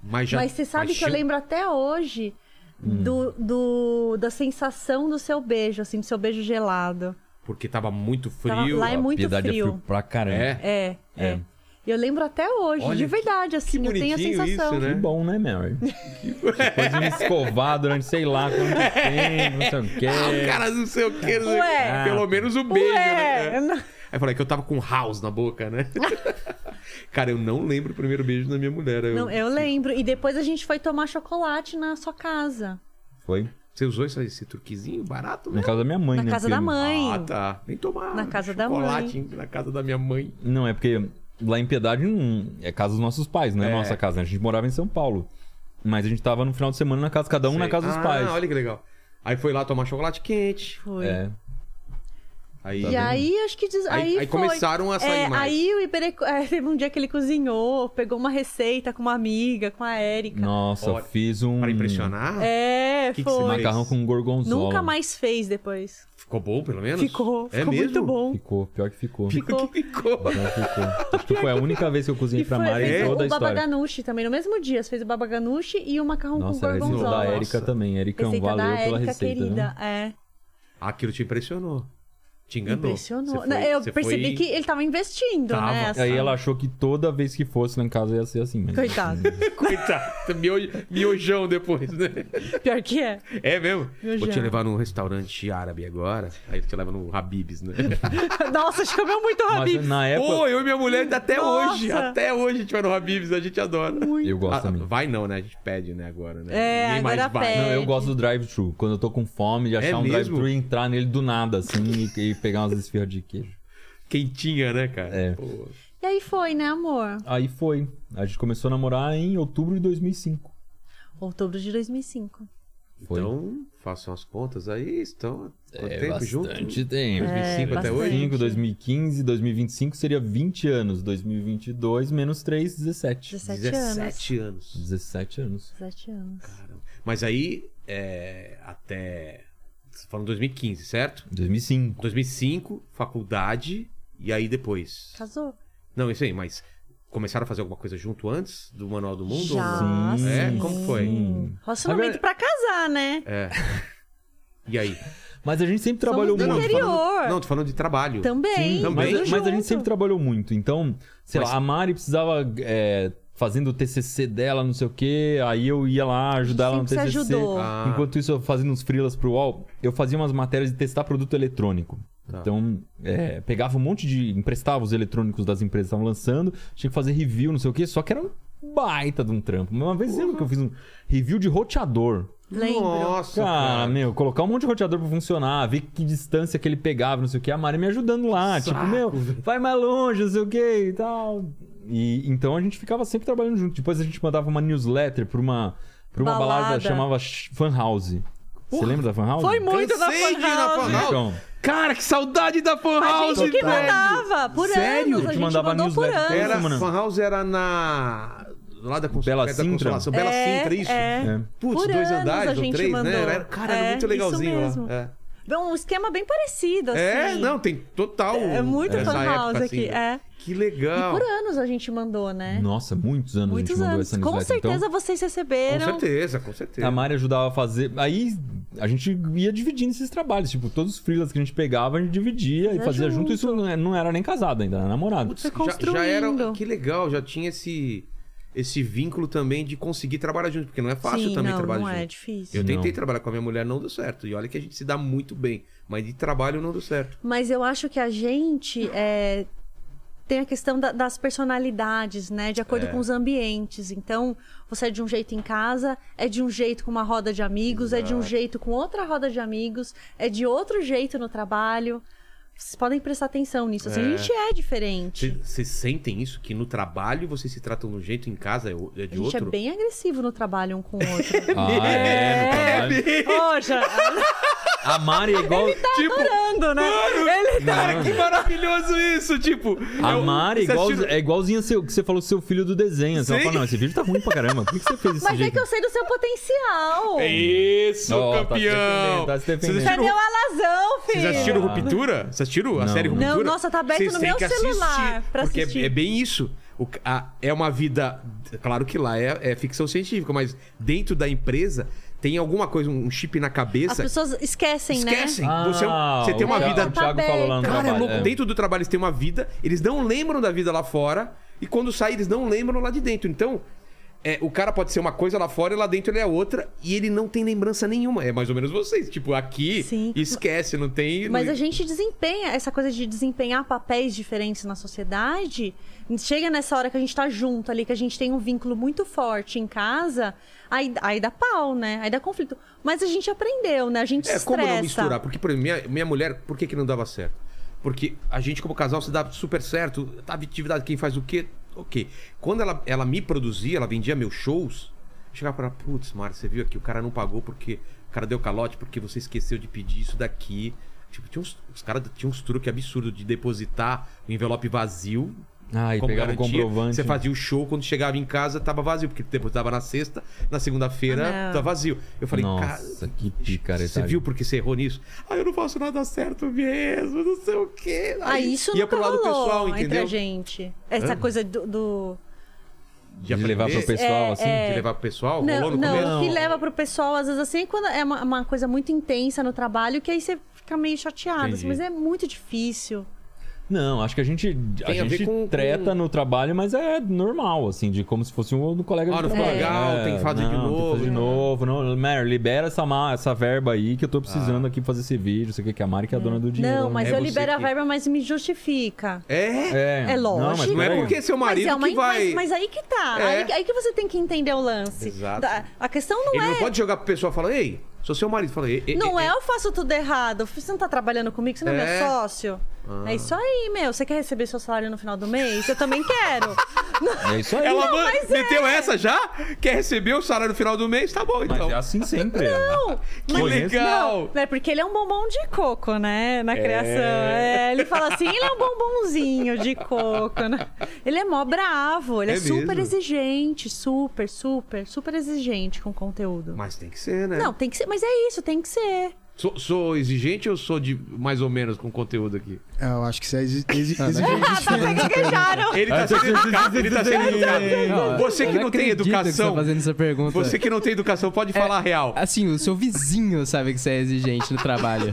[SPEAKER 1] Mas já. Hum.
[SPEAKER 4] Mas você sabe
[SPEAKER 1] mas
[SPEAKER 4] que eu
[SPEAKER 1] tinha-
[SPEAKER 4] lembro até hoje do, do- da sensação do seu beijo, assim, do seu beijo gelado.
[SPEAKER 1] Porque tava muito frio.
[SPEAKER 4] Tava- lá é muito
[SPEAKER 5] Piedade é
[SPEAKER 4] frio.
[SPEAKER 5] frio pra caramba.
[SPEAKER 1] É.
[SPEAKER 4] É, é.
[SPEAKER 5] É.
[SPEAKER 4] E eu lembro até hoje,
[SPEAKER 1] Olha
[SPEAKER 4] de
[SPEAKER 1] que-
[SPEAKER 4] verdade, assim, eu tenho a
[SPEAKER 1] bonitinho
[SPEAKER 4] sensação.
[SPEAKER 1] isso, né?
[SPEAKER 5] Que bom, né, Mary? Depois de me escovar durante sei lá quanto tempo, não sei o quê.
[SPEAKER 1] É. Ah, cara, não sei o que. não sei o quê.
[SPEAKER 4] É. Ué.
[SPEAKER 1] Pelo menos o beijo, né?
[SPEAKER 4] Ué,
[SPEAKER 1] É.
[SPEAKER 4] não-
[SPEAKER 1] Aí eu falei que eu tava com house na boca, né? cara, eu não lembro o primeiro beijo da minha mulher. Eu...
[SPEAKER 4] não, eu lembro. E depois a gente foi tomar chocolate na sua casa.
[SPEAKER 5] Foi
[SPEAKER 1] Você usou esse, esse turquizinho barato,
[SPEAKER 5] na
[SPEAKER 1] né?
[SPEAKER 5] casa da minha mãe,
[SPEAKER 4] Na
[SPEAKER 5] né?
[SPEAKER 4] casa
[SPEAKER 5] porque-
[SPEAKER 4] da mãe.
[SPEAKER 1] Ah, tá. Vem tomar.
[SPEAKER 4] Na casa da
[SPEAKER 1] chocolate Na casa da minha mãe.
[SPEAKER 5] Não, é porque lá em Piedade não- é casa dos nossos pais, não é,
[SPEAKER 1] É.
[SPEAKER 5] nossa casa. né? A gente morava em São Paulo. Mas a gente tava no final de semana na casa, cada um na
[SPEAKER 1] Sei.
[SPEAKER 5] casa dos
[SPEAKER 1] ah,
[SPEAKER 5] pais.
[SPEAKER 1] olha que legal. Aí foi lá tomar chocolate quente.
[SPEAKER 4] Foi.
[SPEAKER 5] É,
[SPEAKER 1] Aí,
[SPEAKER 4] E aí, acho que. diz-
[SPEAKER 1] tá aí,
[SPEAKER 4] Aí,
[SPEAKER 1] aí
[SPEAKER 4] foi.
[SPEAKER 1] começaram a sair
[SPEAKER 4] É,
[SPEAKER 1] mais.
[SPEAKER 4] aí o Iberê. é, teve um dia que ele cozinhou, pegou uma receita com uma amiga, com a Érica.
[SPEAKER 5] Nossa,
[SPEAKER 1] Olha,
[SPEAKER 5] fiz um.
[SPEAKER 1] Pra impressionar?
[SPEAKER 4] É,
[SPEAKER 1] Que que você
[SPEAKER 4] foi.
[SPEAKER 1] marca-
[SPEAKER 5] Macarrão com gorgonzola.
[SPEAKER 4] Nunca mais fez depois.
[SPEAKER 1] Ficou bom, pelo menos?
[SPEAKER 4] Ficou.
[SPEAKER 1] É
[SPEAKER 4] ficou
[SPEAKER 1] mesmo?
[SPEAKER 4] muito bom.
[SPEAKER 5] Ficou, pior que ficou. Pior
[SPEAKER 1] Ficou.
[SPEAKER 4] Ficou.
[SPEAKER 1] que ficou.
[SPEAKER 5] que ficou. Acho que foi a única vez que eu cozinhei
[SPEAKER 4] E
[SPEAKER 5] pra
[SPEAKER 4] foi,
[SPEAKER 5] Mari
[SPEAKER 4] fez
[SPEAKER 5] em toda a
[SPEAKER 4] o
[SPEAKER 5] história.
[SPEAKER 4] babaganushi também. No mesmo dia, você fez o babaganushi e o macarrão
[SPEAKER 5] Nossa,
[SPEAKER 4] com
[SPEAKER 5] a receita
[SPEAKER 4] gorgonzola.
[SPEAKER 5] da
[SPEAKER 1] Nossa.
[SPEAKER 5] Erika também. Ericão,
[SPEAKER 4] Receita
[SPEAKER 5] valeu
[SPEAKER 4] da
[SPEAKER 5] pela
[SPEAKER 4] Érica,
[SPEAKER 5] receita.
[SPEAKER 4] querida. É.
[SPEAKER 5] Né?
[SPEAKER 1] Aquilo te impressionou. Te enganou.
[SPEAKER 4] Impressionou.
[SPEAKER 1] Você foi-
[SPEAKER 4] Não, eu
[SPEAKER 1] você
[SPEAKER 4] percebi
[SPEAKER 1] foi-
[SPEAKER 4] que ele tava investindo,
[SPEAKER 1] Tava.
[SPEAKER 4] né?
[SPEAKER 5] Aí ela achou que toda vez que fosse lá em casa ia ser assim mesmo.
[SPEAKER 4] Coitado.
[SPEAKER 1] Coitado, miojo- miojão depois, né?
[SPEAKER 4] Pior que é.
[SPEAKER 1] É mesmo? Vou te
[SPEAKER 4] Miojão.
[SPEAKER 1] levar num restaurante árabe agora. Aí eu te leva no Habibs, né? É,
[SPEAKER 4] Nossa, a gente comeu muito Rabi.
[SPEAKER 5] Mas na época.
[SPEAKER 1] Pô, eu e minha mulher ainda até
[SPEAKER 4] Nossa.
[SPEAKER 1] hoje. Até hoje a gente vai no Habibs, a gente adora.
[SPEAKER 5] Eu gosto
[SPEAKER 1] Ah,
[SPEAKER 5] também.
[SPEAKER 1] vai não, né? A gente pede, né, agora, né?
[SPEAKER 4] É,
[SPEAKER 1] Ninguém mais
[SPEAKER 4] agora
[SPEAKER 1] vai.
[SPEAKER 5] Não, eu
[SPEAKER 4] É,
[SPEAKER 5] gosto do drive-thru. Quando eu tô com fome, de achar um
[SPEAKER 1] mesmo?
[SPEAKER 5] drive-thru e entrar nele do nada, assim, e, e pegar umas esfirras de queijo.
[SPEAKER 1] Quentinha, né, cara?
[SPEAKER 5] É.
[SPEAKER 1] Pô.
[SPEAKER 4] E aí foi, né, amor?
[SPEAKER 5] Aí foi. A gente começou a namorar em outubro de 2005.
[SPEAKER 4] Outubro de 2005.
[SPEAKER 5] Foi.
[SPEAKER 1] Então, façam as contas aí. Estão há quanto
[SPEAKER 5] É,
[SPEAKER 1] tempo
[SPEAKER 5] bastante
[SPEAKER 1] junto?
[SPEAKER 5] tempo.
[SPEAKER 1] 2005 até
[SPEAKER 4] É, bastante.
[SPEAKER 1] hoje?
[SPEAKER 5] 2005, 2015, 2025 seria 20 anos. 2022 menos 3, 17.
[SPEAKER 4] 17, anos.
[SPEAKER 1] 17 anos.
[SPEAKER 5] 17 anos.
[SPEAKER 4] 17 anos.
[SPEAKER 1] Mas aí, é, até. Você falou em 2015, certo?
[SPEAKER 5] 2005.
[SPEAKER 1] 2005, faculdade, e aí depois.
[SPEAKER 4] Casou?
[SPEAKER 1] Não, isso aí, mas começaram a fazer alguma coisa junto antes do Manual do Mundo?
[SPEAKER 4] Já.
[SPEAKER 1] Ou não?
[SPEAKER 5] Sim.
[SPEAKER 1] É? Como foi?
[SPEAKER 5] Sim.
[SPEAKER 4] Relacionamento pra casar, né?
[SPEAKER 1] É. E aí?
[SPEAKER 5] Mas a gente sempre trabalhou
[SPEAKER 4] do
[SPEAKER 5] muito.
[SPEAKER 1] tô
[SPEAKER 4] interior.
[SPEAKER 1] falando- não, tô falando de trabalho.
[SPEAKER 4] Também.
[SPEAKER 1] Sim,
[SPEAKER 5] mas,
[SPEAKER 1] também.
[SPEAKER 4] tudo
[SPEAKER 5] mas a
[SPEAKER 4] junto.
[SPEAKER 5] gente sempre trabalhou muito. Então, sei
[SPEAKER 1] Mas-
[SPEAKER 5] lá, a Mari precisava é, fazendo o TCC dela, não sei o quê. Aí eu ia lá ajudar ela no
[SPEAKER 4] Sempre
[SPEAKER 5] TCC.
[SPEAKER 4] se ajudou.
[SPEAKER 1] Ah.
[SPEAKER 5] Enquanto isso, eu fazendo uns freelas pro UOL, eu fazia umas matérias de testar produto eletrônico.
[SPEAKER 1] Tá.
[SPEAKER 5] Então, é, pegava um monte de. emprestava os eletrônicos das empresas que estavam lançando, tinha que fazer review, não sei o quê, só que era um baita de um trampo. Uma vez lembro que eu fiz um review de roteador.
[SPEAKER 4] Lembro.
[SPEAKER 1] Nossa,
[SPEAKER 5] Cara,
[SPEAKER 1] cara.
[SPEAKER 5] meu, colocar um monte de roteador pra funcionar, ver que distância que ele pegava, não sei o que, a Mari me ajudando lá, tipo, meu, vai mais longe, não sei o que e tal. E então a gente ficava sempre trabalhando junto. Depois a gente mandava uma newsletter pra uma, pra uma balada.
[SPEAKER 4] Balada.
[SPEAKER 5] chamava Sh- Fan House. Você lembra da Fan House?
[SPEAKER 4] Foi muito na
[SPEAKER 1] Cansei de ir
[SPEAKER 4] Fan House.
[SPEAKER 1] Fan House.
[SPEAKER 5] Então,
[SPEAKER 1] Cara, que saudade da Fan
[SPEAKER 4] A
[SPEAKER 1] House,
[SPEAKER 4] gente que
[SPEAKER 1] velho.
[SPEAKER 4] mandava por
[SPEAKER 1] Sério?
[SPEAKER 4] anos.
[SPEAKER 5] A
[SPEAKER 4] A
[SPEAKER 5] gente
[SPEAKER 4] gente
[SPEAKER 5] mandava
[SPEAKER 4] mandou por
[SPEAKER 5] newsletter.
[SPEAKER 4] anos.
[SPEAKER 1] Era,
[SPEAKER 5] Mano.
[SPEAKER 1] Fan House era na. Lá da, Cons...
[SPEAKER 5] Bela
[SPEAKER 1] perto da
[SPEAKER 5] Sintra.
[SPEAKER 1] Consolação. Bela
[SPEAKER 4] É,
[SPEAKER 1] Sintra, isso?
[SPEAKER 4] é.
[SPEAKER 5] é.
[SPEAKER 1] Putz,
[SPEAKER 4] Por
[SPEAKER 1] dois
[SPEAKER 4] anos a
[SPEAKER 1] andares ou
[SPEAKER 4] gente
[SPEAKER 1] três,
[SPEAKER 4] mandou.
[SPEAKER 1] né? Era- Cara, era
[SPEAKER 4] É,
[SPEAKER 1] muito
[SPEAKER 4] isso
[SPEAKER 1] legalzinho
[SPEAKER 4] mesmo.
[SPEAKER 1] lá. É.
[SPEAKER 4] Um esquema bem parecido, assim.
[SPEAKER 1] É, não, tem total.
[SPEAKER 4] É muito
[SPEAKER 1] essa
[SPEAKER 4] Fan House
[SPEAKER 1] época,
[SPEAKER 4] aqui.
[SPEAKER 1] assim.
[SPEAKER 4] É.
[SPEAKER 1] Que
[SPEAKER 4] E
[SPEAKER 1] legal.
[SPEAKER 4] por anos a gente mandou, né?
[SPEAKER 5] É. Nossa, muitos anos a
[SPEAKER 4] Muitos
[SPEAKER 5] gente mandou
[SPEAKER 4] anos.
[SPEAKER 5] essa
[SPEAKER 4] Com
[SPEAKER 5] newsletter. Então,
[SPEAKER 4] certeza vocês
[SPEAKER 1] Com
[SPEAKER 4] receberam.
[SPEAKER 1] certeza, com certeza.
[SPEAKER 5] A Mari ajudava a fazer. Aí a gente ia dividindo esses trabalhos. Tipo, todos os freelas que a gente pegava, a gente dividia e
[SPEAKER 4] Era
[SPEAKER 5] fazia junto.
[SPEAKER 4] junto.
[SPEAKER 5] Isso não é- não era nem casado ainda, era namorado.
[SPEAKER 1] Putz, já, já era.
[SPEAKER 4] construindo.
[SPEAKER 1] Que legal, já tinha esse. esse vínculo também de conseguir trabalhar junto, porque não é fácil
[SPEAKER 4] Sim,
[SPEAKER 1] também
[SPEAKER 4] não,
[SPEAKER 1] trabalhar
[SPEAKER 4] não
[SPEAKER 1] junto.
[SPEAKER 4] é difícil.
[SPEAKER 1] Eu tentei
[SPEAKER 5] Não.
[SPEAKER 1] trabalhar com a minha mulher, não deu certo. E olha que a gente se dá muito bem, mas de trabalho não deu certo.
[SPEAKER 4] Mas eu acho que a gente é, tem a questão da- das personalidades, né? De
[SPEAKER 1] É.
[SPEAKER 4] acordo com os ambientes. Então, você é de um jeito em casa, é de um jeito com uma roda de amigos, é de um jeito com outra roda de amigos, é de outro jeito no trabalho. Vocês podem prestar atenção nisso. assim,
[SPEAKER 1] É.
[SPEAKER 4] A gente é diferente.
[SPEAKER 1] Vocês vocês sentem isso? Que no trabalho vocês se tratam de um jeito, em casa é o- é
[SPEAKER 4] a
[SPEAKER 1] de
[SPEAKER 4] gente
[SPEAKER 1] outro?
[SPEAKER 4] é bem agressivo no trabalho um com o outro.
[SPEAKER 5] Ah, é, no trabalho.
[SPEAKER 4] Poxa,
[SPEAKER 5] A Mari é igual.
[SPEAKER 4] tá
[SPEAKER 1] Tipo,
[SPEAKER 4] ando, né? Ele
[SPEAKER 1] cara, que maravilhoso isso! Tipo,
[SPEAKER 5] A
[SPEAKER 1] eu-
[SPEAKER 5] Mari é,
[SPEAKER 1] você
[SPEAKER 5] igual,
[SPEAKER 1] assistiu-
[SPEAKER 5] é igualzinha seu, que você falou do seu filho do desenho. Você
[SPEAKER 1] Sim.
[SPEAKER 5] fala, não, esse vídeo tá ruim pra caramba. Por que que você fez esse
[SPEAKER 4] Mas é
[SPEAKER 5] jeito?
[SPEAKER 4] que eu sei do seu potencial.
[SPEAKER 1] É Isso,
[SPEAKER 5] Ó, tá se
[SPEAKER 1] campeão!
[SPEAKER 5] defendendo, tá se
[SPEAKER 1] Vocês
[SPEAKER 5] defendendo.
[SPEAKER 1] assistiram-
[SPEAKER 4] Cadê o alazão, filho?
[SPEAKER 1] Vocês assistiram
[SPEAKER 5] Ah.
[SPEAKER 1] Ruptura? Vocês assistiram a
[SPEAKER 5] Não.
[SPEAKER 1] série
[SPEAKER 5] Não,
[SPEAKER 1] Ruptura?
[SPEAKER 4] nossa, tá aberto
[SPEAKER 1] Vocês
[SPEAKER 4] no
[SPEAKER 1] têm
[SPEAKER 4] meu
[SPEAKER 1] que
[SPEAKER 4] celular pra
[SPEAKER 1] porque é-
[SPEAKER 4] assistir.
[SPEAKER 1] É, bem isso. O ca- a- é uma vida... Claro que lá é, é ficção científica, mas dentro da empresa tem alguma coisa, um chip na
[SPEAKER 4] As
[SPEAKER 1] cabeça...
[SPEAKER 4] pessoas esquecem,
[SPEAKER 1] Esquecem.
[SPEAKER 4] né?
[SPEAKER 1] você, é um- você tem uma
[SPEAKER 5] Ah, o
[SPEAKER 1] vida...
[SPEAKER 5] Thiago- O Thiago falou lá no
[SPEAKER 1] Cara, é
[SPEAKER 5] trabalho.
[SPEAKER 1] louco. Dentro do trabalho eles têm uma vida, eles não lembram da vida lá fora, e quando saem eles não lembram lá de dentro. Então, é, o cara pode ser uma coisa lá fora e lá dentro ele é outra, e ele não tem lembrança nenhuma. É mais ou menos vocês. Tipo, aqui,
[SPEAKER 4] Sim.
[SPEAKER 1] esquece, não tem.
[SPEAKER 4] Mas
[SPEAKER 1] não-
[SPEAKER 4] a gente desempenha essa coisa de desempenhar papéis diferentes na sociedade. Chega nessa hora que a gente tá junto ali, que a gente tem um vínculo muito forte em casa, aí, aí dá pau, né? Aí dá conflito. Mas a gente aprendeu, né? A gente
[SPEAKER 1] É,
[SPEAKER 4] estressa.
[SPEAKER 1] como não misturar? Porque, por exemplo, minha, minha mulher, por que, que não dava certo? Porque a gente, como casal, se dá super certo, tá atividade, quem faz o quê? Ok. Quando ela, ela me produzia, ela vendia meus shows, eu chegava pra ela, putz, Mário, você viu aqui, o cara não pagou porque. O cara deu calote porque você esqueceu de pedir isso daqui. Tipo, tinha uns, os caras tinham uns truques absurdos de depositar o envelope vazio.
[SPEAKER 5] Ah, e
[SPEAKER 1] como
[SPEAKER 5] pegava o
[SPEAKER 1] garantia.
[SPEAKER 5] comprovante.
[SPEAKER 1] Você fazia o show, quando chegava em casa, tava vazio, porque depositava na sexta, na segunda-feira,
[SPEAKER 4] Ah, não.
[SPEAKER 1] tava vazio. Eu falei,
[SPEAKER 5] Nossa,
[SPEAKER 1] cara.
[SPEAKER 5] que picareta.
[SPEAKER 1] Você viu porque você errou nisso? Ah, eu não faço nada certo mesmo, não sei o quê.
[SPEAKER 4] Ah, isso
[SPEAKER 1] ia
[SPEAKER 4] nunca
[SPEAKER 1] pro lado
[SPEAKER 4] rolou
[SPEAKER 1] pessoal,
[SPEAKER 4] entre
[SPEAKER 1] entendeu? É.
[SPEAKER 4] a gente. Essa coisa do... do-
[SPEAKER 5] De levar pro
[SPEAKER 1] aprender,
[SPEAKER 5] pessoal,
[SPEAKER 4] É,
[SPEAKER 5] assim.
[SPEAKER 4] é.
[SPEAKER 1] De levar pro pessoal?
[SPEAKER 4] Não,
[SPEAKER 1] rolou no
[SPEAKER 4] não,
[SPEAKER 1] começo?
[SPEAKER 4] o que leva pro pessoal, às vezes, assim, é quando é uma, uma coisa muito intensa no trabalho, que aí você fica meio chateado. assim,
[SPEAKER 5] Entendi.
[SPEAKER 4] mas é muito difícil.
[SPEAKER 5] Não, acho que a gente, a
[SPEAKER 1] Tem a ver
[SPEAKER 5] gente
[SPEAKER 1] com-
[SPEAKER 5] treta
[SPEAKER 1] com-
[SPEAKER 5] no trabalho, mas é normal, assim, de como se fosse um colega
[SPEAKER 1] Ah,
[SPEAKER 5] de
[SPEAKER 1] não ficou
[SPEAKER 5] trabalho.
[SPEAKER 1] legal,
[SPEAKER 5] É,
[SPEAKER 1] tem que fazer de
[SPEAKER 5] não, Tem que fazer
[SPEAKER 1] novo. né?
[SPEAKER 5] de novo. Não, Mary, libera essa, ma- essa verba aí que eu tô
[SPEAKER 1] Ah.
[SPEAKER 5] precisando aqui fazer esse vídeo. Você que a Mari que é a dona do dinheiro.
[SPEAKER 4] Não, mas
[SPEAKER 1] É
[SPEAKER 4] eu
[SPEAKER 1] você
[SPEAKER 4] libero a
[SPEAKER 1] que-
[SPEAKER 4] verba, mas me justifica.
[SPEAKER 1] É?
[SPEAKER 5] É,
[SPEAKER 4] É
[SPEAKER 5] Não, mas
[SPEAKER 4] lógico.
[SPEAKER 1] Não é
[SPEAKER 5] peraí.
[SPEAKER 1] porque seu
[SPEAKER 4] Mas,
[SPEAKER 1] marido
[SPEAKER 4] é uma,
[SPEAKER 1] que vai...
[SPEAKER 4] mas, mas aí que tá.
[SPEAKER 1] É.
[SPEAKER 4] Aí, aí que você tem que entender o lance.
[SPEAKER 1] Exato.
[SPEAKER 4] a questão não
[SPEAKER 1] Ele
[SPEAKER 4] é.
[SPEAKER 1] não pode jogar pro pessoal e falar, ei, sou seu marido. Fala, ei, ei,
[SPEAKER 4] Não
[SPEAKER 1] ei,
[SPEAKER 4] é eu faço tudo errado. Você não tá trabalhando comigo, você não é,
[SPEAKER 1] É. Ah.
[SPEAKER 4] meu sócio. É isso aí, meu. Você quer receber seu salário no final do mês? Eu também quero.
[SPEAKER 5] É isso aí.
[SPEAKER 1] Ela man-
[SPEAKER 4] mas é.
[SPEAKER 1] meteu essa já? Quer receber o salário no final do mês? Tá bom,
[SPEAKER 5] Mas
[SPEAKER 1] então.
[SPEAKER 5] é assim sempre. Não.
[SPEAKER 1] Que legal!
[SPEAKER 4] Não, é porque ele é um bombom de coco, né? Na criação. É, ele fala assim, ele é um bombonzinho de coco, né? Ele é mó bravo, ele é,
[SPEAKER 1] É
[SPEAKER 4] super
[SPEAKER 1] mesmo?
[SPEAKER 4] exigente, super, super, super exigente com conteúdo.
[SPEAKER 1] Mas tem que ser, né?
[SPEAKER 4] Não, tem que ser, mas é isso, tem que ser.
[SPEAKER 1] Sou, sou exigente ou sou de mais ou menos com conteúdo aqui?
[SPEAKER 2] É, eu acho que você é exi- exi- exigente.
[SPEAKER 4] Ah, tá, gaguejaram.
[SPEAKER 1] Ele tá sendo educado, ele tá sendo educado.
[SPEAKER 3] Não,
[SPEAKER 1] Você que
[SPEAKER 3] eu
[SPEAKER 1] não tem
[SPEAKER 3] acredito que você tá
[SPEAKER 1] educação,
[SPEAKER 3] fazendo essa pergunta.
[SPEAKER 1] Você que não tem educação, pode
[SPEAKER 4] É.
[SPEAKER 1] falar a real.
[SPEAKER 3] Assim, o seu vizinho sabe que você é exigente no trabalho.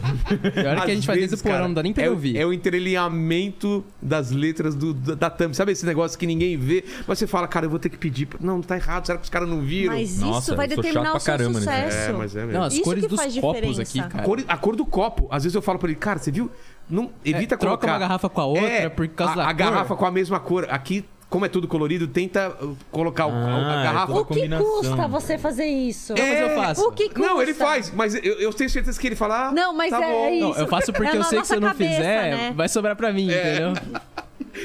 [SPEAKER 3] E a hora que a
[SPEAKER 1] Às
[SPEAKER 3] gente faz
[SPEAKER 1] vezes,
[SPEAKER 3] isso, porão,
[SPEAKER 1] cara,
[SPEAKER 3] não dá nem pra
[SPEAKER 1] é
[SPEAKER 3] eu
[SPEAKER 1] o-
[SPEAKER 3] ouvir.
[SPEAKER 1] É o entrelinhamento das letras do, da, da thumb. Sabe esse negócio que ninguém vê? Mas você fala, cara, eu vou ter que pedir. pra- Não, tá errado. Será que os caras não viram?
[SPEAKER 4] Mas isso
[SPEAKER 5] Nossa,
[SPEAKER 4] vai
[SPEAKER 5] eu sou
[SPEAKER 4] determinar
[SPEAKER 5] chato
[SPEAKER 4] o seu
[SPEAKER 5] pra caramba nisso.
[SPEAKER 4] sucesso.
[SPEAKER 1] É, mas é mesmo.
[SPEAKER 3] Não, as
[SPEAKER 4] Isso
[SPEAKER 3] cores
[SPEAKER 4] que
[SPEAKER 3] dos
[SPEAKER 4] faz
[SPEAKER 3] copos
[SPEAKER 4] diferença.
[SPEAKER 3] aqui,
[SPEAKER 1] A
[SPEAKER 3] cara.
[SPEAKER 1] cor, a cor do copo. Às vezes eu falo pra ele, cara, você viu? Não, evita
[SPEAKER 3] É, troca
[SPEAKER 1] colocar-
[SPEAKER 3] uma garrafa com a outra por causa
[SPEAKER 1] a,
[SPEAKER 3] da
[SPEAKER 1] A
[SPEAKER 3] cor.
[SPEAKER 1] garrafa com a mesma cor. Aqui, como é tudo colorido, tenta uh, colocar o- a
[SPEAKER 5] Ah,
[SPEAKER 1] garrafa...
[SPEAKER 5] então-
[SPEAKER 4] O que
[SPEAKER 5] combinação.
[SPEAKER 4] custa você fazer isso?
[SPEAKER 3] Não, mas eu faço.
[SPEAKER 4] O que custa?
[SPEAKER 1] É. Não, ele faz, mas eu, eu tenho certeza que ele fala. "Ah,
[SPEAKER 4] Não, mas
[SPEAKER 1] tá
[SPEAKER 4] é,
[SPEAKER 1] bom."
[SPEAKER 4] é isso.
[SPEAKER 3] Não, eu faço porque
[SPEAKER 4] É
[SPEAKER 3] eu
[SPEAKER 4] na
[SPEAKER 3] sei que se eu não
[SPEAKER 4] nossa cabeça,
[SPEAKER 3] fizer,
[SPEAKER 4] né?
[SPEAKER 3] vai sobrar pra mim,
[SPEAKER 1] É.
[SPEAKER 3] entendeu?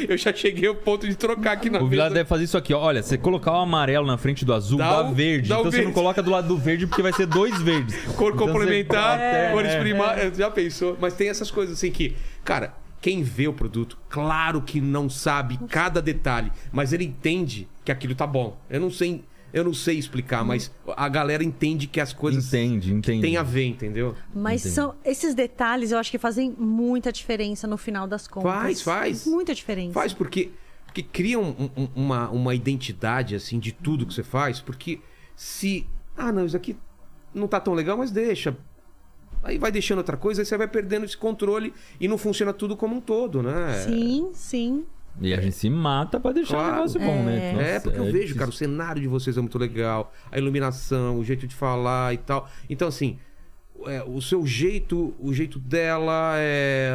[SPEAKER 1] Eu já cheguei ao ponto de trocar aqui na
[SPEAKER 5] O Vilar
[SPEAKER 1] mesa.
[SPEAKER 5] deve fazer isso aqui, ó. Olha, você colocar o amarelo na frente do azul,
[SPEAKER 1] Dá
[SPEAKER 5] dá,
[SPEAKER 1] o-
[SPEAKER 5] verde.
[SPEAKER 1] dá o
[SPEAKER 5] então você não
[SPEAKER 1] verde.
[SPEAKER 5] coloca do lado do verde porque vai ser dois verdes.
[SPEAKER 1] Cor
[SPEAKER 5] Então você
[SPEAKER 1] complementar,
[SPEAKER 5] bota- é,
[SPEAKER 1] cores
[SPEAKER 5] é.
[SPEAKER 1] primárias, já pensou? Mas tem essas coisas assim que, cara, quem vê o produto, claro que não sabe cada detalhe, mas ele entende que aquilo tá bom. Eu não sei, eu não sei explicar, mas a galera entende que as coisas
[SPEAKER 5] Entende, entende.
[SPEAKER 1] têm a ver, entendeu?
[SPEAKER 4] Mas
[SPEAKER 5] Entendi.
[SPEAKER 4] são esses detalhes, eu acho que fazem muita diferença no final das contas.
[SPEAKER 1] Faz, faz.
[SPEAKER 4] Muita diferença.
[SPEAKER 1] Faz porque, porque cria um- um- uma, uma identidade assim de tudo que você faz, porque se ah não isso aqui não tá tão legal, mas deixa aí vai deixando outra coisa, aí você vai perdendo esse controle e não funciona tudo como um todo, né?
[SPEAKER 4] Sim, sim.
[SPEAKER 5] E a gente se mata pra deixar
[SPEAKER 1] Claro.
[SPEAKER 5] o negócio bom, né?
[SPEAKER 1] é,
[SPEAKER 5] Nossa,
[SPEAKER 1] porque eu vejo,
[SPEAKER 5] difícil.
[SPEAKER 1] cara, o cenário de vocês é muito legal, a iluminação, o jeito de falar e tal. Então, assim, é, o seu jeito, o jeito dela, é,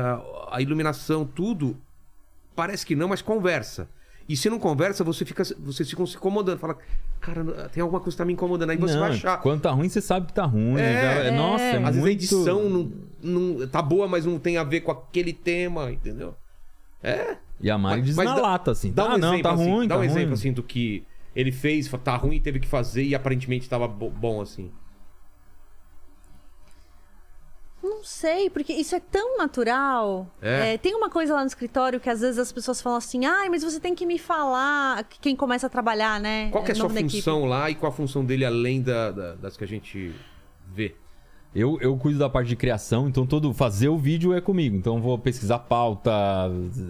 [SPEAKER 1] a iluminação, tudo, parece que não, mas conversa. E se não conversa, você fica, vocês ficam se incomodando. Fala, cara, tem alguma coisa que tá me incomodando. Aí você
[SPEAKER 5] não,
[SPEAKER 1] vai achar.
[SPEAKER 5] Quando tá ruim, você sabe que tá ruim.
[SPEAKER 1] É.
[SPEAKER 5] né?
[SPEAKER 1] É.
[SPEAKER 5] Nossa, é
[SPEAKER 1] Às
[SPEAKER 5] muito...
[SPEAKER 1] vezes a edição não, não- tá boa, mas não tem a ver com aquele tema, entendeu?
[SPEAKER 5] E a Mari diz na
[SPEAKER 1] dá-
[SPEAKER 5] lata, assim.
[SPEAKER 1] Dá um
[SPEAKER 5] ah, não,
[SPEAKER 1] exemplo,
[SPEAKER 5] tá
[SPEAKER 1] assim,
[SPEAKER 5] ruim,
[SPEAKER 1] Dá um
[SPEAKER 5] tá ruim.
[SPEAKER 1] exemplo, assim, do que ele fez, fa- tá ruim, teve que fazer e aparentemente tava bo- bom, assim.
[SPEAKER 4] Não sei, porque isso é tão natural.
[SPEAKER 1] É.
[SPEAKER 4] tem uma coisa lá no escritório que às vezes as pessoas falam assim: ai, mas você tem que me falar que quem começa a trabalhar, né?
[SPEAKER 1] Qual que é a sua
[SPEAKER 4] novo na equipe."
[SPEAKER 1] função lá e qual a função dele além da- da- das que a gente vê?
[SPEAKER 5] Eu, eu cuido da parte de criação, então todo fazer o vídeo é comigo. Então eu vou pesquisar pauta,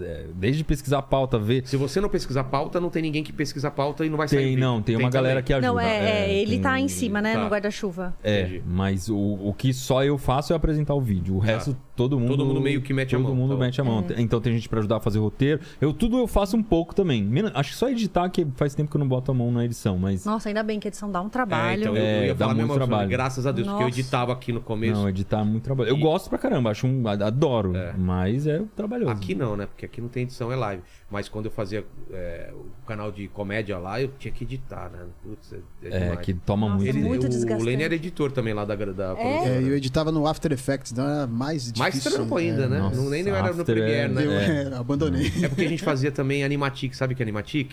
[SPEAKER 5] é, desde pesquisar pauta, ver...
[SPEAKER 1] Se você não pesquisar pauta, não tem ninguém que pesquisa pauta e não vai sair.
[SPEAKER 5] Tem,
[SPEAKER 1] vídeo.
[SPEAKER 5] não, tem, uma
[SPEAKER 1] também.
[SPEAKER 5] galera que ajuda.
[SPEAKER 4] Não, é, é, ele
[SPEAKER 5] tem-
[SPEAKER 4] tá em cima, né?
[SPEAKER 1] tá.
[SPEAKER 4] No guarda-chuva.
[SPEAKER 5] É,
[SPEAKER 1] Entendi. Tá.
[SPEAKER 5] mas o, o que só eu faço é apresentar o vídeo. O resto, todo mundo.
[SPEAKER 1] Todo mundo meio que mete a mão,
[SPEAKER 5] Todo mundo
[SPEAKER 1] tá bom.
[SPEAKER 5] mete a mão.
[SPEAKER 4] É.
[SPEAKER 5] Então tem gente pra ajudar a fazer roteiro. Eu tudo eu faço um pouco também. Menos- acho que só editar, que faz tempo que eu não boto a mão na edição, mas.
[SPEAKER 4] Nossa, ainda bem que a edição dá um
[SPEAKER 1] É,
[SPEAKER 4] trabalho.
[SPEAKER 1] então eu, eu
[SPEAKER 5] É,
[SPEAKER 1] ia
[SPEAKER 5] dá
[SPEAKER 1] falar a
[SPEAKER 5] muito
[SPEAKER 1] mesma coisa,
[SPEAKER 5] trabalho.
[SPEAKER 1] graças a Deus, porque
[SPEAKER 4] Nossa.
[SPEAKER 1] eu editava aqui no começo.
[SPEAKER 5] Não, editar é muito trabalho. Eu
[SPEAKER 1] E-
[SPEAKER 5] gosto pra caramba, acho um. Adoro.
[SPEAKER 1] É.
[SPEAKER 5] Mas é trabalhoso.
[SPEAKER 1] Aqui não, né? Porque aqui não tem edição, é live. Mas quando eu fazia é, o canal de comédia lá, eu tinha que editar, né? Putz, é, é
[SPEAKER 5] É,
[SPEAKER 1] demais.
[SPEAKER 5] que toma
[SPEAKER 4] Nossa,
[SPEAKER 5] muito.
[SPEAKER 4] é muito
[SPEAKER 1] o
[SPEAKER 4] desgastante.
[SPEAKER 1] Lenny era editor também lá da, da produtora.
[SPEAKER 2] É, eu editava no After Effects, então era mais difícil.
[SPEAKER 1] Mais trampo ainda, né?
[SPEAKER 5] É Nossa,
[SPEAKER 1] não, nem eu era no
[SPEAKER 5] after é-
[SPEAKER 1] Premiere,
[SPEAKER 2] Eu
[SPEAKER 1] né?
[SPEAKER 2] é, abandonei.
[SPEAKER 1] É. porque a gente fazia também Animatic, sabe o que é Animatic?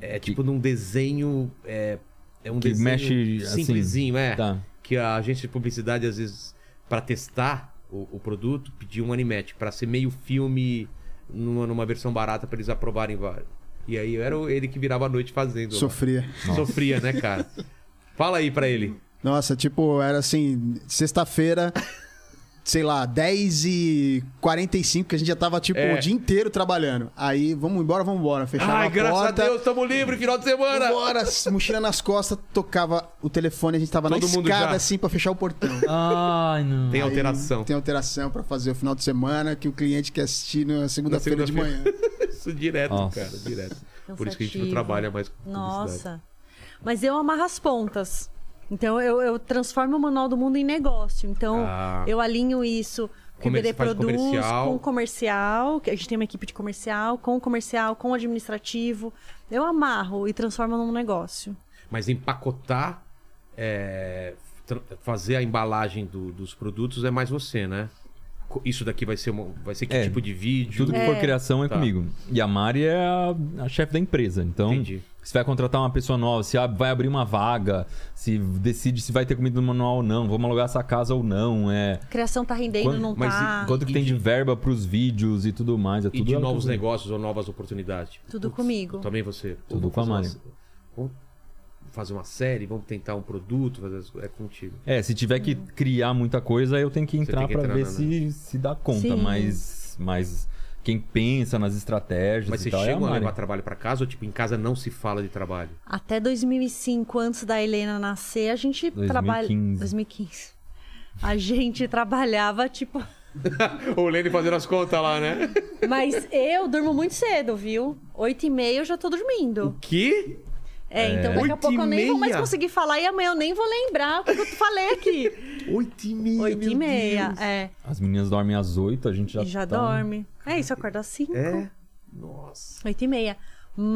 [SPEAKER 1] É tipo num desenho. É, é um
[SPEAKER 5] Que
[SPEAKER 1] desenho
[SPEAKER 5] mexe, assim,
[SPEAKER 1] simplesinho, é.
[SPEAKER 5] Tá.
[SPEAKER 1] Que a agência de publicidade, às vezes, pra testar o, o produto, pedia um Animatic pra ser meio filme numa, numa versão barata pra eles aprovarem vários. E aí era o- ele que virava a noite fazendo. lá.
[SPEAKER 2] Sofria.
[SPEAKER 1] Sofria, né, cara? Fala aí pra ele.
[SPEAKER 2] Nossa, tipo, era assim, sexta-feira, sei lá, 10h45, que a gente já tava, tipo,
[SPEAKER 1] É.
[SPEAKER 2] o dia inteiro trabalhando. Aí, vamos embora, vamos embora.
[SPEAKER 5] Tá
[SPEAKER 2] Fechava
[SPEAKER 1] Ai,
[SPEAKER 2] a
[SPEAKER 1] graças
[SPEAKER 2] porta.
[SPEAKER 1] a Deus, tamo livre, final de semana!
[SPEAKER 2] Bora, mochila nas costas, tocava o telefone, a gente tava
[SPEAKER 1] Todo
[SPEAKER 2] na
[SPEAKER 1] mundo
[SPEAKER 2] escada,
[SPEAKER 1] já.
[SPEAKER 2] assim, pra fechar o portão.
[SPEAKER 5] Ai, não.
[SPEAKER 1] Tem
[SPEAKER 2] Aí
[SPEAKER 1] alteração.
[SPEAKER 2] Tem alteração pra fazer o final de semana que o cliente quer assistir na segunda-feira de manhã.
[SPEAKER 1] segunda-feira. Isso direto,
[SPEAKER 5] Nossa.
[SPEAKER 1] cara, direto. Por isso que a gente não
[SPEAKER 4] Cansativo.
[SPEAKER 1] trabalha mais com publicidade.
[SPEAKER 4] Nossa. Mas eu amarro as pontas. Então eu, eu transformo o manual do mundo em negócio. Então
[SPEAKER 1] Ah.
[SPEAKER 4] eu alinho isso. com O
[SPEAKER 1] Comer-
[SPEAKER 4] BD
[SPEAKER 1] faz
[SPEAKER 4] produz
[SPEAKER 1] comercial.
[SPEAKER 4] com comercial, que a gente tem uma equipe de comercial, com o comercial, com o administrativo. Eu amarro e transformo num negócio.
[SPEAKER 1] Mas empacotar, é, tra- fazer a embalagem do- dos produtos é mais você, né? Co- Isso daqui vai ser, uma- vai ser que
[SPEAKER 5] É,
[SPEAKER 1] tipo de vídeo?
[SPEAKER 5] Tudo que for criação é
[SPEAKER 1] Tá.
[SPEAKER 5] comigo. E a Mari é a, a chefe da empresa. Então,
[SPEAKER 1] Entendi.
[SPEAKER 5] se vai contratar uma pessoa nova, se ab- vai abrir uma vaga, se decide se vai ter comida no manual ou não, vamos alugar essa casa ou não. É...
[SPEAKER 4] Criação tá rendendo,
[SPEAKER 5] Quando-
[SPEAKER 4] não
[SPEAKER 1] mas
[SPEAKER 4] tá.
[SPEAKER 5] Quanto que
[SPEAKER 1] e
[SPEAKER 5] tem
[SPEAKER 1] de-
[SPEAKER 5] de verba pros vídeos e tudo mais. É
[SPEAKER 1] E
[SPEAKER 5] tudo
[SPEAKER 1] de
[SPEAKER 5] ela
[SPEAKER 1] novos
[SPEAKER 5] comigo.
[SPEAKER 1] negócios ou novas oportunidades?
[SPEAKER 4] Tudo comigo.
[SPEAKER 1] Também você.
[SPEAKER 5] Tudo
[SPEAKER 1] Vamos
[SPEAKER 5] com a
[SPEAKER 1] fazer
[SPEAKER 5] Mari.
[SPEAKER 1] uma- Vamos fazer uma série, vamos tentar um produto, fazer as- é contigo.
[SPEAKER 5] É, se tiver que
[SPEAKER 4] Uhum.
[SPEAKER 5] criar muita coisa, eu tenho que entrar
[SPEAKER 1] tem que
[SPEAKER 5] pra
[SPEAKER 1] entrar
[SPEAKER 5] ver
[SPEAKER 1] na-
[SPEAKER 5] se, se dá conta.
[SPEAKER 4] Sim.
[SPEAKER 5] Mas, mas quem pensa nas estratégias
[SPEAKER 1] Mas
[SPEAKER 5] e
[SPEAKER 1] vocês
[SPEAKER 5] tal é a
[SPEAKER 1] chegam a
[SPEAKER 5] Mari.
[SPEAKER 1] levar trabalho pra casa ou tipo, em casa não se fala de trabalho?
[SPEAKER 4] Até 2005, antes da Helena nascer, a gente
[SPEAKER 5] 2015.
[SPEAKER 4] trabalha. 2015. A gente trabalhava, tipo.
[SPEAKER 1] o Lenny fazendo as contas lá, né?
[SPEAKER 4] Mas eu durmo muito cedo, viu? Oito e meia eu já tô
[SPEAKER 1] O
[SPEAKER 4] dormindo.
[SPEAKER 1] quê?
[SPEAKER 4] É, então daqui
[SPEAKER 1] Oito
[SPEAKER 4] a
[SPEAKER 1] e
[SPEAKER 4] pouco eu nem vou mais
[SPEAKER 1] meia?
[SPEAKER 4] conseguir falar e amanhã eu nem vou lembrar o que eu falei aqui.
[SPEAKER 1] Oito e meia.
[SPEAKER 4] Oito e
[SPEAKER 1] meu
[SPEAKER 4] meia,
[SPEAKER 1] Deus.
[SPEAKER 4] é.
[SPEAKER 5] As meninas dormem às 8, a gente já
[SPEAKER 4] e já
[SPEAKER 5] tá-
[SPEAKER 4] dorme. É isso, acorda às cinco.
[SPEAKER 1] É? Nossa.
[SPEAKER 4] Oito e meia.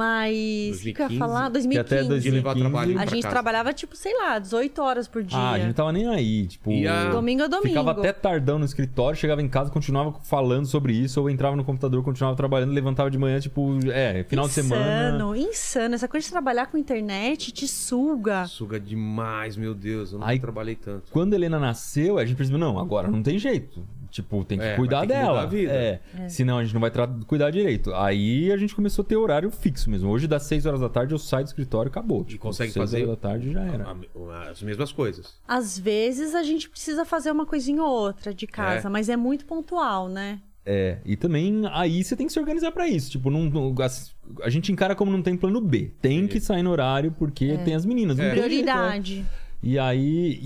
[SPEAKER 4] Mas. O que eu
[SPEAKER 1] 2015?
[SPEAKER 4] ia falar?
[SPEAKER 5] Que até
[SPEAKER 4] 2015.
[SPEAKER 5] 2015.
[SPEAKER 1] levar trabalho
[SPEAKER 4] A
[SPEAKER 1] pra
[SPEAKER 4] gente
[SPEAKER 1] casa.
[SPEAKER 4] trabalhava, tipo, sei lá, 18 horas por dia.
[SPEAKER 5] Ah, a gente não tava nem aí. Tipo,
[SPEAKER 1] E a-
[SPEAKER 4] Domingo é domingo.
[SPEAKER 5] Ficava até tardão no escritório, chegava em casa, continuava falando sobre isso, ou entrava no computador, continuava trabalhando, levantava de manhã, tipo, é, final
[SPEAKER 4] insano,
[SPEAKER 5] de semana.
[SPEAKER 4] Insano, insano. Essa coisa de trabalhar com internet te suga.
[SPEAKER 1] Suga demais, meu Deus. Eu nunca
[SPEAKER 5] Ai.
[SPEAKER 1] trabalhei tanto.
[SPEAKER 5] Quando a Helena nasceu, a gente percebeu, não, agora não tem jeito. Tipo, tem que
[SPEAKER 1] É,
[SPEAKER 5] cuidar
[SPEAKER 1] vai ter que
[SPEAKER 5] dela.
[SPEAKER 1] mudar a vida.
[SPEAKER 5] É, Senão a gente não vai tra- cuidar direito. Aí a gente começou a ter horário fixo mesmo. Hoje, das 6 horas da tarde, eu saio do escritório e acabou.
[SPEAKER 1] E consegue
[SPEAKER 5] 6
[SPEAKER 1] fazer? Uhum.
[SPEAKER 5] horas da tarde já era.
[SPEAKER 1] A- As mesmas coisas.
[SPEAKER 4] Às vezes a gente precisa fazer uma coisinha ou outra de casa, mas é muito pontual, né?
[SPEAKER 5] É, e também aí você tem que se organizar pra isso. Tipo, não, não- as- a,
[SPEAKER 1] É.
[SPEAKER 5] gente encara como não tem plano B. Tem que sair no horário porque tem as meninas. não tem jeito, né?
[SPEAKER 4] Prioridade.
[SPEAKER 5] E aí,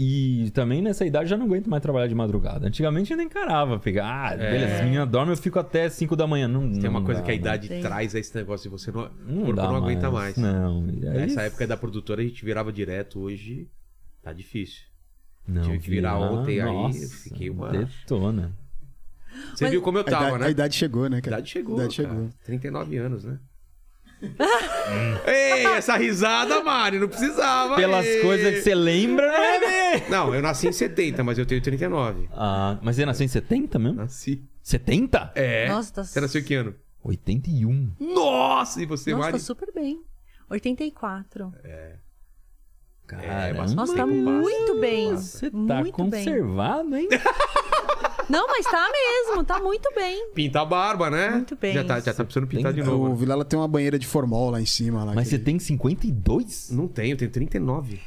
[SPEAKER 5] e também nessa idade eu já não aguento mais trabalhar de madrugada. Antigamente eu nem encarava, pegar, ah, beleza, as meninas dormem, eu fico até 5 da manhã. Não,
[SPEAKER 1] É. Tem uma coisa que a
[SPEAKER 5] idade
[SPEAKER 1] idade
[SPEAKER 4] Tem.
[SPEAKER 1] traz é esse negócio de você não,
[SPEAKER 5] Não
[SPEAKER 1] o corpo
[SPEAKER 5] dá né? É
[SPEAKER 1] não aguenta mais.
[SPEAKER 5] Não. E aí-
[SPEAKER 1] Nessa época da produtora a gente virava direto, hoje tá difícil.
[SPEAKER 5] não,
[SPEAKER 1] tive que virar ontem, aí eu
[SPEAKER 5] nossa,
[SPEAKER 1] fiquei uma-
[SPEAKER 5] Detona.
[SPEAKER 1] Você
[SPEAKER 4] Mas-
[SPEAKER 1] viu como eu
[SPEAKER 2] A idade,
[SPEAKER 1] tava, né?
[SPEAKER 2] a idade chegou, né,
[SPEAKER 1] A
[SPEAKER 2] cara?
[SPEAKER 1] idade chegou.
[SPEAKER 2] idade
[SPEAKER 1] cara.
[SPEAKER 2] chegou.
[SPEAKER 1] 39 anos, né? Ei, essa risada, Mari, não precisava.
[SPEAKER 5] Pelas
[SPEAKER 1] ei.
[SPEAKER 5] coisas que você lembra,
[SPEAKER 1] É,
[SPEAKER 5] né?
[SPEAKER 1] Não, eu nasci em 70, mas eu tenho 39.
[SPEAKER 5] Ah, mas você nasceu em 70 mesmo?
[SPEAKER 1] Nasci.
[SPEAKER 5] 70?
[SPEAKER 1] É.
[SPEAKER 4] Nossa, tá
[SPEAKER 1] Você nasceu em que ano?
[SPEAKER 5] 81.
[SPEAKER 1] Nossa, e você,
[SPEAKER 4] Nossa,
[SPEAKER 1] Mari?
[SPEAKER 4] tá super bem. 84.
[SPEAKER 1] É,
[SPEAKER 5] Caramba.
[SPEAKER 1] bastante
[SPEAKER 4] Nossa, tá
[SPEAKER 1] tempo passa.
[SPEAKER 4] muito bem.
[SPEAKER 5] Você tá
[SPEAKER 4] muito bem.
[SPEAKER 5] conservado, hein?
[SPEAKER 4] Não, mas tá mesmo, tá muito bem.
[SPEAKER 1] Pinta a barba, né?
[SPEAKER 4] Muito bem.
[SPEAKER 1] Já tá, já tá precisando pintar
[SPEAKER 5] Tem-
[SPEAKER 1] de
[SPEAKER 2] É, O
[SPEAKER 1] novo.
[SPEAKER 2] Vilela tem uma banheira de formol lá em cima. Lá,
[SPEAKER 5] Mas
[SPEAKER 2] que
[SPEAKER 5] você tá
[SPEAKER 2] ele-
[SPEAKER 5] tem 52?
[SPEAKER 1] Não tenho, eu tenho 39.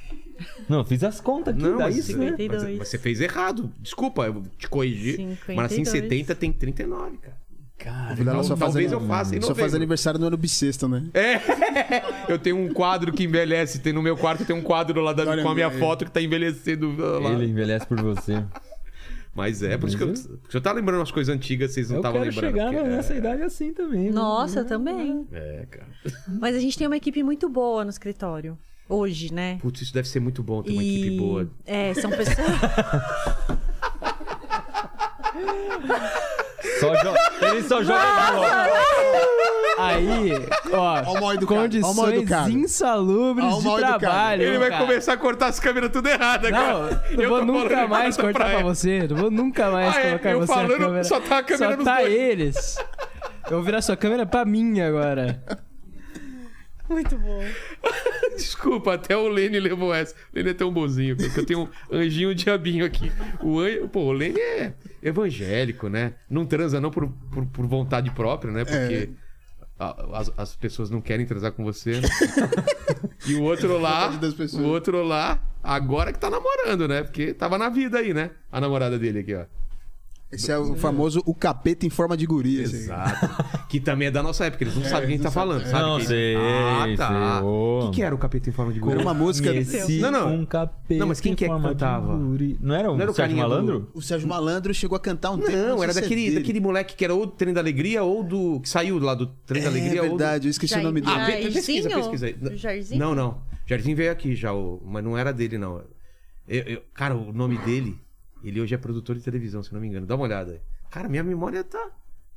[SPEAKER 5] Não, eu fiz as contas aqui.
[SPEAKER 1] Não,
[SPEAKER 5] dá
[SPEAKER 1] mas,
[SPEAKER 5] isso,
[SPEAKER 1] mas-
[SPEAKER 5] né?
[SPEAKER 4] 52.
[SPEAKER 1] mas você fez errado. Desculpa, eu vou te corrigir. Mas nasci em
[SPEAKER 4] 52.
[SPEAKER 1] 70, tem 39, cara. tá
[SPEAKER 5] Cara,
[SPEAKER 2] O Vilela só faz
[SPEAKER 1] Talvez
[SPEAKER 2] ani-
[SPEAKER 1] eu faça em
[SPEAKER 2] Só faz
[SPEAKER 1] novembro.
[SPEAKER 2] aniversário no ano bissexto, né?
[SPEAKER 1] É, eu tenho um quadro que envelhece. Tem no meu quarto tem um quadro lá da-
[SPEAKER 2] Olha,
[SPEAKER 1] com a minha
[SPEAKER 2] meu,
[SPEAKER 1] foto que tá envelhecendo ó, lá.
[SPEAKER 5] ele envelhece por você.
[SPEAKER 1] Mas é, por isso que eu,
[SPEAKER 5] Mas
[SPEAKER 1] porque eu tava lembrando umas coisas antigas, vocês não
[SPEAKER 5] Eu
[SPEAKER 1] estavam
[SPEAKER 5] quero
[SPEAKER 1] lembrando. é.
[SPEAKER 5] chegar
[SPEAKER 1] porque-
[SPEAKER 5] nessa idade assim também.
[SPEAKER 4] Nossa, eu também.
[SPEAKER 1] É, cara.
[SPEAKER 4] Mas a gente tem uma equipe muito boa no escritório. Hoje, né?
[SPEAKER 1] Putz, isso deve ser muito bom ter uma
[SPEAKER 4] E-
[SPEAKER 1] equipe boa.
[SPEAKER 4] É, são pessoas.
[SPEAKER 5] Só jo... Ele só joga bola.
[SPEAKER 3] Aí,
[SPEAKER 2] Ó o mal
[SPEAKER 3] ó,
[SPEAKER 2] educado, ó o mal
[SPEAKER 3] condições
[SPEAKER 2] educado.
[SPEAKER 3] insalubres
[SPEAKER 2] Ó o
[SPEAKER 3] de
[SPEAKER 2] mal educado.
[SPEAKER 3] trabalho.
[SPEAKER 1] Ele vai
[SPEAKER 3] cara.
[SPEAKER 1] começar a cortar as câmeras tudo errada,
[SPEAKER 3] Não,
[SPEAKER 1] cara.
[SPEAKER 3] não vou
[SPEAKER 1] tô
[SPEAKER 3] nunca
[SPEAKER 1] falando
[SPEAKER 3] mais
[SPEAKER 1] errado
[SPEAKER 3] cortar pra
[SPEAKER 1] ela.
[SPEAKER 3] você. Não vou nunca mais
[SPEAKER 1] Ah, é,
[SPEAKER 3] colocar
[SPEAKER 1] eu
[SPEAKER 3] você
[SPEAKER 1] falando,
[SPEAKER 3] na câmera.
[SPEAKER 1] só tá a câmera
[SPEAKER 3] Só
[SPEAKER 1] nos
[SPEAKER 3] tá
[SPEAKER 1] dois.
[SPEAKER 3] eles. Eu vou virar sua câmera pra mim agora.
[SPEAKER 4] muito bom.
[SPEAKER 1] Desculpa, até o Lene levou essa. O Lene é tão bonzinho, porque eu tenho um anjinho e um diabinho aqui. O anjo, pô, o Lene é evangélico, né? Não transa não por, por, por vontade própria, né? Porque a- as, as pessoas não querem transar com você. né? e o outro lá,
[SPEAKER 2] Vontade das pessoas.
[SPEAKER 1] o outro lá, agora que tá namorando, né? Porque tava na vida aí, né? A namorada dele aqui, ó.
[SPEAKER 2] Esse é o famoso o capeta em forma de assim. guria. esse aí.
[SPEAKER 1] Exato. que também é da nossa época, eles não sabem quem tá falando, sabe?
[SPEAKER 5] Não,
[SPEAKER 1] quem...
[SPEAKER 5] sei,
[SPEAKER 1] Ah, tá.
[SPEAKER 5] sei.
[SPEAKER 1] O que, que era o capeta em forma de
[SPEAKER 2] Era
[SPEAKER 1] gorila?
[SPEAKER 2] uma música.
[SPEAKER 5] Esse
[SPEAKER 1] Não, não.
[SPEAKER 5] Um capeta
[SPEAKER 1] Não, mas quem que é que
[SPEAKER 5] em forma de
[SPEAKER 1] cantava?
[SPEAKER 5] guri. Não era o,
[SPEAKER 1] Não era o
[SPEAKER 5] Sérgio
[SPEAKER 1] carinha do-
[SPEAKER 5] Malandro?
[SPEAKER 2] O Sérgio Malandro chegou a cantar um tempo.
[SPEAKER 1] Não, era
[SPEAKER 2] sei se é
[SPEAKER 1] daquele,
[SPEAKER 2] dele.
[SPEAKER 1] daquele moleque que era ou do Trem da Alegria ou do. que saiu lá do Trem da Alegria.
[SPEAKER 2] É verdade, eu esqueci o nome
[SPEAKER 1] Ou do...
[SPEAKER 2] dele.
[SPEAKER 1] Ah, pe- pe- pesquisa,
[SPEAKER 4] Jairzinho?
[SPEAKER 1] pesquisa aí. N-
[SPEAKER 4] Jairzinho?
[SPEAKER 1] Não, não. Jardim veio aqui já, o- mas não era dele, não. Eu- eu- Cara, o nome dele, ele hoje é produtor de televisão, se eu não me engano. Dá uma olhada aí. Cara, minha memória tá.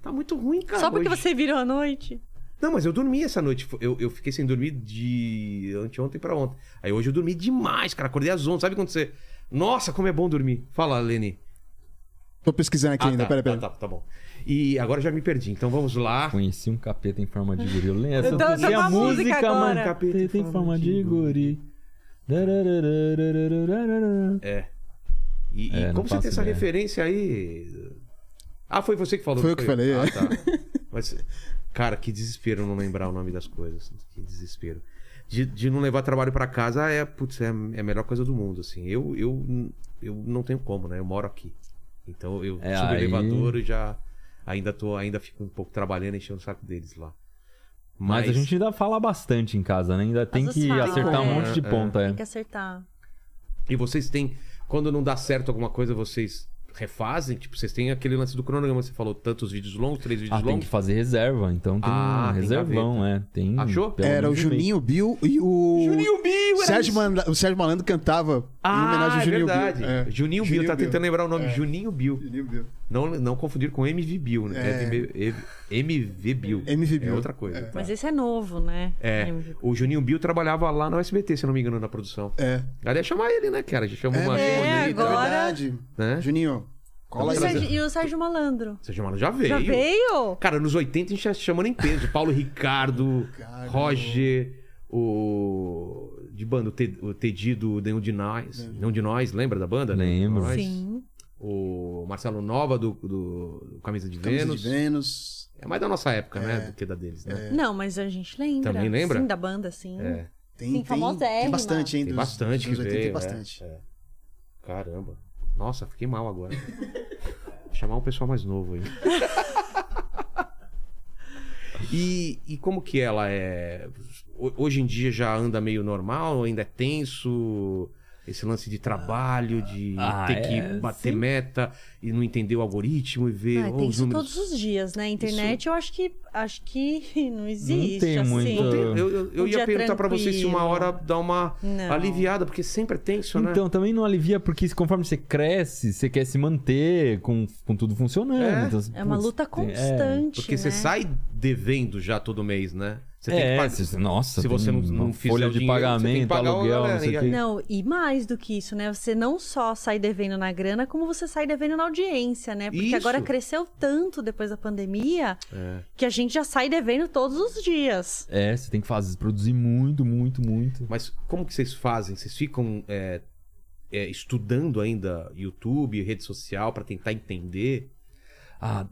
[SPEAKER 1] tá muito ruim, cara.
[SPEAKER 4] Só porque
[SPEAKER 1] hoje.
[SPEAKER 4] você virou à noite.
[SPEAKER 1] Não, mas eu dormi essa noite. Eu, eu fiquei sem dormir de anteontem pra ontem. Aí hoje eu dormi demais, cara. Acordei às 11. Sabe quando você. Nossa, como é bom dormir. Fala, Leni.
[SPEAKER 2] Tô pesquisando aqui
[SPEAKER 1] Ah,
[SPEAKER 2] ainda,
[SPEAKER 1] tá,
[SPEAKER 2] peraí, peraí.
[SPEAKER 1] Tá, tá, tá bom. E agora já me perdi, então vamos lá.
[SPEAKER 5] Conheci um capeta em forma de guri. Eu lembro.
[SPEAKER 4] Eu tô-
[SPEAKER 5] eu
[SPEAKER 4] eu tô
[SPEAKER 5] sei
[SPEAKER 4] com
[SPEAKER 5] a
[SPEAKER 4] a música
[SPEAKER 5] música,
[SPEAKER 4] agora.
[SPEAKER 5] mano. Capeta em forma de guri.
[SPEAKER 1] É. E, e
[SPEAKER 5] É, não
[SPEAKER 1] como você
[SPEAKER 5] faço
[SPEAKER 1] tem essa
[SPEAKER 5] ideia.
[SPEAKER 1] referência aí. Ah, foi você que falou.
[SPEAKER 2] Foi
[SPEAKER 1] não
[SPEAKER 2] eu que falei,
[SPEAKER 1] Ah,
[SPEAKER 2] é.
[SPEAKER 1] tá. Mas, cara, que desespero não lembrar o nome das coisas. Que desespero. De, de não levar trabalho pra casa é, putz, é, é a melhor coisa do mundo, assim. Eu, eu, eu não tenho como, né? Eu moro aqui. Então eu
[SPEAKER 5] É,
[SPEAKER 1] subo o
[SPEAKER 5] aí-
[SPEAKER 1] elevador e já. Ainda, tô, ainda fico um pouco trabalhando, enchendo o saco deles lá.
[SPEAKER 5] Mas a gente ainda fala bastante em casa, né? Ainda tem
[SPEAKER 4] vezes
[SPEAKER 5] que
[SPEAKER 4] fala,
[SPEAKER 5] acertar um
[SPEAKER 4] é.
[SPEAKER 5] monte de
[SPEAKER 1] É, é.
[SPEAKER 5] ponta, é.
[SPEAKER 4] Tem que acertar.
[SPEAKER 1] E vocês têm. Quando não dá certo alguma coisa, vocês refazem? Tipo, vocês têm aquele lance do cronograma, você falou tantos vídeos longos, três vídeos
[SPEAKER 5] Ah, tem
[SPEAKER 1] longos.
[SPEAKER 5] que fazer reserva, então tem
[SPEAKER 1] Ah,
[SPEAKER 5] um
[SPEAKER 1] tem
[SPEAKER 5] reservão, é. Tem
[SPEAKER 1] Achou?
[SPEAKER 5] pelo
[SPEAKER 2] Era o
[SPEAKER 5] menos um mês.
[SPEAKER 2] Juninho Bill e o.
[SPEAKER 1] Juninho Bill, era
[SPEAKER 2] Sérgio
[SPEAKER 1] isso.
[SPEAKER 2] Manda- O Sérgio Malandro cantava em homenagem
[SPEAKER 1] Ah,
[SPEAKER 2] ao
[SPEAKER 1] é
[SPEAKER 2] Juninho
[SPEAKER 1] verdade.
[SPEAKER 2] Bill. É.
[SPEAKER 1] Juninho Bill, tá tentando lembrar o nome.
[SPEAKER 2] É.
[SPEAKER 1] Juninho Bill.
[SPEAKER 2] Juninho Bill.
[SPEAKER 1] Não, não confundir com MV Bill, né? É
[SPEAKER 2] É.
[SPEAKER 1] MV MV Bill.
[SPEAKER 2] MV Bill.
[SPEAKER 1] É outra coisa. tá?
[SPEAKER 4] Mas esse é novo, né?
[SPEAKER 1] É. O Juninho Bill trabalhava lá no SBT, se eu não me engano, na produção.
[SPEAKER 2] É.
[SPEAKER 1] Aliás, chamar ele, né, cara? A gente chama uma
[SPEAKER 4] mesmo.
[SPEAKER 1] uma
[SPEAKER 4] É,
[SPEAKER 1] bonita,
[SPEAKER 4] agora-
[SPEAKER 2] verdade.
[SPEAKER 1] né?
[SPEAKER 2] Juninho, cola aí.
[SPEAKER 4] E o Sérgio, e o Sérgio Malandro?
[SPEAKER 1] Você chamando já veio.
[SPEAKER 4] Já veio?
[SPEAKER 1] Cara, nos 80 a gente já chamando em peso. Paulo Ricardo,
[SPEAKER 2] Ricardo.
[SPEAKER 1] Roger, o. De banda, o, Te- o Teddy do Nenhum de Nós. Nenhum de Nós, lembra da banda? né?
[SPEAKER 5] Lembro.
[SPEAKER 1] Nós.
[SPEAKER 4] Sim.
[SPEAKER 1] O Marcelo Nova do, do Camisa de
[SPEAKER 2] Camisa
[SPEAKER 1] Vênus.
[SPEAKER 2] de Vênus.
[SPEAKER 1] É mais da nossa época, né? Do que da deles, né?
[SPEAKER 4] Não, mas a gente lembra.
[SPEAKER 1] Também lembra?
[SPEAKER 4] Sim, da banda, sim.
[SPEAKER 1] É.
[SPEAKER 2] Tem,
[SPEAKER 4] Sim,
[SPEAKER 2] tem,
[SPEAKER 4] famosérrima.
[SPEAKER 2] tem bastante, hein?
[SPEAKER 1] Tem
[SPEAKER 2] dos-
[SPEAKER 1] bastante
[SPEAKER 2] dos
[SPEAKER 1] que
[SPEAKER 2] 80
[SPEAKER 1] veio.
[SPEAKER 2] tem
[SPEAKER 1] é,
[SPEAKER 2] bastante.
[SPEAKER 1] é. Caramba. Nossa, fiquei mal agora. Vou Chamar um pessoal mais novo aí. e, e como que ela é? Ho- Hoje em dia já anda meio normal? Ainda é tenso? Esse lance de trabalho, de
[SPEAKER 5] Ah,
[SPEAKER 1] ter
[SPEAKER 5] é,
[SPEAKER 1] que bater meta e não entender o algoritmo e ver
[SPEAKER 4] Ah,
[SPEAKER 1] ó,
[SPEAKER 4] tem
[SPEAKER 1] os
[SPEAKER 4] isso
[SPEAKER 1] números.
[SPEAKER 4] todos os dias, né? A internet, eu acho que acho que não existe.
[SPEAKER 5] tem
[SPEAKER 4] assim.
[SPEAKER 5] muito-
[SPEAKER 1] Não tem- eu eu- eu
[SPEAKER 4] Um
[SPEAKER 1] ia
[SPEAKER 4] dia
[SPEAKER 1] perguntar pra você se uma
[SPEAKER 4] tranquilo.
[SPEAKER 1] hora dá uma
[SPEAKER 4] Não.
[SPEAKER 1] aliviada, porque sempre é tenso, né?
[SPEAKER 5] Então, também não alivia, porque conforme você cresce, você quer se manter com, com tudo funcionando.
[SPEAKER 1] É.
[SPEAKER 5] então, você-
[SPEAKER 4] É uma
[SPEAKER 5] putz,
[SPEAKER 4] luta
[SPEAKER 5] tem- é.
[SPEAKER 4] constante.
[SPEAKER 1] porque você
[SPEAKER 4] né?
[SPEAKER 1] sai devendo já todo mês, né? Você
[SPEAKER 5] é,
[SPEAKER 1] tem que pagar.
[SPEAKER 5] você- nossa,
[SPEAKER 1] se você
[SPEAKER 5] tem
[SPEAKER 1] não- não
[SPEAKER 5] uma
[SPEAKER 1] fizer
[SPEAKER 5] folha
[SPEAKER 1] o
[SPEAKER 5] de
[SPEAKER 1] dinheiro, você tem que
[SPEAKER 5] pagamento,
[SPEAKER 1] pagar o
[SPEAKER 5] aluguel,
[SPEAKER 1] galera,
[SPEAKER 5] não sei o
[SPEAKER 1] e-
[SPEAKER 5] quê.
[SPEAKER 4] Não, e mais do que isso, né? Você não só sai devendo na grana, como você sai devendo na audiência, né? Porque
[SPEAKER 1] Isso.
[SPEAKER 4] agora cresceu tanto depois da pandemia que a gente já sai devendo todos os dias.
[SPEAKER 5] É, você tem que fazer, produzir muito, muito, muito.
[SPEAKER 1] Mas como que vocês fazem? Vocês ficam é, é, estudando ainda YouTube, rede social pra tentar entender?
[SPEAKER 5] Ah,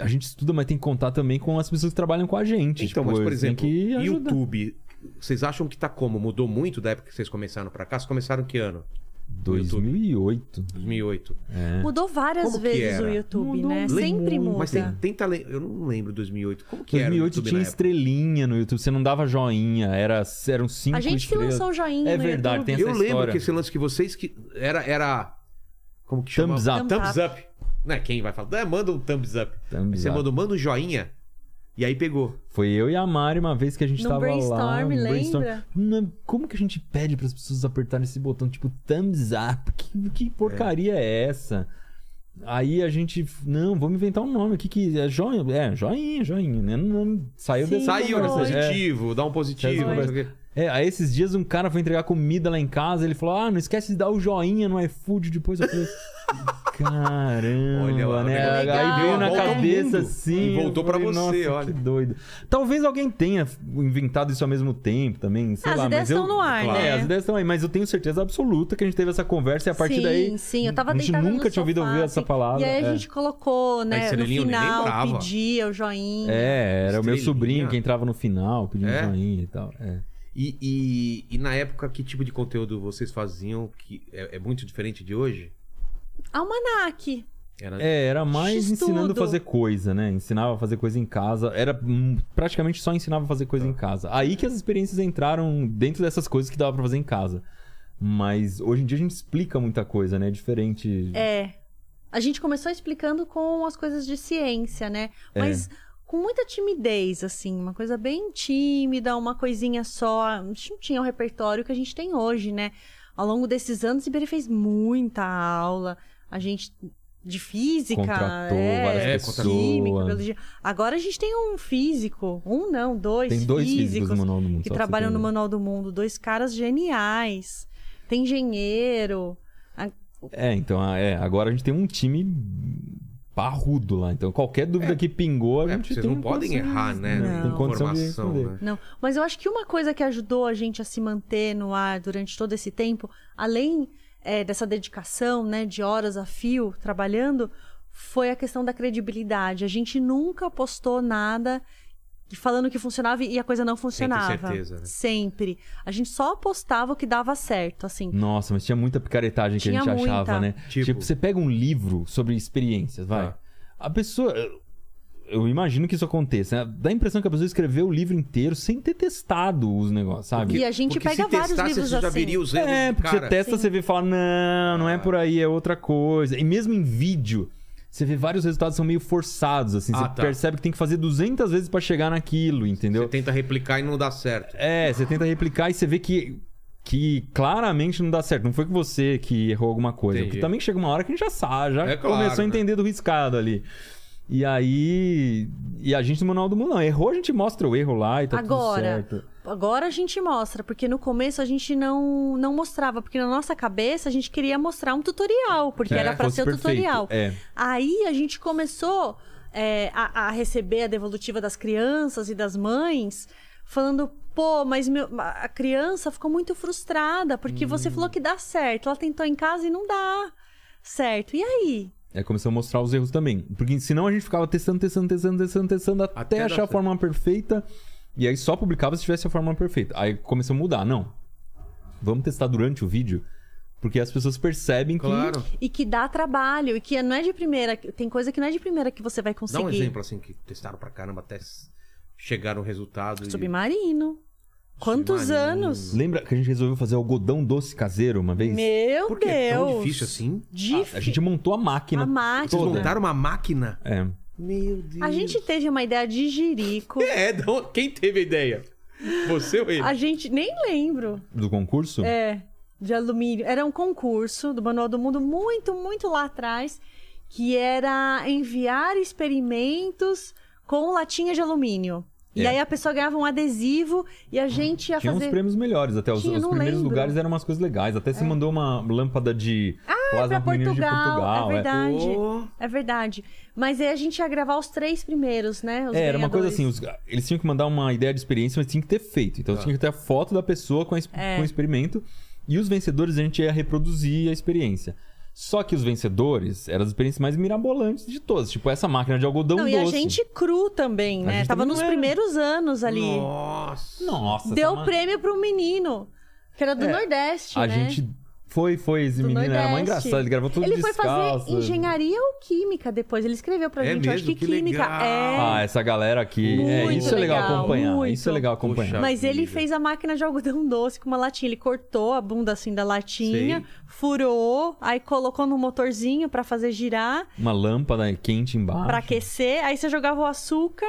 [SPEAKER 5] a gente estuda, mas tem que contar também com as pessoas que trabalham com a gente.
[SPEAKER 1] Então,
[SPEAKER 5] tipo,
[SPEAKER 1] mas por
[SPEAKER 5] eles têm
[SPEAKER 1] exemplo,
[SPEAKER 5] que ajudar.
[SPEAKER 1] YouTube, vocês acham que tá como? Mudou muito da época que vocês começaram pra cá? Vocês começaram que ano?
[SPEAKER 5] 2008.
[SPEAKER 1] 2008.
[SPEAKER 5] É.
[SPEAKER 4] Mudou várias
[SPEAKER 1] Como que
[SPEAKER 4] vezes
[SPEAKER 1] era?
[SPEAKER 4] o YouTube,
[SPEAKER 5] Mudou
[SPEAKER 4] né?
[SPEAKER 5] muito.
[SPEAKER 4] Sempre muda.
[SPEAKER 1] Mas tem, tenta le- eu não lembro 2008. Como que era o
[SPEAKER 5] 2008
[SPEAKER 1] YouTube
[SPEAKER 5] tinha
[SPEAKER 1] na época?
[SPEAKER 5] estrelinha no YouTube, você não dava joinha, era, eram cinco
[SPEAKER 4] a gente que
[SPEAKER 5] estrelas.
[SPEAKER 4] lançou o joinha
[SPEAKER 5] É
[SPEAKER 4] no
[SPEAKER 5] verdade,
[SPEAKER 4] YouTube.
[SPEAKER 5] tem essa
[SPEAKER 1] Eu lembro
[SPEAKER 5] história.
[SPEAKER 1] que esse lance que vocês que era era como que chama?
[SPEAKER 5] Thumbs up.
[SPEAKER 1] Thumbs up. Não é quem vai falar, "Ah, manda um thumbs up. Aí
[SPEAKER 5] Thumbs
[SPEAKER 1] você
[SPEAKER 5] up.
[SPEAKER 1] mandou, manda um joinha. E aí pegou.
[SPEAKER 5] Foi eu e a Mari uma vez que a gente
[SPEAKER 4] No
[SPEAKER 5] tava lá.
[SPEAKER 4] brainstorm,
[SPEAKER 5] no brainstorm.
[SPEAKER 4] lembra?
[SPEAKER 5] Não, Como que a gente pede pras pessoas apertarem esse botão tipo thumbs up? Que, que porcaria é. essa? Aí a gente, não, vamos inventar um nome. O que que é joinha? É, joinha, joinha, né? Não- não- saiu
[SPEAKER 4] Sim,
[SPEAKER 5] dessa
[SPEAKER 1] Saiu, né?
[SPEAKER 4] foi.
[SPEAKER 5] conversa. É.
[SPEAKER 1] Positivo, dá um positivo.
[SPEAKER 5] Foi.
[SPEAKER 1] não sei o quê.
[SPEAKER 5] É, aí esses dias um cara foi entregar comida lá em casa, ele falou: "Ah, não esquece de dar o joinha no iFood depois". Eu falei: "Caramba,
[SPEAKER 1] Olha lá,
[SPEAKER 5] né?
[SPEAKER 4] olha que legal,
[SPEAKER 5] aí veio na
[SPEAKER 4] né?
[SPEAKER 5] cabeça
[SPEAKER 1] Voltou
[SPEAKER 5] assim.
[SPEAKER 1] E voltou
[SPEAKER 5] eu
[SPEAKER 1] pra
[SPEAKER 5] falei,
[SPEAKER 1] você,
[SPEAKER 5] "Nossa,
[SPEAKER 1] olha."
[SPEAKER 5] Que doido. Talvez alguém tenha inventado isso ao mesmo tempo também, sei
[SPEAKER 4] As
[SPEAKER 5] lá,
[SPEAKER 4] ideias
[SPEAKER 5] mas eu
[SPEAKER 4] estão no ar,
[SPEAKER 1] claro.
[SPEAKER 5] É,
[SPEAKER 4] né?
[SPEAKER 5] as ideias estão aí, mas eu tenho certeza absoluta que a gente teve essa conversa e a partir
[SPEAKER 4] sim,
[SPEAKER 5] daí
[SPEAKER 4] Sim, eu tava
[SPEAKER 5] a gente
[SPEAKER 4] deitada no
[SPEAKER 5] nunca tinha ouvido
[SPEAKER 4] sofá,
[SPEAKER 5] ouvir essa
[SPEAKER 4] assim,
[SPEAKER 5] palavra,
[SPEAKER 4] E aí
[SPEAKER 5] é.
[SPEAKER 4] a gente colocou, né? No
[SPEAKER 1] estrelinha eu nem
[SPEAKER 4] final,
[SPEAKER 1] lembrava.
[SPEAKER 4] pedia o joinha.
[SPEAKER 5] É, era o meu
[SPEAKER 1] Estrelinha.
[SPEAKER 5] sobrinho que entrava no final, pedindo
[SPEAKER 1] É?
[SPEAKER 5] joinha e tal. É.
[SPEAKER 1] E, e- e na época, que tipo de conteúdo vocês faziam que é, é muito diferente de hoje?
[SPEAKER 4] Almanac.
[SPEAKER 1] Era
[SPEAKER 5] É, era mais
[SPEAKER 4] X
[SPEAKER 5] ensinando a
[SPEAKER 4] tudo.
[SPEAKER 5] fazer coisa, né? Ensinava a fazer coisa em casa. Era hum, praticamente só ensinava a fazer coisa
[SPEAKER 1] Tá.
[SPEAKER 5] em casa. Aí que as experiências entraram dentro dessas coisas que dava pra fazer em casa. Mas hoje em dia a gente explica muita coisa, né? É Diferente.
[SPEAKER 4] É. A gente começou explicando com as coisas de ciência, né?
[SPEAKER 5] É.
[SPEAKER 4] Mas com muita timidez, assim, uma coisa bem tímida, uma coisinha só. A gente não tinha o repertório que a gente tem hoje, né? Ao longo desses anos, Iberê fez muita aula. A gente. De física,
[SPEAKER 5] Contratou
[SPEAKER 4] é,
[SPEAKER 5] várias
[SPEAKER 1] pessoas.
[SPEAKER 4] química, biologia. Agora a gente tem um físico, um não, dois,
[SPEAKER 5] Tem dois físicos
[SPEAKER 4] físicos
[SPEAKER 5] no Manual do Mundo.
[SPEAKER 4] que
[SPEAKER 5] só pra você
[SPEAKER 4] trabalham
[SPEAKER 5] ter
[SPEAKER 4] no
[SPEAKER 5] ideia.
[SPEAKER 4] Manual do Mundo, dois caras geniais. Tem engenheiro,
[SPEAKER 5] É, então ah, é, agora a gente tem um time parrudo lá. Então qualquer dúvida que pingou, a
[SPEAKER 1] É,
[SPEAKER 5] gente
[SPEAKER 1] porque vocês
[SPEAKER 5] tem um
[SPEAKER 1] não podem
[SPEAKER 5] condições,
[SPEAKER 1] errar, né?
[SPEAKER 4] Não.
[SPEAKER 5] Tem
[SPEAKER 4] na
[SPEAKER 5] condição de
[SPEAKER 1] Informação,
[SPEAKER 5] responder.
[SPEAKER 1] né?
[SPEAKER 4] Não, mas eu acho que uma coisa que ajudou a gente a se manter no ar durante todo esse tempo, além eh, dessa dedicação, né, de horas a fio trabalhando, foi a questão da credibilidade. A gente nunca postou nada falando que funcionava e a coisa não funcionava.
[SPEAKER 1] certeza, né?
[SPEAKER 4] Sempre. A gente só postava o que dava certo, assim.
[SPEAKER 5] Nossa, mas tinha muita picaretagem que
[SPEAKER 4] Tinha
[SPEAKER 5] a gente
[SPEAKER 4] muita.
[SPEAKER 5] achava, né?
[SPEAKER 1] Tipo?
[SPEAKER 5] Tipo... você pega um livro sobre experiências, vai.
[SPEAKER 1] Tá.
[SPEAKER 5] A pessoa. Eu imagino que isso aconteça. Né? Dá a impressão que a pessoa escreveu o livro inteiro sem ter testado os negócios, sabe?
[SPEAKER 4] E a gente
[SPEAKER 1] Porque
[SPEAKER 4] pega
[SPEAKER 1] se
[SPEAKER 4] vários
[SPEAKER 1] testasse,
[SPEAKER 4] livros
[SPEAKER 1] você já
[SPEAKER 4] assim.
[SPEAKER 1] viria os erros
[SPEAKER 5] É,
[SPEAKER 1] do
[SPEAKER 5] porque
[SPEAKER 1] cara.
[SPEAKER 5] você testa,
[SPEAKER 4] Sim.
[SPEAKER 5] você vê e fala, não, não é
[SPEAKER 1] Ah.
[SPEAKER 5] por aí, é outra coisa. E mesmo em vídeo, você vê vários resultados que são meio forçados, assim.
[SPEAKER 1] Ah,
[SPEAKER 5] você
[SPEAKER 1] tá.
[SPEAKER 5] percebe que tem que fazer 200 vezes pra chegar naquilo, entendeu?
[SPEAKER 1] Você tenta replicar e não dá certo.
[SPEAKER 5] É, você tenta replicar e você vê que, que claramente não dá certo. Não foi que você que errou alguma coisa.
[SPEAKER 1] Entendi.
[SPEAKER 5] Porque também chega uma hora que a gente já sabe, já
[SPEAKER 1] É claro,
[SPEAKER 5] começou a
[SPEAKER 1] né?
[SPEAKER 5] entender do riscado ali. E aí. E a gente no Manual do Mundo não. Errou, a gente mostra o erro lá e tá
[SPEAKER 4] Agora,
[SPEAKER 5] tudo certo.
[SPEAKER 4] Agora a gente mostra, porque no começo a gente não, não mostrava, porque na nossa cabeça a gente queria mostrar um tutorial, porque
[SPEAKER 5] É,
[SPEAKER 4] era pra
[SPEAKER 5] fosse
[SPEAKER 4] ser o
[SPEAKER 5] perfeito.
[SPEAKER 4] tutorial.
[SPEAKER 5] É.
[SPEAKER 4] Aí a gente começou é, a, a receber a devolutiva das crianças e das mães, falando, pô, mas meu- a criança ficou muito frustrada, porque você
[SPEAKER 1] Hum.
[SPEAKER 4] falou que dá certo. Ela tentou em casa e não dá certo. E aí?
[SPEAKER 5] É, começou a mostrar os erros também. Porque senão a gente ficava testando, testando, testando, testando, testando, até,
[SPEAKER 1] Até dar
[SPEAKER 5] achar a
[SPEAKER 1] certo.
[SPEAKER 5] forma perfeita. E aí só publicava se tivesse a forma perfeita. Aí começou a mudar. Não. Vamos testar durante o vídeo. Porque as pessoas percebem que.
[SPEAKER 1] Claro.
[SPEAKER 4] E que dá trabalho, e que não é de primeira. Tem coisa que não é de primeira que você vai
[SPEAKER 1] Dá
[SPEAKER 4] conseguir.
[SPEAKER 1] um exemplo assim que testaram pra caramba até s- chegar no resultado. e-
[SPEAKER 4] Submarino. Quantos anos?
[SPEAKER 5] Lembra que a gente resolveu fazer algodão doce caseiro uma vez?
[SPEAKER 4] Meu
[SPEAKER 1] Por que
[SPEAKER 4] um Deus.
[SPEAKER 1] é tão difícil assim?
[SPEAKER 4] Dif-
[SPEAKER 5] Ah, A gente montou a máquina.
[SPEAKER 4] A máquina.
[SPEAKER 1] Vocês
[SPEAKER 5] Toda.
[SPEAKER 1] montaram uma máquina?
[SPEAKER 5] É.
[SPEAKER 1] Meu Deus.
[SPEAKER 4] A gente teve uma ideia de jirico.
[SPEAKER 1] É, da onde- quem teve a ideia? Você ou ele?
[SPEAKER 4] A gente nem lembro.
[SPEAKER 5] Do concurso?
[SPEAKER 4] É, de alumínio. Era um concurso do Manual do Mundo muito, muito lá atrás, que era enviar experimentos com latinha de alumínio. E
[SPEAKER 5] É.
[SPEAKER 4] aí a pessoa ganhava um adesivo e a gente ia
[SPEAKER 5] Tinha uns
[SPEAKER 4] fazer.
[SPEAKER 5] prêmios melhores até. Os,
[SPEAKER 4] Tinha,
[SPEAKER 5] os
[SPEAKER 4] não
[SPEAKER 5] primeiros
[SPEAKER 4] lembro. É.
[SPEAKER 5] lugares eram umas coisas legais. Até se mandou uma lâmpada de plasma
[SPEAKER 4] Ah, pra
[SPEAKER 5] pro menino de
[SPEAKER 4] Portugal,
[SPEAKER 5] Portugal.
[SPEAKER 4] é verdade.
[SPEAKER 1] Ô,
[SPEAKER 4] É verdade. Mas aí a gente ia gravar os três primeiros, né? Os
[SPEAKER 5] É, era uma coisa
[SPEAKER 4] ganhadores.
[SPEAKER 5] assim, os- eles tinham que mandar uma ideia de experiência, mas tinha que ter feito. Então tinha que ter a foto da pessoa com, a ex-
[SPEAKER 4] É.
[SPEAKER 5] com o experimento. E os vencedores a gente ia reproduzir a experiência. Só que os vencedores eram as experiências mais mirabolantes de todas. Tipo, essa máquina de algodão
[SPEAKER 4] Não,
[SPEAKER 5] doce.
[SPEAKER 4] e a gente cru também,
[SPEAKER 5] A
[SPEAKER 4] né?
[SPEAKER 5] gente
[SPEAKER 4] Tava
[SPEAKER 5] também
[SPEAKER 4] nos
[SPEAKER 5] não é. era.
[SPEAKER 4] primeiros anos ali.
[SPEAKER 1] Nossa.
[SPEAKER 5] Nossa,
[SPEAKER 4] Deu
[SPEAKER 5] essa ma-
[SPEAKER 4] prêmio pro menino, que era do Nordeste,
[SPEAKER 5] É. A
[SPEAKER 4] né?
[SPEAKER 5] gente foi, foi, esse
[SPEAKER 4] Do
[SPEAKER 5] menino era mó
[SPEAKER 4] Nordeste.
[SPEAKER 5] engraçado. Ele gravou tudo
[SPEAKER 4] Ele foi
[SPEAKER 5] descalço.
[SPEAKER 4] fazer engenharia ou química depois. Ele escreveu pra
[SPEAKER 1] É
[SPEAKER 4] gente, eu acho que,
[SPEAKER 1] mesmo? Que
[SPEAKER 4] química.
[SPEAKER 1] legal.
[SPEAKER 5] Ah,
[SPEAKER 4] É.
[SPEAKER 5] essa galera aqui. é,
[SPEAKER 4] Muito
[SPEAKER 5] isso é legal,
[SPEAKER 4] legal,
[SPEAKER 5] acompanhar.
[SPEAKER 4] muito.
[SPEAKER 5] Isso é legal acompanhar.
[SPEAKER 1] Puxa.
[SPEAKER 4] Mas ele
[SPEAKER 1] vida.
[SPEAKER 4] fez a máquina de algodão doce com uma latinha. Ele cortou a bunda assim da latinha,
[SPEAKER 1] Sei.
[SPEAKER 4] furou, aí colocou no motorzinho pra fazer girar,
[SPEAKER 5] Uma lâmpada quente embaixo.
[SPEAKER 4] pra aquecer. Aí você jogava o açúcar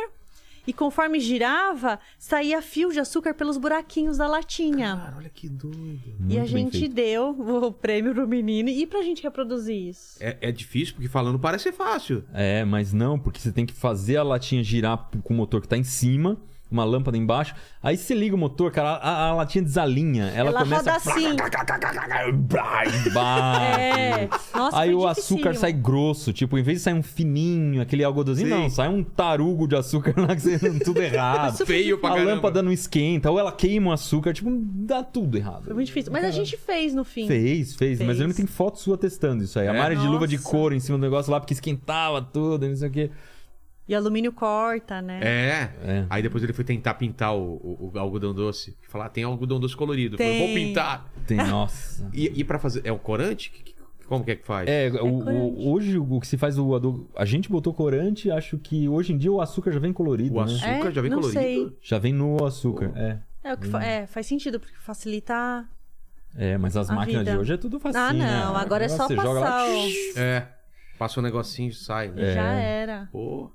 [SPEAKER 4] e conforme girava, saía fio de açúcar pelos buraquinhos da latinha.
[SPEAKER 1] Cara, olha que doido.
[SPEAKER 5] Ah, Muito
[SPEAKER 4] e a
[SPEAKER 5] bem
[SPEAKER 4] gente
[SPEAKER 5] feito.
[SPEAKER 4] deu o prêmio pro menino e pra gente reproduzir isso.
[SPEAKER 1] É, é difícil, porque falando parece ser fácil.
[SPEAKER 5] É, mas não, porque você tem que fazer a latinha girar p- com o motor que tá em cima, uma lâmpada embaixo. Aí você liga o motor, cara, a, a latinha desalinha. Ela,
[SPEAKER 4] Ela
[SPEAKER 5] começa.
[SPEAKER 4] roda assim.
[SPEAKER 5] Bate.
[SPEAKER 4] É. Nossa,
[SPEAKER 5] Aí
[SPEAKER 4] foi
[SPEAKER 5] o açúcar
[SPEAKER 4] dificílimo.
[SPEAKER 5] sai grosso, tipo, em vez de sair um fininho, aquele algodãozinho,
[SPEAKER 1] Sim.
[SPEAKER 5] não, sai um tarugo de açúcar lá que você tudo errado.
[SPEAKER 1] Feio é pra
[SPEAKER 5] a
[SPEAKER 1] caramba.
[SPEAKER 5] lâmpada não esquenta, ou ela queima o açúcar, tipo, dá tudo errado.
[SPEAKER 4] Foi muito difícil. Mas a gente fez no fim.
[SPEAKER 5] Uhum. Fez, fez, mas eu lembro
[SPEAKER 4] Fez.
[SPEAKER 5] que tem foto sua testando isso aí. A
[SPEAKER 1] É?
[SPEAKER 5] Mari de luva de
[SPEAKER 4] Nossa.
[SPEAKER 5] couro em cima do negócio lá, porque esquentava tudo, não sei o quê.
[SPEAKER 4] E alumínio corta, né?
[SPEAKER 1] É.
[SPEAKER 5] É.
[SPEAKER 1] Aí depois ele foi tentar pintar o, o- o algodão doce. Falar, ah, tem algodão doce colorido. Falou,
[SPEAKER 4] Tem.
[SPEAKER 1] vou pintar.
[SPEAKER 5] Tem, nossa.
[SPEAKER 1] E, e para fazer. É o corante? Que- que- Como que é que faz?
[SPEAKER 5] É, o- o-
[SPEAKER 4] corante.
[SPEAKER 5] hoje o que se faz o ado- a gente botou corante, acho que hoje em dia o açúcar já vem colorido,
[SPEAKER 1] O
[SPEAKER 5] né?
[SPEAKER 1] açúcar
[SPEAKER 4] É,
[SPEAKER 1] já vem
[SPEAKER 4] não
[SPEAKER 1] colorido.
[SPEAKER 4] sei.
[SPEAKER 5] Já vem no açúcar, é.
[SPEAKER 4] É, o que fa- é, faz sentido, porque facilita.
[SPEAKER 5] É, mas as
[SPEAKER 4] A
[SPEAKER 5] máquinas
[SPEAKER 4] vida.
[SPEAKER 5] de hoje é tudo facinho,
[SPEAKER 4] ah,
[SPEAKER 5] né?
[SPEAKER 4] não. Agora é só
[SPEAKER 5] Você joga lá,
[SPEAKER 4] passar o.
[SPEAKER 1] É. Passa um negocinho e sai. Né?
[SPEAKER 5] É.
[SPEAKER 4] Já era.
[SPEAKER 1] Pô.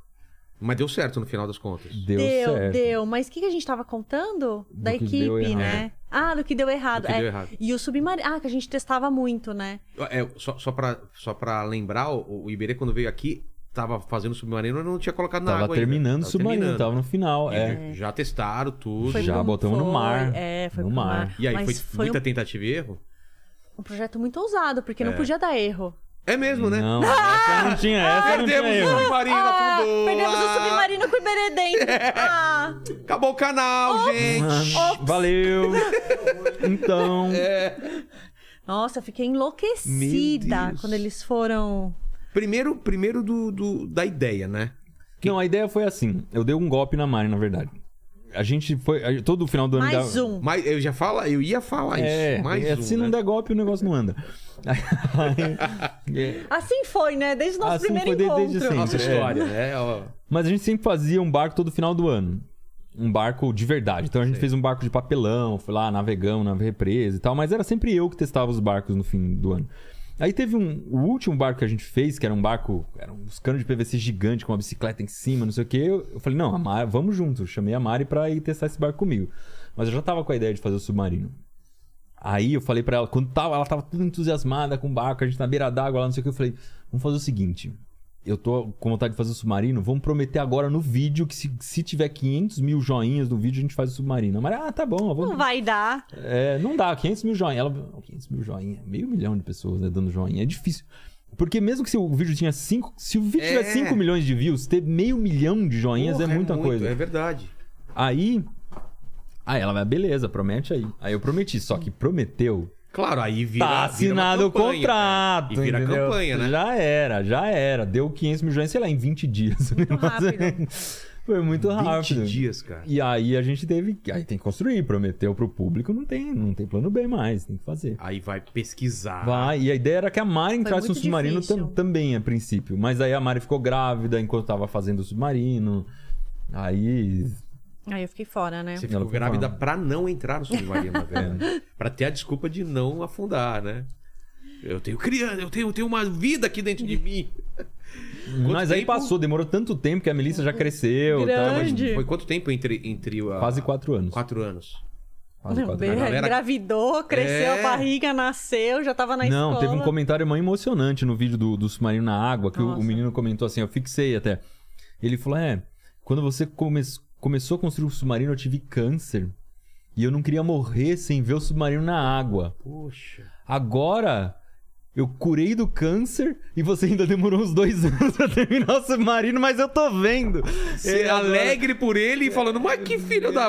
[SPEAKER 1] Mas deu certo no final das contas.
[SPEAKER 5] Deu,
[SPEAKER 4] deu,
[SPEAKER 5] certo.
[SPEAKER 4] deu. Mas o que, que a gente tava contando? da
[SPEAKER 5] que
[SPEAKER 4] equipe,
[SPEAKER 5] deu errado.
[SPEAKER 4] né? Ah, do que deu errado.
[SPEAKER 1] Do que
[SPEAKER 4] é.
[SPEAKER 1] deu errado.
[SPEAKER 4] E o submarino. Ah, que a gente testava muito, né?
[SPEAKER 1] É, só, só, pra, só pra lembrar, o, o Iberê, quando veio aqui, tava fazendo submarino e não tinha colocado na
[SPEAKER 5] Tava
[SPEAKER 1] água
[SPEAKER 5] terminando
[SPEAKER 1] ainda.
[SPEAKER 5] o submarino,
[SPEAKER 1] terminando. Uhum.
[SPEAKER 5] tava no final, é.
[SPEAKER 1] E Já testaram tudo.
[SPEAKER 4] Foi
[SPEAKER 5] Já
[SPEAKER 4] pro-
[SPEAKER 5] botamos no
[SPEAKER 4] foi-
[SPEAKER 5] mar.
[SPEAKER 4] É, foi
[SPEAKER 5] No
[SPEAKER 4] pro
[SPEAKER 5] mar.
[SPEAKER 4] mar.
[SPEAKER 1] E aí,
[SPEAKER 4] Mas
[SPEAKER 1] foi,
[SPEAKER 4] foi
[SPEAKER 1] muita
[SPEAKER 4] um,
[SPEAKER 1] tentativa e erro?
[SPEAKER 4] um projeto muito ousado, porque não podia dar erro.
[SPEAKER 1] É mesmo, né?
[SPEAKER 5] Não, essa não tinha, essa não tinha
[SPEAKER 1] Perdemos o
[SPEAKER 5] erro.
[SPEAKER 1] submarino,
[SPEAKER 4] Ah,
[SPEAKER 1] afundou.
[SPEAKER 4] perdemos o
[SPEAKER 1] Ah,
[SPEAKER 4] submarino com o Iberê dentro.
[SPEAKER 5] É.
[SPEAKER 4] Ah,
[SPEAKER 1] Acabou o canal, gente.
[SPEAKER 5] Ah, Valeu. Então,
[SPEAKER 4] Nossa, eu fiquei
[SPEAKER 1] Meu
[SPEAKER 4] enlouquecida
[SPEAKER 1] Deus.
[SPEAKER 4] quando eles foram.
[SPEAKER 1] Primeiro, primeiro do, do- da ideia, né?
[SPEAKER 5] Não, a ideia foi assim. Eu dei um golpe na Mari, na verdade. A gente foi. a- todo o final do ano.
[SPEAKER 4] Mais
[SPEAKER 5] dava-
[SPEAKER 4] um.
[SPEAKER 1] Mas eu já fala, eu ia falar
[SPEAKER 5] É,
[SPEAKER 1] isso. Mais
[SPEAKER 5] é,
[SPEAKER 1] um,
[SPEAKER 5] se
[SPEAKER 1] né?
[SPEAKER 5] não der golpe, o negócio não anda. É,
[SPEAKER 4] Assim foi, né? Desde o nosso
[SPEAKER 5] Assim
[SPEAKER 4] primeiro
[SPEAKER 5] foi de-
[SPEAKER 4] encontro.
[SPEAKER 5] desde sempre.
[SPEAKER 1] Nossa
[SPEAKER 5] É.
[SPEAKER 1] história, né? Ó,
[SPEAKER 5] Mas a gente sempre fazia um barco todo final do ano. Um barco de verdade. Então a gente fez um barco de papelão, foi lá, navegamos na represa e tal. Mas era sempre eu que testava os barcos no fim do ano. Aí teve um. O último barco que a gente fez, que era um barco. Era uns canos de PVC gigante com uma bicicleta em cima, não sei o quê. Eu, eu falei, não, a Mari- vamos juntos. Eu chamei a Mari pra ir testar esse barco comigo. Mas eu já tava com a ideia de fazer o submarino. Aí eu falei pra ela, quando tava, ela tava toda entusiasmada com o barco, a gente na beira d'água lá, não sei o que, eu falei, vamos fazer o seguinte, eu tô com vontade de fazer o submarino, vamos prometer agora no vídeo que se, se tiver 500 mil joinhas no vídeo, a gente faz o submarino. Mas, ah, tá bom, eu vou...
[SPEAKER 4] Não vai dar.
[SPEAKER 5] É, não dá, 500 mil joinha. Ela, "Oh, 500 mil joinha, meio milhão de pessoas né, dando joinha, é difícil. Porque mesmo que se o vídeo tinha 5, se o vídeo
[SPEAKER 1] É.
[SPEAKER 5] tiver 5 milhões de views, ter meio milhão de joinhas
[SPEAKER 1] porra,
[SPEAKER 5] é muita
[SPEAKER 1] muito,
[SPEAKER 5] coisa.
[SPEAKER 1] É verdade.
[SPEAKER 5] Aí, aí ela vai, beleza, promete aí. Aí eu prometi, só que prometeu
[SPEAKER 1] Claro, aí vira.
[SPEAKER 5] tá
[SPEAKER 1] vira
[SPEAKER 5] assinado
[SPEAKER 1] uma
[SPEAKER 5] o
[SPEAKER 1] campanha,
[SPEAKER 5] contrato.
[SPEAKER 1] né? E vira
[SPEAKER 5] entendeu?
[SPEAKER 1] campanha, né?
[SPEAKER 5] Já era, já era. Deu 500 milhões, sei lá, em 20 dias. Então, assim,
[SPEAKER 4] Muito rápido.
[SPEAKER 5] Foi muito rápido.
[SPEAKER 1] 20 dias, cara.
[SPEAKER 5] E aí a gente teve. que- Aí tem que construir, prometeu pro público, não tem, não tem plano B mais, tem que fazer.
[SPEAKER 1] Aí vai pesquisar.
[SPEAKER 5] Vai, e a ideia era que a Mari entrasse no
[SPEAKER 4] muito
[SPEAKER 5] submarino tam-
[SPEAKER 4] difícil.
[SPEAKER 5] também, a princípio. Mas aí a Mari ficou grávida enquanto tava fazendo o submarino. Aí
[SPEAKER 4] Aí eu fiquei fora, né?
[SPEAKER 1] Você ficou
[SPEAKER 5] Ela foi
[SPEAKER 1] grávida
[SPEAKER 5] falar. É.
[SPEAKER 1] pra não entrar no submarino, na verdade. pra ter a desculpa de não afundar, né? Eu tenho criança, eu tenho, eu tenho uma vida aqui dentro de mim.
[SPEAKER 5] Mas aí
[SPEAKER 1] tempo?
[SPEAKER 5] passou, demorou tanto tempo que a Melissa já cresceu.
[SPEAKER 4] Grande.
[SPEAKER 5] Tá,
[SPEAKER 1] Mas
[SPEAKER 5] mas
[SPEAKER 4] Entendi.
[SPEAKER 1] Foi quanto tempo entre, entre a-
[SPEAKER 5] quase quatro anos.
[SPEAKER 1] quatro anos?
[SPEAKER 5] Quase
[SPEAKER 4] Não,
[SPEAKER 5] quatro
[SPEAKER 4] bem,
[SPEAKER 5] anos.
[SPEAKER 1] A galera-
[SPEAKER 4] Engravidou, cresceu
[SPEAKER 1] É.
[SPEAKER 4] a barriga, nasceu, já tava na
[SPEAKER 5] Não,
[SPEAKER 4] escola.
[SPEAKER 5] teve um comentário mó emocionante no vídeo do, do submarino na água, que o, o
[SPEAKER 4] Nossa.
[SPEAKER 5] menino comentou assim, eu fixei até. Ele falou: é, quando você come- começou a construir o submarino, eu tive câncer. E eu não queria morrer sem ver o submarino na água.
[SPEAKER 1] Poxa.
[SPEAKER 5] Agora. Eu curei do câncer e você ainda demorou uns dois anos pra terminar o submarino, mas eu tô vendo.
[SPEAKER 1] Ser
[SPEAKER 5] Ele agora-
[SPEAKER 1] alegre por ele e falando, mas que filho da.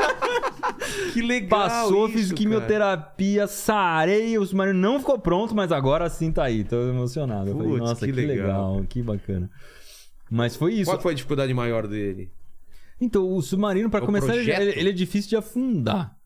[SPEAKER 1] que legal.
[SPEAKER 5] Passou,
[SPEAKER 1] isso,
[SPEAKER 5] fiz
[SPEAKER 1] cara.
[SPEAKER 5] quimioterapia, sarei, o submarino não ficou pronto, mas agora sim tá aí. Tô emocionado. Eu falei,
[SPEAKER 1] Putz,
[SPEAKER 5] Nossa,
[SPEAKER 1] que
[SPEAKER 5] que, legal.
[SPEAKER 1] legal.
[SPEAKER 5] que bacana. Mas foi isso.
[SPEAKER 1] Qual foi a dificuldade maior dele?
[SPEAKER 5] Então, o submarino, pra
[SPEAKER 1] É o
[SPEAKER 5] começar, ele,
[SPEAKER 1] projeto?
[SPEAKER 5] ele- ele é difícil de afundar.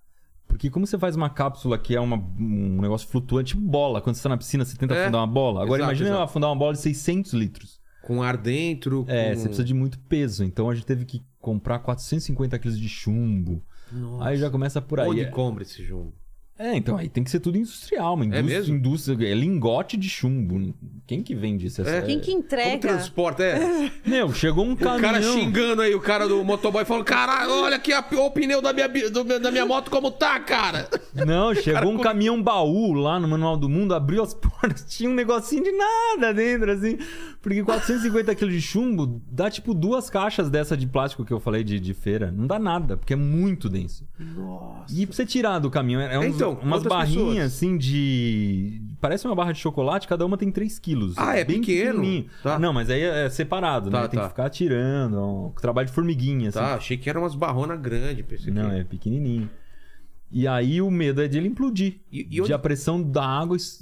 [SPEAKER 5] Porque como você faz uma cápsula que é uma- um negócio flutuante, tipo bola, quando você tá na piscina, você tenta
[SPEAKER 1] É.
[SPEAKER 5] afundar uma bola. Agora
[SPEAKER 1] Exato,
[SPEAKER 5] imagina
[SPEAKER 1] exato.
[SPEAKER 5] eu afundar uma bola de 600 litros.
[SPEAKER 1] Com ar dentro? Com...
[SPEAKER 5] É, você precisa de muito peso. Então a gente teve que comprar 450 quilos de chumbo.
[SPEAKER 1] Nossa.
[SPEAKER 5] Aí já começa por aí.
[SPEAKER 1] Onde
[SPEAKER 5] É-
[SPEAKER 1] compra esse jumbo?
[SPEAKER 5] É, então aí tem que ser tudo industrial, uma indústria,
[SPEAKER 1] mesmo?
[SPEAKER 5] indústria- é lingote de chumbo. Quem que vende isso? Essa-
[SPEAKER 4] Quem que
[SPEAKER 1] Como
[SPEAKER 4] entrega?
[SPEAKER 1] transporta? É.
[SPEAKER 5] Meu, chegou um caminhão.
[SPEAKER 1] O cara xingando aí, o cara do motoboy falando: caralho, olha aqui a- o pneu da minha, bi- do- da minha moto como tá, cara.
[SPEAKER 5] Não, chegou um caminhão baú lá no Manual do Mundo, abriu as portas, tinha um negocinho de nada dentro, assim. Porque 450 quilos de chumbo dá tipo duas caixas dessa de plástico que eu falei de, de feira. Não dá nada, porque é muito denso.
[SPEAKER 1] Nossa.
[SPEAKER 5] E pra você tirar do caminhão, é uns-
[SPEAKER 1] Então, quantas
[SPEAKER 5] umas barrinhas
[SPEAKER 1] pessoas?
[SPEAKER 5] assim de. Parece uma barra de chocolate, cada uma tem 3 quilos.
[SPEAKER 1] Ah, é
[SPEAKER 5] Bem
[SPEAKER 1] pequeno?
[SPEAKER 5] pequenininho.
[SPEAKER 1] Tá.
[SPEAKER 5] Não, mas aí é separado,
[SPEAKER 1] Tá,
[SPEAKER 5] né? Tem
[SPEAKER 1] tá.
[SPEAKER 5] que ficar tirando. É um trabalho de formiguinha, assim.
[SPEAKER 1] Tá, achei que era umas barronas grandes. Pensei
[SPEAKER 5] Não,
[SPEAKER 1] que...
[SPEAKER 5] é pequenininho. E aí o medo é de ele implodir.
[SPEAKER 1] E- e
[SPEAKER 5] De
[SPEAKER 1] onde-
[SPEAKER 5] a pressão da água es-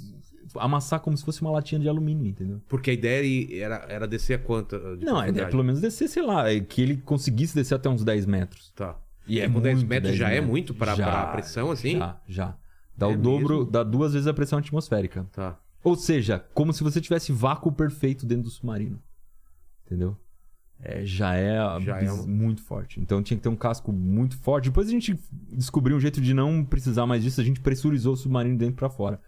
[SPEAKER 5] amassar como se fosse uma latinha de alumínio, entendeu?
[SPEAKER 1] Porque a ideia era, era descer a quanto? de
[SPEAKER 5] Não, é, é
[SPEAKER 1] profundidade?
[SPEAKER 5] pelo menos descer, sei lá, é que ele conseguisse descer até uns 10 metros.
[SPEAKER 1] Tá. E é,
[SPEAKER 5] É
[SPEAKER 1] com 10
[SPEAKER 5] muito
[SPEAKER 1] metros
[SPEAKER 5] 10
[SPEAKER 1] já é
[SPEAKER 5] metros.
[SPEAKER 1] muito pra,
[SPEAKER 5] Já,
[SPEAKER 1] pra pressão, assim?
[SPEAKER 5] Já, já. Dá
[SPEAKER 1] É
[SPEAKER 5] o dobro,
[SPEAKER 1] mesmo?
[SPEAKER 5] dá duas vezes a pressão atmosférica.
[SPEAKER 1] Tá.
[SPEAKER 5] Ou seja, como se você tivesse vácuo perfeito dentro do submarino. Entendeu? É, já é,
[SPEAKER 1] Já
[SPEAKER 5] bis-
[SPEAKER 1] é um-
[SPEAKER 5] muito forte. Então tinha que ter um casco muito forte. Depois a gente descobriu um jeito de não precisar mais disso. A gente pressurizou o submarino dentro pra fora.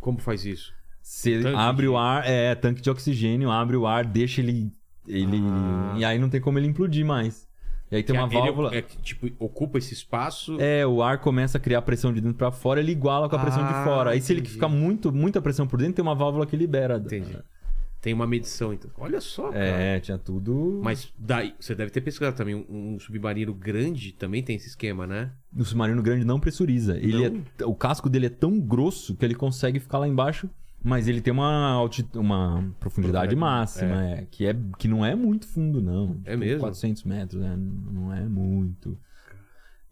[SPEAKER 1] Como faz isso?
[SPEAKER 5] Você
[SPEAKER 1] Tanque
[SPEAKER 5] abre
[SPEAKER 1] de-
[SPEAKER 5] o ar, é, tanque de oxigênio, abre o ar, deixa ele. ele
[SPEAKER 1] Ah.
[SPEAKER 5] E aí não tem como ele implodir mais. E aí tem
[SPEAKER 1] Que
[SPEAKER 5] uma
[SPEAKER 1] ele-
[SPEAKER 5] válvula.
[SPEAKER 1] é que, tipo, ocupa esse espaço.
[SPEAKER 5] É, o ar começa a criar pressão de dentro pra fora, ele iguala com a pressão
[SPEAKER 1] Ah,
[SPEAKER 5] de fora. Aí se ele
[SPEAKER 1] entendi.
[SPEAKER 5] ficar muito, muita pressão por dentro, tem uma válvula que libera.
[SPEAKER 1] Entendi. Tem uma medição, então. Olha só, cara.
[SPEAKER 5] É, tinha tudo.
[SPEAKER 1] Mas daí, você deve ter pesquisado também. Um, um submarino grande também tem esse esquema, né?
[SPEAKER 5] O submarino grande não pressuriza. Ele
[SPEAKER 1] Não?
[SPEAKER 5] é- o casco dele é tão grosso que ele consegue ficar lá embaixo, mas ele tem uma, alti- uma profundidade
[SPEAKER 1] Profundidade,
[SPEAKER 5] máxima, é, que, é, que não é muito fundo, não.
[SPEAKER 1] É mesmo?
[SPEAKER 5] 400 metros, né? Não é muito.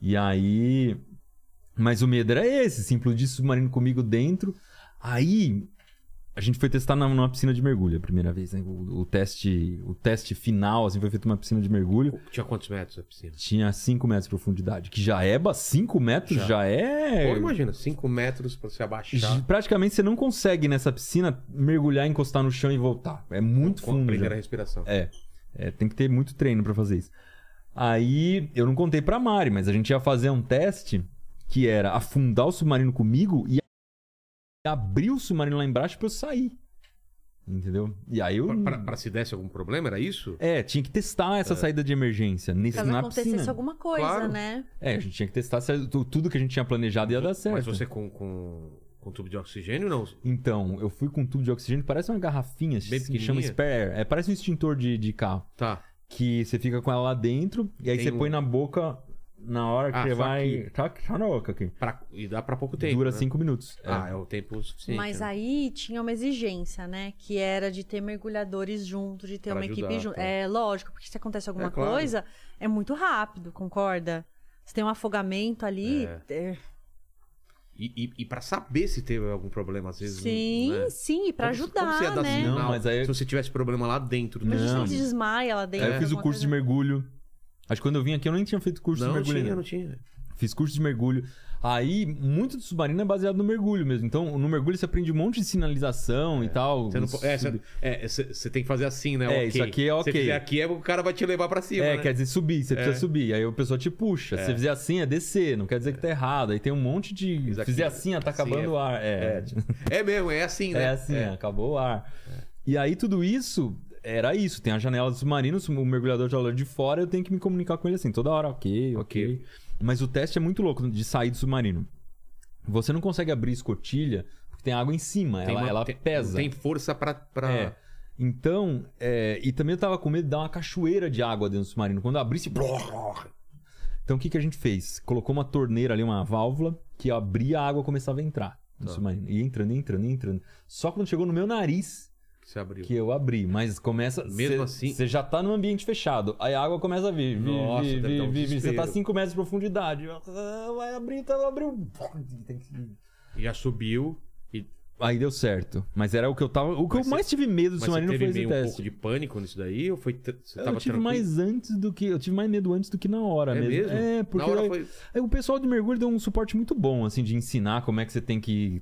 [SPEAKER 5] E aí. Mas o medo era esse: se implodir submarino comigo dentro. Aí. A gente foi testar na- numa piscina de mergulho a primeira vez, né? O, o teste, o teste final, assim, foi feito numa piscina de mergulho.
[SPEAKER 1] Tinha quantos metros a piscina?
[SPEAKER 5] Tinha 5 metros de profundidade, que já é 5 metros,
[SPEAKER 1] Já.
[SPEAKER 5] já, é.
[SPEAKER 1] Pô, imagina, 5 metros pra se abaixar.
[SPEAKER 5] J- Praticamente você não consegue nessa piscina mergulhar, encostar no chão e voltar. É muito
[SPEAKER 1] Com-
[SPEAKER 5] fundo.
[SPEAKER 1] Prender
[SPEAKER 5] já.
[SPEAKER 1] a respiração.
[SPEAKER 5] É, é, tem que ter muito treino pra fazer isso. Aí eu não contei pra Mari, mas a gente ia fazer um teste que era afundar o submarino comigo e abrir o submarino lá embaixo pra eu sair. Entendeu? E aí eu.
[SPEAKER 1] Pra, pra- pra se desse algum problema, era isso?
[SPEAKER 5] É, tinha que testar essa saída de emergência nesse,
[SPEAKER 4] Caso
[SPEAKER 5] na
[SPEAKER 4] acontecesse
[SPEAKER 5] piscina.
[SPEAKER 4] alguma coisa,
[SPEAKER 1] Claro.
[SPEAKER 4] né?
[SPEAKER 5] É, a gente tinha que testar se tu- tudo que a gente tinha planejado ia dar certo.
[SPEAKER 1] Mas você com, com, com tubo de oxigênio, não?
[SPEAKER 5] Então, eu fui com um tubo de oxigênio, parece uma garrafinha
[SPEAKER 1] Bem
[SPEAKER 5] que chama
[SPEAKER 1] pequenininha?
[SPEAKER 5] spare. É, parece um extintor de, de carro.
[SPEAKER 1] Tá.
[SPEAKER 5] Que você fica com ela lá dentro e aí
[SPEAKER 1] Tem
[SPEAKER 5] você
[SPEAKER 1] um-
[SPEAKER 5] põe na boca na hora que
[SPEAKER 1] Ah,
[SPEAKER 5] você
[SPEAKER 1] só
[SPEAKER 5] vai.
[SPEAKER 1] aqui.
[SPEAKER 5] Tá, tá na boca aqui.
[SPEAKER 1] Pra- e dá pra pouco tempo.
[SPEAKER 5] Dura
[SPEAKER 1] né?
[SPEAKER 5] cinco minutos. É.
[SPEAKER 1] Ah, é o tempo suficiente.
[SPEAKER 4] Mas
[SPEAKER 1] né?
[SPEAKER 4] aí tinha uma exigência, né? Que era de ter mergulhadores junto, de ter
[SPEAKER 1] Pra
[SPEAKER 4] uma
[SPEAKER 1] ajudar,
[SPEAKER 4] equipe junto.
[SPEAKER 1] tá.
[SPEAKER 4] É lógico, porque se acontece alguma
[SPEAKER 1] É, claro.
[SPEAKER 4] coisa, é muito rápido, concorda? Se tem um afogamento ali.
[SPEAKER 1] É.
[SPEAKER 4] é-
[SPEAKER 1] E, e, e pra saber se teve algum problema, às vezes.
[SPEAKER 4] Sim,
[SPEAKER 1] né?
[SPEAKER 4] sim, e pra
[SPEAKER 1] Como- como
[SPEAKER 4] ajudar,
[SPEAKER 1] você ia dar
[SPEAKER 4] né?
[SPEAKER 1] sinal
[SPEAKER 5] Não, mas aí-
[SPEAKER 1] Se você tivesse problema lá dentro,
[SPEAKER 4] A gente
[SPEAKER 5] Não.
[SPEAKER 4] não se desmaia lá dentro.
[SPEAKER 1] É,
[SPEAKER 5] Aí eu fiz o
[SPEAKER 4] alguma
[SPEAKER 5] curso de
[SPEAKER 4] coisa.
[SPEAKER 5] mergulho. Acho que quando eu vim aqui eu nem tinha feito curso
[SPEAKER 1] Não,
[SPEAKER 5] de
[SPEAKER 1] não
[SPEAKER 5] mergulho.
[SPEAKER 1] tinha,
[SPEAKER 5] ainda.
[SPEAKER 1] não tinha.
[SPEAKER 5] Fiz curso de mergulho. Aí, muito do submarino é baseado no mergulho mesmo. Então, no mergulho você aprende um monte de sinalização e tal.
[SPEAKER 1] Você não po- é, você- é, você você tem que fazer assim, né?
[SPEAKER 5] Tipo, É,
[SPEAKER 1] Ok.
[SPEAKER 5] isso aqui é
[SPEAKER 1] Se
[SPEAKER 5] ok.
[SPEAKER 1] você fizer aqui, é, o cara vai te levar pra cima.
[SPEAKER 5] É,
[SPEAKER 1] né?
[SPEAKER 5] quer dizer subir, você
[SPEAKER 1] É.
[SPEAKER 5] precisa subir. Aí o pessoal te puxa. Se você fizer assim, é descer. Não quer dizer que tá errado. Aí tem um monte de.
[SPEAKER 1] Isso
[SPEAKER 5] Se
[SPEAKER 1] aqui
[SPEAKER 5] fizer assim, ó, tá
[SPEAKER 1] assim,
[SPEAKER 5] acabando
[SPEAKER 1] é.
[SPEAKER 5] o ar.
[SPEAKER 1] É,
[SPEAKER 5] É,
[SPEAKER 1] tipo, é mesmo, é assim, né?
[SPEAKER 5] é assim, ó, acabou o ar. E aí tudo isso. Era isso, tem a janela do submarino, o mergulhador já olha de fora, eu tenho que me comunicar com ele assim, toda hora, ok, ok. Mas o teste é muito louco de sair do submarino. Você não consegue abrir escotilha, porque tem água em cima, ela,
[SPEAKER 1] uma-
[SPEAKER 5] ela
[SPEAKER 1] tem-
[SPEAKER 5] pesa.
[SPEAKER 1] Tem força pra. pra...
[SPEAKER 5] É. Então, é, e também eu tava com medo de dar uma cachoeira de água dentro do submarino. Quando eu abrisse. brrr. Então o que, que a gente fez? Colocou uma torneira ali, uma válvula, que abria a água começava a entrar no
[SPEAKER 1] Tá.
[SPEAKER 5] submarino. E entrando, e entrando, e entrando. Só quando chegou no meu nariz
[SPEAKER 1] Se abriu.
[SPEAKER 5] que eu abri. Mas começa.
[SPEAKER 1] Mesmo
[SPEAKER 5] cê-
[SPEAKER 1] assim-
[SPEAKER 5] Você já tá num ambiente fechado. Aí a água começa a vir. vir,
[SPEAKER 1] Nossa,
[SPEAKER 5] vir,
[SPEAKER 1] deve
[SPEAKER 5] vir,
[SPEAKER 1] dar um
[SPEAKER 5] vir, vir. Você tá
[SPEAKER 1] desespero.
[SPEAKER 5] 5 metros de profundidade. Ah, Vai abrir, tá, abriu. Tem que
[SPEAKER 1] Já subiu. E...
[SPEAKER 5] Aí deu certo. Mas era o que eu tava. O
[SPEAKER 1] Mas
[SPEAKER 5] que eu
[SPEAKER 1] você-
[SPEAKER 5] mais tive medo do
[SPEAKER 1] Mas você
[SPEAKER 5] submarino
[SPEAKER 1] teve
[SPEAKER 5] foi esse
[SPEAKER 1] meio um
[SPEAKER 5] teste.
[SPEAKER 1] pouco de pânico nisso daí? Ou foi. tr- Você
[SPEAKER 5] Eu
[SPEAKER 1] tava
[SPEAKER 5] tive
[SPEAKER 1] tranquilo?
[SPEAKER 5] mais antes do que. Eu tive mais medo antes do que na hora
[SPEAKER 1] É
[SPEAKER 5] mesmo.
[SPEAKER 1] mesmo?
[SPEAKER 5] É, porque.
[SPEAKER 1] Na hora
[SPEAKER 5] aí-
[SPEAKER 1] foi.
[SPEAKER 5] aí o pessoal de mergulho deu um suporte muito bom, assim, de ensinar como é que você tem que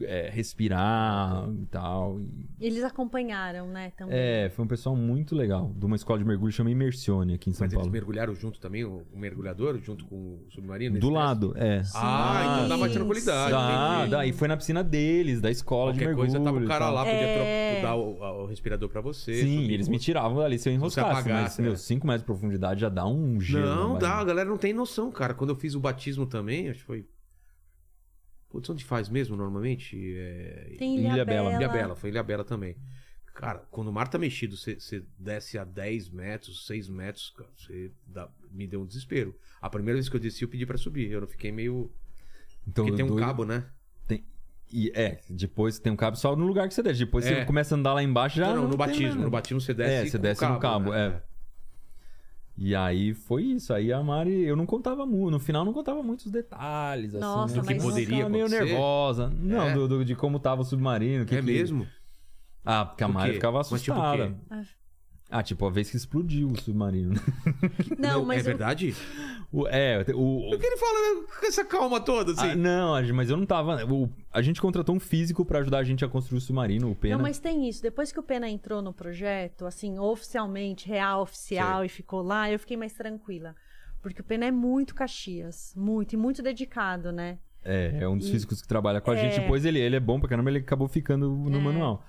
[SPEAKER 5] é, respirar e tal. E-
[SPEAKER 4] Eles acompanharam, né? Também.
[SPEAKER 5] É, foi um pessoal muito legal. De uma escola de mergulho chama Imersione aqui em São
[SPEAKER 1] Mas eles
[SPEAKER 5] Paulo.
[SPEAKER 1] mergulharam junto também, o o mergulhador, junto com o submarino?
[SPEAKER 5] Do
[SPEAKER 1] nesse
[SPEAKER 5] lado, é.
[SPEAKER 1] teste? Ah, então dava
[SPEAKER 4] Sim,
[SPEAKER 1] tranquilidade.
[SPEAKER 5] Ah,
[SPEAKER 1] entendi.
[SPEAKER 5] daí foi na piscina deles, da escola de
[SPEAKER 1] Qualquer
[SPEAKER 5] mergulho.
[SPEAKER 1] coisa, tava o
[SPEAKER 5] e
[SPEAKER 1] cara
[SPEAKER 5] tal.
[SPEAKER 1] lá, podia
[SPEAKER 4] É.
[SPEAKER 1] tro- dar o, o respirador pra você.
[SPEAKER 5] Sim,
[SPEAKER 1] subir
[SPEAKER 5] eles
[SPEAKER 1] com-
[SPEAKER 5] me tiravam dali se eu enroscasse.
[SPEAKER 1] apagasse,
[SPEAKER 5] mas,
[SPEAKER 1] né?
[SPEAKER 5] meu, 5 metros de profundidade já dá um gelo. na
[SPEAKER 1] Não, dá, a
[SPEAKER 5] barriga.
[SPEAKER 1] galera não tem noção, cara. Quando eu fiz o batismo também, acho que foi. Putz, onde faz mesmo normalmente? É...
[SPEAKER 4] Tem
[SPEAKER 5] Ilha
[SPEAKER 4] Ilha,
[SPEAKER 5] Bela.
[SPEAKER 4] Bela.
[SPEAKER 1] Ilha Bela, foi Ilha Bela também. Cara, quando o mar tá mexido, você você desce a 10 metros, 6 metros, cara, você dá- me deu um desespero. A primeira vez que eu desci, eu pedi pra subir. Eu fiquei meio.
[SPEAKER 5] Então,
[SPEAKER 1] Porque tem um
[SPEAKER 5] doido-
[SPEAKER 1] cabo, né?
[SPEAKER 5] E é, depois tem um cabo só no lugar que você desce. Depois
[SPEAKER 1] É.
[SPEAKER 5] você começa a andar lá embaixo já.
[SPEAKER 1] não, não, no
[SPEAKER 5] tem
[SPEAKER 1] batismo.
[SPEAKER 5] nada.
[SPEAKER 1] No batismo você
[SPEAKER 5] É,
[SPEAKER 1] desce. com
[SPEAKER 5] você
[SPEAKER 1] né? o
[SPEAKER 5] desce no cabo, é. E aí foi isso. Aí a Mari, eu não contava muito. No final não contava muitos detalhes.
[SPEAKER 4] Nossa,
[SPEAKER 5] assim,
[SPEAKER 4] Do que mas-
[SPEAKER 1] poderia
[SPEAKER 5] Ela ficava meio
[SPEAKER 1] acontecer?
[SPEAKER 5] nervosa. Não,
[SPEAKER 1] É.
[SPEAKER 5] do, do- de como tava o submarino. que
[SPEAKER 1] É
[SPEAKER 5] que-
[SPEAKER 1] mesmo?
[SPEAKER 5] Ah, porque a
[SPEAKER 1] Do
[SPEAKER 5] Mari
[SPEAKER 1] quê?
[SPEAKER 5] ficava
[SPEAKER 1] Mas tipo o
[SPEAKER 5] assustada.
[SPEAKER 1] quê?
[SPEAKER 4] Ah.
[SPEAKER 5] ah, tipo, a vez que explodiu o submarino.
[SPEAKER 4] Não, mas
[SPEAKER 1] é
[SPEAKER 4] eu-
[SPEAKER 1] verdade?
[SPEAKER 5] O- é, o,
[SPEAKER 1] O que ele fala né, com essa calma toda, assim?
[SPEAKER 5] Ah, não, mas eu não tava. o- a gente contratou um físico pra ajudar a gente a construir o submarino, o Pena.
[SPEAKER 4] Não, mas tem isso. Depois que o Pena entrou no projeto, assim, oficialmente, real, oficial, e ficou lá, eu fiquei mais tranquila. Porque o Pena é muito Caxias, muito, e muito dedicado, né?
[SPEAKER 5] É, é um dos
[SPEAKER 4] E-
[SPEAKER 5] físicos que trabalha com a
[SPEAKER 4] É.
[SPEAKER 5] gente. Depois ele, ele é bom pra caramba, ele acabou ficando no manual.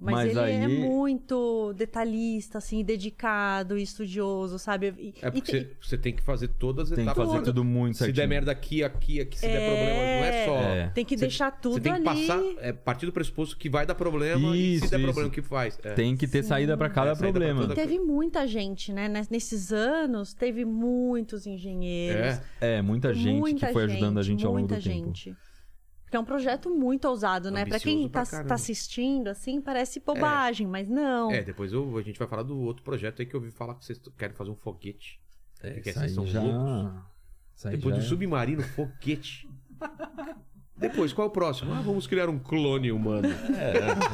[SPEAKER 4] Mas,
[SPEAKER 5] Mas
[SPEAKER 4] ele é
[SPEAKER 5] aí-
[SPEAKER 4] muito detalhista, assim, dedicado e estudioso, sabe? E,
[SPEAKER 1] É porque
[SPEAKER 4] e-
[SPEAKER 1] você, você tem que fazer
[SPEAKER 4] Tá
[SPEAKER 1] todas as
[SPEAKER 5] Ah, Tem que
[SPEAKER 1] etapas. né?
[SPEAKER 5] fazer tudo muito
[SPEAKER 1] Se
[SPEAKER 5] certinho.
[SPEAKER 1] der merda aqui, aqui, aqui, se der problema, não é só.
[SPEAKER 5] É.
[SPEAKER 4] tem que
[SPEAKER 1] Você-
[SPEAKER 4] deixar tudo
[SPEAKER 1] você tem que
[SPEAKER 4] ali.
[SPEAKER 1] passar, é, partir do pressuposto que vai dar problema e se
[SPEAKER 5] Isso,
[SPEAKER 1] der
[SPEAKER 5] isso.
[SPEAKER 1] problema, o que faz? É.
[SPEAKER 5] Tem que ter saída pra cada
[SPEAKER 1] É, saída pra
[SPEAKER 5] problema.
[SPEAKER 1] toda-
[SPEAKER 4] Teve muita gente, né? Nes- Nesses anos, teve muitos engenheiros.
[SPEAKER 1] É.
[SPEAKER 5] É, muita gente que foi ajudando a gente ao longo do
[SPEAKER 4] muita
[SPEAKER 5] tempo.
[SPEAKER 4] gente. Porque é um projeto muito ousado, né? Pra quem
[SPEAKER 1] Ambicioso pra
[SPEAKER 4] tá,
[SPEAKER 1] caramba.
[SPEAKER 4] tá assistindo, assim, parece bobagem, mas não.
[SPEAKER 1] É, depois eu- a gente vai falar do outro projeto aí que eu ouvi falar que vocês t- querem fazer um foguete.
[SPEAKER 5] É,
[SPEAKER 1] Porque
[SPEAKER 5] isso
[SPEAKER 1] vocês
[SPEAKER 5] aí
[SPEAKER 1] são
[SPEAKER 5] já-
[SPEAKER 1] loucos.
[SPEAKER 5] isso aí
[SPEAKER 1] depois
[SPEAKER 5] já
[SPEAKER 1] do
[SPEAKER 5] é.
[SPEAKER 1] submarino, foguete. depois, qual é o próximo? Ah, vamos criar um clone humano.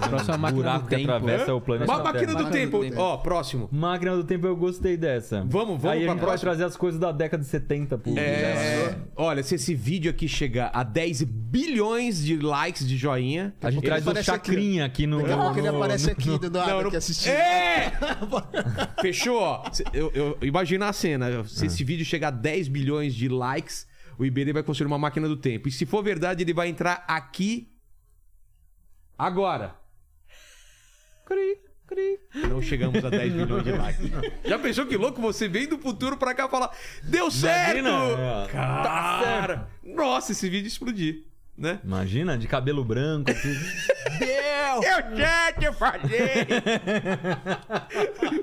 [SPEAKER 3] Próxima máquina
[SPEAKER 5] buraco
[SPEAKER 3] do
[SPEAKER 5] que
[SPEAKER 3] tempo.
[SPEAKER 5] atravessa o planeta.
[SPEAKER 1] né? Uma
[SPEAKER 5] Terra.
[SPEAKER 1] máquina do
[SPEAKER 3] Máquina do
[SPEAKER 1] tempo.
[SPEAKER 3] tempo.
[SPEAKER 1] Ó, próximo.
[SPEAKER 5] Máquina do tempo, eu gostei dessa.
[SPEAKER 1] Vamos, vamos
[SPEAKER 5] Aí a
[SPEAKER 1] pra
[SPEAKER 5] gente vai
[SPEAKER 1] próxima.
[SPEAKER 5] trazer as coisas da década de 70 pro. né?
[SPEAKER 1] É, olha, se esse vídeo aqui chegar a 10 bilhões de likes de joinha,
[SPEAKER 5] A gente
[SPEAKER 1] ele
[SPEAKER 5] traz o
[SPEAKER 1] parece-
[SPEAKER 2] aparece aqui, ó.
[SPEAKER 5] Chacrinha aqui no.
[SPEAKER 2] Daqui a pouco ele
[SPEAKER 5] no-
[SPEAKER 2] aparece aqui do
[SPEAKER 1] Não,
[SPEAKER 2] lado
[SPEAKER 1] não-
[SPEAKER 2] que assistiu.
[SPEAKER 1] É! Fechou, ó. Se- Eu, eu imagino a cena. Se esse vídeo chegar a 10 bilhões de likes, o IBD vai construir uma máquina do tempo. E se for verdade, ele vai entrar aqui agora.
[SPEAKER 5] Cri, cri.
[SPEAKER 1] Não chegamos a 10 bilhões de likes. Já pensou que louco? Você vem do futuro pra cá falar: Deu certo!
[SPEAKER 5] É. Tá certo.
[SPEAKER 1] Cara, nossa, esse vídeo explodir, né?
[SPEAKER 5] Imagina, de cabelo branco. assim.
[SPEAKER 1] Eu já te falei!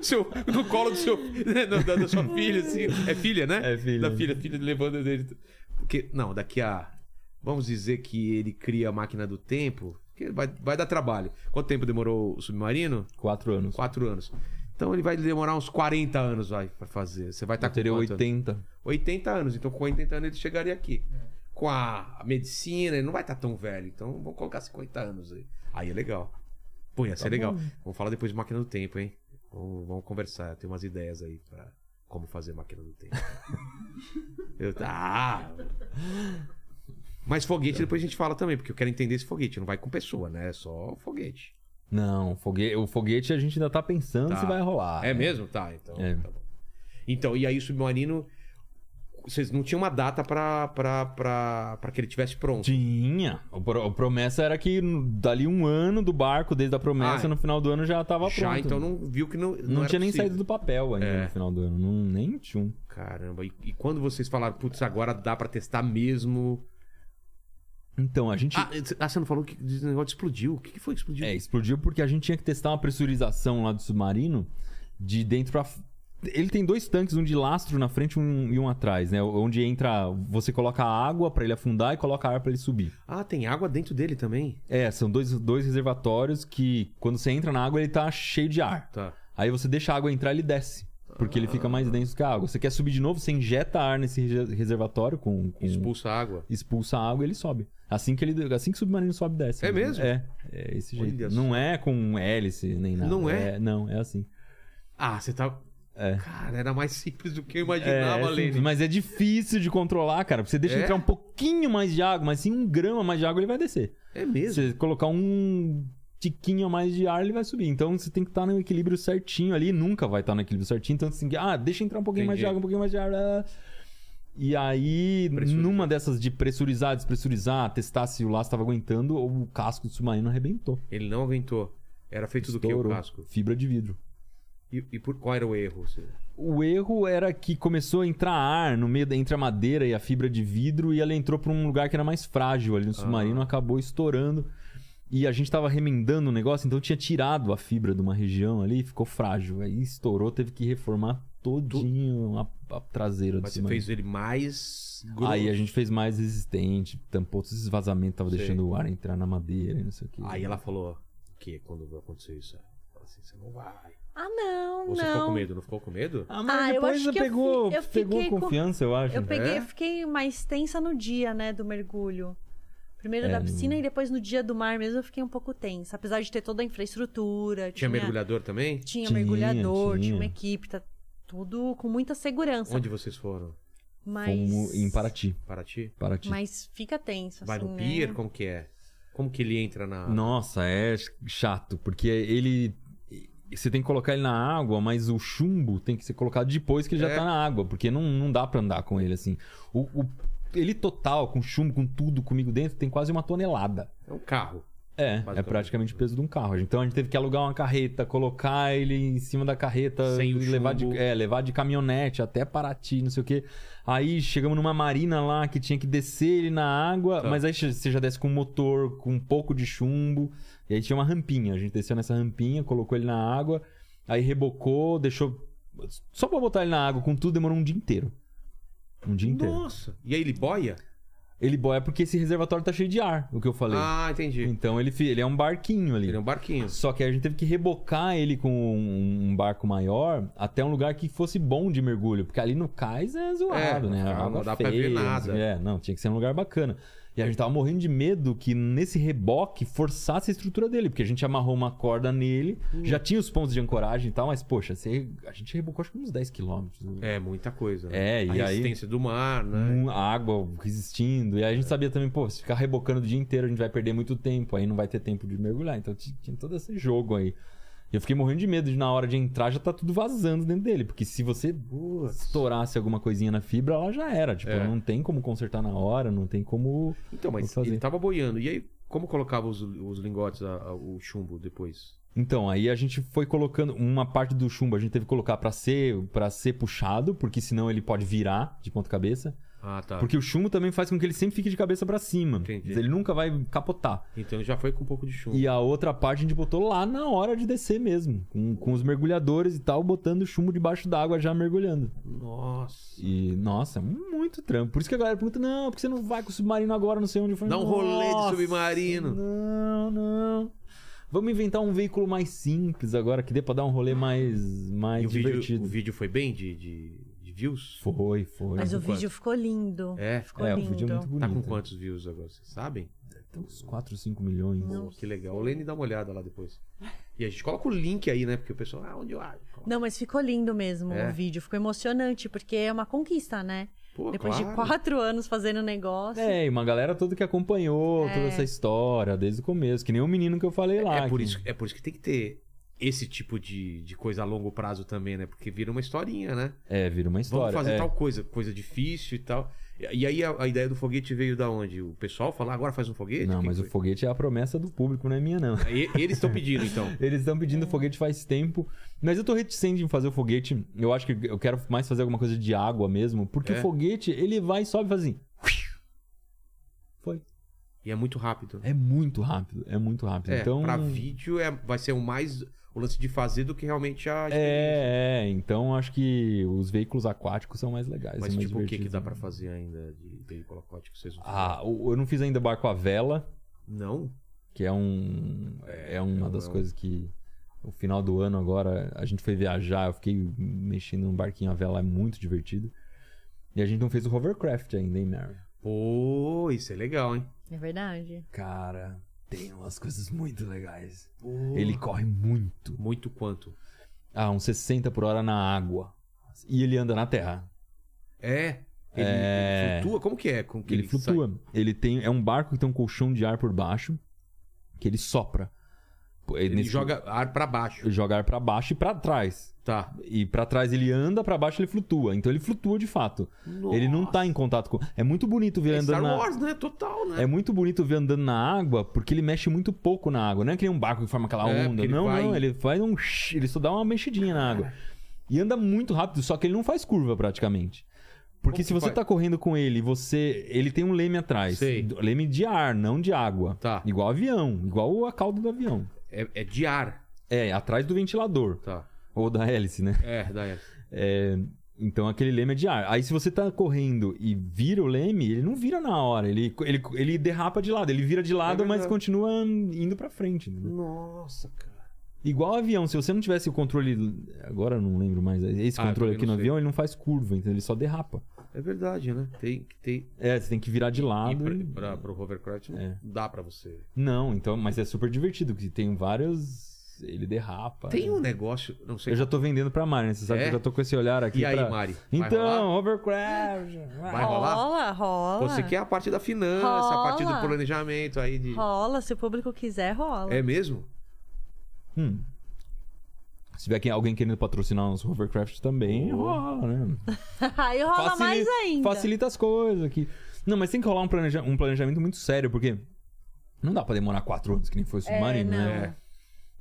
[SPEAKER 1] seu, no colo do seu, né, da, da sua filha, assim. É filha, né?
[SPEAKER 5] É filha.
[SPEAKER 1] Da filha, filha levando dele. Porque, não, daqui a. Vamos dizer que ele cria a máquina do tempo. Que vai, vai dar trabalho. Quanto tempo demorou o submarino?
[SPEAKER 5] Quatro anos.
[SPEAKER 1] Quatro anos. Então ele vai demorar uns 40 anos vai, pra fazer. Você vai estar
[SPEAKER 5] Eu teria
[SPEAKER 1] com quanto?
[SPEAKER 5] 80.
[SPEAKER 1] 80 anos. Então, com 80 anos, ele chegaria aqui. Com a medicina, ele não vai estar tão velho. Então, vamos colocar 50 anos aí. Aí é legal. Pô, ia ser legal. Vamos falar depois de máquina do tempo, hein? Vamos, vamos conversar. Eu tenho umas ideias aí pra Como fazer máquina do tempo. eu, ah! Mas foguete depois a gente fala também, porque eu quero entender esse foguete. Não vai com pessoa, né? É só foguete.
[SPEAKER 5] Não, fogue- o foguete a gente ainda tá pensando
[SPEAKER 1] Tá.
[SPEAKER 5] se vai rolar.
[SPEAKER 1] É mesmo? Tá, então.
[SPEAKER 5] Ah, É.
[SPEAKER 1] tá bom. Então, e aí o submarino. Vocês não tinham uma data pra, pra, pra, pra que ele tivesse pronto.
[SPEAKER 5] Tinha. O pro- a promessa era que no- dali um ano do barco, desde a promessa,
[SPEAKER 1] Ah,
[SPEAKER 5] no final do ano já tava pronto.
[SPEAKER 1] Já, então não viu que não.
[SPEAKER 5] Não,
[SPEAKER 1] era
[SPEAKER 5] tinha nem
[SPEAKER 1] possível.
[SPEAKER 5] saído do papel ainda
[SPEAKER 1] É.
[SPEAKER 5] no final do ano. Não, nem tinha um.
[SPEAKER 1] Caramba, e, e quando vocês falaram, putz, agora dá pra testar mesmo.
[SPEAKER 5] Então, a gente.
[SPEAKER 1] Ah, c- ah, você não falou que o negócio explodiu. O que que foi que explodiu?
[SPEAKER 5] É, explodiu porque a gente tinha que testar uma pressurização lá do submarino de dentro pra. f- Ele tem dois tanques, um de lastro na frente e um- e um atrás, né? Onde entra. Você coloca a água pra ele afundar e coloca ar pra ele subir.
[SPEAKER 1] Ah, tem água dentro dele também.
[SPEAKER 5] É, são dois, dois reservatórios que quando você entra na água ele tá cheio de ar.
[SPEAKER 1] Tá.
[SPEAKER 5] Aí você deixa a água entrar, ele desce. Porque ele fica mais denso que a água. Você quer subir de novo, você injeta ar nesse re- reservatório com. com-
[SPEAKER 1] Expulsa a água.
[SPEAKER 5] expulsa a água e ele sobe. Assim que ele assim que o submarino sobe, desce.
[SPEAKER 1] É mesmo?
[SPEAKER 5] É. É esse
[SPEAKER 1] Olha
[SPEAKER 5] jeito.
[SPEAKER 1] só.
[SPEAKER 5] Não é com hélice nem nada.
[SPEAKER 1] Não é?
[SPEAKER 5] Não, é assim.
[SPEAKER 1] Ah, você tá.
[SPEAKER 5] É.
[SPEAKER 1] Cara, era mais simples do que eu
[SPEAKER 5] É,
[SPEAKER 1] imaginava,
[SPEAKER 5] é
[SPEAKER 1] Lene.
[SPEAKER 5] simples, mas é difícil de controlar, cara. Você deixa
[SPEAKER 1] É?
[SPEAKER 5] entrar um pouquinho mais de água, mas sim um grama mais de água, ele vai descer.
[SPEAKER 1] É mesmo.
[SPEAKER 5] Você colocar um tiquinho a mais de ar, ele vai subir. Então você tem que estar no equilíbrio certinho ali. Nunca vai estar no equilíbrio certinho. Então você tem que. Ah, deixa entrar um pouquinho mais de
[SPEAKER 1] Entendi.
[SPEAKER 5] água, um pouquinho mais de ar. ah. E aí,
[SPEAKER 1] Pressurizar.
[SPEAKER 5] numa dessas de pressurizar, despressurizar, testar se o laço estava aguentando, o casco do submarino arrebentou.
[SPEAKER 1] Ele não aguentou. Era feito do que o
[SPEAKER 5] Estourou.
[SPEAKER 1] casco?
[SPEAKER 5] Fibra de vidro.
[SPEAKER 1] E, e por qual era o erro? assim? Você...
[SPEAKER 5] O erro era que começou a entrar ar no meio da, entre a madeira e a fibra de vidro e ela entrou para um lugar que era mais frágil ali no submarino,
[SPEAKER 1] Ah.
[SPEAKER 5] acabou estourando. E a gente tava remendando o negócio, então tinha tirado a fibra de uma região ali, ficou frágil. Aí estourou, teve que reformar todinho a, a traseira do
[SPEAKER 1] Mas você
[SPEAKER 5] submarino.
[SPEAKER 1] fez ele mais. grosso.
[SPEAKER 5] Aí a gente fez mais resistente, tampou todos esses vazamentos, tava
[SPEAKER 1] Sei.
[SPEAKER 5] deixando o ar entrar na madeira e não sei o que.
[SPEAKER 1] Aí ela falou que quando aconteceu isso, ela falou assim, você não vai.
[SPEAKER 4] Ah, não,
[SPEAKER 1] Ou você ficou com
[SPEAKER 4] não.
[SPEAKER 1] medo? Não ficou com medo?
[SPEAKER 5] Ah,
[SPEAKER 4] Ah, eu
[SPEAKER 5] mas depois
[SPEAKER 4] acho que eu
[SPEAKER 5] pegou,
[SPEAKER 4] fi- eu
[SPEAKER 5] pegou
[SPEAKER 4] fiquei com-
[SPEAKER 5] confiança, eu acho.
[SPEAKER 4] Eu peguei,
[SPEAKER 1] É?
[SPEAKER 4] fiquei mais tensa no dia, né, do mergulho. Primeiro
[SPEAKER 5] É,
[SPEAKER 4] da
[SPEAKER 5] não-
[SPEAKER 4] piscina e depois no dia do mar mesmo eu fiquei um pouco tensa. Apesar de ter toda a infraestrutura.
[SPEAKER 1] Tinha mergulhador também?
[SPEAKER 4] Tinha,
[SPEAKER 5] Tinha,
[SPEAKER 4] mergulhador, tinha.
[SPEAKER 5] tinha.
[SPEAKER 4] uma equipe, tá tudo com muita segurança.
[SPEAKER 1] Onde vocês foram?
[SPEAKER 4] Mas,
[SPEAKER 5] Fomos em Paraty.
[SPEAKER 1] Paraty?
[SPEAKER 5] Paraty.
[SPEAKER 4] mas fica tenso,
[SPEAKER 1] Vai
[SPEAKER 4] assim,
[SPEAKER 1] no
[SPEAKER 4] né?
[SPEAKER 1] pier? Como que é? Como que ele entra na...
[SPEAKER 5] Nossa, é chato, porque ele. Você tem que colocar ele na água, mas o chumbo tem que ser colocado depois que ele
[SPEAKER 1] É.
[SPEAKER 5] já tá na água, porque não, não dá pra andar com ele assim. O, o- ele total, com chumbo, com tudo comigo dentro, tem quase uma tonelada.
[SPEAKER 1] É um carro.
[SPEAKER 5] É, é
[SPEAKER 1] Basicamente.
[SPEAKER 5] praticamente o peso de um carro. Então a gente teve que alugar uma carreta, colocar ele em cima da carreta,
[SPEAKER 1] Sem o
[SPEAKER 5] levar de,
[SPEAKER 1] chumbo.
[SPEAKER 5] é, levar de caminhonete até Paraty, não sei o quê. Aí chegamos numa marina lá que tinha que descer ele na água,
[SPEAKER 1] Tá.
[SPEAKER 5] mas aí você já desce com motor, com um pouco de chumbo. E aí tinha uma rampinha. A gente desceu nessa rampinha, colocou ele na água, aí rebocou, deixou. Só pra botar ele na água com tudo demorou um dia inteiro. Um dia inteiro.
[SPEAKER 1] Nossa! E aí ele boia?
[SPEAKER 5] Ele boia porque esse reservatório tá cheio de ar, o que eu falei.
[SPEAKER 1] Ah, entendi.
[SPEAKER 5] Então ele, fi- ele é um barquinho ali.
[SPEAKER 1] Ele é um barquinho.
[SPEAKER 5] Só que a gente teve que rebocar ele com um um barco maior até um lugar que fosse bom de mergulho. Porque ali no cais é zoado,
[SPEAKER 1] É, no
[SPEAKER 5] né? A
[SPEAKER 1] cais
[SPEAKER 5] água
[SPEAKER 1] não dá pra ver
[SPEAKER 5] feia,
[SPEAKER 1] nada.
[SPEAKER 5] assim, É, não, tinha que ser um lugar bacana. E a gente tava morrendo de medo que nesse reboque forçasse a estrutura dele, porque a gente amarrou uma corda nele,
[SPEAKER 1] Hum.
[SPEAKER 5] já tinha os pontos de ancoragem e tal, mas poxa, você- a gente rebocou acho que uns 10 quilômetros. né?
[SPEAKER 1] É muita coisa,
[SPEAKER 5] É, e
[SPEAKER 1] a
[SPEAKER 5] aí-
[SPEAKER 1] resistência do mar, né?
[SPEAKER 5] Um- a água resistindo. E aí a gente sabia também, pô, se ficar rebocando o dia inteiro, a gente vai perder muito tempo, aí não vai ter tempo de mergulhar. Então ti- tinha todo esse jogo aí. E eu fiquei morrendo de medo de na hora de entrar já tá tudo vazando dentro dele. Porque se você estourasse alguma coisinha na fibra, ela já era. Tipo,
[SPEAKER 1] É.
[SPEAKER 5] não tem como consertar na hora, não tem como.
[SPEAKER 1] Então, mas
[SPEAKER 5] Vou fazer.
[SPEAKER 1] ele tava boiando. E aí, como colocava os, os lingotes, a- a- o chumbo depois?
[SPEAKER 5] Então, aí a gente foi colocando uma parte do chumbo, a gente teve que colocar pra ser, pra ser puxado, porque senão ele pode virar de ponta cabeça.
[SPEAKER 1] Ah, tá.
[SPEAKER 5] Porque o chumbo também faz com que ele sempre fique de cabeça pra cima.
[SPEAKER 1] Entendi.
[SPEAKER 5] Ele nunca vai capotar.
[SPEAKER 1] Então ele já foi com um pouco de chumbo.
[SPEAKER 5] E a outra parte a gente botou lá na hora de descer mesmo, com, com os mergulhadores e tal, botando o chumbo debaixo d'água já mergulhando.
[SPEAKER 1] Nossa.
[SPEAKER 5] E, nossa, muito trampo. Por isso que a galera pergunta, não, por que você não vai com o submarino agora, não sei onde foi.
[SPEAKER 1] Dá um rolê de submarino.
[SPEAKER 5] Não, não. Vamos inventar um veículo mais simples agora, que dê pra dar um rolê mais, mais
[SPEAKER 1] E o vídeo,
[SPEAKER 5] divertido.
[SPEAKER 1] o vídeo foi bem de, de- de views?
[SPEAKER 5] Foi, foi.
[SPEAKER 4] Mas o
[SPEAKER 1] quanto?
[SPEAKER 4] vídeo ficou lindo.
[SPEAKER 1] É?
[SPEAKER 4] Ficou
[SPEAKER 5] é, o
[SPEAKER 4] lindo.
[SPEAKER 5] vídeo é muito bonito.
[SPEAKER 1] Tá com quantos views agora, vocês sabem?
[SPEAKER 5] Tem uns 4, 5 milhões.
[SPEAKER 1] Pô, que legal. O Lene dá uma olhada lá depois. E a gente coloca o link aí, né? Porque o pessoal, ah, onde eu acho?
[SPEAKER 4] Não, mas ficou lindo mesmo
[SPEAKER 1] É.
[SPEAKER 4] o vídeo. Ficou emocionante, porque é uma conquista, né?
[SPEAKER 1] Pô,
[SPEAKER 4] Depois de
[SPEAKER 1] claro.
[SPEAKER 4] quatro anos fazendo o negócio.
[SPEAKER 5] É, e uma galera toda que acompanhou
[SPEAKER 4] É.
[SPEAKER 5] toda essa história desde o começo, que nem o menino que eu falei lá.
[SPEAKER 1] É por,
[SPEAKER 5] que-
[SPEAKER 1] isso, é por isso que tem que ter esse tipo de, de coisa a longo prazo também, né? Porque vira uma historinha, né?
[SPEAKER 5] É, vira uma
[SPEAKER 1] Vamos
[SPEAKER 5] história.
[SPEAKER 1] fazer
[SPEAKER 5] é.
[SPEAKER 1] tal coisa, coisa difícil e tal. E, e aí a, a ideia do foguete veio da onde? O pessoal falar agora faz um foguete?
[SPEAKER 5] Não,
[SPEAKER 1] Que
[SPEAKER 5] mas
[SPEAKER 1] que
[SPEAKER 5] o foguete é a promessa do público, não é minha, não.
[SPEAKER 1] foi? Aí Eles estão pedindo, então.
[SPEAKER 5] Eles estão pedindo foguete faz tempo. Mas eu tô reticente em fazer o foguete. Eu acho que eu quero mais fazer alguma coisa de água mesmo. Porque
[SPEAKER 1] É?
[SPEAKER 5] o foguete, ele vai e sobe e faz assim. Foi.
[SPEAKER 1] E é muito rápido. né?
[SPEAKER 5] É muito rápido. É muito rápido.
[SPEAKER 1] É,
[SPEAKER 5] então.
[SPEAKER 1] pra vídeo é, vai ser o mais o lance de fazer do que realmente a experiência.
[SPEAKER 5] É, é, então acho que os veículos aquáticos são mais legais.
[SPEAKER 1] Mas
[SPEAKER 5] são mais né?
[SPEAKER 1] tipo, o que, que
[SPEAKER 5] divertidos.
[SPEAKER 1] dá pra fazer ainda de veículo aquático? Vocês não
[SPEAKER 5] Ah, o- eu não fiz ainda barco à vela,
[SPEAKER 1] Não?
[SPEAKER 5] que é um. É uma
[SPEAKER 1] É um-
[SPEAKER 5] das
[SPEAKER 1] é um-
[SPEAKER 5] coisas que. No final do ano agora, a gente foi viajar, eu fiquei mexendo num barquinho à vela, é muito divertido. E a gente não fez o hovercraft ainda, hein, Mary?
[SPEAKER 1] Pô, isso é legal, hein?
[SPEAKER 4] É verdade.
[SPEAKER 5] Cara, tem umas coisas muito legais. Ele corre muito.
[SPEAKER 1] Muito quanto?
[SPEAKER 5] Ah, uns 60 por hora na água. E ele anda na terra.
[SPEAKER 1] É. Ele,
[SPEAKER 5] É.
[SPEAKER 1] ele flutua? Como que é? Como que
[SPEAKER 5] ele,
[SPEAKER 1] sai?
[SPEAKER 5] flutua. Ele tem. É um barco que tem um colchão de ar por baixo. Que ele sopra. Pô, é
[SPEAKER 1] Ele
[SPEAKER 5] nesse-
[SPEAKER 1] joga ar pra baixo.
[SPEAKER 5] joga ar pra baixo e pra trás.
[SPEAKER 1] Tá.
[SPEAKER 5] E pra trás ele anda, pra baixo ele flutua. Então ele flutua de fato. Ele não tá em contato com. É muito bonito ver
[SPEAKER 1] É
[SPEAKER 5] andando
[SPEAKER 1] Star
[SPEAKER 5] na.
[SPEAKER 1] Wars, né? Total, né?
[SPEAKER 5] É muito bonito ver andando na água, porque ele mexe muito pouco na água. Não é que nem um barco que forma aquela
[SPEAKER 1] É,
[SPEAKER 5] onda.
[SPEAKER 1] porque ele
[SPEAKER 5] não,
[SPEAKER 1] vai-
[SPEAKER 5] não. Ele faz um. shh, Ele só dá uma mexidinha na água. E anda muito rápido, só que ele não faz curva praticamente. Porque
[SPEAKER 1] Como
[SPEAKER 5] se
[SPEAKER 1] que
[SPEAKER 5] você
[SPEAKER 1] faz?
[SPEAKER 5] tá correndo com ele, você. Ele tem um leme atrás.
[SPEAKER 1] Sei.
[SPEAKER 5] Do- Leme de ar, não de água.
[SPEAKER 1] Tá.
[SPEAKER 5] Igual avião, igual a cauda do avião.
[SPEAKER 1] É, é de ar.
[SPEAKER 5] É, atrás do ventilador.
[SPEAKER 1] Tá.
[SPEAKER 5] Ou da hélice, né?
[SPEAKER 1] É, da é.
[SPEAKER 5] É, então aquele leme é de ar. Aí se você tá correndo e vira o leme, ele não vira na hora. Ele, ele, ele derrapa de lado. Ele vira de lado, mas
[SPEAKER 1] É verdade.
[SPEAKER 5] continua indo pra frente. entendeu?
[SPEAKER 1] Nossa, cara.
[SPEAKER 5] Igual avião. Se você não tivesse o controle... Agora eu não lembro mais. é Esse
[SPEAKER 1] Ah, eu
[SPEAKER 5] controle
[SPEAKER 1] também
[SPEAKER 5] aqui
[SPEAKER 1] não
[SPEAKER 5] no
[SPEAKER 1] sei.
[SPEAKER 5] avião, ele não faz curva. Então ele só derrapa.
[SPEAKER 1] É verdade, né? Tem que ter.
[SPEAKER 5] É, você tem que virar de
[SPEAKER 1] E
[SPEAKER 5] lado. e-
[SPEAKER 1] pra, pra, pro hovercraft não
[SPEAKER 5] É.
[SPEAKER 1] dá pra você.
[SPEAKER 5] Não, então... Mas é super divertido. que Tem vários... Ele derrapa.
[SPEAKER 1] Tem
[SPEAKER 5] né?
[SPEAKER 1] um negócio, não sei.
[SPEAKER 5] Eu já tô vendendo pra Mari, né? Você sabe
[SPEAKER 1] É?
[SPEAKER 5] que eu já tô com esse olhar aqui
[SPEAKER 1] E aí,
[SPEAKER 5] pra-
[SPEAKER 1] Mari? Vai
[SPEAKER 5] Então,
[SPEAKER 1] rolar?
[SPEAKER 5] Overcraft...
[SPEAKER 1] Vai rolar? é
[SPEAKER 4] Rola, rola.
[SPEAKER 1] Você quer a parte da finança, a parte do
[SPEAKER 4] Rola.
[SPEAKER 1] planejamento aí de.
[SPEAKER 4] Rola, se o público quiser, rola.
[SPEAKER 1] É mesmo?
[SPEAKER 5] Hum. Se tiver quem- alguém querendo patrocinar uns Hovercraft também,
[SPEAKER 1] Oh.
[SPEAKER 5] rola, né?
[SPEAKER 4] Aí rola
[SPEAKER 5] Facili-
[SPEAKER 4] mais ainda.
[SPEAKER 5] Facilita as coisas aqui. Não, mas tem que rolar um, planeja- um planejamento muito sério, porque não dá pra demorar quatro anos que nem foi o submarino,
[SPEAKER 4] É, não.
[SPEAKER 5] né?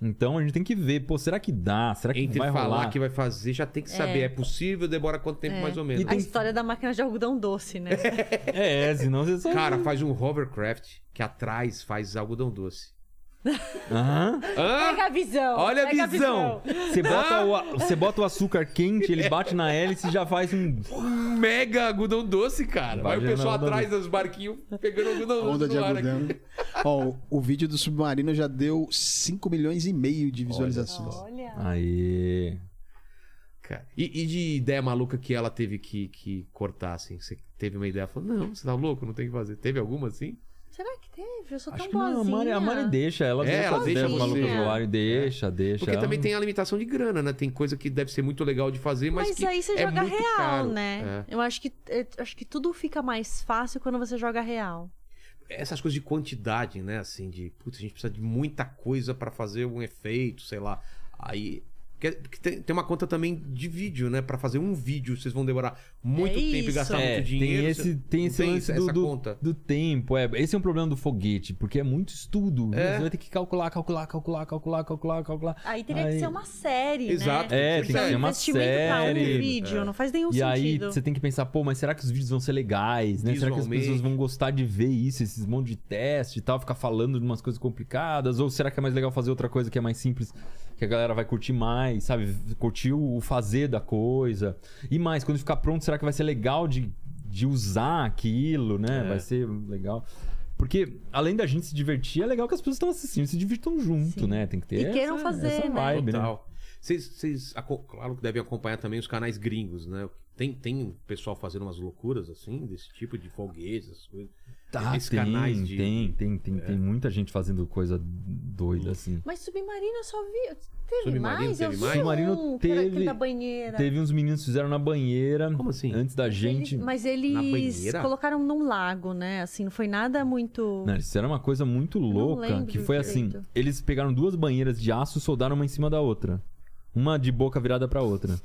[SPEAKER 5] Então a gente tem que ver, pô, será que dá? Será que
[SPEAKER 1] Entre
[SPEAKER 5] vai
[SPEAKER 1] falar
[SPEAKER 5] rolar?
[SPEAKER 1] que vai fazer, já tem que saber. É, possível, demora quanto tempo mais ou menos.
[SPEAKER 5] E
[SPEAKER 4] A
[SPEAKER 5] tem-
[SPEAKER 4] história da máquina de algodão doce, né?
[SPEAKER 5] É, senão você só...
[SPEAKER 1] Cara, faz um hovercraft que atrás faz algodão doce.
[SPEAKER 5] Aham.
[SPEAKER 1] Hã?
[SPEAKER 4] Pega a visão.
[SPEAKER 1] Olha a
[SPEAKER 4] pega
[SPEAKER 1] visão!
[SPEAKER 5] Você bota, o, a- você bota o açúcar quente, ele bate na hélice e já faz um...
[SPEAKER 1] Um Mega algodão doce, cara. Vai
[SPEAKER 5] Vai
[SPEAKER 1] o
[SPEAKER 5] gerando
[SPEAKER 1] pessoal
[SPEAKER 5] algodão
[SPEAKER 1] atrás dos barquinhos pegando algodão doce
[SPEAKER 2] Onda de
[SPEAKER 1] no ar aqui.
[SPEAKER 2] algodão. Ó, o, o vídeo do submarino já deu 5 milhões e meio de visualizações.
[SPEAKER 4] Olha.
[SPEAKER 5] Aí...
[SPEAKER 1] Cara, E, e de ideia maluca que ela teve que, que cortar, assim? Você teve uma ideia? Falou, não, você tá louco, não tem o que fazer. Teve alguma assim?
[SPEAKER 4] Será que teve? Eu sou
[SPEAKER 5] Acho
[SPEAKER 4] tão
[SPEAKER 5] que não, a
[SPEAKER 4] boazinha.
[SPEAKER 5] Mari, a Mari deixa. Ela
[SPEAKER 1] É,
[SPEAKER 5] deixa,
[SPEAKER 1] ela deixa É.
[SPEAKER 5] os malucos
[SPEAKER 4] você.
[SPEAKER 5] voarem, deixa, deixa.
[SPEAKER 1] Porque
[SPEAKER 5] ela
[SPEAKER 1] também
[SPEAKER 5] não-
[SPEAKER 1] tem a limitação de grana, né? Tem coisa que deve ser muito legal de fazer, mas,
[SPEAKER 4] Mas,
[SPEAKER 1] que
[SPEAKER 4] aí você
[SPEAKER 1] é
[SPEAKER 4] joga
[SPEAKER 1] muito
[SPEAKER 4] real,
[SPEAKER 1] caro. É.
[SPEAKER 4] né? Eu acho que eu acho que tudo fica mais fácil quando você joga real.
[SPEAKER 1] É. Essas coisas de quantidade, né? Assim, de, putz, a gente precisa de muita coisa pra fazer um efeito, sei lá. Aí... porque- porque Tem tem uma conta também de vídeo, né? Pra fazer um vídeo, vocês vão demorar muito
[SPEAKER 4] É
[SPEAKER 1] tempo e gastar
[SPEAKER 4] isso.
[SPEAKER 1] muito
[SPEAKER 5] É,
[SPEAKER 1] dinheiro.
[SPEAKER 5] Tem esse,
[SPEAKER 1] você-
[SPEAKER 5] tem
[SPEAKER 1] não
[SPEAKER 5] esse lance do,
[SPEAKER 1] essa
[SPEAKER 5] do-
[SPEAKER 1] conta.
[SPEAKER 5] do tempo. É, esse é um problema do foguete, porque é muito estudo.
[SPEAKER 1] É.
[SPEAKER 5] Você vai ter que calcular, calcular, calcular, calcular, calcular, calcular.
[SPEAKER 4] Aí teria
[SPEAKER 5] Aí-
[SPEAKER 4] que ser uma série,
[SPEAKER 1] Exato.
[SPEAKER 4] né?
[SPEAKER 1] Tem
[SPEAKER 5] É, tem
[SPEAKER 1] que
[SPEAKER 5] que
[SPEAKER 1] ser
[SPEAKER 5] ser
[SPEAKER 4] um
[SPEAKER 5] uma
[SPEAKER 4] investimento pra um
[SPEAKER 5] série.
[SPEAKER 4] vídeo, não faz nenhum
[SPEAKER 5] E aí
[SPEAKER 4] sentido.
[SPEAKER 5] você tem que pensar, pô, mas será que os vídeos vão ser legais, né? Será que as
[SPEAKER 1] Visualmente.
[SPEAKER 5] pessoas vão gostar de ver isso, esses monte de teste e tal, ficar falando de umas coisas complicadas? Ou será que é mais legal fazer outra coisa que é mais simples, que a galera vai curtir mais, sabe? Curtir o o fazer da coisa. E mais, quando ficar pronto, será que vai ser legal de, de usar aquilo, né?
[SPEAKER 1] É.
[SPEAKER 5] Vai ser legal. Porque, além da gente se divertir, é legal que as pessoas estão assistindo, se divirtam junto,
[SPEAKER 4] Sim.
[SPEAKER 5] né? Tem que ter
[SPEAKER 4] E queiram
[SPEAKER 5] essa,
[SPEAKER 4] fazer,
[SPEAKER 5] essa
[SPEAKER 4] né?
[SPEAKER 5] vibe, né?
[SPEAKER 1] Total. Vocês, vocês aco- claro que devem acompanhar também os canais gringos, né? Tem, tem um pessoal fazendo umas loucuras assim, desse tipo de foguetes, essas coisas.
[SPEAKER 5] Tá,
[SPEAKER 1] Esses
[SPEAKER 5] tem,
[SPEAKER 1] canais de- É.
[SPEAKER 5] tem, tem, tem, tem muita gente fazendo coisa doida, assim.
[SPEAKER 4] Mas submarino eu só vi. Teve
[SPEAKER 1] Submarino
[SPEAKER 4] mais? eu
[SPEAKER 1] teve
[SPEAKER 4] vi
[SPEAKER 1] mais?
[SPEAKER 5] Submarino
[SPEAKER 4] um, que era
[SPEAKER 5] teve-
[SPEAKER 4] aquele da banheira.
[SPEAKER 5] Teve uns meninos que fizeram na banheira.
[SPEAKER 1] Como assim?
[SPEAKER 5] Antes da gente.
[SPEAKER 4] Eles- mas
[SPEAKER 1] Na
[SPEAKER 4] eles
[SPEAKER 1] banheira? Né?
[SPEAKER 4] colocaram num lago, né? Assim, não foi nada muito.
[SPEAKER 5] Não, eles fizeram uma coisa muito louca,
[SPEAKER 4] lembro
[SPEAKER 5] que foi assim,
[SPEAKER 4] direito.
[SPEAKER 5] eles pegaram duas banheiras de aço e soldaram uma em cima da outra. Uma de boca virada pra outra.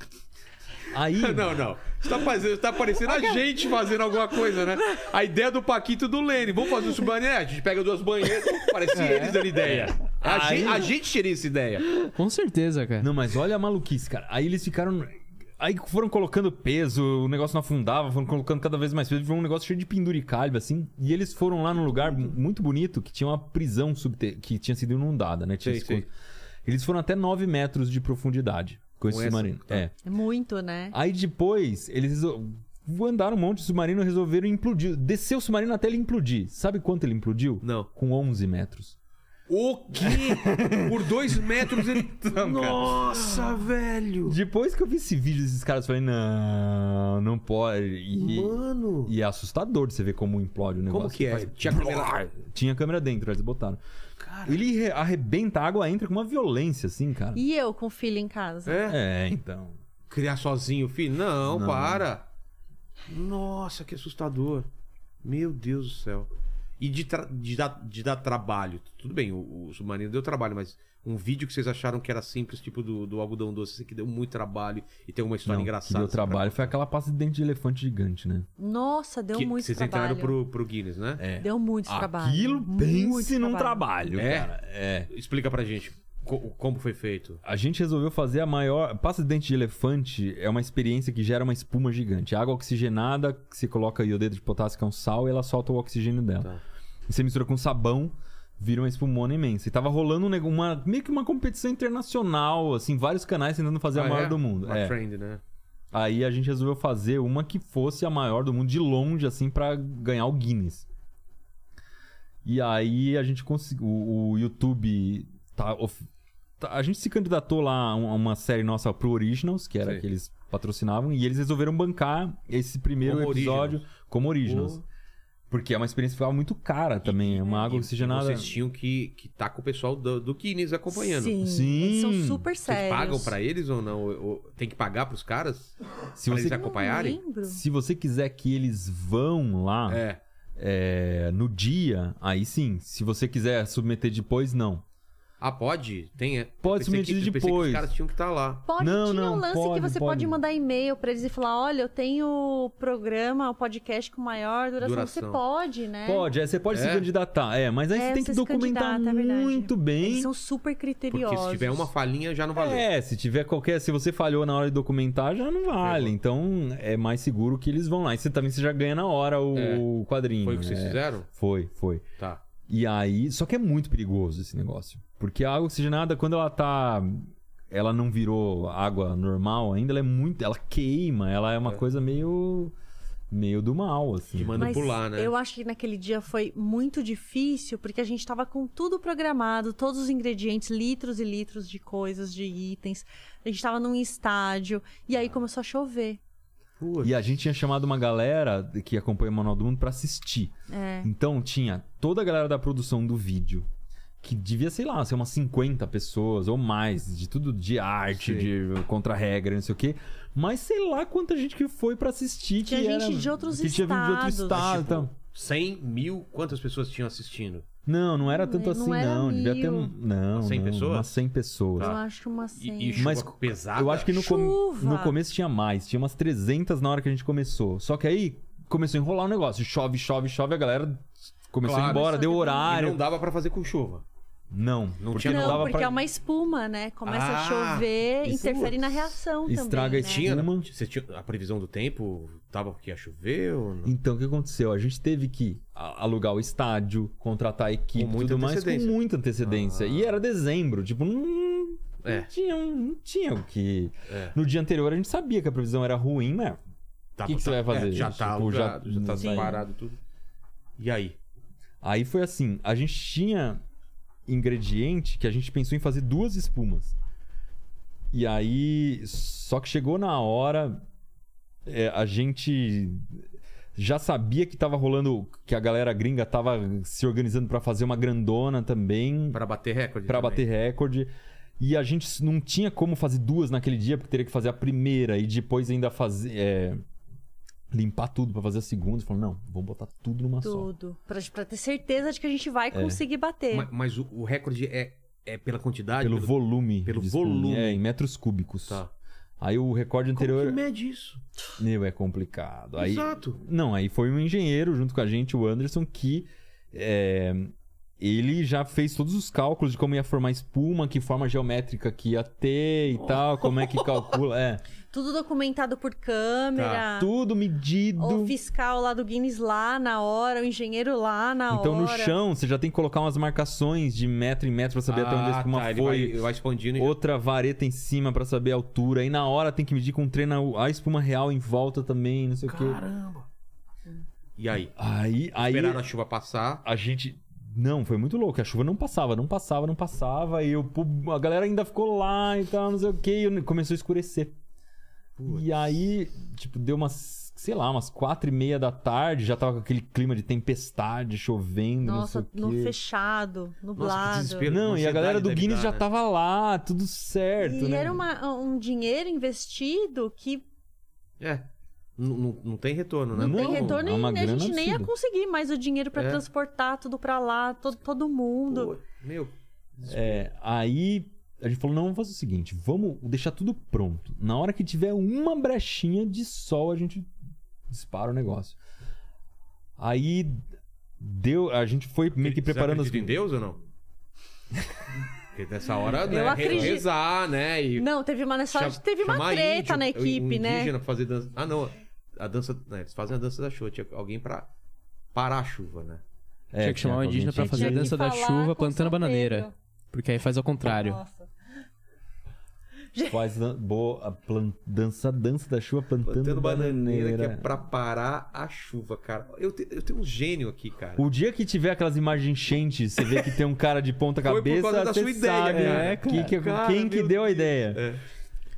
[SPEAKER 5] Aí,
[SPEAKER 1] Não, não. Você tá, fazendo, você tá parecendo a gente fazendo alguma coisa, né? A ideia do Paquito e do Lene. Vamos fazer o submarino? É, A gente pega duas banheiras. Parece eles dando ideia. É A,
[SPEAKER 5] Aí-
[SPEAKER 1] gente, a gente teria essa ideia.
[SPEAKER 3] Com certeza,
[SPEAKER 1] É.
[SPEAKER 3] cara.
[SPEAKER 5] não, mas olha a maluquice, cara. Aí eles ficaram aí foram colocando peso, o negócio não afundava, foram colocando cada vez mais peso, foi um negócio cheio de penduricalho assim. E eles foram lá num lugar muito bonito que tinha uma prisão subte... que tinha sido inundada, né? Tinha
[SPEAKER 1] Sei,
[SPEAKER 5] esse
[SPEAKER 1] sei.
[SPEAKER 5] coisa. Eles foram até 9 metros de profundidade com esse
[SPEAKER 1] Com essa,
[SPEAKER 5] submarino.
[SPEAKER 1] tá.
[SPEAKER 5] É.
[SPEAKER 4] É muito, né?
[SPEAKER 5] Aí depois, eles resol- andaram um monte de submarino e resolveram implodir. Desceu o submarino até ele implodir. Sabe quanto ele implodiu?
[SPEAKER 1] Não.
[SPEAKER 5] Com 11 metros.
[SPEAKER 1] O quê? Por dois metros ele. Nossa, velho!
[SPEAKER 5] Depois que eu vi esse vídeo desses caras, eu falei, não, não pode. E,
[SPEAKER 1] Mano!
[SPEAKER 5] e é assustador de você ver como implode o negócio.
[SPEAKER 1] Como que é?
[SPEAKER 5] Faz-
[SPEAKER 1] Tinha câmera.
[SPEAKER 5] Tinha câmera dentro, eles botaram. Ele re- arrebenta, a água entra com uma violência, assim, cara.
[SPEAKER 4] E eu com o filho em casa.
[SPEAKER 1] É?
[SPEAKER 5] É, então.
[SPEAKER 1] Criar sozinho, filho? Não, para! Nossa, que assustador! Meu Deus do céu! E de, tra- de dar, de dar trabalho. Tudo bem, o, o submarino deu trabalho, mas um vídeo que vocês acharam que era simples, tipo do, do algodão doce, esse que deu muito trabalho e tem uma história
[SPEAKER 5] Não, que
[SPEAKER 1] engraçada.
[SPEAKER 5] deu trabalho foi aquela pasta de dente de elefante gigante, né?
[SPEAKER 4] Nossa, deu
[SPEAKER 1] Que,
[SPEAKER 4] muito
[SPEAKER 1] vocês
[SPEAKER 4] trabalho.
[SPEAKER 1] entraram pro, pro Guinness, né?
[SPEAKER 5] É.
[SPEAKER 4] Deu muito trabalho.
[SPEAKER 5] Aquilo
[SPEAKER 4] muito
[SPEAKER 5] pense num
[SPEAKER 4] trabalho.
[SPEAKER 5] trabalho,
[SPEAKER 1] É?
[SPEAKER 5] cara. É.
[SPEAKER 1] Explica pra gente co- como foi feito.
[SPEAKER 5] A gente resolveu fazer a maior. Pasta de dente de elefante é uma experiência que gera uma espuma gigante. Água oxigenada, que você coloca iodeto de potássio, que é um sal, e ela solta o oxigênio dela.
[SPEAKER 1] Tá.
[SPEAKER 5] E você mistura com sabão, vira uma espumona imensa. E tava rolando um nego- uma, meio que uma competição internacional, assim, vários canais tentando fazer a
[SPEAKER 1] Ah,
[SPEAKER 5] maior
[SPEAKER 1] é?
[SPEAKER 5] do mundo.
[SPEAKER 1] Uma
[SPEAKER 5] É.
[SPEAKER 1] trend, né?
[SPEAKER 5] Aí a gente resolveu fazer uma que fosse a maior do mundo, de longe, assim, pra ganhar o Guinness. E aí a gente conseguiu. O, o YouTube. Tá, of- tá- a gente se candidatou lá a um- a uma série nossa pro Originals, que era
[SPEAKER 1] Sei.
[SPEAKER 5] que eles patrocinavam, e eles resolveram bancar esse primeiro
[SPEAKER 1] Como
[SPEAKER 5] episódio como Originals.
[SPEAKER 1] O-
[SPEAKER 5] Porque é uma experiência que ficava muito cara também, é uma água
[SPEAKER 1] E- e
[SPEAKER 5] oxigenada.
[SPEAKER 1] Vocês tinham que estar que tá com o pessoal do, do Guinness acompanhando.
[SPEAKER 4] Sim.
[SPEAKER 5] Sim.
[SPEAKER 4] Eles são super
[SPEAKER 1] Vocês
[SPEAKER 4] sérios.
[SPEAKER 1] pagam pra eles ou não? Ou- ou tem que pagar pros caras?
[SPEAKER 5] Se
[SPEAKER 1] pra eles
[SPEAKER 5] você,
[SPEAKER 4] Não
[SPEAKER 1] acompanharem?
[SPEAKER 4] lembro.
[SPEAKER 5] se você quiser que eles vão lá.
[SPEAKER 1] É.
[SPEAKER 5] É, no dia, aí sim. Se você quiser submeter depois, não.
[SPEAKER 1] Ah, pode? Tem, é.
[SPEAKER 5] Pode
[SPEAKER 1] Eu pensei
[SPEAKER 5] submeter
[SPEAKER 1] que- eu pensei que
[SPEAKER 5] depois.
[SPEAKER 1] os caras tinham que estar lá.
[SPEAKER 4] Pode,
[SPEAKER 5] Não,
[SPEAKER 4] tinha
[SPEAKER 5] não,
[SPEAKER 4] um lance
[SPEAKER 5] pode,
[SPEAKER 4] que você pode,
[SPEAKER 5] pode.
[SPEAKER 4] mandar e-mail pra eles e falar: olha, eu tenho programa, o podcast com maior duração.
[SPEAKER 1] Duração.
[SPEAKER 4] Você pode, né?
[SPEAKER 5] Pode, é, você pode se
[SPEAKER 1] É?
[SPEAKER 5] candidatar, é, mas aí
[SPEAKER 4] É,
[SPEAKER 5] você tem que
[SPEAKER 4] você se
[SPEAKER 5] documentar
[SPEAKER 4] candidata, é verdade.
[SPEAKER 5] muito
[SPEAKER 4] Eles
[SPEAKER 5] bem.
[SPEAKER 4] são super criteriosos.
[SPEAKER 1] Porque se tiver uma falinha, já não valeu.
[SPEAKER 5] É, se tiver qualquer, se você falhou na hora de documentar, já não vale. Então é mais seguro que eles vão lá. E você também você já ganha na hora o,
[SPEAKER 1] É.
[SPEAKER 5] o quadrinho.
[SPEAKER 1] Foi o que vocês
[SPEAKER 5] é.
[SPEAKER 1] fizeram?
[SPEAKER 5] Foi, foi.
[SPEAKER 1] Tá.
[SPEAKER 5] E aí, só que é muito perigoso esse negócio, porque a água oxigenada quando ela tá ela não virou água normal ainda, ela é muito, ela queima, ela é uma coisa meio meio do mal assim.
[SPEAKER 1] De
[SPEAKER 4] Mas
[SPEAKER 1] manipular, né?
[SPEAKER 4] eu acho que naquele dia foi muito difícil, porque a gente tava com tudo programado, todos os ingredientes, litros e litros de coisas, de itens. A gente tava num estádio, e
[SPEAKER 1] Ah.
[SPEAKER 4] aí começou a chover.
[SPEAKER 1] Putz.
[SPEAKER 5] E a gente tinha chamado uma galera que acompanha o Manual do Mundo pra assistir.
[SPEAKER 4] É.
[SPEAKER 5] Então tinha toda a galera da produção do vídeo, que devia, sei lá, ser umas 50 pessoas ou mais, de tudo de arte,
[SPEAKER 1] Sim.
[SPEAKER 5] de contra-regra, não sei o quê. Mas sei lá quanta gente que foi pra assistir. Que
[SPEAKER 4] Tinha gente
[SPEAKER 5] era-
[SPEAKER 4] de outros
[SPEAKER 5] que Tinha vindo de outro
[SPEAKER 4] estados.
[SPEAKER 5] estado.
[SPEAKER 1] Tipo,
[SPEAKER 5] então.
[SPEAKER 1] 100 mil, quantas pessoas tinham assistindo?
[SPEAKER 5] Não, não era
[SPEAKER 4] Não, é,
[SPEAKER 5] tanto
[SPEAKER 4] não
[SPEAKER 5] assim,
[SPEAKER 4] era
[SPEAKER 5] não. Devia
[SPEAKER 4] mil.
[SPEAKER 5] ter. um- Não.
[SPEAKER 1] 100
[SPEAKER 5] não,
[SPEAKER 1] pessoas?
[SPEAKER 5] Umas 100 pessoas.
[SPEAKER 1] Tá.
[SPEAKER 4] Eu acho uma cena.
[SPEAKER 1] E, e chuva
[SPEAKER 5] Mas
[SPEAKER 1] pesada?
[SPEAKER 5] Eu acho que no, com-
[SPEAKER 4] Chuva.
[SPEAKER 5] no começo tinha mais, tinha umas 300 na hora que a gente começou. Só que aí começou a enrolar o negócio. Chove, chove, chove, a galera começou a ir
[SPEAKER 1] Claro.
[SPEAKER 5] embora, deu
[SPEAKER 1] E
[SPEAKER 5] horário.
[SPEAKER 1] não dava pra fazer com chuva.
[SPEAKER 5] Não,
[SPEAKER 1] Não
[SPEAKER 5] porque
[SPEAKER 1] tinha
[SPEAKER 5] não,
[SPEAKER 4] Não,
[SPEAKER 5] dava
[SPEAKER 4] porque
[SPEAKER 5] pra...
[SPEAKER 4] é uma espuma, né? Começa
[SPEAKER 1] Ah,
[SPEAKER 4] a chover,
[SPEAKER 1] isso- é
[SPEAKER 4] interfere na reação
[SPEAKER 5] Estraga
[SPEAKER 4] também.
[SPEAKER 5] esse
[SPEAKER 4] né?
[SPEAKER 5] tipo
[SPEAKER 1] Tinha, né?
[SPEAKER 5] Uma.
[SPEAKER 1] Você tinha a previsão do tempo? Tava que ia chover ou não?
[SPEAKER 5] Então, o que aconteceu? A gente teve que a- alugar o estádio, contratar a equipe
[SPEAKER 1] Com
[SPEAKER 5] e
[SPEAKER 1] muita
[SPEAKER 5] tudo mais com
[SPEAKER 1] antecedência. Ah.
[SPEAKER 5] muita antecedência. E era dezembro, tipo, não,
[SPEAKER 1] É.
[SPEAKER 5] não, tinha, um, não tinha o que...
[SPEAKER 1] É.
[SPEAKER 5] No dia anterior a gente sabia que a previsão era ruim, né? mas
[SPEAKER 1] Tá,
[SPEAKER 5] que que você vai fazer?
[SPEAKER 1] já tá
[SPEAKER 5] Tipo, já-
[SPEAKER 1] alugado, já, tá
[SPEAKER 5] Sim.
[SPEAKER 1] separado tudo. E aí?
[SPEAKER 5] Aí foi assim, a gente tinha ingrediente que a gente pensou em fazer duas espumas. E aí, só que chegou na hora, é, a gente já sabia que tava rolando, que a galera gringa tava se organizando pra fazer uma grandona também,
[SPEAKER 1] Pra bater recorde.
[SPEAKER 5] Pra
[SPEAKER 1] também.
[SPEAKER 5] bater recorde. E a gente não tinha como fazer duas naquele dia, porque teria que fazer a primeira e depois ainda fazer. é, limpar tudo pra fazer a segunda. Falou, não, vamos botar tudo numa só. É.
[SPEAKER 4] Tudo. Pra, pra ter certeza de que a gente vai conseguir bater.
[SPEAKER 1] Ma- Mas, o, o recorde é, é pela quantidade?
[SPEAKER 5] Pelo volume.
[SPEAKER 1] pelo
[SPEAKER 5] disponível.
[SPEAKER 1] volume.
[SPEAKER 5] É, em metros cúbicos.
[SPEAKER 1] Tá.
[SPEAKER 5] Aí o recorde
[SPEAKER 1] Como que
[SPEAKER 5] anterior.
[SPEAKER 1] mede isso?
[SPEAKER 5] Meu, é complicado. é- Aí,
[SPEAKER 1] Exato.
[SPEAKER 5] Não, aí foi um engenheiro junto com a gente, o Anderson, que é, ele já fez todos os cálculos de como ia formar espuma, que forma geométrica que ia ter e tal, como é que calcula. É,
[SPEAKER 4] Tudo documentado por
[SPEAKER 1] Ah.
[SPEAKER 4] câmera.
[SPEAKER 5] Tá. tudo medido.
[SPEAKER 4] O fiscal lá do Guinness lá na hora, o engenheiro lá na
[SPEAKER 5] Então
[SPEAKER 4] hora.
[SPEAKER 5] no chão você já tem que colocar umas marcações de metro em metro pra saber até onde a
[SPEAKER 1] Ah,
[SPEAKER 5] espuma
[SPEAKER 1] tá, ele
[SPEAKER 5] foi.
[SPEAKER 1] Vai, vai expandindo e
[SPEAKER 5] Outra vareta em cima pra saber a altura. E na hora tem que medir com o treino a espuma real em volta também, não sei o quê.
[SPEAKER 1] Caramba. E aí?
[SPEAKER 5] Aí, aí
[SPEAKER 1] Esperaram a chuva passar.
[SPEAKER 5] a gente. Não, foi muito louco. A chuva não passava, não passava, não passava. E eu, pô, a galera ainda ficou lá e tal, não sei o quê. E começou a escurecer. E aí, tipo, deu umas, sei lá, umas quatro e meia da tarde. Já tava com aquele clima de tempestade, chovendo,
[SPEAKER 4] Nossa,
[SPEAKER 5] não
[SPEAKER 4] no
[SPEAKER 5] sei o quê.
[SPEAKER 4] fechado,
[SPEAKER 1] que
[SPEAKER 4] nublado.
[SPEAKER 1] desespero.
[SPEAKER 5] Não, e a
[SPEAKER 1] Ansiedade
[SPEAKER 5] galera do
[SPEAKER 1] deve
[SPEAKER 5] Guinness
[SPEAKER 1] dar,
[SPEAKER 5] já
[SPEAKER 1] né?
[SPEAKER 5] tava lá, tudo certo,
[SPEAKER 4] e
[SPEAKER 5] né?
[SPEAKER 4] era uma- um dinheiro investido que
[SPEAKER 1] É. N- n- Não tem retorno, né?
[SPEAKER 4] não, tem
[SPEAKER 5] Não,
[SPEAKER 4] retorno
[SPEAKER 5] é uma
[SPEAKER 4] e a
[SPEAKER 5] grana
[SPEAKER 4] gente nem ia
[SPEAKER 5] absurda.
[SPEAKER 4] conseguir mais o dinheiro pra
[SPEAKER 1] É.
[SPEAKER 4] transportar tudo pra lá, todo, todo
[SPEAKER 1] Pô,
[SPEAKER 4] mundo.
[SPEAKER 1] Meu.
[SPEAKER 5] É, aí a gente falou, não, vamos fazer o seguinte, vamos deixar tudo pronto. Na hora que tiver uma brechinha de sol, a gente dispara o negócio. Aí deu, a gente foi meio que
[SPEAKER 1] Você
[SPEAKER 5] preparando as
[SPEAKER 1] acredita em Deus ou não? Porque nessa hora, né?
[SPEAKER 4] Eu
[SPEAKER 1] re-
[SPEAKER 4] acredito.
[SPEAKER 1] Rezar, né? E
[SPEAKER 4] Não, teve uma nessa hora,
[SPEAKER 1] cha-
[SPEAKER 4] teve uma
[SPEAKER 1] chamar
[SPEAKER 4] treta
[SPEAKER 1] índio,
[SPEAKER 4] na equipe,
[SPEAKER 1] um
[SPEAKER 4] né?
[SPEAKER 1] indígena pra fazer dança. Ah, não. A dança. Né, eles fazem a dança da chuva. Tinha alguém pra parar a chuva, né?
[SPEAKER 5] É,
[SPEAKER 3] Tinha que chamar um
[SPEAKER 5] alguém
[SPEAKER 3] indígena pra
[SPEAKER 5] tinha que-
[SPEAKER 3] fazer a
[SPEAKER 4] Tinha que
[SPEAKER 3] dança da
[SPEAKER 4] falar
[SPEAKER 3] chuva
[SPEAKER 4] com
[SPEAKER 3] plantando
[SPEAKER 4] São
[SPEAKER 3] bananeira.
[SPEAKER 4] Pedro.
[SPEAKER 3] Porque aí faz ao contrário.
[SPEAKER 4] Nossa.
[SPEAKER 5] Faz dan- boa, a plan- dança, dança da chuva plantando,
[SPEAKER 1] Plantando bananeira,
[SPEAKER 5] bananeira.
[SPEAKER 1] que é pra parar a chuva, cara. Eu, te- eu tenho um gênio aqui, cara.
[SPEAKER 5] O dia que tiver aquelas imagens enchentes, você vê que tem um cara de ponta
[SPEAKER 1] Foi por
[SPEAKER 5] cabeça,
[SPEAKER 1] causa da
[SPEAKER 5] você
[SPEAKER 1] sua ideia,
[SPEAKER 5] sabe,
[SPEAKER 1] cara.
[SPEAKER 5] né? Que- que-
[SPEAKER 1] Cara,
[SPEAKER 5] quem que
[SPEAKER 1] meu É,
[SPEAKER 5] deu a ideia?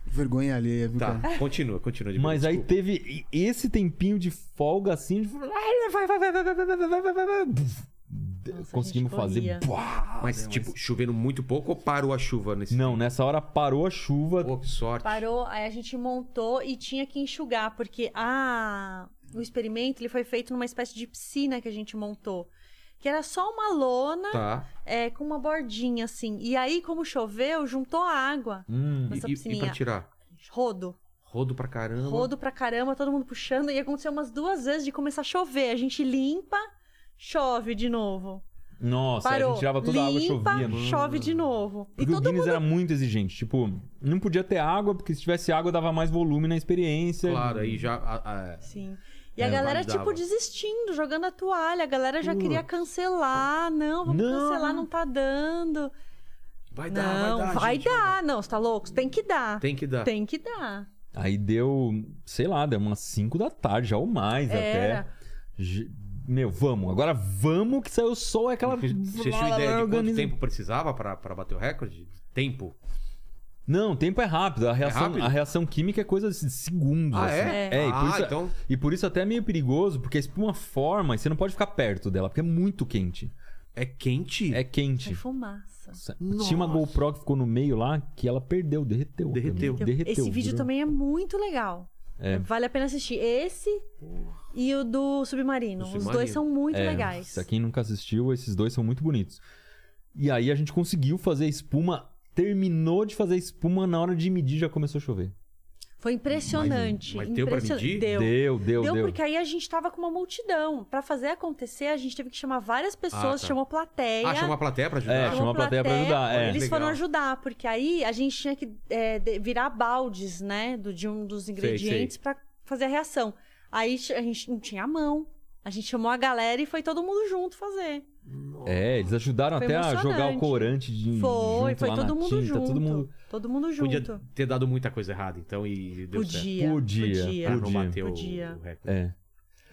[SPEAKER 2] Vergonha alheia, viu,
[SPEAKER 1] Tá,
[SPEAKER 2] cara?
[SPEAKER 1] continua, continua. Diego,
[SPEAKER 5] Mas aí
[SPEAKER 1] desculpa.
[SPEAKER 5] teve e- esse tempinho de folga assim, de... vai, vai, vai, vai, vai, vai, vai, vai, vai, vai, vai, vai.
[SPEAKER 4] Nossa,
[SPEAKER 5] conseguimos
[SPEAKER 4] a gente
[SPEAKER 5] fazer.
[SPEAKER 4] corria.
[SPEAKER 5] Buá!
[SPEAKER 1] Mas, tipo, chovendo muito pouco ou parou a chuva nesse
[SPEAKER 5] Não, nessa hora parou a chuva.
[SPEAKER 1] Pô, que sorte.
[SPEAKER 4] Parou, aí a gente montou e tinha que enxugar, porque a... o experimento ele foi feito numa espécie de piscina que a gente montou. Que era só uma lona
[SPEAKER 1] Tá.
[SPEAKER 4] é, com uma bordinha, assim. E aí, como choveu, juntou a água
[SPEAKER 5] Hum.
[SPEAKER 4] nessa
[SPEAKER 1] E, e, e
[SPEAKER 4] piscininha.
[SPEAKER 1] pra tirar?
[SPEAKER 4] Rodo.
[SPEAKER 1] Rodo pra
[SPEAKER 5] Tá
[SPEAKER 1] caramba.
[SPEAKER 4] Rodo pra caramba, todo mundo puxando. E aconteceu umas duas vezes de começar a chover. A gente limpa, chove de novo.
[SPEAKER 5] Nossa, aí a
[SPEAKER 4] Parou.
[SPEAKER 5] gente tirava toda a água e
[SPEAKER 4] limpa,
[SPEAKER 5] chovia. mano.
[SPEAKER 4] chove de novo.
[SPEAKER 5] Porque
[SPEAKER 4] e
[SPEAKER 5] o
[SPEAKER 4] todo
[SPEAKER 5] Guinness era muito exigente. Tipo, não podia ter água, porque se tivesse água dava mais volume na experiência.
[SPEAKER 1] Claro, aí já. a- a-
[SPEAKER 4] Sim. E
[SPEAKER 1] É,
[SPEAKER 4] a galera,
[SPEAKER 1] validava.
[SPEAKER 4] tipo, desistindo, jogando a toalha. A galera já queria cancelar. Não, vamos
[SPEAKER 5] Não.
[SPEAKER 4] cancelar, não tá dando.
[SPEAKER 1] Vai dar,
[SPEAKER 4] não,
[SPEAKER 1] vai dar. gente,
[SPEAKER 4] Não, você tá louco? Tem que dar.
[SPEAKER 1] Tem que dar.
[SPEAKER 4] Tem que dar.
[SPEAKER 5] Aí deu, sei lá, deu umas 5 da tarde, já ou mais
[SPEAKER 4] Era.
[SPEAKER 5] até. Ge- Meu, vamos. Agora vamos que saiu o sol, é aquela.
[SPEAKER 1] Vocês tinham ideia de quanto
[SPEAKER 5] Organiza-
[SPEAKER 1] tempo precisava pra, pra bater o recorde? Tempo.
[SPEAKER 5] Não, o tempo é rápido. A reação,
[SPEAKER 1] rápido?
[SPEAKER 5] A reação química é coisa de segundos.
[SPEAKER 1] Ah,
[SPEAKER 5] assim.
[SPEAKER 1] é?
[SPEAKER 5] e, por
[SPEAKER 1] Ah,
[SPEAKER 5] isso,
[SPEAKER 1] então-
[SPEAKER 5] e por isso até é meio perigoso, porque a espuma forma e você não pode ficar perto dela, porque é muito quente.
[SPEAKER 1] É quente?
[SPEAKER 5] É
[SPEAKER 4] Tem
[SPEAKER 5] quente.
[SPEAKER 4] fumaça.
[SPEAKER 5] Nossa. Tinha uma GoPro que ficou no meio lá que ela perdeu, derreteu.
[SPEAKER 1] Derreteu.
[SPEAKER 4] Então,
[SPEAKER 5] derreteu
[SPEAKER 4] Esse vídeo
[SPEAKER 5] virou-
[SPEAKER 4] também é muito legal.
[SPEAKER 5] É.
[SPEAKER 4] Vale a pena assistir. Esse e o do submarino.
[SPEAKER 1] Do
[SPEAKER 4] Os
[SPEAKER 1] submarino.
[SPEAKER 4] dois são muito
[SPEAKER 5] É,
[SPEAKER 4] legais.
[SPEAKER 5] Pra quem nunca assistiu, esses dois são muito bonitos. E aí a gente conseguiu fazer espuma, terminou de fazer espuma, na hora de medir já começou a chover.
[SPEAKER 4] Foi impressionante.
[SPEAKER 1] Mas- mas deu pra
[SPEAKER 4] impressiona-
[SPEAKER 1] medir?
[SPEAKER 4] Deu.
[SPEAKER 5] deu, deu.
[SPEAKER 4] Deu,
[SPEAKER 5] deu.
[SPEAKER 4] porque aí a gente tava com uma multidão. Pra fazer acontecer, a gente teve que chamar várias pessoas,
[SPEAKER 1] Ah, tá.
[SPEAKER 4] chamou plateia.
[SPEAKER 1] Ah, chamou a plateia pra
[SPEAKER 5] É,
[SPEAKER 1] ajudar?
[SPEAKER 5] chamou a plateia pra ajudar, é.
[SPEAKER 4] Eles
[SPEAKER 1] Legal.
[SPEAKER 4] foram ajudar, porque aí a gente tinha que é, de- virar baldes, né? Do, de um dos ingredientes pra fazer a reação. Aí ch- a gente não tinha a mão. A gente chamou a galera e foi todo mundo junto fazer.
[SPEAKER 5] É, eles ajudaram
[SPEAKER 4] Foi
[SPEAKER 5] até a jogar o
[SPEAKER 4] emocionante.
[SPEAKER 5] corante de
[SPEAKER 4] Foi,
[SPEAKER 5] junto
[SPEAKER 4] foi
[SPEAKER 5] lá
[SPEAKER 4] todo
[SPEAKER 5] na
[SPEAKER 4] mundo
[SPEAKER 5] tinta,
[SPEAKER 4] junto.
[SPEAKER 5] todo mundo
[SPEAKER 4] Todo mundo junto.
[SPEAKER 1] Podia ter dado muita coisa errada, então, e deu certo.
[SPEAKER 4] Podia.
[SPEAKER 5] Podia.
[SPEAKER 1] Pra não
[SPEAKER 5] Podia.
[SPEAKER 1] bater o-
[SPEAKER 4] Podia.
[SPEAKER 1] o recorde.
[SPEAKER 5] É.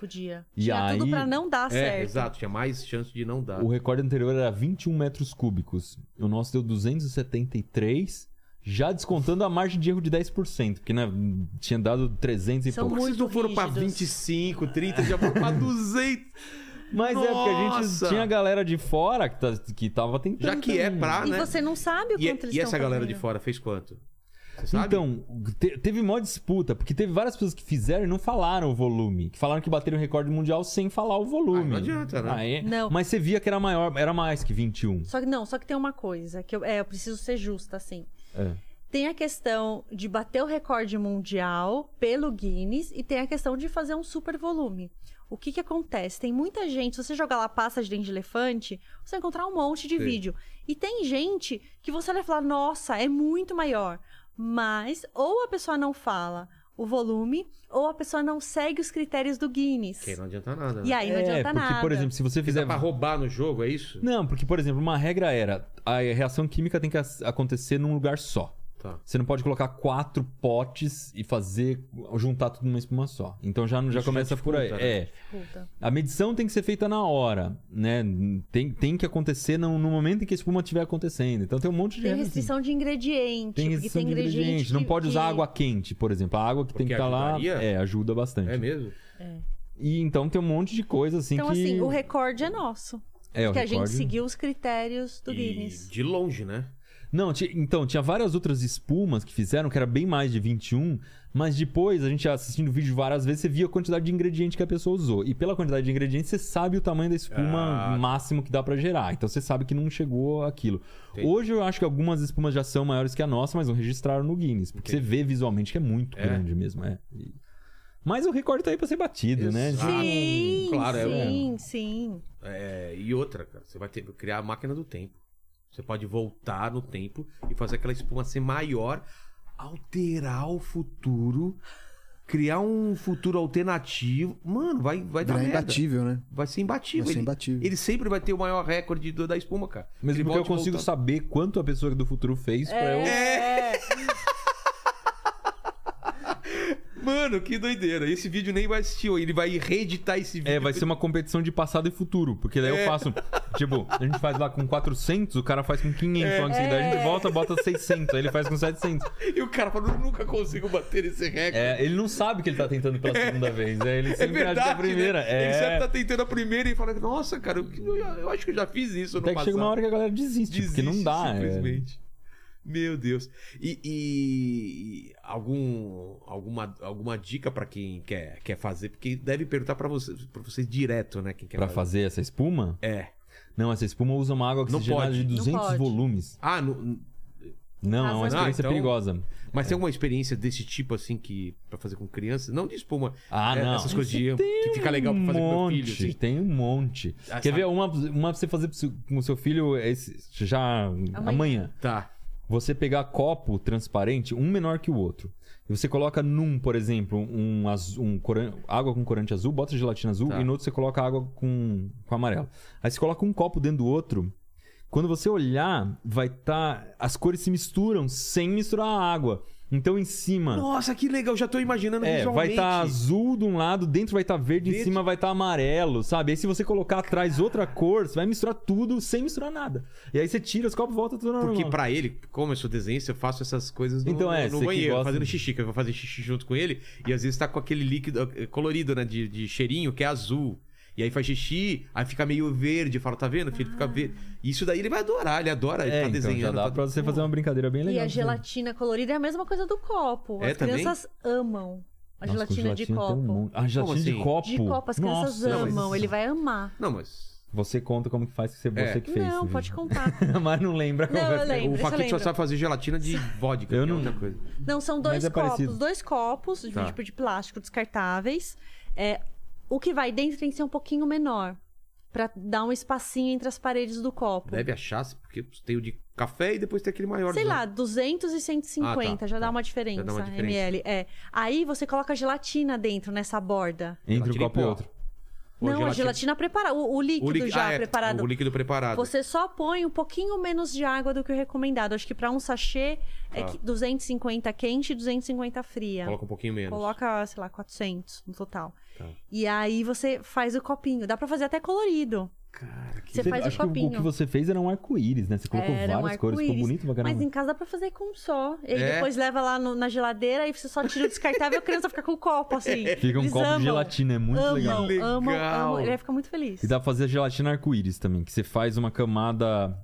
[SPEAKER 4] Podia.
[SPEAKER 5] E
[SPEAKER 4] Tinha tudo
[SPEAKER 5] aí-
[SPEAKER 4] pra não dar
[SPEAKER 1] É,
[SPEAKER 4] Tá certo.
[SPEAKER 1] exato. Tinha mais chance de não dar.
[SPEAKER 5] um O recorde anterior era 21 metros cúbicos. O nosso deu 273. já descontando a margem de erro de 10%, porque né, tinha dado 300 e
[SPEAKER 4] São
[SPEAKER 1] Por
[SPEAKER 5] pouco.
[SPEAKER 1] que vocês não
[SPEAKER 4] Muito
[SPEAKER 1] foram pra
[SPEAKER 4] rígidos.
[SPEAKER 1] 25, 30, já foram pra 200?
[SPEAKER 5] Mas é porque a
[SPEAKER 1] Nossa!
[SPEAKER 5] gente tinha a galera de fora que, tá, que tava tentando.
[SPEAKER 1] Já que é
[SPEAKER 5] também.
[SPEAKER 1] pra,
[SPEAKER 4] E
[SPEAKER 1] né?
[SPEAKER 4] você não sabe o
[SPEAKER 1] E,
[SPEAKER 4] quanto eles
[SPEAKER 1] e
[SPEAKER 4] estão
[SPEAKER 1] essa galera de
[SPEAKER 4] fazendo.
[SPEAKER 1] fora fez quanto? Você sabe?
[SPEAKER 5] Então, te- teve maior disputa, porque teve várias pessoas que fizeram e não falaram o volume. Que falaram que bateram o recorde mundial sem falar o volume.
[SPEAKER 1] Ah, não adianta, né?
[SPEAKER 5] Aí-
[SPEAKER 4] Não.
[SPEAKER 5] Mas você via que era maior, era mais que 21.
[SPEAKER 4] Só que não, só que tem uma coisa que eu, é, eu preciso ser justa assim.
[SPEAKER 5] É.
[SPEAKER 4] Tem a questão de bater o recorde mundial pelo Guinness e tem a questão de fazer um super volume. O que que acontece? Tem muita gente, se você jogar lá pasta de dente de elefante, você vai encontrar um monte de
[SPEAKER 1] Sim.
[SPEAKER 4] vídeo. E tem gente que você vai falar, nossa, é muito maior. Mas ou a pessoa não fala o volume, ou a pessoa não segue os critérios do Guinness.
[SPEAKER 1] Que aí não adianta nada.
[SPEAKER 4] E
[SPEAKER 1] né?
[SPEAKER 4] aí não
[SPEAKER 5] é,
[SPEAKER 4] adianta
[SPEAKER 5] porque,
[SPEAKER 4] nada.
[SPEAKER 5] por exemplo, se você
[SPEAKER 1] Dá
[SPEAKER 5] fizer.
[SPEAKER 1] pra roubar no jogo, é isso?
[SPEAKER 5] Não, porque, por exemplo, uma regra era: a reação química tem que ac- acontecer num lugar só.
[SPEAKER 1] Tá.
[SPEAKER 5] Você não pode colocar quatro potes e fazer. juntar tudo numa espuma só. Então já, já
[SPEAKER 1] já
[SPEAKER 5] começa por aí.
[SPEAKER 1] dificulta, né?
[SPEAKER 5] É.
[SPEAKER 4] Puta.
[SPEAKER 5] A medição tem que ser feita na hora, né? Tem, tem que acontecer no, no momento em que a espuma estiver acontecendo. Então tem um monte de
[SPEAKER 4] Tem
[SPEAKER 5] regra, assim.
[SPEAKER 4] restrição de ingrediente.
[SPEAKER 5] Tem
[SPEAKER 4] porque
[SPEAKER 5] restrição
[SPEAKER 4] tem
[SPEAKER 5] de
[SPEAKER 4] ingrediente.
[SPEAKER 5] ingrediente. Não
[SPEAKER 4] que-
[SPEAKER 5] pode usar
[SPEAKER 4] que-
[SPEAKER 5] água quente, por exemplo. A água que tem
[SPEAKER 1] Porque
[SPEAKER 5] que estar lá
[SPEAKER 1] ajudaria?
[SPEAKER 5] é, ajuda bastante.
[SPEAKER 1] É mesmo?
[SPEAKER 5] E então tem um monte de coisa assim
[SPEAKER 4] Então,
[SPEAKER 5] que
[SPEAKER 4] assim, o recorde é nosso.
[SPEAKER 5] é o
[SPEAKER 4] porque a gente
[SPEAKER 5] recorde.
[SPEAKER 4] seguiu os critérios do
[SPEAKER 1] E
[SPEAKER 4] Guinness.
[SPEAKER 1] de longe, né?
[SPEAKER 5] Não, ti- então tinha várias outras espumas que fizeram que era bem mais de 21, mas depois a gente assistindo o vídeo várias vezes você via a quantidade de ingrediente que a pessoa usou. E pela quantidade de ingrediente você sabe o tamanho da espuma
[SPEAKER 1] Ah.
[SPEAKER 5] máximo que dá pra gerar. Então você sabe que não chegou aquilo.
[SPEAKER 1] Entendi.
[SPEAKER 5] Hoje eu acho que algumas espumas já são maiores que a nossa, mas não registraram no Guinness, porque
[SPEAKER 1] Entendi.
[SPEAKER 5] você vê visualmente que é muito
[SPEAKER 1] É.
[SPEAKER 5] grande mesmo, é. E- Mas o recorde tá aí pra ser batido, né?
[SPEAKER 1] Exato.
[SPEAKER 5] Não-
[SPEAKER 4] Sim,
[SPEAKER 1] claro, é
[SPEAKER 4] sim, sim.
[SPEAKER 1] É, e outra, cara, você vai ter, criar a máquina do tempo. Você pode voltar no tempo e fazer aquela espuma ser maior, alterar o futuro, criar um futuro alternativo. Mano, vai, vai dar
[SPEAKER 2] Virar
[SPEAKER 1] merda.
[SPEAKER 2] imbatível, né?
[SPEAKER 1] Vai ser imbatível.
[SPEAKER 2] Vai ser
[SPEAKER 1] Ele-
[SPEAKER 2] imbatível.
[SPEAKER 1] Ele, sempre vai ter o maior recorde do- da espuma, cara.
[SPEAKER 5] Mesmo
[SPEAKER 1] Ele
[SPEAKER 5] porque eu
[SPEAKER 1] volta e
[SPEAKER 5] consigo
[SPEAKER 1] volta.
[SPEAKER 5] saber quanto a pessoa do futuro fez pra
[SPEAKER 4] É.
[SPEAKER 5] eu É.
[SPEAKER 1] Mano, que doideira. Esse vídeo nem vai assistir. Ele vai reeditar esse vídeo.
[SPEAKER 5] É, vai ser uma competição de passado e futuro, porque daí eu
[SPEAKER 1] É.
[SPEAKER 5] faço, tipo, a gente faz lá com 400, o cara faz com 500,
[SPEAKER 1] É.
[SPEAKER 5] só que assim, daí a gente volta, bota 600, aí ele faz com 700.
[SPEAKER 1] E o cara falou, nunca consigo bater esse recorde.
[SPEAKER 5] É, ele não sabe que ele tá tentando pela segunda vez, é, ele
[SPEAKER 1] É
[SPEAKER 5] sempre acha que é
[SPEAKER 1] verdade,
[SPEAKER 5] a primeira.
[SPEAKER 1] né?
[SPEAKER 5] É,
[SPEAKER 1] Ele sempre tá tentando a primeira e fala, nossa, cara, eu, eu acho que eu já fiz isso no
[SPEAKER 5] até que
[SPEAKER 1] passado.
[SPEAKER 5] chega uma hora que a galera desiste, porque não dá, é.
[SPEAKER 1] simplesmente. Meu Deus. E, e- e algum, alguma, alguma dica pra quem quer, quer fazer? Porque deve perguntar pra vocês, pra vocês direto, né? Quem quer
[SPEAKER 5] Pra fazer essa espuma?
[SPEAKER 1] É.
[SPEAKER 5] Não, essa espuma usa uma água
[SPEAKER 1] Não
[SPEAKER 5] oxigenada
[SPEAKER 1] pode.
[SPEAKER 5] de 200
[SPEAKER 4] pode.
[SPEAKER 5] volumes.
[SPEAKER 1] Ah, no-
[SPEAKER 5] Não, é
[SPEAKER 4] Razão.
[SPEAKER 5] uma experiência
[SPEAKER 1] Ah, então-
[SPEAKER 5] perigosa.
[SPEAKER 1] mas tem alguma experiência desse tipo, assim, que pra fazer com crianças? Não de espuma.
[SPEAKER 5] Ah,
[SPEAKER 1] É,
[SPEAKER 5] não.
[SPEAKER 1] Essas coisas de que fica legal pra
[SPEAKER 5] um
[SPEAKER 1] fazer com meu
[SPEAKER 5] monte,
[SPEAKER 1] filho. assim.
[SPEAKER 5] Tem um monte.
[SPEAKER 1] Ah,
[SPEAKER 5] Quer
[SPEAKER 1] sabe?
[SPEAKER 5] ver uma, uma pra você fazer pro seu- com o seu filho é esse- já amanhã.
[SPEAKER 1] Tá.
[SPEAKER 5] Você pegar copo transparente, um menor que o outro. E você coloca num, por exemplo, um, azu- um coran- água com corante azul, bota gelatina azul,
[SPEAKER 1] Tá.
[SPEAKER 5] e no outro você coloca água com, com amarelo. Aí você coloca um copo dentro do outro. Quando você olhar, vai estar. As cores se misturam sem misturar a água. Então em cima.
[SPEAKER 1] Nossa, que legal. Já tô imaginando
[SPEAKER 5] É, vai
[SPEAKER 1] visualmente.
[SPEAKER 5] estar azul de um lado, dentro vai estar verde,
[SPEAKER 1] Verde.
[SPEAKER 5] em cima vai estar amarelo, sabe? Aí se você colocar atrás outra cor, você vai misturar tudo sem misturar nada. E aí você tira os copos e volta tudo normal.
[SPEAKER 1] Porque pra ele, como eu sou desenhista, eu faço essas coisas no,
[SPEAKER 5] Então, é,
[SPEAKER 1] no
[SPEAKER 5] você que
[SPEAKER 1] banheiro,
[SPEAKER 5] gosta.
[SPEAKER 1] fazendo xixi, que eu vou fazer xixi junto com ele, e às vezes tá com aquele líquido eh, colorido, né, de, de cheirinho, que é azul. E aí faz xixi, aí fica meio verde, fala, tá vendo, filho, fica verde. Isso daí ele vai adorar, ele adora
[SPEAKER 5] É,
[SPEAKER 1] ele tá
[SPEAKER 5] então já
[SPEAKER 1] desenhando.
[SPEAKER 5] dá
[SPEAKER 1] tá-
[SPEAKER 5] pra você fazer uma brincadeira bem
[SPEAKER 4] E
[SPEAKER 5] legal.
[SPEAKER 4] a
[SPEAKER 5] disso aí.
[SPEAKER 4] gelatina colorida é a mesma coisa do copo.
[SPEAKER 1] É,
[SPEAKER 4] As
[SPEAKER 1] também?
[SPEAKER 4] crianças amam a
[SPEAKER 5] Nossa, com
[SPEAKER 4] gelatina, de
[SPEAKER 5] tem um
[SPEAKER 4] copo.
[SPEAKER 5] monte. Ah, gelatina
[SPEAKER 1] assim?
[SPEAKER 5] de copo.
[SPEAKER 4] De copo, as crianças
[SPEAKER 5] Nossa,
[SPEAKER 1] mas-
[SPEAKER 4] amam. Ele vai amar.
[SPEAKER 1] Não, mas
[SPEAKER 5] Você conta como que faz que você,
[SPEAKER 1] É.
[SPEAKER 5] você que fez. né?
[SPEAKER 4] não,
[SPEAKER 5] esse
[SPEAKER 4] pode
[SPEAKER 5] vídeo.
[SPEAKER 4] contar.
[SPEAKER 5] Mas não lembra como
[SPEAKER 4] Não,
[SPEAKER 5] é
[SPEAKER 4] eu
[SPEAKER 5] que-
[SPEAKER 4] lembro.
[SPEAKER 1] o
[SPEAKER 4] isso
[SPEAKER 1] Paquito só
[SPEAKER 4] lembro.
[SPEAKER 1] sabe fazer gelatina de vodka,
[SPEAKER 5] Eu
[SPEAKER 1] que é
[SPEAKER 5] não-
[SPEAKER 1] outra coisa.
[SPEAKER 4] Não, são dois
[SPEAKER 5] Mas é
[SPEAKER 4] copos.
[SPEAKER 5] parecido.
[SPEAKER 4] Dois copos, de
[SPEAKER 1] Tá.
[SPEAKER 4] tipo de plástico, descartáveis. É, o que vai dentro tem que ser um pouquinho menor. Pra dar um espacinho entre as paredes do copo.
[SPEAKER 1] Deve achar, porque tem o de café e depois tem aquele maior.
[SPEAKER 4] Sei
[SPEAKER 1] né?
[SPEAKER 4] lá, 200 e 150,
[SPEAKER 1] Ah, tá,
[SPEAKER 4] já
[SPEAKER 1] tá.
[SPEAKER 4] dá uma diferença,
[SPEAKER 1] Já dá uma diferença.
[SPEAKER 4] ml. É. Aí você coloca gelatina dentro nessa borda.
[SPEAKER 5] Entre o
[SPEAKER 1] Gelatina em
[SPEAKER 5] copo e
[SPEAKER 1] pó.
[SPEAKER 5] outro.
[SPEAKER 1] Ou
[SPEAKER 4] Não, a gelatina preparada, o, o líquido
[SPEAKER 1] O líquido
[SPEAKER 4] já
[SPEAKER 1] ah, é,
[SPEAKER 4] preparado.
[SPEAKER 1] O líquido preparado.
[SPEAKER 4] Você só põe um pouquinho menos de água do que o recomendado. Acho que pra um sachê é
[SPEAKER 1] Tá.
[SPEAKER 4] que 250 quente e 250 fria.
[SPEAKER 1] Coloca um pouquinho menos.
[SPEAKER 4] Coloca, sei lá, 400 no total.
[SPEAKER 1] Tá.
[SPEAKER 4] E aí você faz o copinho. Dá pra fazer até colorido.
[SPEAKER 5] Cara, que
[SPEAKER 4] Você
[SPEAKER 5] Você-
[SPEAKER 4] faz o
[SPEAKER 5] acho que o
[SPEAKER 4] copinho.
[SPEAKER 5] que você fez era um arco-íris, né? Você colocou
[SPEAKER 4] Era um
[SPEAKER 5] várias cores, ficou
[SPEAKER 4] arco-íris.
[SPEAKER 5] bonito pra caramba.
[SPEAKER 4] Mas em casa dá pra fazer com um só. E aí
[SPEAKER 1] É.
[SPEAKER 4] depois leva lá no- na geladeira e você só tira o descartável e a criança fica com o copo, assim.
[SPEAKER 5] Fica um
[SPEAKER 4] Eles
[SPEAKER 5] copo
[SPEAKER 4] amam.
[SPEAKER 5] de gelatina, é muito
[SPEAKER 4] amam,
[SPEAKER 5] legal.
[SPEAKER 4] Amam,
[SPEAKER 1] Legal.
[SPEAKER 4] amam. Ele vai ficar muito feliz.
[SPEAKER 5] E dá pra fazer a gelatina arco-íris também, que você faz uma camada.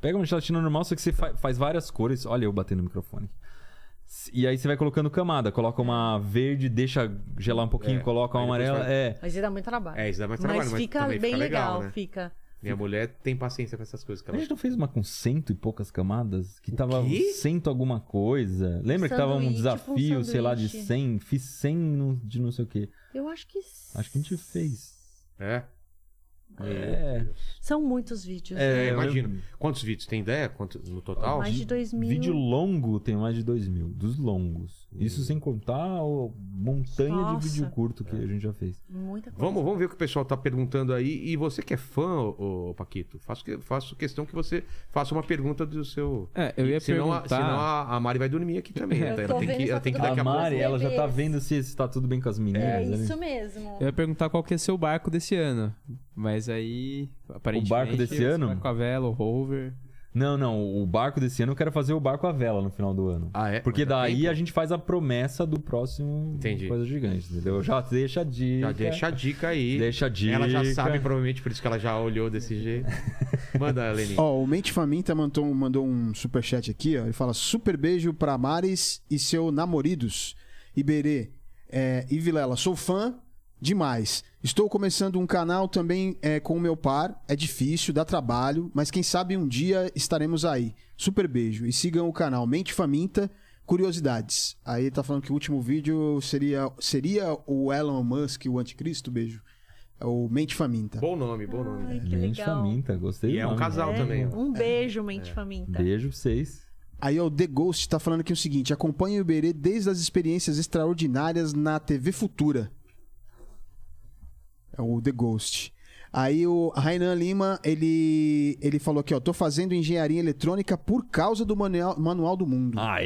[SPEAKER 5] Pega uma gelatina normal, só que você fa- faz várias cores. Olha, eu batendo no microfone. S- E aí você vai colocando camada. Coloca uma verde, deixa gelar um pouquinho,
[SPEAKER 1] É,
[SPEAKER 5] coloca uma
[SPEAKER 1] aí depois
[SPEAKER 5] amarela.
[SPEAKER 1] vai-
[SPEAKER 5] É.
[SPEAKER 4] Mas ele dá muito trabalho.
[SPEAKER 1] É, isso dá mais
[SPEAKER 4] mas
[SPEAKER 1] trabalho, mas
[SPEAKER 4] fica
[SPEAKER 1] também
[SPEAKER 4] bem
[SPEAKER 1] fica legal,
[SPEAKER 4] legal, É.
[SPEAKER 1] né?
[SPEAKER 4] fica.
[SPEAKER 1] Minha mulher tem paciência pra essas coisas,
[SPEAKER 5] A
[SPEAKER 1] cara.
[SPEAKER 5] gente não fez uma com cento e poucas camadas? Que tava
[SPEAKER 1] Então quê?
[SPEAKER 5] cento alguma coisa. Lembra que tava um
[SPEAKER 4] Sanduíche, tipo um
[SPEAKER 5] desafio, sei lá, de
[SPEAKER 4] sanduíche.
[SPEAKER 5] 100? Fiz 100 no- de não sei o quê.
[SPEAKER 4] Eu acho que.
[SPEAKER 5] Acho que a gente fez.
[SPEAKER 1] É.
[SPEAKER 5] É.
[SPEAKER 4] São muitos vídeos.
[SPEAKER 1] É,
[SPEAKER 5] É,
[SPEAKER 1] imagina. Quantos vídeos? Tem ideia? Quanto, no total?
[SPEAKER 4] Mais de dois mil.
[SPEAKER 5] Vídeo longo tem mais de 2 mil, dos longos.
[SPEAKER 1] Uhum.
[SPEAKER 5] Isso sem contar a montanha
[SPEAKER 4] Nossa.
[SPEAKER 5] de vídeo curto
[SPEAKER 1] É.
[SPEAKER 5] que a gente já fez.
[SPEAKER 4] Muita coisa.
[SPEAKER 1] Vamos, vamos ver o que o pessoal tá perguntando aí. E você que é fã, ô, ô, Paquito, faço, que- faço questão que você faça uma pergunta do seu.
[SPEAKER 3] É, eu ia
[SPEAKER 1] senão, a-
[SPEAKER 3] perguntar.
[SPEAKER 1] senão a, a Mari vai dormir aqui também. né?
[SPEAKER 4] Eu
[SPEAKER 1] Ela
[SPEAKER 4] tô
[SPEAKER 1] tem que,
[SPEAKER 4] vendo
[SPEAKER 1] ela
[SPEAKER 4] essa
[SPEAKER 1] tem que
[SPEAKER 4] foto
[SPEAKER 1] daqui a
[SPEAKER 5] a
[SPEAKER 4] da
[SPEAKER 1] pouco.
[SPEAKER 5] Mari, ela já tá
[SPEAKER 4] Bebês.
[SPEAKER 5] vendo se, se tá tudo bem com as meninas.
[SPEAKER 4] É
[SPEAKER 5] né?
[SPEAKER 4] isso mesmo.
[SPEAKER 3] Eu ia perguntar qual que ia ser o barco desse ano. Mas aí, aparentemente...
[SPEAKER 5] barco desse
[SPEAKER 3] você
[SPEAKER 5] ano?
[SPEAKER 3] vai Com a vela, o rover...
[SPEAKER 5] Não, não, o barco desse ano eu quero fazer o barco à vela no final do ano.
[SPEAKER 1] Ah, é?
[SPEAKER 5] Porque
[SPEAKER 1] Mas dá
[SPEAKER 5] daí
[SPEAKER 1] tempo?
[SPEAKER 5] a gente faz a promessa do próximo
[SPEAKER 1] Entendi.
[SPEAKER 5] Coisa Gigante, entendeu? Já deixa a dica.
[SPEAKER 1] Já deixa a dica aí.
[SPEAKER 5] Deixa a dica.
[SPEAKER 1] Ela já sabe, provavelmente, por isso que ela já olhou desse jeito. Manda, Lenin.
[SPEAKER 2] Ó, o Mente Faminta mandou, um- mandou um superchat aqui, ó. Ele fala: super beijo pra Maris e seu namoridos. Iberê é, e Vilela, sou fã demais. Estou começando um canal também é, com o meu par. É difícil, dá trabalho, mas quem sabe um dia estaremos aí. Super beijo. E sigam o canal Mente Faminta. Curiosidades. Aí tá falando que o último vídeo seria, seria o Elon Musk, o anticristo, beijo. É o Mente Faminta.
[SPEAKER 1] Bom nome, bom nome.
[SPEAKER 4] Ai, que
[SPEAKER 5] Gente
[SPEAKER 4] legal.
[SPEAKER 5] faminta, gostei.
[SPEAKER 1] E é um
[SPEAKER 5] do nome.
[SPEAKER 1] casal também. ó.
[SPEAKER 4] Um beijo, mente faminta.
[SPEAKER 5] Beijo pra vocês.
[SPEAKER 2] Aí ó, o The Ghost tá falando aqui o seguinte: acompanha o Iberê desde as experiências extraordinárias na TV Futura. É o The Ghost. Aí o Rainan Lima, ele, ele falou aqui, ó, tô fazendo engenharia eletrônica por causa do manual, manual do mundo.
[SPEAKER 1] Ah, Vocês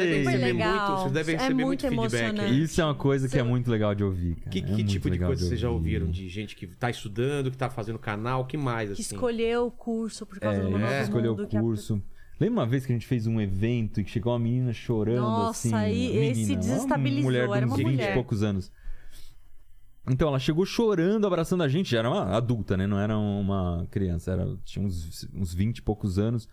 [SPEAKER 1] devem
[SPEAKER 5] Aê!
[SPEAKER 4] Foi
[SPEAKER 1] receber
[SPEAKER 4] legal.
[SPEAKER 1] muito, vocês devem
[SPEAKER 4] É
[SPEAKER 1] receber muito,
[SPEAKER 4] muito
[SPEAKER 1] feedback.
[SPEAKER 4] emocionante.
[SPEAKER 1] aí.
[SPEAKER 5] Isso é uma coisa que é muito legal de ouvir, cara.
[SPEAKER 1] Que,
[SPEAKER 5] É
[SPEAKER 1] que
[SPEAKER 5] muito
[SPEAKER 1] tipo de
[SPEAKER 5] legal
[SPEAKER 1] coisa vocês já
[SPEAKER 5] ouvir.
[SPEAKER 1] ouviram? De gente que tá estudando, que tá fazendo canal, que mais?
[SPEAKER 4] Que
[SPEAKER 1] Assim?
[SPEAKER 4] escolheu o curso por causa do
[SPEAKER 5] É,
[SPEAKER 4] Manual do
[SPEAKER 5] escolheu
[SPEAKER 4] Mundo,
[SPEAKER 5] o
[SPEAKER 4] que a-
[SPEAKER 5] curso. Lembra uma vez que a gente fez um evento e que chegou uma menina chorando
[SPEAKER 4] Nossa,
[SPEAKER 5] assim?
[SPEAKER 4] aí
[SPEAKER 5] menina,
[SPEAKER 4] esse
[SPEAKER 5] uma
[SPEAKER 4] desestabilizou,
[SPEAKER 5] mulher de
[SPEAKER 4] era
[SPEAKER 5] uns
[SPEAKER 4] uma
[SPEAKER 5] 20 e
[SPEAKER 4] mulher.
[SPEAKER 5] poucos anos. Então ela chegou chorando, abraçando a gente. Já era uma adulta, né? Não era uma criança, era tinha uns, uns 20 e poucos anos.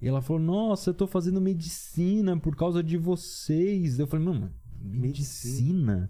[SPEAKER 5] E ela falou: "Nossa, eu tô fazendo medicina por causa de vocês". Eu falei: "Mano, medicina?"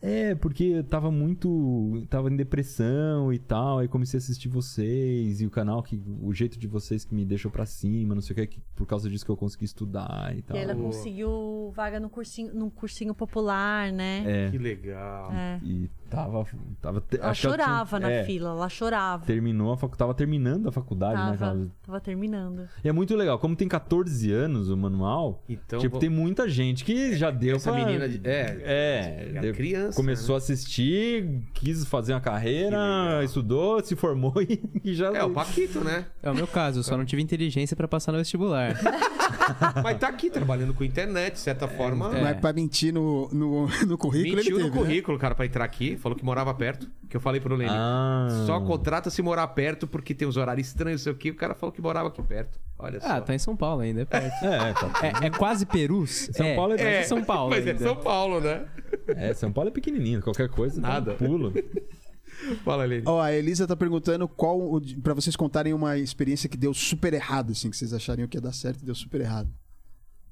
[SPEAKER 5] É, porque eu tava muito. Tava em depressão e tal. Aí comecei a assistir vocês e o canal, que o jeito de vocês que me deixou pra cima, não sei o que, que por causa disso que eu consegui estudar e tal.
[SPEAKER 4] E ela
[SPEAKER 1] Boa.
[SPEAKER 4] conseguiu vaga no cursinho, num cursinho popular, né?
[SPEAKER 5] É,
[SPEAKER 1] Que legal.
[SPEAKER 2] É.
[SPEAKER 5] E tava. tava te-
[SPEAKER 4] É. Ela
[SPEAKER 5] achava que
[SPEAKER 4] chorava
[SPEAKER 5] tinha-
[SPEAKER 4] na
[SPEAKER 5] é,
[SPEAKER 4] fila, ela chorava.
[SPEAKER 5] Terminou a facu... Tava terminando a faculdade, né?
[SPEAKER 4] Tava,
[SPEAKER 5] aquela-
[SPEAKER 4] tava terminando.
[SPEAKER 5] E é muito legal, como tem 14 anos o manual,
[SPEAKER 1] Então,
[SPEAKER 5] tipo,
[SPEAKER 1] vou- É,
[SPEAKER 5] tem muita gente que já deu
[SPEAKER 1] essa
[SPEAKER 5] pra-
[SPEAKER 1] menina de- é,
[SPEAKER 5] É,
[SPEAKER 1] é
[SPEAKER 5] deu-
[SPEAKER 1] criança,
[SPEAKER 5] Começou a assistir, quis fazer uma
[SPEAKER 1] Que legal.
[SPEAKER 5] carreira, estudou, se formou e, e já.
[SPEAKER 1] é o Paquito, né?
[SPEAKER 3] É o meu caso, eu só não tive inteligência pra passar no vestibular.
[SPEAKER 1] Mas tá aqui trabalhando com internet, de
[SPEAKER 5] É,
[SPEAKER 1] certa forma.
[SPEAKER 5] então.
[SPEAKER 2] Mas é pra mentir no, no, no currículo,
[SPEAKER 1] é. Mentiu
[SPEAKER 2] ele
[SPEAKER 1] no
[SPEAKER 2] teve, né?
[SPEAKER 1] currículo, cara, pra entrar aqui. Falou que morava perto. Que eu falei pro Lenny.
[SPEAKER 5] Ah.
[SPEAKER 1] Só contrata se morar perto, porque tem uns horários estranhos, não sei o que. O cara falou que morava aqui perto. Olha só.
[SPEAKER 3] ah, tá em São Paulo ainda, é perto.
[SPEAKER 5] É, tá.
[SPEAKER 3] É, é quase Perus.
[SPEAKER 5] São Paulo é-
[SPEAKER 3] é, mas São Paulo
[SPEAKER 1] Mas é
[SPEAKER 3] ainda.
[SPEAKER 1] São Paulo, né?
[SPEAKER 5] É, São Paulo é pequenininho, qualquer coisa dá
[SPEAKER 1] Nada.
[SPEAKER 5] Um pulo.
[SPEAKER 1] Fala, Lenny.
[SPEAKER 2] Ó, a Elisa tá perguntando qual. o- Pra vocês contarem uma experiência que deu super errado, assim, que vocês achariam que ia dar certo e deu super errado.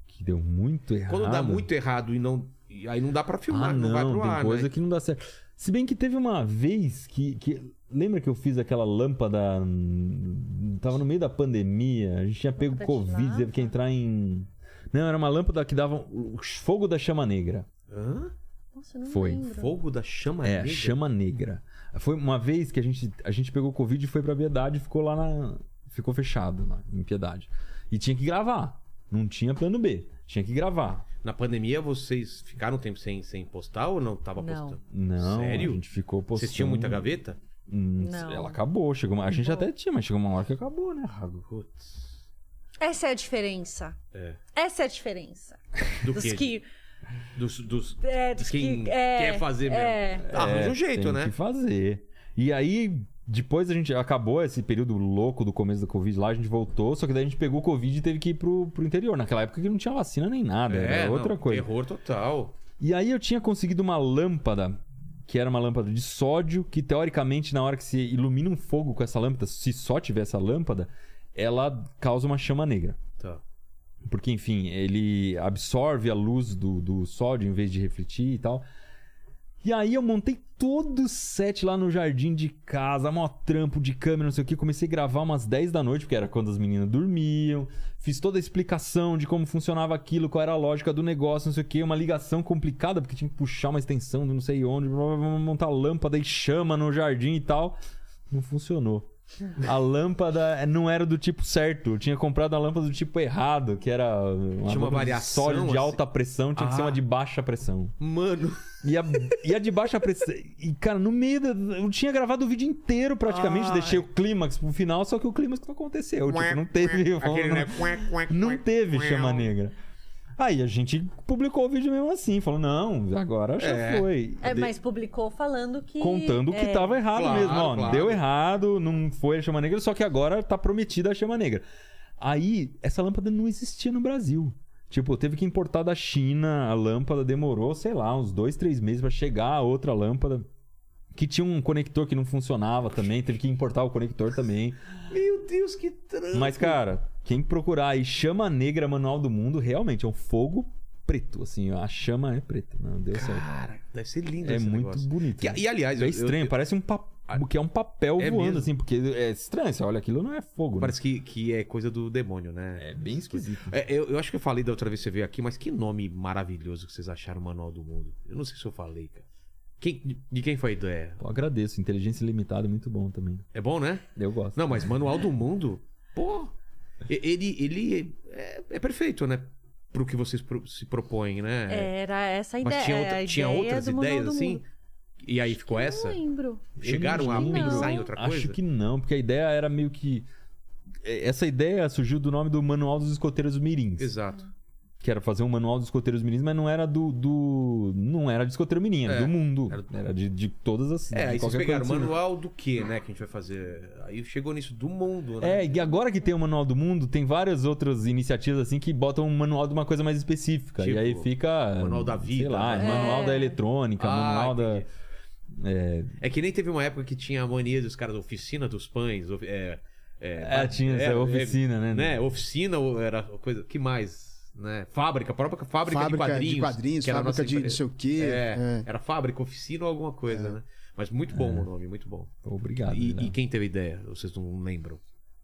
[SPEAKER 5] Que deu muito errado.
[SPEAKER 1] Quando dá muito errado e não. e Aí não dá pra filmar,
[SPEAKER 5] ah, não,
[SPEAKER 1] não, vai pro
[SPEAKER 5] tem
[SPEAKER 1] ar,
[SPEAKER 5] coisa
[SPEAKER 1] né?
[SPEAKER 5] que não dá certo. Se bem que teve uma vez que, que- lembra que eu fiz aquela lâmpada hum, tava no meio da pandemia, a gente tinha pego
[SPEAKER 4] Lâmpada de
[SPEAKER 5] covid,
[SPEAKER 4] lava?
[SPEAKER 5] teve que entrar em Não, era uma lâmpada que dava o fogo da chama negra.
[SPEAKER 1] Hã?
[SPEAKER 4] Nossa, eu não
[SPEAKER 5] Foi.
[SPEAKER 4] lembro.
[SPEAKER 1] Fogo da chama
[SPEAKER 5] é,
[SPEAKER 1] negra?
[SPEAKER 5] chama negra. Foi uma vez que a gente, a gente pegou Covid e foi pra Piedade e ficou lá na. Ficou fechado lá, em Piedade. E tinha que gravar. Não tinha plano B. Tinha que gravar.
[SPEAKER 1] Na pandemia, vocês ficaram um tempo sem, sem postar ou não tava
[SPEAKER 4] Não.
[SPEAKER 1] postando?
[SPEAKER 5] Não,
[SPEAKER 1] Sério?
[SPEAKER 5] a gente ficou postando.
[SPEAKER 1] Vocês tinham muita gaveta?
[SPEAKER 5] Hum,
[SPEAKER 4] Não.
[SPEAKER 5] Ela acabou. Chegou uma- A gente
[SPEAKER 4] Acabou.
[SPEAKER 5] até tinha, mas chegou uma hora que acabou, né, Rago?
[SPEAKER 1] Putz.
[SPEAKER 4] Essa é a diferença.
[SPEAKER 1] É.
[SPEAKER 4] Essa é a diferença.
[SPEAKER 1] Do
[SPEAKER 4] Dos
[SPEAKER 1] quê?
[SPEAKER 4] que.
[SPEAKER 1] Dos, dos,
[SPEAKER 4] É,
[SPEAKER 1] de
[SPEAKER 4] dos
[SPEAKER 1] quem
[SPEAKER 4] que. É,
[SPEAKER 1] quer fazer mesmo.
[SPEAKER 4] é.
[SPEAKER 1] Arranja
[SPEAKER 5] É,
[SPEAKER 1] um jeito,
[SPEAKER 5] tem
[SPEAKER 1] né?
[SPEAKER 5] que fazer. E aí, Depois a gente acabou esse período louco do começo da Covid lá, a gente voltou, só que daí a gente pegou o Covid e teve que ir pro, pro interior. Naquela época que não tinha vacina nem nada, era
[SPEAKER 1] É, não,
[SPEAKER 5] né? É outra coisa.
[SPEAKER 1] Terror total.
[SPEAKER 5] E aí eu tinha conseguido uma lâmpada, que era uma lâmpada de sódio, que teoricamente na hora que se ilumina um fogo com essa lâmpada, se só tiver essa lâmpada, ela causa uma chama negra.
[SPEAKER 1] Tá.
[SPEAKER 5] Porque, enfim, ele absorve a luz do, do sódio em vez de refletir e tal. E aí eu montei todo o set lá no jardim de casa, mó trampo de câmera, não sei o que. Comecei a gravar umas 10 da noite, porque era quando as meninas dormiam. Fiz toda a explicação de como funcionava aquilo, qual era a lógica do negócio, não sei o que. Uma ligação complicada, porque tinha que puxar uma extensão de não sei onde, blá, blá, blá, montar lâmpada e chama no jardim e tal. Não funcionou. A lâmpada não era do tipo certo. Eu tinha comprado a lâmpada do tipo errado, que era
[SPEAKER 1] Tinha uma
[SPEAKER 5] lâmpada de
[SPEAKER 1] variação,
[SPEAKER 5] sólido de
[SPEAKER 1] assim?
[SPEAKER 5] alta pressão, tinha que ser
[SPEAKER 1] Ah.
[SPEAKER 5] uma de baixa pressão.
[SPEAKER 1] Mano.
[SPEAKER 5] E a, e a de baixa pressão. E, cara, no meio. da- eu tinha gravado o vídeo inteiro praticamente,
[SPEAKER 1] Ai.
[SPEAKER 5] deixei o clímax pro final, só que o clímax não aconteceu. Tipo, não teve.
[SPEAKER 1] Aquele, né?
[SPEAKER 5] não, teve chama negra. Aí a gente publicou o vídeo mesmo assim, falou: não, agora já
[SPEAKER 1] É.
[SPEAKER 5] foi.
[SPEAKER 4] É,
[SPEAKER 5] De-
[SPEAKER 4] mas publicou falando que.
[SPEAKER 5] Contando o que
[SPEAKER 4] é,
[SPEAKER 5] tava errado
[SPEAKER 1] Claro,
[SPEAKER 5] mesmo. Ó,
[SPEAKER 1] claro.
[SPEAKER 5] Deu errado, não foi a chama negra, só que agora tá prometida a chama negra. Aí, essa lâmpada não existia no Brasil. Tipo, teve que importar da China a lâmpada, demorou, sei lá, uns dois, três meses pra chegar a outra lâmpada. Que tinha um conector que não funcionava também, teve que importar o conector também.
[SPEAKER 1] Meu Deus, que trânsito.
[SPEAKER 5] Mas, cara, quem procurar aí Chama Negra Manual do Mundo, realmente é um fogo preto, assim, ó, a chama é preta. Não, deu certo.
[SPEAKER 1] Cara, deve ser lindo
[SPEAKER 5] É
[SPEAKER 1] esse
[SPEAKER 5] muito
[SPEAKER 1] negócio.
[SPEAKER 5] bonito.
[SPEAKER 1] Que-
[SPEAKER 5] né?
[SPEAKER 1] e aliás,
[SPEAKER 5] É
[SPEAKER 1] eu-
[SPEAKER 5] estranho,
[SPEAKER 1] eu- Ah,
[SPEAKER 5] parece um papel. Que é um papel
[SPEAKER 1] É
[SPEAKER 5] voando,
[SPEAKER 1] mesmo.
[SPEAKER 5] assim, porque é estranho. Você olha aquilo, não é fogo. né?
[SPEAKER 1] Parece que, que é coisa do demônio, né?
[SPEAKER 5] É bem esquisito.
[SPEAKER 1] É, eu, eu acho que eu falei da outra vez que você veio aqui, mas que nome maravilhoso que vocês acharam o Manual do Mundo. Eu não sei se eu falei, cara. Quem- de, de quem foi a ideia?
[SPEAKER 5] Eu agradeço. Inteligência Limitada é muito bom também.
[SPEAKER 1] É bom, né?
[SPEAKER 5] Eu gosto.
[SPEAKER 1] Não, mas Manual do Mundo, pô, e- ele, ele é, é perfeito, né? Pro que vocês pro- se propõem, né?
[SPEAKER 4] Era essa É, a ideia.
[SPEAKER 1] Mas tinha, outra-
[SPEAKER 4] a
[SPEAKER 1] tinha
[SPEAKER 4] ideia
[SPEAKER 1] outras
[SPEAKER 4] do Manual
[SPEAKER 1] ideias,
[SPEAKER 4] do
[SPEAKER 1] assim?
[SPEAKER 4] Mundo.
[SPEAKER 1] E aí ficou essa?
[SPEAKER 4] Não lembro.
[SPEAKER 5] Eu
[SPEAKER 1] Chegaram
[SPEAKER 5] não
[SPEAKER 1] a
[SPEAKER 5] lembro.
[SPEAKER 1] pensar em outra coisa?
[SPEAKER 5] Acho que não, porque a ideia era meio que. é, Essa ideia surgiu do nome do Manual dos Escoteiros Mirins.
[SPEAKER 1] Exato.
[SPEAKER 5] Que era fazer um manual dos escoteiros mirins, mas não era do. do- Não era de escoteiro mirim, era
[SPEAKER 1] É,
[SPEAKER 5] do mundo.
[SPEAKER 1] era
[SPEAKER 5] Era,
[SPEAKER 1] do-
[SPEAKER 5] de, de todas as.
[SPEAKER 1] É,
[SPEAKER 5] de
[SPEAKER 1] aí vocês
[SPEAKER 5] qualquer
[SPEAKER 1] pegaram
[SPEAKER 5] coisa assim, que surgiu.
[SPEAKER 1] manual do que, né? Que a gente vai fazer. Aí chegou nisso do mundo, né?
[SPEAKER 5] É, e agora que tem o Manual do Mundo, tem várias outras iniciativas assim que botam um manual de uma coisa mais específica.
[SPEAKER 1] Tipo,
[SPEAKER 5] e aí fica.
[SPEAKER 1] manual da vida,
[SPEAKER 5] Sei lá,
[SPEAKER 1] né?
[SPEAKER 5] manual
[SPEAKER 4] É.
[SPEAKER 5] da eletrônica,
[SPEAKER 1] Ah,
[SPEAKER 5] manual da.
[SPEAKER 1] entendi. É que nem teve uma época que tinha a mania dos caras da oficina dos pães. ofi- É,
[SPEAKER 5] É, tinha essa
[SPEAKER 1] é,
[SPEAKER 5] oficina,
[SPEAKER 1] é,
[SPEAKER 5] né?
[SPEAKER 1] né? Oficina ou era coisa. Que mais? Né? Fábrica, própria fábrica,
[SPEAKER 2] Fábrica
[SPEAKER 1] de quadrinhos. que era a
[SPEAKER 2] fábrica
[SPEAKER 1] nossa
[SPEAKER 2] de não
[SPEAKER 1] empresa.
[SPEAKER 2] sei o quê.
[SPEAKER 1] É,
[SPEAKER 2] é.
[SPEAKER 1] Era fábrica, oficina ou alguma coisa, né? Mas muito bom o nome, muito bom.
[SPEAKER 5] Obrigado.
[SPEAKER 1] E,
[SPEAKER 5] Léo.
[SPEAKER 1] e quem teve ideia? Vocês não lembram.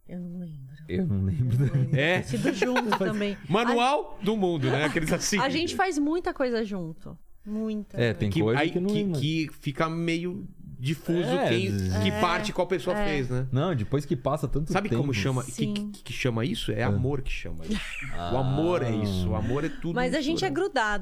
[SPEAKER 4] Eu não lembro.
[SPEAKER 5] Eu não lembro.
[SPEAKER 4] Não lembro.
[SPEAKER 1] É.
[SPEAKER 4] Ter Sido junto também.
[SPEAKER 1] Manual do mundo, né? Aqueles assim.
[SPEAKER 4] A gente faz muita coisa junto. Muita.
[SPEAKER 5] É, tem
[SPEAKER 1] que,
[SPEAKER 5] coisa
[SPEAKER 1] aí,
[SPEAKER 5] que não.
[SPEAKER 1] que, que fica meio difuso
[SPEAKER 5] É,
[SPEAKER 1] quem,
[SPEAKER 5] é.
[SPEAKER 1] que parte qual pessoa fez, né?
[SPEAKER 5] Não, depois que passa tanto
[SPEAKER 1] Sabe
[SPEAKER 5] tempo.
[SPEAKER 1] como chama? Que,
[SPEAKER 4] Sim.
[SPEAKER 1] que- que chama isso?
[SPEAKER 3] Ah.
[SPEAKER 1] É amor que chama isso. O amor é isso. O amor é tudo.
[SPEAKER 4] Mas a gente é
[SPEAKER 1] misturado.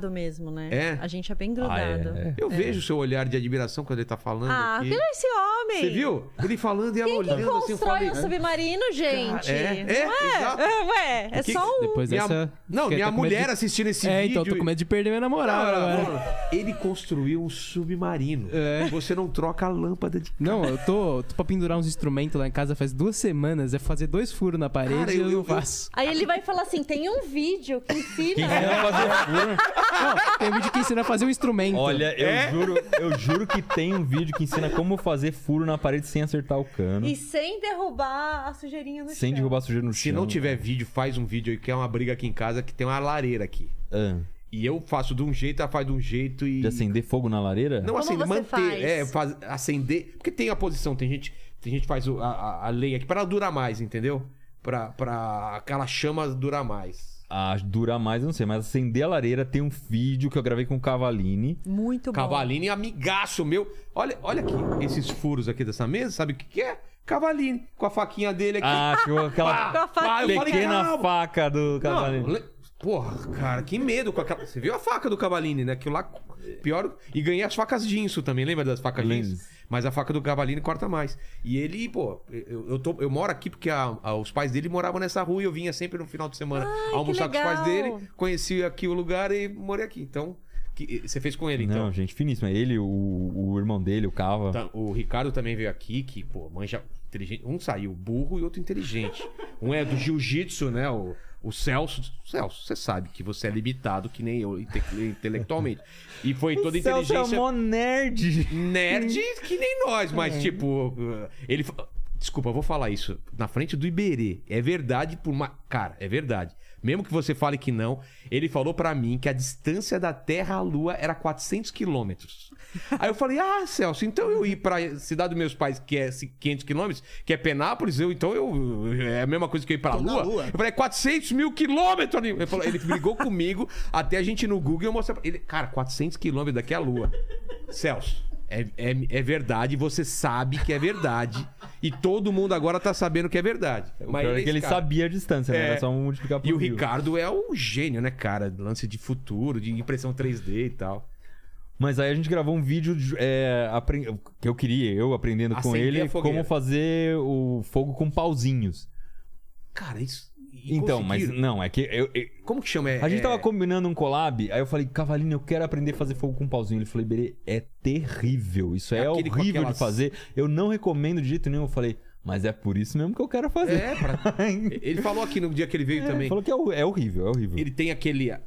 [SPEAKER 4] grudado mesmo, né?
[SPEAKER 1] É?
[SPEAKER 4] A gente é bem
[SPEAKER 5] Ah, é,
[SPEAKER 4] grudado.
[SPEAKER 5] é.
[SPEAKER 1] Eu vejo o seu olhar de admiração quando ele tá falando.
[SPEAKER 4] Ah,
[SPEAKER 1] aqui.
[SPEAKER 4] vira esse homem!
[SPEAKER 1] Você viu? Ele falando e ela
[SPEAKER 4] Quem
[SPEAKER 1] olhando assim, eu
[SPEAKER 4] constrói
[SPEAKER 1] falei.
[SPEAKER 4] um submarino, gente?
[SPEAKER 1] É, é, exato.
[SPEAKER 4] é, ué, é
[SPEAKER 1] Que-
[SPEAKER 4] só um.
[SPEAKER 3] Depois
[SPEAKER 1] Minha-
[SPEAKER 3] dessa.
[SPEAKER 1] Não,
[SPEAKER 3] fiquei
[SPEAKER 1] minha
[SPEAKER 3] até com medo
[SPEAKER 1] mulher Ah,
[SPEAKER 3] de-
[SPEAKER 1] assistindo esse
[SPEAKER 3] É,
[SPEAKER 1] vídio.
[SPEAKER 3] então, tô com medo de perder minha namorada
[SPEAKER 1] Cara,
[SPEAKER 3] agora.
[SPEAKER 1] mano, ele construiu um submarino.
[SPEAKER 3] É.
[SPEAKER 1] Você não troca a lâmpada de.
[SPEAKER 3] Não, eu tô, tô pra pendurar uns instrumentos lá em casa faz duas semanas. É fazer dois furos na parede
[SPEAKER 1] Cara,
[SPEAKER 3] e
[SPEAKER 1] eu-
[SPEAKER 3] eu,
[SPEAKER 1] eu-
[SPEAKER 3] não faço.
[SPEAKER 4] Aí ele vai falar assim: tem um vídeo que
[SPEAKER 5] Quem
[SPEAKER 4] ensina.
[SPEAKER 5] ensina a fazer furo?
[SPEAKER 3] Não, tem vídeo que ensina a fazer um instrumento.
[SPEAKER 5] Olha, eu juro, eu juro que tem um vídeo que ensina como fazer furo na parede sem acertar o cano,
[SPEAKER 4] E sem derrubar a sujeirinha no
[SPEAKER 5] sem
[SPEAKER 4] chão.
[SPEAKER 5] derrubar sujeira no
[SPEAKER 1] Se
[SPEAKER 5] chão.
[SPEAKER 1] não tiver vídeo, faz um vídeo aí, que é uma briga aqui em casa que tem uma lareira aqui.
[SPEAKER 5] Ah,
[SPEAKER 1] E eu faço de um jeito, ela faz de um jeito e.
[SPEAKER 5] de acender fogo na lareira?
[SPEAKER 1] Não
[SPEAKER 4] Como
[SPEAKER 1] acender,
[SPEAKER 4] você
[SPEAKER 1] manter.
[SPEAKER 4] faz?
[SPEAKER 1] É, faz- acender. Porque tem a posição, tem gente, tem gente que faz o- a, a- a lenha aqui pra ela durar mais, entendeu? Pra, pra aquela chama durar mais.
[SPEAKER 5] Ah, durar mais, eu não sei, mas acender a lareira tem um vídeo que eu gravei com o Cavalini.
[SPEAKER 4] Muito bom.
[SPEAKER 1] Cavalini, amigaço meu. Olha, olha aqui, esses furos aqui dessa mesa, sabe o que, que é? Cavalini, com a faquinha dele aqui.
[SPEAKER 5] Ah, que eu-
[SPEAKER 4] Com
[SPEAKER 5] aquela
[SPEAKER 4] a faca.
[SPEAKER 1] Ah, eu falei,
[SPEAKER 5] pequena
[SPEAKER 1] "Calma."
[SPEAKER 5] faca do
[SPEAKER 1] Não,
[SPEAKER 5] Cavalini.
[SPEAKER 1] le- Porra, cara, que medo com aquela. Você viu a faca do Cavalini, né? Aquilo lá. Pior. E ganhei as facas Jinso também, lembra das facas
[SPEAKER 5] Lembro.
[SPEAKER 1] Jinso? Mas a faca do Cavalini corta mais. E ele, pô, eu, eu, tô- eu moro aqui porque a- a- os pais dele moravam nessa rua e eu vinha sempre no final de semana
[SPEAKER 4] que
[SPEAKER 1] almoçar com os pais
[SPEAKER 4] legal.
[SPEAKER 1] dele, conheci aqui o lugar e morei aqui. Então, que você fez com ele, então?
[SPEAKER 5] Não, gente, finíssimo. É ele, o, o irmão dele, o Cava.
[SPEAKER 1] Tá, o Ricardo também veio aqui, que, pô, manja inteligente. Um saiu burro e outro inteligente. Um é do jiu-jitsu, né? O, o Celso. Celso, você sabe que você é limitado, que nem eu, inte- intelectualmente. E foi toda a
[SPEAKER 3] um
[SPEAKER 1] inteligência.
[SPEAKER 5] é mó nerd.
[SPEAKER 1] Nerd que nem nós, mas tipo, uh, ele. fa- Desculpa, eu vou falar isso na frente do Iberê. É verdade por uma. Cara, é verdade. Mesmo que você fale que não, ele falou pra mim que a distância da Terra à Lua era 400 quilômetros. Aí eu falei, ah, Celso, então eu ir pra cidade dos meus pais, que é 500 quilômetros, que é Penápolis, eu, então eu. É a mesma coisa que eu ir pra
[SPEAKER 2] Tô na
[SPEAKER 1] Lua?
[SPEAKER 2] Lua. né?
[SPEAKER 1] Eu falei, 400 mil quilômetros! Ele, falou- ele brigou comigo até a gente ir no Google eu mostrar pra ele. Cara, 400 quilômetros daqui é a Lua. Celso, é, é, é verdade, você sabe que é verdade. E todo mundo agora tá sabendo que é verdade.
[SPEAKER 5] O pior é que
[SPEAKER 1] esse
[SPEAKER 5] ele
[SPEAKER 1] cara-
[SPEAKER 5] sabia a distância, né?
[SPEAKER 1] É.
[SPEAKER 5] Era só um multiplicar por
[SPEAKER 1] E o
[SPEAKER 5] mil.
[SPEAKER 1] Ricardo é um gênio, né, cara? Lance de futuro, de impressão 3D e tal.
[SPEAKER 5] Mas aí a gente gravou um vídeo de- é, apren- que eu queria, eu aprendendo com
[SPEAKER 1] Acender a
[SPEAKER 5] ele,
[SPEAKER 1] fogueira.
[SPEAKER 5] como fazer o fogo com pauzinhos.
[SPEAKER 1] Cara, isso. e
[SPEAKER 5] Então, mas
[SPEAKER 1] conseguiram.
[SPEAKER 5] não, é que eu- eu-
[SPEAKER 1] Como que chama? É-
[SPEAKER 5] a gente tava
[SPEAKER 1] é-
[SPEAKER 5] combinando um collab, aí eu falei, Cavalino, eu quero aprender a fazer fogo com um pauzinho. Ele falou, Iberê, é terrível, isso
[SPEAKER 1] É
[SPEAKER 5] é,
[SPEAKER 1] aquele com
[SPEAKER 5] horrível
[SPEAKER 1] aquelas-
[SPEAKER 5] de fazer, eu não recomendo de jeito nenhum. Eu falei, mas é por isso mesmo que eu quero fazer.
[SPEAKER 1] É, pra- Ele falou aqui no dia que ele veio também.
[SPEAKER 5] Ele falou que é, ho- é horrível, é horrível.
[SPEAKER 1] Ele tem aquele. é,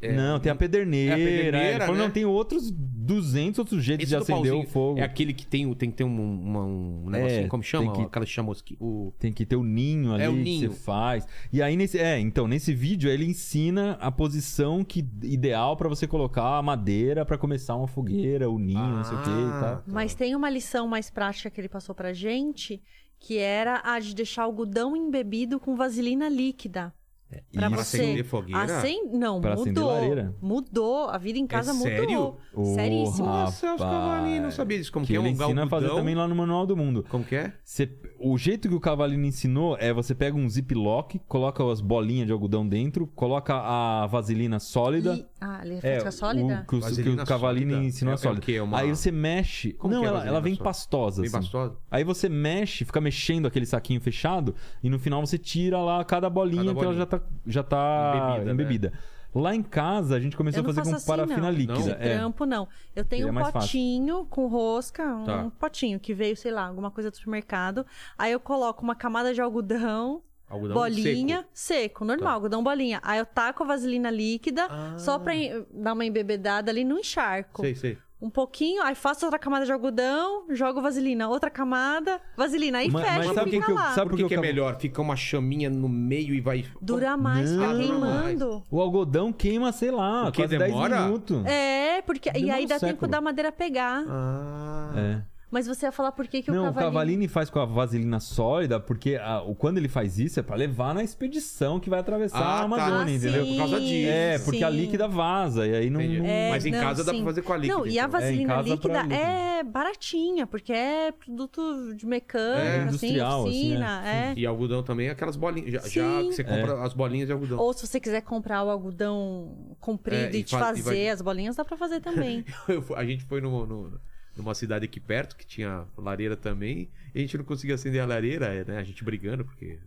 [SPEAKER 1] é,
[SPEAKER 5] não, tem a pederneira.
[SPEAKER 1] É a pederneira,
[SPEAKER 5] Ele falou,
[SPEAKER 1] né?
[SPEAKER 5] não, tem outros 200 outros jeitos
[SPEAKER 1] Esse
[SPEAKER 5] de
[SPEAKER 1] do
[SPEAKER 5] acender o
[SPEAKER 1] pauzinho
[SPEAKER 5] fogo.
[SPEAKER 1] É aquele que tem, o- tem que ter um, uma- um negocinho,
[SPEAKER 5] É,
[SPEAKER 1] como chama?
[SPEAKER 5] tem que-
[SPEAKER 1] Aquela chamosqui. O...
[SPEAKER 5] Tem que ter o ninho ali
[SPEAKER 1] É, o
[SPEAKER 5] que
[SPEAKER 1] ninho.
[SPEAKER 5] você faz. E aí nesse, é, então nesse vídeo ele ensina a posição que ideal pra você colocar a madeira pra começar uma fogueira, o ninho, não sei o que e
[SPEAKER 1] Ah.
[SPEAKER 5] tal.
[SPEAKER 4] Mas tem uma lição mais prática que ele passou pra gente, que era a de deixar algodão embebido com vaselina líquida. Pra
[SPEAKER 5] Isso.
[SPEAKER 1] Pra
[SPEAKER 4] você.
[SPEAKER 1] acender fogueira?
[SPEAKER 4] Acen... Não,
[SPEAKER 5] Pra acender
[SPEAKER 4] mudou.
[SPEAKER 5] lareira?
[SPEAKER 4] Mudou. A vida em casa
[SPEAKER 1] É
[SPEAKER 4] mudou.
[SPEAKER 1] sério?
[SPEAKER 5] Ô,
[SPEAKER 4] Seríssimo.
[SPEAKER 5] rapaz.
[SPEAKER 1] Nossa, Celso Cavalini, não sabia disso. Como que,
[SPEAKER 5] que
[SPEAKER 1] é
[SPEAKER 5] ele
[SPEAKER 1] um
[SPEAKER 5] ensina a fazer
[SPEAKER 1] galgudão?
[SPEAKER 5] também lá no Manual do Mundo.
[SPEAKER 1] Como que é?
[SPEAKER 5] Você- o jeito que o Cavalino ensinou é você pega um ziplock, coloca as bolinhas de algodão dentro, coloca a vaselina sólida.
[SPEAKER 4] E- Ah, ele
[SPEAKER 5] É,
[SPEAKER 4] fica sólida?
[SPEAKER 5] O, que o, que
[SPEAKER 1] Vaselina
[SPEAKER 5] o Cavalini
[SPEAKER 1] sólida.
[SPEAKER 5] ensinou
[SPEAKER 1] É-
[SPEAKER 5] a
[SPEAKER 1] é
[SPEAKER 5] sólida.
[SPEAKER 1] o quê? É uma-
[SPEAKER 5] Aí você mexe.
[SPEAKER 1] Como
[SPEAKER 5] não,
[SPEAKER 1] que é a
[SPEAKER 5] ela,
[SPEAKER 1] vaselina
[SPEAKER 5] ela vem
[SPEAKER 1] sólida?
[SPEAKER 5] pastosa.
[SPEAKER 1] Bem
[SPEAKER 5] assim.
[SPEAKER 1] pastosa?
[SPEAKER 5] Aí você mexe, fica mexendo aquele saquinho fechado, e no final você tira lá cada bolinha,
[SPEAKER 1] Cada
[SPEAKER 5] que ela
[SPEAKER 1] bolinha.
[SPEAKER 5] já tá, já tá
[SPEAKER 1] Embebida, né?
[SPEAKER 5] embebida. Lá em casa, a gente começou
[SPEAKER 4] Eu
[SPEAKER 5] a
[SPEAKER 4] não
[SPEAKER 5] fazer com
[SPEAKER 4] faço assim,
[SPEAKER 5] parafina
[SPEAKER 4] não.
[SPEAKER 5] líquida.
[SPEAKER 1] Não?
[SPEAKER 5] é.
[SPEAKER 4] Trampo, não. Eu tenho
[SPEAKER 5] Seria
[SPEAKER 4] um
[SPEAKER 5] mais fácil.
[SPEAKER 4] potinho com rosca, um
[SPEAKER 1] Tá.
[SPEAKER 4] potinho que veio, sei lá, alguma coisa do supermercado. Aí eu coloco uma camada de algodão,
[SPEAKER 1] Algodão
[SPEAKER 4] bolinha,
[SPEAKER 1] seco.
[SPEAKER 4] seco, normal,
[SPEAKER 1] Tá.
[SPEAKER 4] algodão bolinha. Aí eu taco a vaselina líquida,
[SPEAKER 1] Ah.
[SPEAKER 4] só pra en- dar uma embebedada ali no encharco.
[SPEAKER 1] Sei, sei.
[SPEAKER 4] Um pouquinho, aí faço outra camada de algodão, jogo vaselina, outra camada, vaselina, aí
[SPEAKER 5] Ma-
[SPEAKER 4] fecha
[SPEAKER 5] mas
[SPEAKER 4] e
[SPEAKER 5] sabe o
[SPEAKER 4] fica
[SPEAKER 5] que que eu-
[SPEAKER 4] lá.
[SPEAKER 5] sabe
[SPEAKER 1] Por
[SPEAKER 5] por
[SPEAKER 1] que,
[SPEAKER 5] que
[SPEAKER 1] que é
[SPEAKER 5] eu acabo-
[SPEAKER 1] melhor? Fica uma chaminha no meio e vai.
[SPEAKER 4] Dura mais, fica
[SPEAKER 1] Não.
[SPEAKER 4] queimando.
[SPEAKER 5] O algodão queima, sei lá,
[SPEAKER 1] O que
[SPEAKER 5] quase
[SPEAKER 1] demora?
[SPEAKER 5] 10 minutos.
[SPEAKER 4] É, porque. e
[SPEAKER 5] Demora
[SPEAKER 4] aí
[SPEAKER 5] um
[SPEAKER 4] dá tempo
[SPEAKER 5] século.
[SPEAKER 4] da madeira pegar.
[SPEAKER 1] Ah.
[SPEAKER 5] É.
[SPEAKER 4] Mas você ia falar por que, que
[SPEAKER 5] não,
[SPEAKER 4] o
[SPEAKER 5] o
[SPEAKER 4] cavalinho.
[SPEAKER 5] Cavalini faz com a vaselina sólida, porque a- o- quando ele faz isso é pra levar na expedição que vai atravessar
[SPEAKER 1] Ah,
[SPEAKER 5] a
[SPEAKER 1] tá.
[SPEAKER 5] Amazônia,
[SPEAKER 1] Ah,
[SPEAKER 5] entendeu?
[SPEAKER 1] sim. Por causa disso.
[SPEAKER 5] É, porque a
[SPEAKER 4] Sim.
[SPEAKER 5] líquida vaza, e aí não.
[SPEAKER 1] Entendi.
[SPEAKER 5] não-
[SPEAKER 4] É,
[SPEAKER 1] Mas em
[SPEAKER 4] não,
[SPEAKER 1] casa dá pra
[SPEAKER 4] sim.
[SPEAKER 1] fazer com a líquida,
[SPEAKER 4] Não, e a
[SPEAKER 1] então.
[SPEAKER 4] vaselina
[SPEAKER 5] É, em casa
[SPEAKER 4] líquida
[SPEAKER 5] pra líquida.
[SPEAKER 4] é baratinha, porque é produto de mecânica,
[SPEAKER 1] É,
[SPEAKER 4] assim,
[SPEAKER 5] industrial, assim,
[SPEAKER 4] oficina. é.
[SPEAKER 1] E algodão também, aquelas bolinhas. Já, já
[SPEAKER 4] Sim.
[SPEAKER 1] que você
[SPEAKER 5] É.
[SPEAKER 1] compra as bolinhas de
[SPEAKER 5] Então-
[SPEAKER 1] algodão.
[SPEAKER 4] Ou se você quiser comprar o algodão comprido
[SPEAKER 1] É, e
[SPEAKER 4] e, te
[SPEAKER 1] fa- e
[SPEAKER 4] fazer
[SPEAKER 1] vai-
[SPEAKER 4] as bolinhas, dá pra fazer também.
[SPEAKER 1] Eu fu- a gente foi no- no- numa cidade aqui perto que tinha lareira também. E a gente não conseguia acender a lareira, é, né? A gente brigando, porque.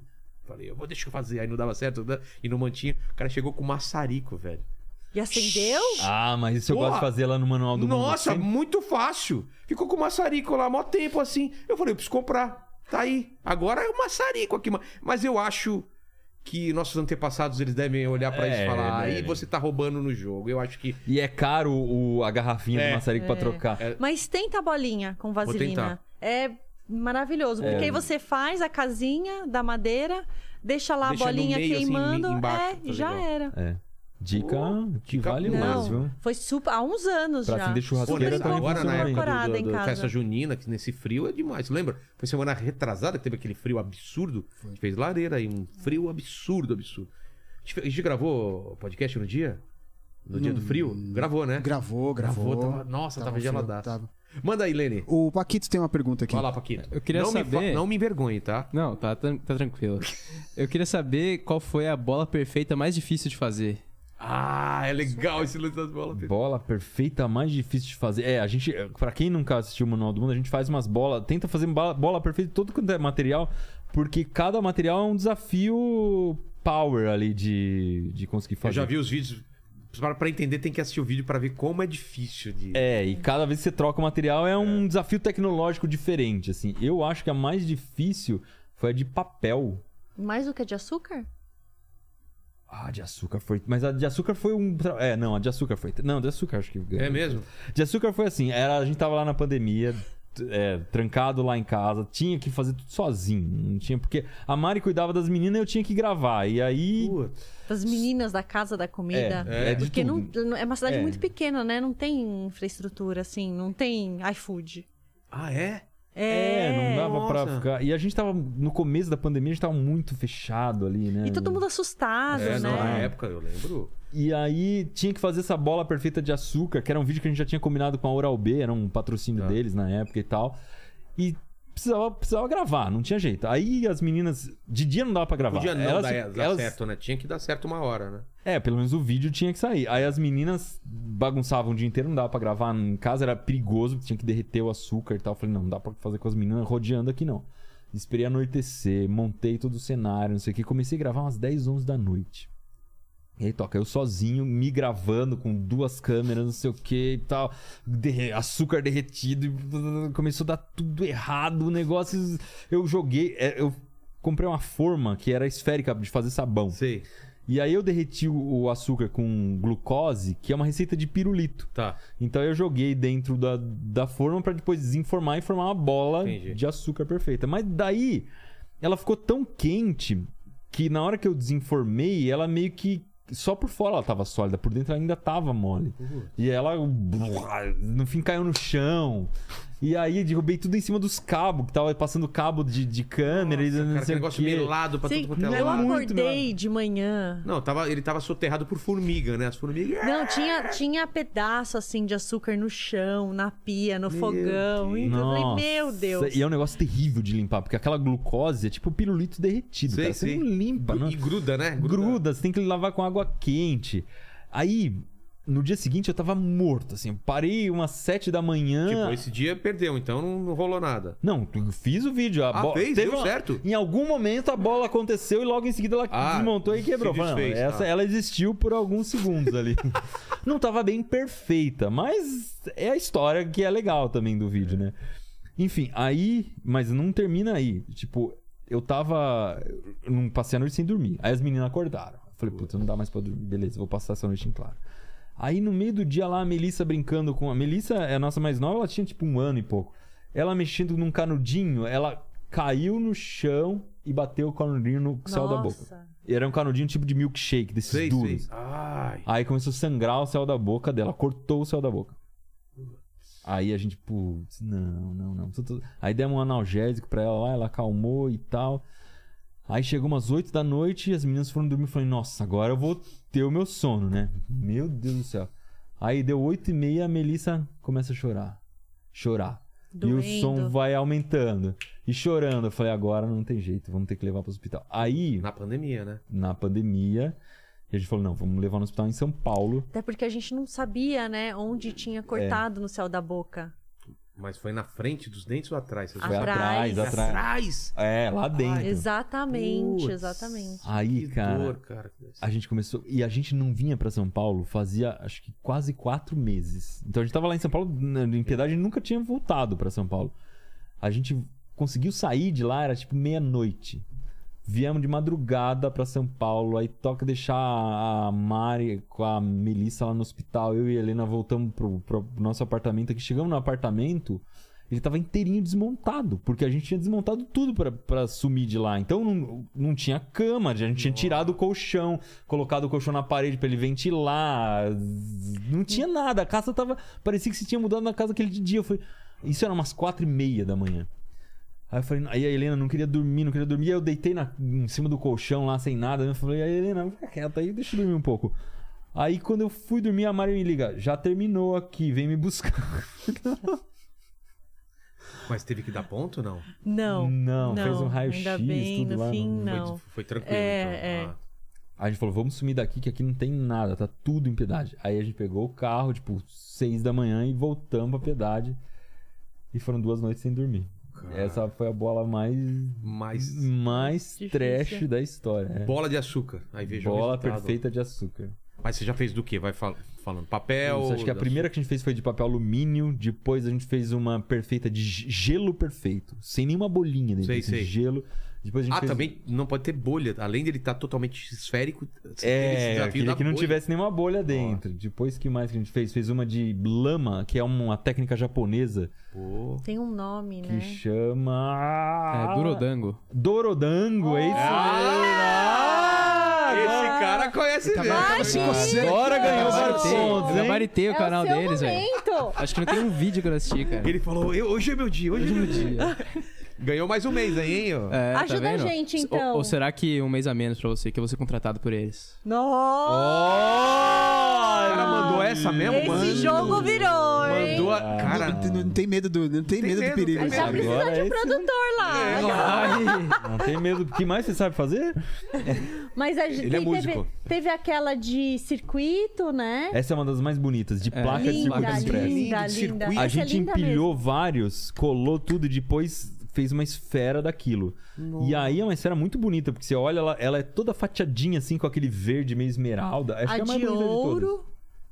[SPEAKER 1] Falei, eu vou deixa eu fazer. Aí não dava certo. né? E não mantinha. O cara chegou com maçarico, velho.
[SPEAKER 4] E acendeu?
[SPEAKER 5] Ah, mas isso eu
[SPEAKER 1] Porra.
[SPEAKER 5] gosto de fazer lá no Manual do Mundo. assim?
[SPEAKER 1] Nossa,
[SPEAKER 5] Sempre-
[SPEAKER 1] muito fácil. Ficou com o maçarico lá, mó tempo assim. Eu falei, eu preciso comprar. Tá aí. Agora é o maçarico aqui. ma- Mas eu acho que nossos antepassados eles devem olhar pra isso e
[SPEAKER 5] É,
[SPEAKER 1] falar: aí
[SPEAKER 5] devem.
[SPEAKER 1] você tá roubando no jogo. Eu acho que.
[SPEAKER 5] E é caro o, a garrafinha
[SPEAKER 1] É.
[SPEAKER 5] do maçarico
[SPEAKER 4] É.
[SPEAKER 5] pra trocar.
[SPEAKER 4] Mas tenta a bolinha com vaselina.
[SPEAKER 1] tentar.
[SPEAKER 4] É maravilhoso.
[SPEAKER 5] É.
[SPEAKER 4] Porque aí você faz a casinha da madeira, deixa lá
[SPEAKER 1] Deixa
[SPEAKER 4] a
[SPEAKER 1] no
[SPEAKER 4] bolinha
[SPEAKER 1] meio, assim,
[SPEAKER 4] queimando.
[SPEAKER 1] em- embaixo,
[SPEAKER 4] é,
[SPEAKER 1] tá
[SPEAKER 4] já
[SPEAKER 1] legal.
[SPEAKER 4] era.
[SPEAKER 5] É. Dica que
[SPEAKER 1] dica
[SPEAKER 5] vale
[SPEAKER 1] boa.
[SPEAKER 5] mais, É viu?
[SPEAKER 4] Não, foi super. Há uns anos
[SPEAKER 5] Pra
[SPEAKER 4] já.
[SPEAKER 5] acender churrasqueira tá
[SPEAKER 4] super
[SPEAKER 5] também
[SPEAKER 1] né? agora, na
[SPEAKER 5] funciona
[SPEAKER 1] época
[SPEAKER 5] ainda.
[SPEAKER 4] incorporada
[SPEAKER 1] do,
[SPEAKER 4] em
[SPEAKER 1] do- do
[SPEAKER 4] casa.
[SPEAKER 1] festa junina, que nesse frio é demais. Lembra? Foi semana retrasada que teve aquele frio absurdo. A gente fez lareira aí, um frio absurdo, absurdo. A gente, fe- a gente gravou podcast no dia? No dia do frio? Gravou, né?
[SPEAKER 2] Gravou, gravou.
[SPEAKER 1] Gravou, tava- nossa, tava
[SPEAKER 2] frio,
[SPEAKER 1] geladaço.
[SPEAKER 2] tava.
[SPEAKER 1] Manda aí, Lene.
[SPEAKER 2] O Paquito tem uma pergunta aqui.
[SPEAKER 1] Vai lá, Paquito.
[SPEAKER 3] Eu queria
[SPEAKER 1] não Me
[SPEAKER 3] saber-
[SPEAKER 1] fa- não me envergonhe, tá?
[SPEAKER 3] Não, tá, tá, tá tranquilo. Eu queria saber qual foi a bola perfeita mais difícil de fazer.
[SPEAKER 1] Ah, é legal esse lance das bolas.
[SPEAKER 5] Bola perfeita mais difícil de fazer. É, a gente, pra quem nunca assistiu o Manual do Mundo, a gente faz umas bolas, tenta fazer bola, bola perfeita de todo quanto é material, porque cada material é um desafio power ali de, de conseguir
[SPEAKER 1] Eu
[SPEAKER 5] fazer.
[SPEAKER 1] já vi os vídeos pra, pra entender, tem que assistir o vídeo pra ver como é difícil de.
[SPEAKER 5] É, e cada vez que você troca o material é um desafio tecnológico diferente, assim. Eu acho que a mais difícil foi a de papel.
[SPEAKER 4] Mais do que de açúcar?
[SPEAKER 5] Ah, a de açúcar foi. Mas a de açúcar foi um. tra- É, não, a de açúcar foi. Não, a de açúcar acho que.
[SPEAKER 1] É mesmo?
[SPEAKER 5] De açúcar foi assim, era, a gente tava lá na pandemia, t- é, trancado lá em casa, tinha que fazer tudo sozinho. Não tinha, porque a Mari cuidava das meninas e eu tinha que gravar. E aí.
[SPEAKER 1] Putz.
[SPEAKER 4] Das meninas da casa da comida.
[SPEAKER 5] É, é de
[SPEAKER 4] Porque não,
[SPEAKER 5] tudo.
[SPEAKER 4] não- é uma cidade
[SPEAKER 5] É.
[SPEAKER 4] muito pequena, né? Não tem infraestrutura, assim, não tem iFood.
[SPEAKER 1] Ah, é?
[SPEAKER 5] É, não dava pra
[SPEAKER 1] nossa.
[SPEAKER 5] ficar. E a gente tava. No começo da pandemia, a gente tava muito fechado ali, né?
[SPEAKER 4] E todo mundo assustado,
[SPEAKER 1] É,
[SPEAKER 4] né?
[SPEAKER 1] não, na época eu lembro.
[SPEAKER 5] E aí tinha que fazer essa bola perfeita de açúcar, que era um vídeo que a gente já tinha combinado com a Oral B, era um patrocínio
[SPEAKER 1] Tá.
[SPEAKER 5] deles na época e tal. E precisava, precisava gravar, não tinha jeito. Aí as meninas. De dia não dava pra gravar.
[SPEAKER 1] Podia não
[SPEAKER 5] Tá elas,
[SPEAKER 1] dar, dar
[SPEAKER 5] elas-
[SPEAKER 1] certo, né? Tinha que dar certo uma hora, né?
[SPEAKER 5] É, pelo menos o vídeo tinha que sair. Aí as meninas bagunçavam o dia inteiro, não dava pra gravar em casa, era perigoso, tinha que derreter o açúcar e tal. Eu Falei, não, não dá pra fazer com as meninas rodeando aqui não. Esperei anoitecer, montei todo o cenário, não sei o que. Comecei a gravar umas 10, 11 da noite. E aí toca, eu sozinho, me gravando com duas câmeras, não sei o que e tal. Derre- açúcar derretido, e começou a dar tudo errado. O negócio. Eu joguei, é, eu comprei uma forma que era esférica de fazer sabão.
[SPEAKER 1] Sei.
[SPEAKER 5] E aí eu derreti o- o açúcar com glucose, que é uma receita de pirulito.
[SPEAKER 1] Tá.
[SPEAKER 5] Então eu joguei dentro da, da forma pra depois desenformar e formar uma bola
[SPEAKER 1] Entendi.
[SPEAKER 5] de açúcar perfeita. Mas daí ela ficou tão quente que na hora que eu desenformei, ela meio que só por fora ela tava sólida, por dentro ela ainda tava mole. E ela no fim caiu no chão. E aí derrubei tudo em cima dos cabos, que tava passando cabo de, de câmera e
[SPEAKER 1] Nossa,
[SPEAKER 5] não
[SPEAKER 1] cara,
[SPEAKER 5] sei
[SPEAKER 1] que
[SPEAKER 5] o
[SPEAKER 1] negócio
[SPEAKER 5] quê.
[SPEAKER 1] melado pra
[SPEAKER 4] Sim,
[SPEAKER 1] tudo quanto é
[SPEAKER 4] eu
[SPEAKER 1] lado.
[SPEAKER 5] muito,
[SPEAKER 4] acordei de manhã.
[SPEAKER 1] Não, tava, ele tava soterrado por formiga, né? As formigas.
[SPEAKER 4] Não, tinha, tinha pedaço assim de açúcar no chão, na pia, no fogão. E eu falei, meu Deus.
[SPEAKER 5] E é um negócio terrível de limpar, porque aquela glucose é tipo pirulito derretido,
[SPEAKER 1] Sei,
[SPEAKER 5] cara. Você
[SPEAKER 1] sei.
[SPEAKER 5] não limpa, não.
[SPEAKER 1] E gruda, né?
[SPEAKER 5] Gruda, você tem que lavar com água quente. Aí, no dia seguinte, eu tava morto, assim. Eu Parei umas sete da manhã.
[SPEAKER 1] Tipo, esse dia perdeu, então não, não rolou nada.
[SPEAKER 5] Não, eu fiz o vídeo. A
[SPEAKER 1] Ah,
[SPEAKER 5] bo-
[SPEAKER 1] fez?
[SPEAKER 5] Tá teve
[SPEAKER 1] Deu
[SPEAKER 5] uma-
[SPEAKER 1] certo?
[SPEAKER 5] Em algum momento a bola aconteceu e logo em seguida ela
[SPEAKER 1] Ah,
[SPEAKER 5] desmontou e
[SPEAKER 1] se
[SPEAKER 5] quebrou. Falei,
[SPEAKER 1] desfez,
[SPEAKER 5] não, essa,
[SPEAKER 1] tá.
[SPEAKER 5] Ela existiu por alguns segundos ali. Não tava bem perfeita, mas é a história que é legal também do vídeo, né? Enfim, aí. Mas não termina aí. Tipo, eu tava. Eu não passei a noite sem dormir. Aí as meninas acordaram. Eu Falei, puta, não dá mais pra dormir. Beleza, vou passar essa noite em claro. Aí no meio do dia lá, a Melissa brincando com. A Melissa é a nossa mais nova, ela tinha tipo um ano e pouco. Ela mexendo num canudinho, ela caiu no chão e bateu o canudinho no céu da boca.
[SPEAKER 4] Nossa.
[SPEAKER 5] Era um canudinho tipo de milkshake, desses
[SPEAKER 1] Sei, sei.
[SPEAKER 5] duros.
[SPEAKER 1] Ai.
[SPEAKER 5] Aí começou a sangrar o céu da boca dela, cortou o céu da boca. Aí a gente, putz, não, não, não. Aí demos um analgésico pra ela lá, ela acalmou e tal. Aí chegou umas 8 da noite e as meninas foram dormir. Eu Falei, nossa, agora eu vou ter o meu sono, né? Meu Deus do céu. Aí deu 8 e meia, a Melissa começa a chorar. Chorar. E o som
[SPEAKER 4] Doendo.
[SPEAKER 5] vai aumentando. E chorando. Eu falei, agora não tem jeito, vamos ter que levar pro hospital. Aí,
[SPEAKER 1] Na pandemia, né?
[SPEAKER 5] na pandemia, a gente falou, não, vamos levar no hospital em São Paulo.
[SPEAKER 4] Até porque a gente não sabia, né, onde
[SPEAKER 5] É.
[SPEAKER 4] tinha cortado no céu da boca.
[SPEAKER 1] Mas foi na frente dos dentes ou atrás? Vocês
[SPEAKER 5] Foi
[SPEAKER 1] sabem?
[SPEAKER 5] atrás,
[SPEAKER 4] Atrás.
[SPEAKER 5] atrás.
[SPEAKER 1] Atrás?
[SPEAKER 5] É, lá dentro.
[SPEAKER 4] Exatamente,
[SPEAKER 1] Putz.
[SPEAKER 4] exatamente.
[SPEAKER 5] Aí,
[SPEAKER 1] Que
[SPEAKER 5] cara,
[SPEAKER 1] dor, cara.
[SPEAKER 5] a gente começou. E a gente não vinha pra São Paulo fazia acho que quase quatro meses. Então a gente tava lá em São Paulo, na- em piedade, e nunca tinha voltado pra São Paulo. A gente conseguiu sair de lá, era tipo meia-noite. Viemos de madrugada pra São Paulo, aí toca deixar a Mari com a Melissa lá no hospital. Eu e a Helena voltamos pro, pro nosso apartamento aqui. Chegamos no apartamento, ele tava inteirinho desmontado, porque a gente tinha desmontado tudo pra- pra sumir de lá. Então não, não tinha cama, a gente tinha tirado o colchão, colocado o colchão na parede pra ele ventilar. Não tinha nada, a casa tava. Parecia que se tinha mudado na casa aquele dia. Eu falei, isso era umas quatro e meia da manhã. Aí eu falei, aí a Helena não queria dormir, não queria dormir. Aí eu deitei na- em cima do colchão lá sem nada. Eu falei, aí Helena, fica quieta aí, deixa eu dormir um pouco. Aí quando eu fui dormir, a Mari me liga, já terminou aqui, vem me buscar.
[SPEAKER 1] Mas teve que dar ponto, não?
[SPEAKER 4] Não.
[SPEAKER 5] Não, fez um raio-x,
[SPEAKER 4] Ainda bem,
[SPEAKER 5] tudo
[SPEAKER 4] no
[SPEAKER 5] lá,
[SPEAKER 4] fim,
[SPEAKER 5] não-
[SPEAKER 1] Foi-
[SPEAKER 4] não.
[SPEAKER 1] Foi, tranquilo,
[SPEAKER 4] É,
[SPEAKER 1] então.
[SPEAKER 5] Aí a gente falou, vamos sumir daqui que aqui não tem nada, tá tudo em piedade. Aí a gente pegou o carro, tipo, seis da manhã e voltamos pra piedade. E foram duas noites sem dormir.
[SPEAKER 1] Cara.
[SPEAKER 5] Essa foi a bola mais.
[SPEAKER 1] Ah, mas
[SPEAKER 5] mais
[SPEAKER 4] Difícil.
[SPEAKER 5] trash da história. é.
[SPEAKER 1] bola de açúcar. Aí veja o
[SPEAKER 5] Bola
[SPEAKER 1] resultado.
[SPEAKER 5] perfeita de açúcar.
[SPEAKER 1] Mas você já fez do quê? Vai fal- falando papel.
[SPEAKER 5] Isso, acho que é a
[SPEAKER 1] das-
[SPEAKER 5] primeira que a gente fez foi de papel alumínio, depois a gente fez uma perfeita de ge- gelo perfeito, sem nenhuma bolinha dentro
[SPEAKER 1] Sei,
[SPEAKER 5] desse
[SPEAKER 1] sei.
[SPEAKER 5] gelo. Depois a gente
[SPEAKER 1] Ah,
[SPEAKER 5] fez-
[SPEAKER 1] também não pode ter bolha. Além dele estar totalmente esférico, você tem
[SPEAKER 5] É, eu queria
[SPEAKER 1] da
[SPEAKER 5] que não
[SPEAKER 1] bolha.
[SPEAKER 5] tivesse nenhuma bolha dentro. Depois que mais que a gente fez? Fez uma de lama, que é uma técnica japonesa
[SPEAKER 1] Pô.
[SPEAKER 4] Tem um nome,
[SPEAKER 5] que
[SPEAKER 4] né?
[SPEAKER 5] chama
[SPEAKER 3] É, Durodango.
[SPEAKER 5] Dorodango, é isso?
[SPEAKER 1] Ah,
[SPEAKER 5] mesmo.
[SPEAKER 1] esse cara conhece
[SPEAKER 2] Tá
[SPEAKER 1] mesmo.
[SPEAKER 2] se coçando.
[SPEAKER 5] Agora ganhou
[SPEAKER 1] É
[SPEAKER 5] vários
[SPEAKER 3] Gabaritei, eu
[SPEAKER 5] pontos, hein?
[SPEAKER 3] gabaritei o canal
[SPEAKER 4] é o seu
[SPEAKER 3] deles, velho.
[SPEAKER 4] momento.
[SPEAKER 3] Acho que não tem um vídeo que eu não assisti, cara.
[SPEAKER 1] Ele falou, "Eu- hoje é meu dia, hoje é meu dia.
[SPEAKER 3] Dia.
[SPEAKER 1] Ganhou mais um mês aí, hein? ó.
[SPEAKER 3] É, tá
[SPEAKER 4] Ajuda a
[SPEAKER 3] vendo?
[SPEAKER 4] gente,
[SPEAKER 3] S- ou-
[SPEAKER 4] então.
[SPEAKER 3] Ou, será que um mês a menos pra você, que eu vou ser contratado por eles?
[SPEAKER 1] O cara mandou essa mesmo,
[SPEAKER 4] Ah, Esse
[SPEAKER 1] mano.
[SPEAKER 4] jogo virou, hein?
[SPEAKER 1] Mandou a...
[SPEAKER 5] Ah,
[SPEAKER 1] Cara,
[SPEAKER 2] Não, não, tem medo do, não tem, medo,
[SPEAKER 1] medo,
[SPEAKER 2] do perigo.
[SPEAKER 1] tem
[SPEAKER 4] Já
[SPEAKER 1] Agora
[SPEAKER 4] precisa de
[SPEAKER 5] esse- É.
[SPEAKER 4] um produtor lá.
[SPEAKER 5] Não tem medo. O que mais você sabe fazer?
[SPEAKER 4] Mas a gente
[SPEAKER 1] Ele é
[SPEAKER 4] teve,
[SPEAKER 1] músico.
[SPEAKER 4] teve aquela de circuito, né?
[SPEAKER 5] Essa é uma das mais bonitas, de
[SPEAKER 3] É.
[SPEAKER 5] placa de
[SPEAKER 4] linda,
[SPEAKER 5] circuito
[SPEAKER 4] linda,
[SPEAKER 5] expresso.
[SPEAKER 4] linda,
[SPEAKER 1] Circuito.
[SPEAKER 4] Essa
[SPEAKER 5] A
[SPEAKER 4] é
[SPEAKER 5] gente
[SPEAKER 4] linda
[SPEAKER 5] empilhou
[SPEAKER 4] mesmo.
[SPEAKER 5] vários, colou tudo e depois fez uma esfera daquilo. E aí é uma esfera muito bonita, porque você olha, ela, ela é toda fatiadinha assim, com aquele verde meio esmeralda. Acho
[SPEAKER 4] A
[SPEAKER 5] que é a mais
[SPEAKER 4] de
[SPEAKER 5] bonita de todas.
[SPEAKER 4] ouro,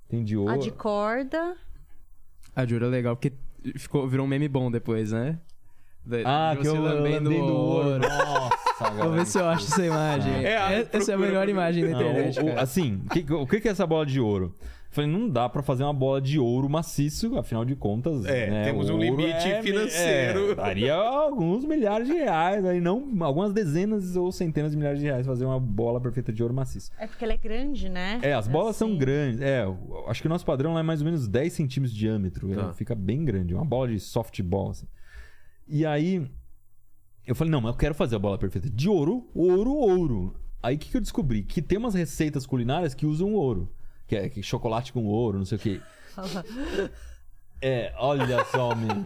[SPEAKER 5] Tem de ouro.
[SPEAKER 4] a de corda.
[SPEAKER 3] A Jura é legal, porque ficou, virou um meme bom depois, né? Da-
[SPEAKER 5] Ah,
[SPEAKER 3] de
[SPEAKER 5] que
[SPEAKER 3] você
[SPEAKER 5] eu
[SPEAKER 3] lambendo
[SPEAKER 5] lambei do ouro. Nossa, galera.
[SPEAKER 3] Vou ver se eu acho essa imagem.
[SPEAKER 1] É,
[SPEAKER 3] É, essa é
[SPEAKER 1] procura
[SPEAKER 3] a melhor
[SPEAKER 1] pra
[SPEAKER 3] imagem da
[SPEAKER 5] Não,
[SPEAKER 3] internet.
[SPEAKER 5] o- o-
[SPEAKER 3] cara.
[SPEAKER 5] assim, o que- o que, que é essa bola de ouro? Eu Falei, não dá pra fazer uma bola de ouro maciço, afinal de contas.
[SPEAKER 1] É,
[SPEAKER 5] né,
[SPEAKER 1] temos um
[SPEAKER 5] ouro
[SPEAKER 1] limite
[SPEAKER 5] é-
[SPEAKER 1] financeiro.
[SPEAKER 5] é, daria alguns milhares de reais, aí não algumas dezenas ou centenas de milhares de reais fazer uma bola perfeita de ouro maciço.
[SPEAKER 4] É porque ela é grande, né?
[SPEAKER 5] É, as bolas são
[SPEAKER 4] assim.
[SPEAKER 5] grandes. É, eu acho que o nosso padrão lá é mais ou menos 10 centímetros de diâmetro.
[SPEAKER 1] Tá.
[SPEAKER 5] Ela fica bem grande, uma bola de softball, assim. E aí, eu falei, não, mas eu quero fazer a bola perfeita de ouro, ouro, ouro. Aí o que, que eu descobri? Que tem umas receitas culinárias que usam ouro. Que é que chocolate com ouro, não sei o quê. é, olha só, menino.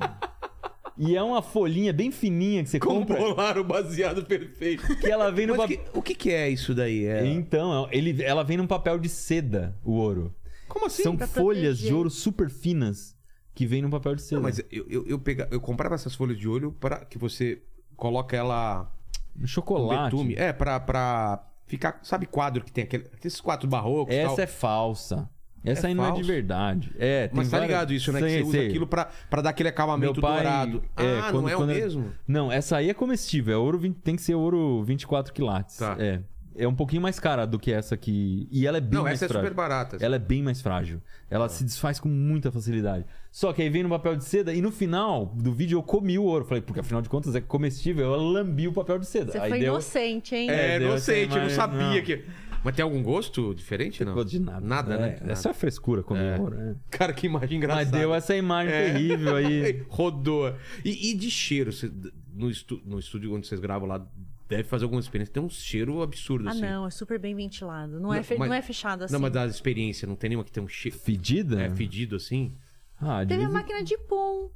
[SPEAKER 5] E é uma folhinha bem fininha que você compra,
[SPEAKER 1] Compolaram o baseado perfeito.
[SPEAKER 5] que ela vem no
[SPEAKER 1] Mas
[SPEAKER 5] papel.
[SPEAKER 1] que- o que, que é isso daí? É...
[SPEAKER 5] Então, ele, ela vem num papel de seda, o ouro.
[SPEAKER 1] Como assim?
[SPEAKER 5] São
[SPEAKER 4] pra
[SPEAKER 5] folhas
[SPEAKER 4] proteger.
[SPEAKER 5] de ouro super finas que vem num papel de seda.
[SPEAKER 1] Não, mas eu, eu, eu, pega- eu comprava essas folhas de olho para que você coloca ela
[SPEAKER 5] Um
[SPEAKER 1] com
[SPEAKER 5] Chocolate.
[SPEAKER 1] betume. É, pra, pra ficar. Sabe quadro que tem aquele, esses quadros barrocos? e
[SPEAKER 5] Essa
[SPEAKER 1] tal?
[SPEAKER 5] é falsa. Essa
[SPEAKER 1] um É
[SPEAKER 5] aí não é de
[SPEAKER 1] falso?
[SPEAKER 5] verdade. É, tem
[SPEAKER 1] Mas tá
[SPEAKER 5] várias-
[SPEAKER 1] ligado isso, né?
[SPEAKER 5] Sei,
[SPEAKER 1] que você usa
[SPEAKER 5] sei.
[SPEAKER 1] aquilo pra, pra dar aquele acabamento dourado.
[SPEAKER 5] é,
[SPEAKER 1] ah,
[SPEAKER 5] quando-
[SPEAKER 1] não é
[SPEAKER 5] quando-
[SPEAKER 1] o mesmo?
[SPEAKER 5] Não, essa aí é comestível. É ouro 20 tem que ser ouro 24 quilates.
[SPEAKER 1] Tá.
[SPEAKER 5] É. É um pouquinho mais cara do que essa aqui. E ela é bem
[SPEAKER 1] Não,
[SPEAKER 5] mais
[SPEAKER 1] essa é
[SPEAKER 5] frágil.
[SPEAKER 1] super barata.
[SPEAKER 5] Ela é bem mais frágil. Ela se desfaz com muita facilidade. Só que aí vem no papel de seda e no final do vídeo eu comi o ouro. Falei, porque afinal de contas é comestível, eu lambi o papel de seda.
[SPEAKER 4] Você
[SPEAKER 5] aí
[SPEAKER 4] foi
[SPEAKER 5] deu...
[SPEAKER 4] inocente, hein?
[SPEAKER 1] É,
[SPEAKER 5] É, deu
[SPEAKER 1] não
[SPEAKER 5] essa
[SPEAKER 1] sei, eu não
[SPEAKER 5] imagem,
[SPEAKER 1] sabia
[SPEAKER 5] não.
[SPEAKER 1] que. Mas tem algum gosto diferente, não?
[SPEAKER 5] Gosto de nada.
[SPEAKER 1] Nada,
[SPEAKER 5] é,
[SPEAKER 1] né?
[SPEAKER 5] É só frescura comer
[SPEAKER 1] É.
[SPEAKER 5] ouro. É.
[SPEAKER 1] Cara, que imagem engraçada.
[SPEAKER 5] Mas deu essa imagem
[SPEAKER 1] É.
[SPEAKER 5] terrível aí.
[SPEAKER 1] Rodou. E, e de cheiro? Você- no, estu- no estúdio onde vocês gravam lá, deve fazer alguma experiência. Tem um cheiro absurdo,
[SPEAKER 4] Ah,
[SPEAKER 1] assim.
[SPEAKER 4] não, é super bem ventilado. Não, é, fe-
[SPEAKER 1] mas-
[SPEAKER 4] não é fechado assim.
[SPEAKER 1] Não, mas da experiência, não tem nenhuma que tem um cheiro
[SPEAKER 5] Fedida?
[SPEAKER 1] é, fedido assim?
[SPEAKER 5] Ah, de
[SPEAKER 4] Teve a
[SPEAKER 5] vez em-
[SPEAKER 4] máquina de pum.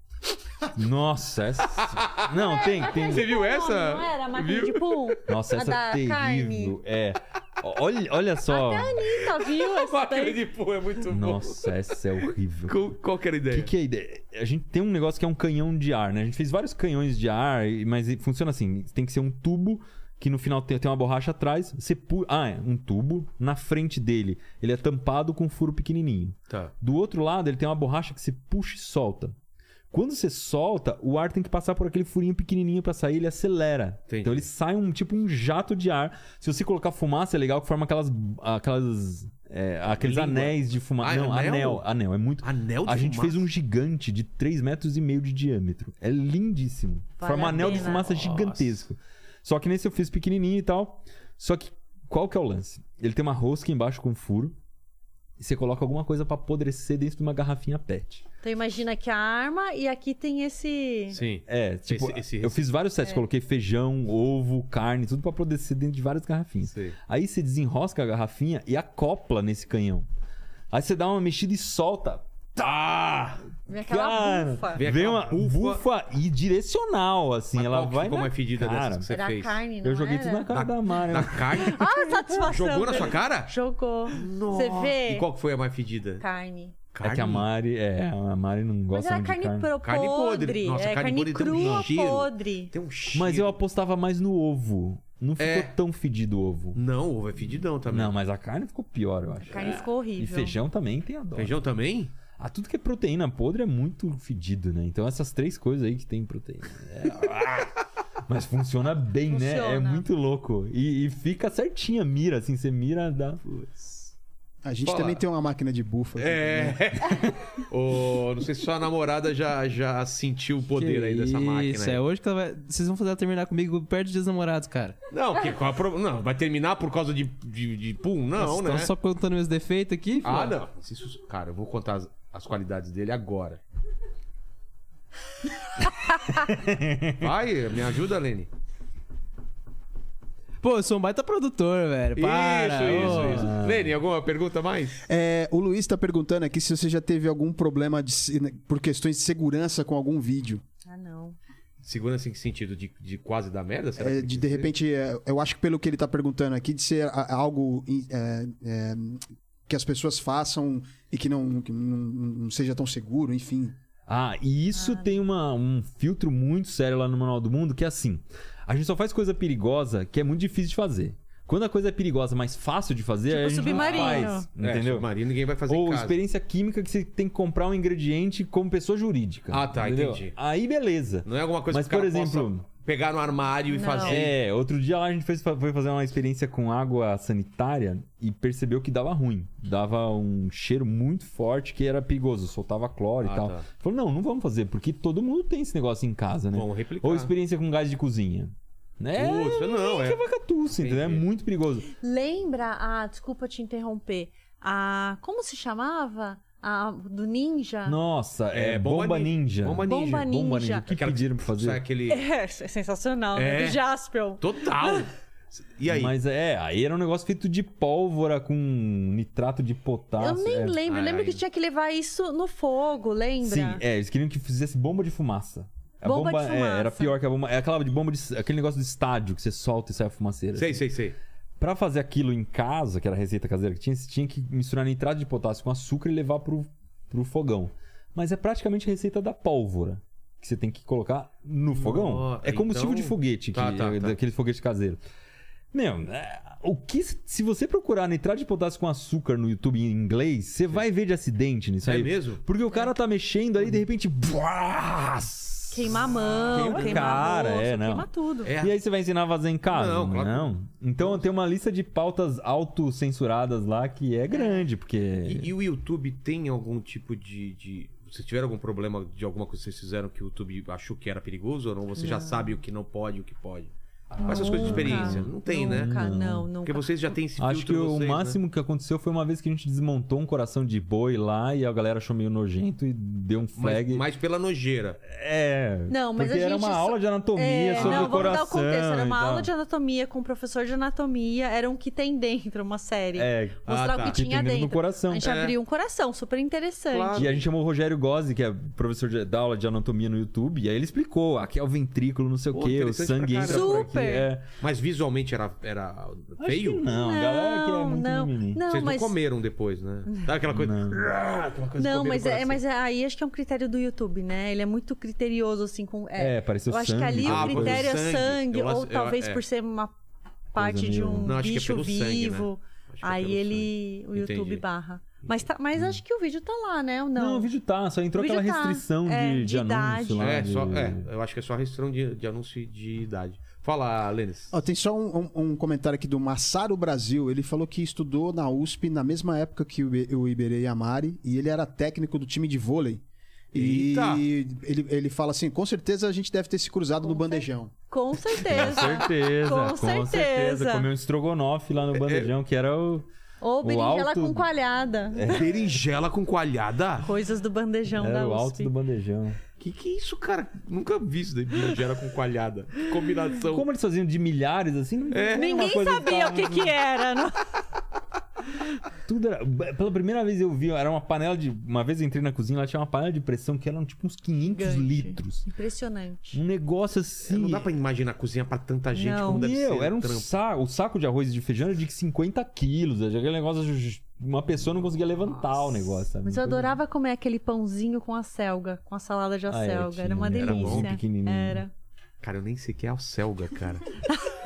[SPEAKER 5] Nossa, essa. Não, tem, tem.
[SPEAKER 1] Você viu essa?
[SPEAKER 4] Não era a máquina
[SPEAKER 1] Viu?
[SPEAKER 4] de pum?
[SPEAKER 5] Nossa,
[SPEAKER 4] A
[SPEAKER 5] essa
[SPEAKER 4] da
[SPEAKER 5] é terrível. É. Olha, olha só.
[SPEAKER 4] Até a Anitta viu essa
[SPEAKER 1] Máquina
[SPEAKER 4] daí.
[SPEAKER 1] de pô é muito
[SPEAKER 5] Nossa, essa é horrível.
[SPEAKER 1] bom. Qual, qual que era a
[SPEAKER 5] O
[SPEAKER 1] ideia?
[SPEAKER 5] que, que é a ideia? A gente tem um negócio que é um canhão de ar, né? A gente fez vários canhões de ar, e- mas e- funciona assim: tem que ser um tubo que no final tem, tem uma borracha atrás. Você pu... Ah, é, um tubo. Na frente dele, ele é tampado com um furo pequenininho.
[SPEAKER 1] Tá.
[SPEAKER 5] Do outro lado, ele tem uma borracha que você puxa e solta. Quando você solta, o ar tem que passar por aquele furinho pequenininho pra sair, ele acelera.
[SPEAKER 1] Entendi.
[SPEAKER 5] Então ele sai um tipo um jato de ar. Se você colocar fumaça, é legal que forma aquelas aquelas é, aqueles
[SPEAKER 1] Língua.
[SPEAKER 5] anéis de fumaça.
[SPEAKER 1] Ah,
[SPEAKER 5] Não,
[SPEAKER 1] anel?
[SPEAKER 5] anel, anel, é muito.
[SPEAKER 1] Anel de
[SPEAKER 5] A gente
[SPEAKER 1] fumaça?
[SPEAKER 5] fez um gigante de 3 metros e meio de diâmetro. É lindíssimo.
[SPEAKER 4] Vale
[SPEAKER 5] forma
[SPEAKER 4] a
[SPEAKER 5] anel de
[SPEAKER 4] pena.
[SPEAKER 5] fumaça gigantesco. Só que nesse eu fiz pequenininho e tal. Só que qual que é o lance? Ele tem uma rosca embaixo com furo. E você coloca alguma coisa pra apodrecer dentro de uma garrafinha PET.
[SPEAKER 4] Então imagina que a arma e aqui tem esse.
[SPEAKER 1] Sim.
[SPEAKER 5] É, tipo,
[SPEAKER 1] Esse- esse
[SPEAKER 5] eu fiz vários
[SPEAKER 4] É.
[SPEAKER 5] sets, coloquei feijão, ovo, carne, tudo pra apodrecer dentro de várias garrafinhas.
[SPEAKER 1] Sei.
[SPEAKER 5] Aí você desenrosca a garrafinha e acopla nesse canhão. Aí você dá uma mexida e solta. Tá!
[SPEAKER 4] Vem aquela
[SPEAKER 5] Cara,
[SPEAKER 4] bufa.
[SPEAKER 1] Vem
[SPEAKER 5] Vem,
[SPEAKER 1] aquela
[SPEAKER 5] uma bufa... e direcional, assim.
[SPEAKER 1] Mas
[SPEAKER 5] ela
[SPEAKER 1] qual que
[SPEAKER 5] vai.
[SPEAKER 1] ficou
[SPEAKER 5] na
[SPEAKER 1] mais fedida
[SPEAKER 5] cara.
[SPEAKER 1] dessas que você
[SPEAKER 4] Era
[SPEAKER 1] fez?
[SPEAKER 4] a carne, não é?
[SPEAKER 5] Eu joguei
[SPEAKER 4] era?
[SPEAKER 5] tudo na cara da Mari. né?
[SPEAKER 1] Na carne?
[SPEAKER 4] Ah, satisfação.
[SPEAKER 1] Jogou na
[SPEAKER 4] dele.
[SPEAKER 1] sua cara?
[SPEAKER 4] Jogou. Você vê?
[SPEAKER 1] E qual que foi a mais fedida?
[SPEAKER 4] Carne.
[SPEAKER 5] É que a Mari, é, a Mari não
[SPEAKER 4] Mas
[SPEAKER 5] gosta
[SPEAKER 4] era
[SPEAKER 5] muito de
[SPEAKER 4] carne,
[SPEAKER 5] carne.
[SPEAKER 4] pro-
[SPEAKER 1] Carne podre.
[SPEAKER 4] podre.
[SPEAKER 1] Nossa,
[SPEAKER 4] é
[SPEAKER 1] carne
[SPEAKER 4] carne,
[SPEAKER 1] podre tem um
[SPEAKER 4] crua
[SPEAKER 1] cheiro.
[SPEAKER 4] podre.
[SPEAKER 1] Tem um cheiro.
[SPEAKER 5] Mas eu apostava mais no ovo. Não ficou
[SPEAKER 1] É.
[SPEAKER 5] tão fedido o ovo.
[SPEAKER 1] Não, ovo é fedidão também.
[SPEAKER 5] Não, mas a carne ficou pior, eu acho. É.
[SPEAKER 4] A carne ficou horrível.
[SPEAKER 5] E feijão também tem a dó.
[SPEAKER 1] Feijão também?
[SPEAKER 5] Ah, tudo que é proteína podre é muito fedido, né? Então essas três coisas aí que tem proteína. É, ah, Mas funciona bem, né? É
[SPEAKER 4] Funciona.
[SPEAKER 5] muito louco. E, e fica certinha a mira, assim, você mira da.
[SPEAKER 2] A gente
[SPEAKER 1] Fala.
[SPEAKER 2] também tem uma máquina de bufa. aqui, né?
[SPEAKER 1] É. Ô, não sei se sua namorada já, já sentiu o poder
[SPEAKER 3] Que
[SPEAKER 1] aí dessa
[SPEAKER 3] Isso,
[SPEAKER 1] máquina.
[SPEAKER 3] é hoje que ela vai... Vocês vão fazer ela terminar comigo perto dos namorados, cara.
[SPEAKER 1] Não, porque qual a pro- não, vai terminar por causa de, de, de pum? Não,
[SPEAKER 3] Estão
[SPEAKER 1] né?
[SPEAKER 3] só contando meus defeitos aqui?
[SPEAKER 1] Ah,
[SPEAKER 3] filho?
[SPEAKER 1] não. Mas isso- cara, eu vou contar as, as qualidades dele agora. Vai, me ajuda, Lene.
[SPEAKER 3] Pô, eu sou um baita produtor, velho. Para,
[SPEAKER 1] isso,
[SPEAKER 3] ô.
[SPEAKER 1] isso, isso. Lene, alguma pergunta mais?
[SPEAKER 2] É, o Luiz tá perguntando aqui se você já teve algum problema de se- né, por questões de segurança com algum vídeo.
[SPEAKER 4] Ah, não.
[SPEAKER 1] Segurança em que sentido? De, de quase dar merda? Será
[SPEAKER 2] É,
[SPEAKER 1] que
[SPEAKER 2] de, de repente, é, eu acho que pelo que ele tá perguntando aqui, de ser a- algo em- é, é, que as pessoas façam e que não, que não- não seja tão seguro, enfim.
[SPEAKER 5] Ah, e isso tem uma- um filtro muito sério lá no Manual do Mundo, que é assim: a gente só faz coisa perigosa que é muito difícil de fazer. Quando a coisa é perigosa, mas fácil de fazer,
[SPEAKER 4] Tipo
[SPEAKER 5] aí a gente
[SPEAKER 4] submarino.
[SPEAKER 5] não faz.
[SPEAKER 1] É,
[SPEAKER 5] Entendeu?
[SPEAKER 1] submarino ninguém vai fazer em
[SPEAKER 5] Ou
[SPEAKER 1] casa.
[SPEAKER 5] experiência química que você tem que comprar um ingrediente como pessoa jurídica.
[SPEAKER 1] Ah, tá,
[SPEAKER 5] entendeu?
[SPEAKER 1] entendi.
[SPEAKER 5] Aí beleza.
[SPEAKER 1] Não é alguma coisa
[SPEAKER 5] Mas,
[SPEAKER 1] que o cara
[SPEAKER 5] por exemplo-
[SPEAKER 1] possa pegar no armário e
[SPEAKER 4] Não.
[SPEAKER 1] fazer.
[SPEAKER 5] É, outro dia lá a gente fez, foi fazer uma experiência com água sanitária e percebeu que dava ruim. Dava um cheiro muito forte que era perigoso, soltava cloro
[SPEAKER 1] Ah,
[SPEAKER 5] e tal.
[SPEAKER 1] tá.
[SPEAKER 5] Falou, não, não vamos fazer, porque todo mundo tem esse negócio em casa, né?
[SPEAKER 1] Vamos replicar.
[SPEAKER 5] Ou experiência com gás de cozinha. Né?
[SPEAKER 1] Putz, não, é.
[SPEAKER 5] Que é vacatuça, entendeu? É
[SPEAKER 1] Entendi.
[SPEAKER 5] muito perigoso.
[SPEAKER 4] Lembra, ah, desculpa te interromper, a, como se chamava? A, do ninja?
[SPEAKER 5] Nossa, é,
[SPEAKER 1] É,
[SPEAKER 5] bomba,
[SPEAKER 1] bomba nin-
[SPEAKER 5] ninja.
[SPEAKER 1] bomba
[SPEAKER 4] ninja. Bomba ninja.
[SPEAKER 5] Bomba ninja. O que
[SPEAKER 1] Aquela que
[SPEAKER 5] pediram pra fazer?
[SPEAKER 1] Sai aquele.
[SPEAKER 4] É, é sensacional,
[SPEAKER 1] É.
[SPEAKER 4] né? Do Jaspel.
[SPEAKER 1] Total! E aí?
[SPEAKER 5] Mas é, aí era um negócio feito de pólvora com nitrato de
[SPEAKER 4] Eu
[SPEAKER 5] potássio.
[SPEAKER 4] nem
[SPEAKER 5] é.
[SPEAKER 4] lembro,
[SPEAKER 1] Ai,
[SPEAKER 4] eu lembro que
[SPEAKER 1] ai.
[SPEAKER 4] tinha que levar isso no fogo, lembra?
[SPEAKER 5] Sim, é, eles queriam que fizesse bomba de fumaça. A
[SPEAKER 4] Bomba de
[SPEAKER 5] é, era
[SPEAKER 4] fumaça.
[SPEAKER 5] pior que a bomba. É aquela de bomba de, aquele negócio de estádio que você solta e sai a fumaceira.
[SPEAKER 1] Sei, sei, sei.
[SPEAKER 5] Pra fazer aquilo em casa, que era a receita caseira que tinha, você tinha que misturar nitrato de potássio com açúcar e levar pro, pro fogão. Mas é praticamente a receita da pólvora. Que você tem que colocar no fogão. É combustível
[SPEAKER 1] então-
[SPEAKER 5] de foguete,
[SPEAKER 1] Tá,
[SPEAKER 5] que, é
[SPEAKER 1] tá, tá.
[SPEAKER 5] daquele foguete caseiro. Meu, é, o que. Se você procurar nitrato de potássio com açúcar no YouTube em inglês, você vai ver de acidente nisso
[SPEAKER 1] É
[SPEAKER 5] aí.
[SPEAKER 1] mesmo?
[SPEAKER 5] Porque o cara tá mexendo aí e de repente. Buás!
[SPEAKER 4] Queimar a mão,
[SPEAKER 5] Queima
[SPEAKER 4] queimar
[SPEAKER 5] o
[SPEAKER 4] a
[SPEAKER 5] cara,
[SPEAKER 4] bolsa,
[SPEAKER 5] é, não.
[SPEAKER 4] queimar tudo.
[SPEAKER 1] É.
[SPEAKER 5] E aí você vai ensinar a fazer em casa?
[SPEAKER 1] Não, claro que
[SPEAKER 5] Não. Então tem uma lista de pautas autocensuradas lá que é grande, porque.
[SPEAKER 1] E, e o YouTube tem algum tipo de. de... Vocês tiveram algum problema de alguma coisa que vocês fizeram que o YouTube achou que era perigoso ou não? Você já sabe o que não pode e o que pode? Mas essas coisas de
[SPEAKER 4] Nunca,
[SPEAKER 1] experiência? Não tem, né?
[SPEAKER 4] Nunca, não, nunca.
[SPEAKER 1] Porque vocês já têm esse filtro
[SPEAKER 5] Acho que o
[SPEAKER 1] vocês, né?
[SPEAKER 5] máximo que aconteceu foi uma vez que a gente desmontou um coração de boi lá e a galera achou meio nojento e deu um
[SPEAKER 1] Né? Mas,
[SPEAKER 5] flag.
[SPEAKER 1] mas pela nojeira.
[SPEAKER 5] É.
[SPEAKER 4] Não, mas
[SPEAKER 5] porque
[SPEAKER 4] a
[SPEAKER 5] era
[SPEAKER 4] gente
[SPEAKER 5] uma
[SPEAKER 4] só-
[SPEAKER 5] aula de anatomia
[SPEAKER 4] É,
[SPEAKER 5] sobre
[SPEAKER 4] não,
[SPEAKER 5] o coração.
[SPEAKER 4] vamos dar o contexto. Era uma
[SPEAKER 5] e
[SPEAKER 4] aula
[SPEAKER 5] tal.
[SPEAKER 4] de anatomia com um professor de anatomia. Era um que tem dentro, uma série.
[SPEAKER 5] É,
[SPEAKER 4] Mostrar
[SPEAKER 1] Ah, tá.
[SPEAKER 4] o que
[SPEAKER 5] que
[SPEAKER 4] tinha
[SPEAKER 5] tem dentro do
[SPEAKER 4] dentro.
[SPEAKER 5] coração.
[SPEAKER 4] A gente
[SPEAKER 1] É.
[SPEAKER 4] abriu um coração, super interessante.
[SPEAKER 1] Claro.
[SPEAKER 5] E a gente chamou o Rogério Gozzi, que é professor de, da aula de anatomia no YouTube, e aí ele explicou, aqui é o ventrículo, não sei
[SPEAKER 1] Pô,
[SPEAKER 5] o quê, o
[SPEAKER 1] interessante pra
[SPEAKER 5] sangue entra
[SPEAKER 4] caramba.
[SPEAKER 5] por
[SPEAKER 4] Super.
[SPEAKER 5] aqui. É.
[SPEAKER 1] Mas visualmente era, era
[SPEAKER 5] Acho que
[SPEAKER 1] feio?
[SPEAKER 5] Não, a galera que é muito
[SPEAKER 4] não,
[SPEAKER 5] mimimi.
[SPEAKER 4] não,
[SPEAKER 1] vocês
[SPEAKER 4] mas,
[SPEAKER 1] não comeram depois, né? Sabe aquela coisa. Ah,
[SPEAKER 5] Não.
[SPEAKER 1] Aquela coisa de comer
[SPEAKER 4] não,
[SPEAKER 1] no
[SPEAKER 4] mas, é,
[SPEAKER 1] coração.
[SPEAKER 4] mas é- aí acho que é um critério do YouTube, né? Ele é muito criterioso, assim, com... é,
[SPEAKER 5] É, pareceu
[SPEAKER 4] eu acho
[SPEAKER 5] sangue.
[SPEAKER 4] que ali
[SPEAKER 1] Ah,
[SPEAKER 4] o
[SPEAKER 1] coisa do
[SPEAKER 4] critério é
[SPEAKER 1] sangue.
[SPEAKER 4] sangue,
[SPEAKER 1] Eu
[SPEAKER 4] ou
[SPEAKER 1] acho- eu-
[SPEAKER 4] talvez
[SPEAKER 1] é.
[SPEAKER 4] por ser uma parte de
[SPEAKER 5] meio-
[SPEAKER 4] um
[SPEAKER 1] Não, acho que é
[SPEAKER 4] bicho
[SPEAKER 1] pelo sangue, né?
[SPEAKER 4] vivo.
[SPEAKER 1] Acho que é
[SPEAKER 4] Aí
[SPEAKER 1] pelo
[SPEAKER 4] ele...
[SPEAKER 1] sangue.
[SPEAKER 4] o YouTube
[SPEAKER 1] Entendi.
[SPEAKER 4] barra. Mas, tá, mas acho que o vídeo tá lá, né? Ou não?
[SPEAKER 5] Hum. Não, o vídeo tá, só entrou
[SPEAKER 4] O vídeo
[SPEAKER 5] aquela
[SPEAKER 4] tá.
[SPEAKER 5] restrição
[SPEAKER 4] É,
[SPEAKER 5] de, de,
[SPEAKER 4] de
[SPEAKER 5] anúncio
[SPEAKER 4] idade.
[SPEAKER 5] lá.
[SPEAKER 1] É,
[SPEAKER 5] de-
[SPEAKER 1] só, é, eu acho que é só restrição de, de anúncio de idade. Fala, Lênis.
[SPEAKER 2] Ó, tem só um, um- um comentário aqui do Massaro Brasil. Ele falou que estudou na USP na mesma época que o, Ibe- o Iberê Yamari e ele era técnico do time de vôlei. E
[SPEAKER 1] Eita!
[SPEAKER 2] ele, ele fala assim: com certeza a gente deve ter se cruzado no bandejão.
[SPEAKER 4] Com
[SPEAKER 5] tá Com
[SPEAKER 4] certeza.
[SPEAKER 5] certeza,
[SPEAKER 4] Com
[SPEAKER 5] com certeza.
[SPEAKER 4] certeza.
[SPEAKER 5] Comeu um estrogonofe
[SPEAKER 1] É,
[SPEAKER 5] lá no bandejão, que era o.
[SPEAKER 4] Ou berinjela
[SPEAKER 5] alto-
[SPEAKER 4] com coalhada.
[SPEAKER 1] Berinjela com coalhada?
[SPEAKER 4] Coisas do bandejão
[SPEAKER 5] Era
[SPEAKER 4] da
[SPEAKER 5] É, o alto
[SPEAKER 4] USP.
[SPEAKER 5] do bandejão.
[SPEAKER 1] Que que é isso, cara? Nunca vi isso daí, berinjela com coalhada. Que Combinação.
[SPEAKER 5] Como eles faziam de milhares assim, não
[SPEAKER 1] É.
[SPEAKER 5] era uma
[SPEAKER 4] Ninguém
[SPEAKER 5] coisa
[SPEAKER 4] sabia
[SPEAKER 5] tão-
[SPEAKER 4] o que que era. não-
[SPEAKER 5] Tudo era... Pela primeira vez eu vi, era uma panela de. Uma vez eu entrei na cozinha, lá tinha uma panela de pressão que eram tipo uns 500
[SPEAKER 4] Gigante.
[SPEAKER 5] litros.
[SPEAKER 4] Impressionante.
[SPEAKER 5] Um negócio assim.
[SPEAKER 1] É, Não dá pra imaginar cozinhar pra tanta gente
[SPEAKER 4] Não.
[SPEAKER 1] como deve
[SPEAKER 5] Meu,
[SPEAKER 1] ser.
[SPEAKER 5] era um
[SPEAKER 1] trampo.
[SPEAKER 5] saco. O saco de arroz e de feijão era de 50 quilos. é Aquele negócio, uma pessoa não conseguia levantar o negócio. sabe?
[SPEAKER 4] Mas eu
[SPEAKER 5] Uma coisa-
[SPEAKER 4] adorava comer aquele pãozinho com a selga, com a salada de
[SPEAKER 5] Ah, é,
[SPEAKER 4] acelga.
[SPEAKER 5] tinha,
[SPEAKER 4] era uma
[SPEAKER 5] né?
[SPEAKER 1] Era bom,
[SPEAKER 4] delícia.
[SPEAKER 5] pequenininho.
[SPEAKER 4] Era.
[SPEAKER 1] Cara, eu nem sei o que é a selga, cara.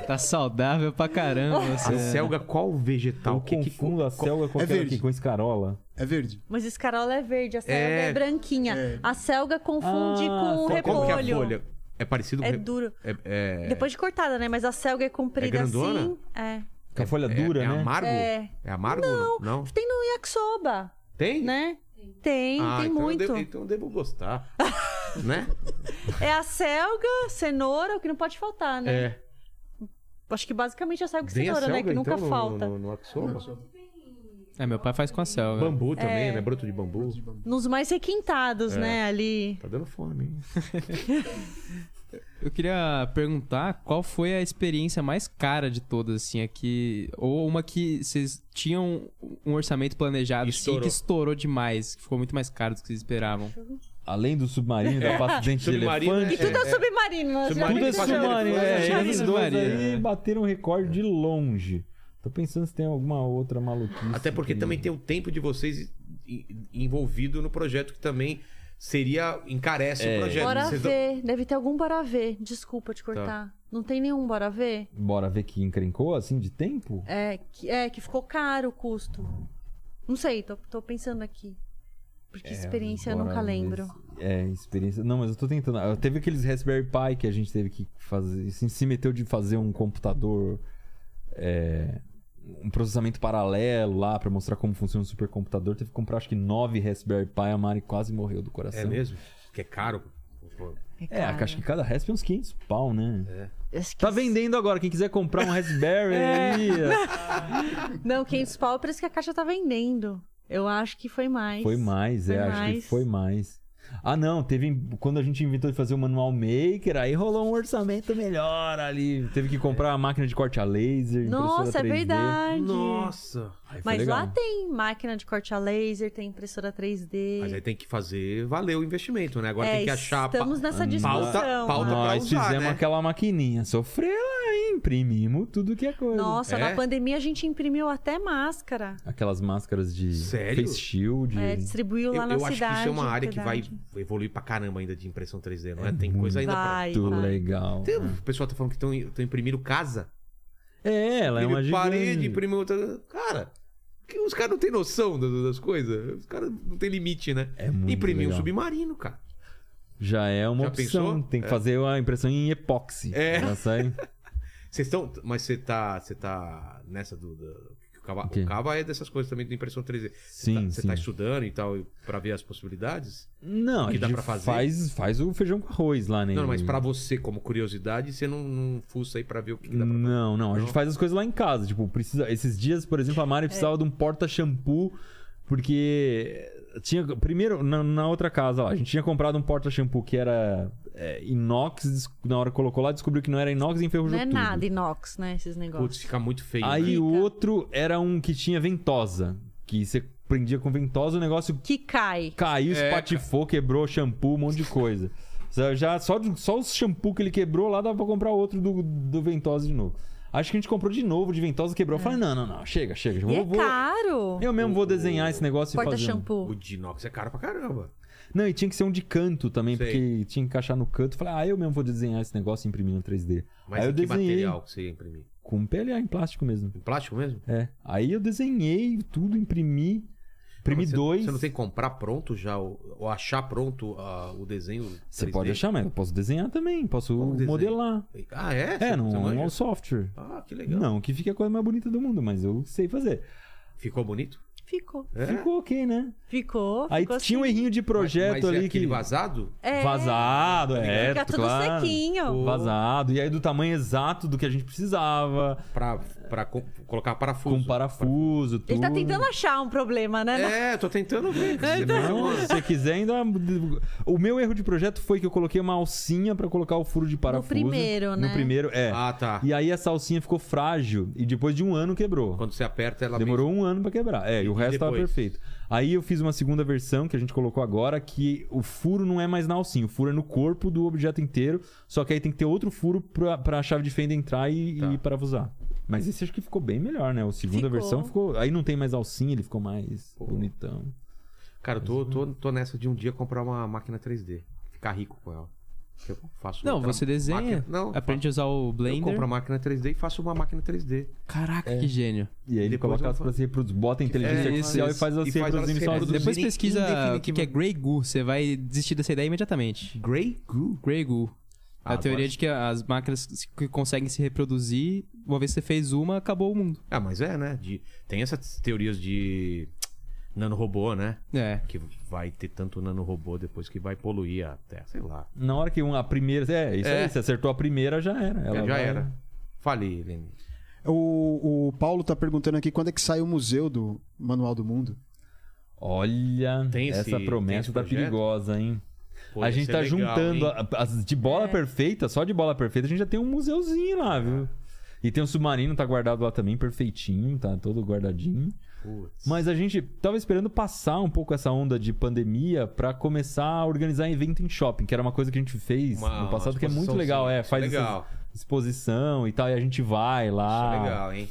[SPEAKER 3] Tá saudável pra caramba.
[SPEAKER 1] A
[SPEAKER 3] Você.
[SPEAKER 1] selga, qual vegetal?
[SPEAKER 5] É. Eu
[SPEAKER 1] Tá, Que- que-
[SPEAKER 5] confundo a selga com
[SPEAKER 2] É
[SPEAKER 5] aquela
[SPEAKER 2] verde.
[SPEAKER 5] que- com escarola.
[SPEAKER 2] É verde.
[SPEAKER 4] Mas escarola é verde, a selga
[SPEAKER 1] É.
[SPEAKER 4] é, branquinha.
[SPEAKER 2] É.
[SPEAKER 4] A selga confunde
[SPEAKER 5] Ah,
[SPEAKER 4] com o
[SPEAKER 5] só
[SPEAKER 1] qual- como que é a
[SPEAKER 4] repolho.
[SPEAKER 1] folha? É parecido com
[SPEAKER 4] É
[SPEAKER 1] re-
[SPEAKER 4] duro.
[SPEAKER 1] É, é-
[SPEAKER 4] Depois de cortada, né? Mas a selga é comprida
[SPEAKER 1] É grandona?
[SPEAKER 4] assim. É.
[SPEAKER 5] Com a folha
[SPEAKER 1] é-
[SPEAKER 5] dura,
[SPEAKER 1] é
[SPEAKER 5] né?
[SPEAKER 1] amargo? É,
[SPEAKER 4] É.
[SPEAKER 1] amargo? Não. não?
[SPEAKER 4] Tem no yakisoba,
[SPEAKER 1] Tem?
[SPEAKER 4] né? Tem,
[SPEAKER 1] Ah, então
[SPEAKER 4] tem
[SPEAKER 1] eu
[SPEAKER 4] muito.
[SPEAKER 1] devo- então eu devo gostar. né?
[SPEAKER 4] É a selga, cenoura, o que não pode faltar, né?
[SPEAKER 1] É.
[SPEAKER 4] Acho que basicamente a selga e
[SPEAKER 1] Vem a
[SPEAKER 4] cenoura, né?
[SPEAKER 1] selga,
[SPEAKER 4] Que nunca
[SPEAKER 1] então, no-
[SPEAKER 4] falta.
[SPEAKER 1] No, no, no Aksoba?
[SPEAKER 3] É, meu pai faz com a selga.
[SPEAKER 1] Bambu também,
[SPEAKER 4] É.
[SPEAKER 1] né? Broto de bambu.
[SPEAKER 4] Nos mais
[SPEAKER 1] É.
[SPEAKER 4] requintados, né? Ali.
[SPEAKER 1] Tá dando fome, hein?
[SPEAKER 3] Eu queria perguntar qual foi a experiência mais cara de todas, assim, aqui. Ou uma que vocês tinham um orçamento planejado assim,
[SPEAKER 1] Estourou.
[SPEAKER 3] que estourou demais, que ficou muito mais caro do que vocês esperavam.
[SPEAKER 5] Além do submarino, da pasta de dente de
[SPEAKER 1] É. Submarino
[SPEAKER 5] elefante.
[SPEAKER 4] E tudo é,
[SPEAKER 1] É, é.
[SPEAKER 4] submarino, né?
[SPEAKER 1] Submarino
[SPEAKER 5] Tudo é
[SPEAKER 1] Pasta de
[SPEAKER 5] submarino.
[SPEAKER 1] elefante,
[SPEAKER 5] É,
[SPEAKER 3] pasta de
[SPEAKER 5] esses dois
[SPEAKER 3] submarino,
[SPEAKER 5] aí
[SPEAKER 3] é.
[SPEAKER 5] bateram recorde de longe. Tô pensando se tem alguma outra maluquice.
[SPEAKER 1] Até porque
[SPEAKER 5] que-
[SPEAKER 1] também tem o tempo de vocês i- i- envolvido no projeto que também seria encarece o projeto.
[SPEAKER 4] Bora
[SPEAKER 1] É. Vocês Tá. dão-
[SPEAKER 4] ver. Deve ter algum bora ver. Desculpa te cortar. Não tem nenhum bora ver?
[SPEAKER 5] Bora ver que encrencou, assim, de tempo?
[SPEAKER 4] É que, é, que ficou caro o custo. Não sei, tô, tô pensando aqui. Porque
[SPEAKER 1] É,
[SPEAKER 4] experiência eu
[SPEAKER 5] Bora
[SPEAKER 4] nunca
[SPEAKER 5] ver
[SPEAKER 4] lembro.
[SPEAKER 5] se- É, experiência... Não, mas eu tô tentando... Ah, Teve aqueles Raspberry Pi que a gente teve que fazer... Se, se meteu de fazer um computador... é, um processamento paralelo lá pra mostrar como funciona o supercomputador. Teve que comprar, acho que nove Raspberry Pi. A Mari quase morreu do coração.
[SPEAKER 1] É mesmo? Que é caro.
[SPEAKER 5] É,
[SPEAKER 4] caro.
[SPEAKER 5] acho que cada Raspberry é uns 500 pau, né?
[SPEAKER 4] Acho que-
[SPEAKER 5] Tá vendendo agora. Quem quiser comprar um Raspberry aí...
[SPEAKER 1] É.
[SPEAKER 4] Não, 500 pau parece que a caixa tá vendendo. Eu acho que foi mais.
[SPEAKER 5] Foi mais,
[SPEAKER 4] Foi
[SPEAKER 5] é, acho que
[SPEAKER 4] mais.
[SPEAKER 5] foi mais. Ah, não, teve. Quando a gente inventou de fazer o manual maker, aí rolou um orçamento melhor ali. Teve que comprar a máquina de corte a laser. impressora
[SPEAKER 4] Nossa, é
[SPEAKER 5] 3D.
[SPEAKER 4] verdade.
[SPEAKER 1] Nossa!
[SPEAKER 5] Aí foi
[SPEAKER 4] Mas
[SPEAKER 5] legal.
[SPEAKER 4] lá tá. tem máquina de corte a laser, tem impressora 3D.
[SPEAKER 1] Mas é aí tem que fazer valer o investimento, né? Agora
[SPEAKER 4] É,
[SPEAKER 1] tem que achar. pa- Uhum.
[SPEAKER 4] Estamos nessa discussão.
[SPEAKER 1] Pauta- pauta
[SPEAKER 4] lá.
[SPEAKER 1] pra
[SPEAKER 5] Nós
[SPEAKER 1] usar,
[SPEAKER 5] fizemos
[SPEAKER 1] né?
[SPEAKER 5] aquela maquininha. Sofreu aí, imprimimos tudo que é coisa.
[SPEAKER 4] Nossa,
[SPEAKER 1] É?
[SPEAKER 4] na pandemia a gente imprimiu até máscara.
[SPEAKER 5] Aquelas máscaras de
[SPEAKER 1] Sério?
[SPEAKER 5] face shield.
[SPEAKER 4] É, distribuiu
[SPEAKER 1] Eu,
[SPEAKER 4] lá na
[SPEAKER 1] eu acho que
[SPEAKER 4] cidade.
[SPEAKER 1] isso é uma área
[SPEAKER 4] verdade.
[SPEAKER 1] que vai evoluir pra caramba ainda de impressão 3D, não é? tem coisa ainda pra.
[SPEAKER 4] Vai,
[SPEAKER 5] Muito
[SPEAKER 4] vai.
[SPEAKER 5] legal.
[SPEAKER 1] Tem- O pessoal tá falando que estão imprimindo casa.
[SPEAKER 5] É, ela é uma
[SPEAKER 1] Imprime
[SPEAKER 5] gigante.
[SPEAKER 1] parede, imprime outra. Cara, que os caras não têm noção do- das coisas. Os caras não têm limite, né?
[SPEAKER 5] É muito
[SPEAKER 1] Imprimir um
[SPEAKER 5] legal.
[SPEAKER 1] submarino, cara.
[SPEAKER 5] Já é uma
[SPEAKER 1] Já
[SPEAKER 5] opção.
[SPEAKER 1] pensou?
[SPEAKER 5] Tem que fazer uma impressão em epóxi.
[SPEAKER 1] É.
[SPEAKER 5] Ela sai...
[SPEAKER 1] Vocês estão. Mas você tá. Você tá nessa do. do- que o, Cava,
[SPEAKER 5] O quê?
[SPEAKER 1] o Cava é dessas coisas também de impressão 3D. Você
[SPEAKER 5] Sim,
[SPEAKER 1] tá, você
[SPEAKER 5] sim.
[SPEAKER 1] tá estudando e tal, pra ver as possibilidades?
[SPEAKER 5] Não,
[SPEAKER 1] que
[SPEAKER 5] a
[SPEAKER 1] dá
[SPEAKER 5] gente
[SPEAKER 1] pra fazer?
[SPEAKER 5] Faz, faz o feijão com arroz lá, né?
[SPEAKER 1] Não, mas pra você, como curiosidade, você não, não fuça aí pra ver o que, que dá pra fazer.
[SPEAKER 5] Não, não, a gente
[SPEAKER 1] Não?
[SPEAKER 5] faz as coisas lá em casa. Tipo, precisa. Esses dias, por exemplo, a
[SPEAKER 4] É.
[SPEAKER 5] Mari precisava de um porta-shampoo, porque tinha. Primeiro, na, na outra casa lá, a gente tinha comprado um porta-shampoo que era é, inox, des- na hora que colocou lá, descobriu que não era inox e enferrujou
[SPEAKER 4] Não é
[SPEAKER 5] tudo.
[SPEAKER 4] nada inox, né? Esses negócios.
[SPEAKER 1] Putz, fica muito feio.
[SPEAKER 5] Aí
[SPEAKER 1] né?
[SPEAKER 5] o outro era um que tinha ventosa, que você prendia com ventosa, o negócio
[SPEAKER 4] Que cai.
[SPEAKER 5] Caiu,
[SPEAKER 1] É,
[SPEAKER 5] espatifou, quebrou shampoo, um monte de coisa. Só- Já, só, de- só os shampoo que ele quebrou lá dava pra comprar outro do, do Ventosa de novo. Acho que a gente comprou de novo de Ventosa, quebrou. Eu falei, não, não, não, chega, chega. Eu,
[SPEAKER 4] E
[SPEAKER 5] vou,
[SPEAKER 4] é
[SPEAKER 5] vou-
[SPEAKER 4] caro.
[SPEAKER 5] eu mesmo vou desenhar esse negócio e
[SPEAKER 4] Porta
[SPEAKER 5] fazer. um.
[SPEAKER 4] shampoo.
[SPEAKER 1] O de inox é caro pra caramba.
[SPEAKER 5] Não, e tinha que ser um de canto também,
[SPEAKER 1] Sei.
[SPEAKER 5] porque tinha que encaixar no canto. Eu Falei, ah, eu mesmo vou desenhar esse negócio e imprimir no 3D.
[SPEAKER 1] Mas
[SPEAKER 5] Aí
[SPEAKER 1] em
[SPEAKER 5] eu
[SPEAKER 1] que
[SPEAKER 5] desenhei
[SPEAKER 1] material que você ia imprimir?
[SPEAKER 5] com um PLA em plástico mesmo.
[SPEAKER 1] Em plástico mesmo?
[SPEAKER 5] É. Aí eu desenhei tudo, imprimi. Imprimi
[SPEAKER 1] Mas você-
[SPEAKER 5] dois.
[SPEAKER 1] Você não tem que comprar pronto já, ou, ou achar pronto ah, o desenho?
[SPEAKER 5] Você
[SPEAKER 1] 3D?
[SPEAKER 5] pode achar, mas eu posso desenhar também, posso
[SPEAKER 1] Como desenho?
[SPEAKER 5] modelar.
[SPEAKER 1] Ah, é?
[SPEAKER 5] É,
[SPEAKER 1] Você-
[SPEAKER 5] não,
[SPEAKER 1] você
[SPEAKER 5] não é
[SPEAKER 1] manja?
[SPEAKER 5] um software.
[SPEAKER 1] Ah, que legal.
[SPEAKER 5] Não, que fique a coisa mais bonita do mundo, mas eu sei fazer.
[SPEAKER 1] Ficou bonito?
[SPEAKER 4] Ficou.
[SPEAKER 1] É?
[SPEAKER 5] Ficou ok, né?
[SPEAKER 4] Ficou.
[SPEAKER 5] Aí
[SPEAKER 4] ficou
[SPEAKER 5] tinha um
[SPEAKER 4] assim.
[SPEAKER 5] errinho de projeto
[SPEAKER 1] mas, mas é
[SPEAKER 5] ali
[SPEAKER 1] aquele
[SPEAKER 5] que.
[SPEAKER 1] vazado?
[SPEAKER 4] É,
[SPEAKER 5] Vazado, é.
[SPEAKER 4] Fica tudo
[SPEAKER 5] claro.
[SPEAKER 4] sequinho.
[SPEAKER 5] Vazado. E aí do tamanho exato do que a gente precisava,
[SPEAKER 1] Pra, pra co- colocar parafuso.
[SPEAKER 5] com parafuso, tudo.
[SPEAKER 4] Ele tá tentando achar um problema, né?
[SPEAKER 1] É, tô tentando ver. Você fez
[SPEAKER 5] Não,
[SPEAKER 1] uma-
[SPEAKER 5] se você quiser ainda. O meu erro de projeto foi que eu coloquei uma alcinha pra colocar o furo de parafuso.
[SPEAKER 4] primeiro, né?
[SPEAKER 5] No primeiro, é.
[SPEAKER 1] Ah, tá.
[SPEAKER 5] E aí essa alcinha ficou frágil e depois de um ano quebrou.
[SPEAKER 1] Quando você aperta ela
[SPEAKER 5] Demorou um ano pra quebrar. É, e o
[SPEAKER 1] E
[SPEAKER 5] resto tava
[SPEAKER 1] depois?
[SPEAKER 5] perfeito. Aí eu fiz uma segunda versão que a gente colocou agora, que o furo não é mais na alcinha, o furo é no corpo do objeto inteiro, só que aí tem que ter outro furo pra, pra chave de fenda entrar e,
[SPEAKER 1] Tá.
[SPEAKER 5] e parafusar. Mas esse acho que ficou bem melhor, né? A segunda
[SPEAKER 4] Ficou.
[SPEAKER 5] versão ficou. Aí não tem mais alcinha, ele ficou mais bonitão.
[SPEAKER 1] Cara, eu tô, tô, tô nessa de um dia comprar uma máquina 3D. Ficar rico com ela. Eu faço
[SPEAKER 3] Não,
[SPEAKER 1] outra
[SPEAKER 3] você desenha,
[SPEAKER 1] máquina. Não,
[SPEAKER 3] aprende a usar o
[SPEAKER 1] faço- eu compro É. a
[SPEAKER 3] Blender.
[SPEAKER 1] máquina 3D e faço uma máquina 3D.
[SPEAKER 3] Caraca, que gênio.
[SPEAKER 5] E aí ele
[SPEAKER 1] Depois
[SPEAKER 5] coloca
[SPEAKER 1] eu
[SPEAKER 5] elas
[SPEAKER 1] falo.
[SPEAKER 5] pra se reproduzir. Bota a inteligência
[SPEAKER 1] É, isso,
[SPEAKER 5] artificial
[SPEAKER 1] isso.
[SPEAKER 5] e faz elas
[SPEAKER 1] E
[SPEAKER 5] se
[SPEAKER 1] faz elas
[SPEAKER 5] reproduzirem
[SPEAKER 1] se
[SPEAKER 5] sozinhas.
[SPEAKER 1] reproduzirem.
[SPEAKER 3] Depois
[SPEAKER 1] Produzirem
[SPEAKER 3] pesquisa o que, que é
[SPEAKER 1] indefinitivamente.
[SPEAKER 3] Grey Goo, você vai desistir dessa ideia imediatamente.
[SPEAKER 1] Grey Goo.
[SPEAKER 3] Grey Goo.
[SPEAKER 1] Ah,
[SPEAKER 3] a teoria
[SPEAKER 1] agora-
[SPEAKER 3] de que as máquinas se- que conseguem se reproduzir, uma vez que você fez uma, acabou o mundo.
[SPEAKER 1] Ah, mas é, né? De- Tem essas teorias de nanorobô, né?
[SPEAKER 3] É.
[SPEAKER 1] Que vai ter tanto nanorobô depois que vai poluir a Terra, sei lá.
[SPEAKER 5] Na hora que uma, a primeira. É, isso
[SPEAKER 1] É.
[SPEAKER 5] aí. Você acertou a primeira, já era. Ela
[SPEAKER 1] já
[SPEAKER 5] vai-
[SPEAKER 1] era. Falei, Helene.
[SPEAKER 2] O, o Paulo tá perguntando aqui quando é que sai o museu do Manual do Mundo.
[SPEAKER 5] Olha,
[SPEAKER 1] Tem esse-
[SPEAKER 5] essa
[SPEAKER 1] tem
[SPEAKER 5] promessa
[SPEAKER 1] esse
[SPEAKER 5] tá
[SPEAKER 1] projeto?
[SPEAKER 5] perigosa, hein?
[SPEAKER 1] Pô,
[SPEAKER 5] a
[SPEAKER 1] ia
[SPEAKER 5] gente
[SPEAKER 1] ser
[SPEAKER 5] tá
[SPEAKER 1] legal,
[SPEAKER 5] juntando
[SPEAKER 1] hein?
[SPEAKER 5] a- as de bola perfeita, só de bola perfeita, a gente já tem um museuzinho lá, viu? E tem um submarino, tá guardado lá também, perfeitinho, tá todo guardadinho.
[SPEAKER 1] Putz.
[SPEAKER 5] Mas a gente tava esperando passar um pouco essa onda de pandemia pra começar a organizar evento em shopping, que era uma coisa que a gente fez
[SPEAKER 1] Uma-
[SPEAKER 5] no passado,
[SPEAKER 1] uma
[SPEAKER 5] que é muito
[SPEAKER 1] exposição,
[SPEAKER 5] legal.
[SPEAKER 1] sim.
[SPEAKER 5] É,
[SPEAKER 1] Isso
[SPEAKER 5] faz
[SPEAKER 1] legal.
[SPEAKER 5] essa exposição e tal, e a gente vai
[SPEAKER 1] Isso
[SPEAKER 5] lá.
[SPEAKER 1] é legal, hein?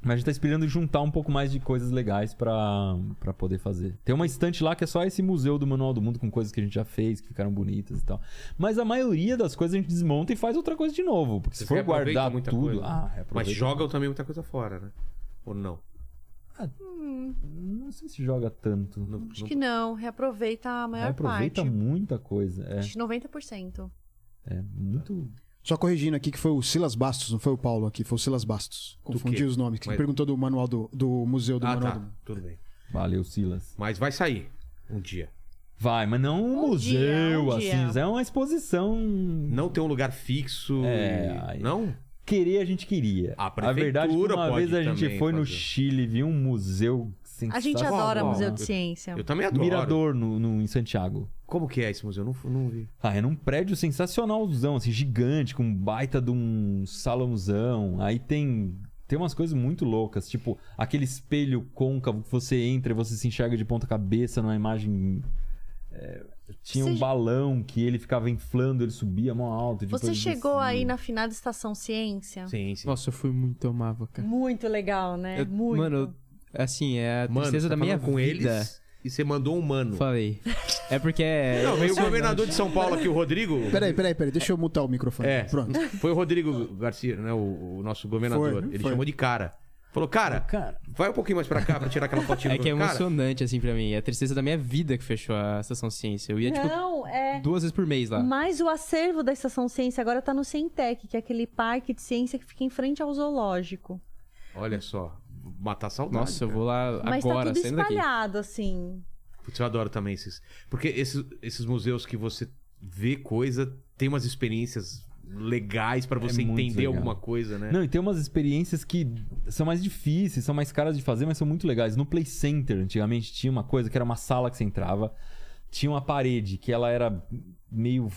[SPEAKER 5] Mas a gente tá esperando juntar um pouco mais de coisas legais pra pra poder fazer. Tem uma estante lá que é só esse museu do Manual do Mundo com coisas que a gente já fez, que ficaram bonitas e tal. Mas a maioria das coisas a gente desmonta e faz outra coisa de novo. Porque se
[SPEAKER 1] Vocês
[SPEAKER 5] for
[SPEAKER 1] aproveitam
[SPEAKER 5] guardar
[SPEAKER 1] muita
[SPEAKER 5] tudo.
[SPEAKER 1] coisa, né?
[SPEAKER 5] Ah, é
[SPEAKER 1] Mas
[SPEAKER 5] aproveita.
[SPEAKER 1] jogam também muita coisa fora, né? Ou não?
[SPEAKER 5] Não sei se joga tanto.
[SPEAKER 1] Não-
[SPEAKER 4] Acho
[SPEAKER 1] não-
[SPEAKER 4] que não, reaproveita a maior
[SPEAKER 5] Aproveita
[SPEAKER 4] parte.
[SPEAKER 5] muita coisa. É,
[SPEAKER 4] Acho que 90%.
[SPEAKER 5] é muito.
[SPEAKER 2] Só corrigindo aqui que foi o Silas Bastos, não foi o Paulo aqui, foi o Silas Bastos. Confundi
[SPEAKER 1] quê?
[SPEAKER 2] os nomes, que
[SPEAKER 1] Mas-
[SPEAKER 2] perguntou do manual do, do museu do
[SPEAKER 1] Ah,
[SPEAKER 2] manual
[SPEAKER 1] tá.
[SPEAKER 2] do Mundo.
[SPEAKER 1] Tudo bem.
[SPEAKER 5] Valeu, Silas.
[SPEAKER 1] Mas vai sair um dia.
[SPEAKER 5] Vai, mas não um,
[SPEAKER 4] Um
[SPEAKER 5] museu,
[SPEAKER 4] dia, um
[SPEAKER 5] assim.
[SPEAKER 4] dia.
[SPEAKER 5] É uma exposição.
[SPEAKER 1] Não tem um lugar fixo.
[SPEAKER 5] É,
[SPEAKER 1] e-
[SPEAKER 5] aí-
[SPEAKER 1] Não?
[SPEAKER 5] querer a gente queria.
[SPEAKER 1] A
[SPEAKER 5] verdade é que
[SPEAKER 1] prefeitura
[SPEAKER 5] uma
[SPEAKER 1] pode
[SPEAKER 5] vez a gente
[SPEAKER 1] também
[SPEAKER 5] foi no
[SPEAKER 1] fazer.
[SPEAKER 5] Chile, viu um museu sensacional.
[SPEAKER 4] A gente adora
[SPEAKER 1] Uau,
[SPEAKER 5] né?
[SPEAKER 4] Museu
[SPEAKER 1] uau.
[SPEAKER 4] de Ciência.
[SPEAKER 1] Eu também adoro.
[SPEAKER 5] Mirador no, no- em Santiago.
[SPEAKER 1] Como que é esse museu? Eu não, fu- não vi.
[SPEAKER 5] Ah, era um prédio sensacionalzão, assim, gigante, com um baita de um salãozão. Aí tem tem umas coisas muito loucas, tipo aquele espelho côncavo que você entra e você se enxerga de ponta cabeça numa imagem... é, tinha um
[SPEAKER 4] Você-
[SPEAKER 5] balão que ele ficava inflando, ele subia mó alto. e
[SPEAKER 4] Você
[SPEAKER 5] depois
[SPEAKER 4] chegou
[SPEAKER 5] descia.
[SPEAKER 4] aí na finada Estação Ciência?
[SPEAKER 1] Sim, sim.
[SPEAKER 3] Nossa, eu fui muito amava, cara.
[SPEAKER 4] Muito legal, né?
[SPEAKER 3] Eu-
[SPEAKER 4] Muito.
[SPEAKER 3] É, Mano, eu- assim, é a
[SPEAKER 1] Mano,
[SPEAKER 3] tristeza
[SPEAKER 1] você tá
[SPEAKER 3] da minha
[SPEAKER 1] falando com
[SPEAKER 3] vida.
[SPEAKER 1] eles e você mandou um mano.
[SPEAKER 3] Falei. É porque é.
[SPEAKER 1] Não, veio o
[SPEAKER 3] emocionante.
[SPEAKER 1] governador de São Paulo aqui, o Rodrigo.
[SPEAKER 2] Peraí, peraí, peraí, deixa eu mutar o microfone.
[SPEAKER 1] É.
[SPEAKER 2] Pronto.
[SPEAKER 1] Foi o Rodrigo Garcia, né? O, o nosso governador.
[SPEAKER 2] Foi,
[SPEAKER 1] Ele
[SPEAKER 2] foi.
[SPEAKER 1] chamou de cara. Falou, cara,
[SPEAKER 5] Cara.
[SPEAKER 1] vai um pouquinho mais pra cá pra tirar aquela fotinha
[SPEAKER 3] É
[SPEAKER 1] do
[SPEAKER 3] que é
[SPEAKER 1] cara.
[SPEAKER 3] emocionante, assim, pra mim. É a tristeza da minha vida que fechou a Estação Ciência. Eu ia, tipo,
[SPEAKER 4] Não, é.
[SPEAKER 3] duas vezes por mês lá.
[SPEAKER 4] Mas o acervo da Estação Ciência agora tá no Cientec, que é aquele parque de ciência que fica em frente ao zoológico.
[SPEAKER 1] Olha só, matar a saudade.
[SPEAKER 3] Nossa, eu
[SPEAKER 1] cara.
[SPEAKER 3] vou lá
[SPEAKER 4] Mas
[SPEAKER 3] agora,
[SPEAKER 4] tá tudo
[SPEAKER 3] saindo daqui.
[SPEAKER 4] espalhado, assim.
[SPEAKER 1] Putz, eu adoro também esses. Porque esses, esses museus que você vê coisa, tem umas experiências legais pra você
[SPEAKER 5] muito
[SPEAKER 1] entender
[SPEAKER 5] legal.
[SPEAKER 1] alguma coisa, né?
[SPEAKER 5] Não, e tem umas experiências que são mais difíceis, são mais caras de fazer, mas são muito legais. No Play Center, antigamente, tinha uma coisa que era uma sala que você entrava, tinha uma parede que ela era meio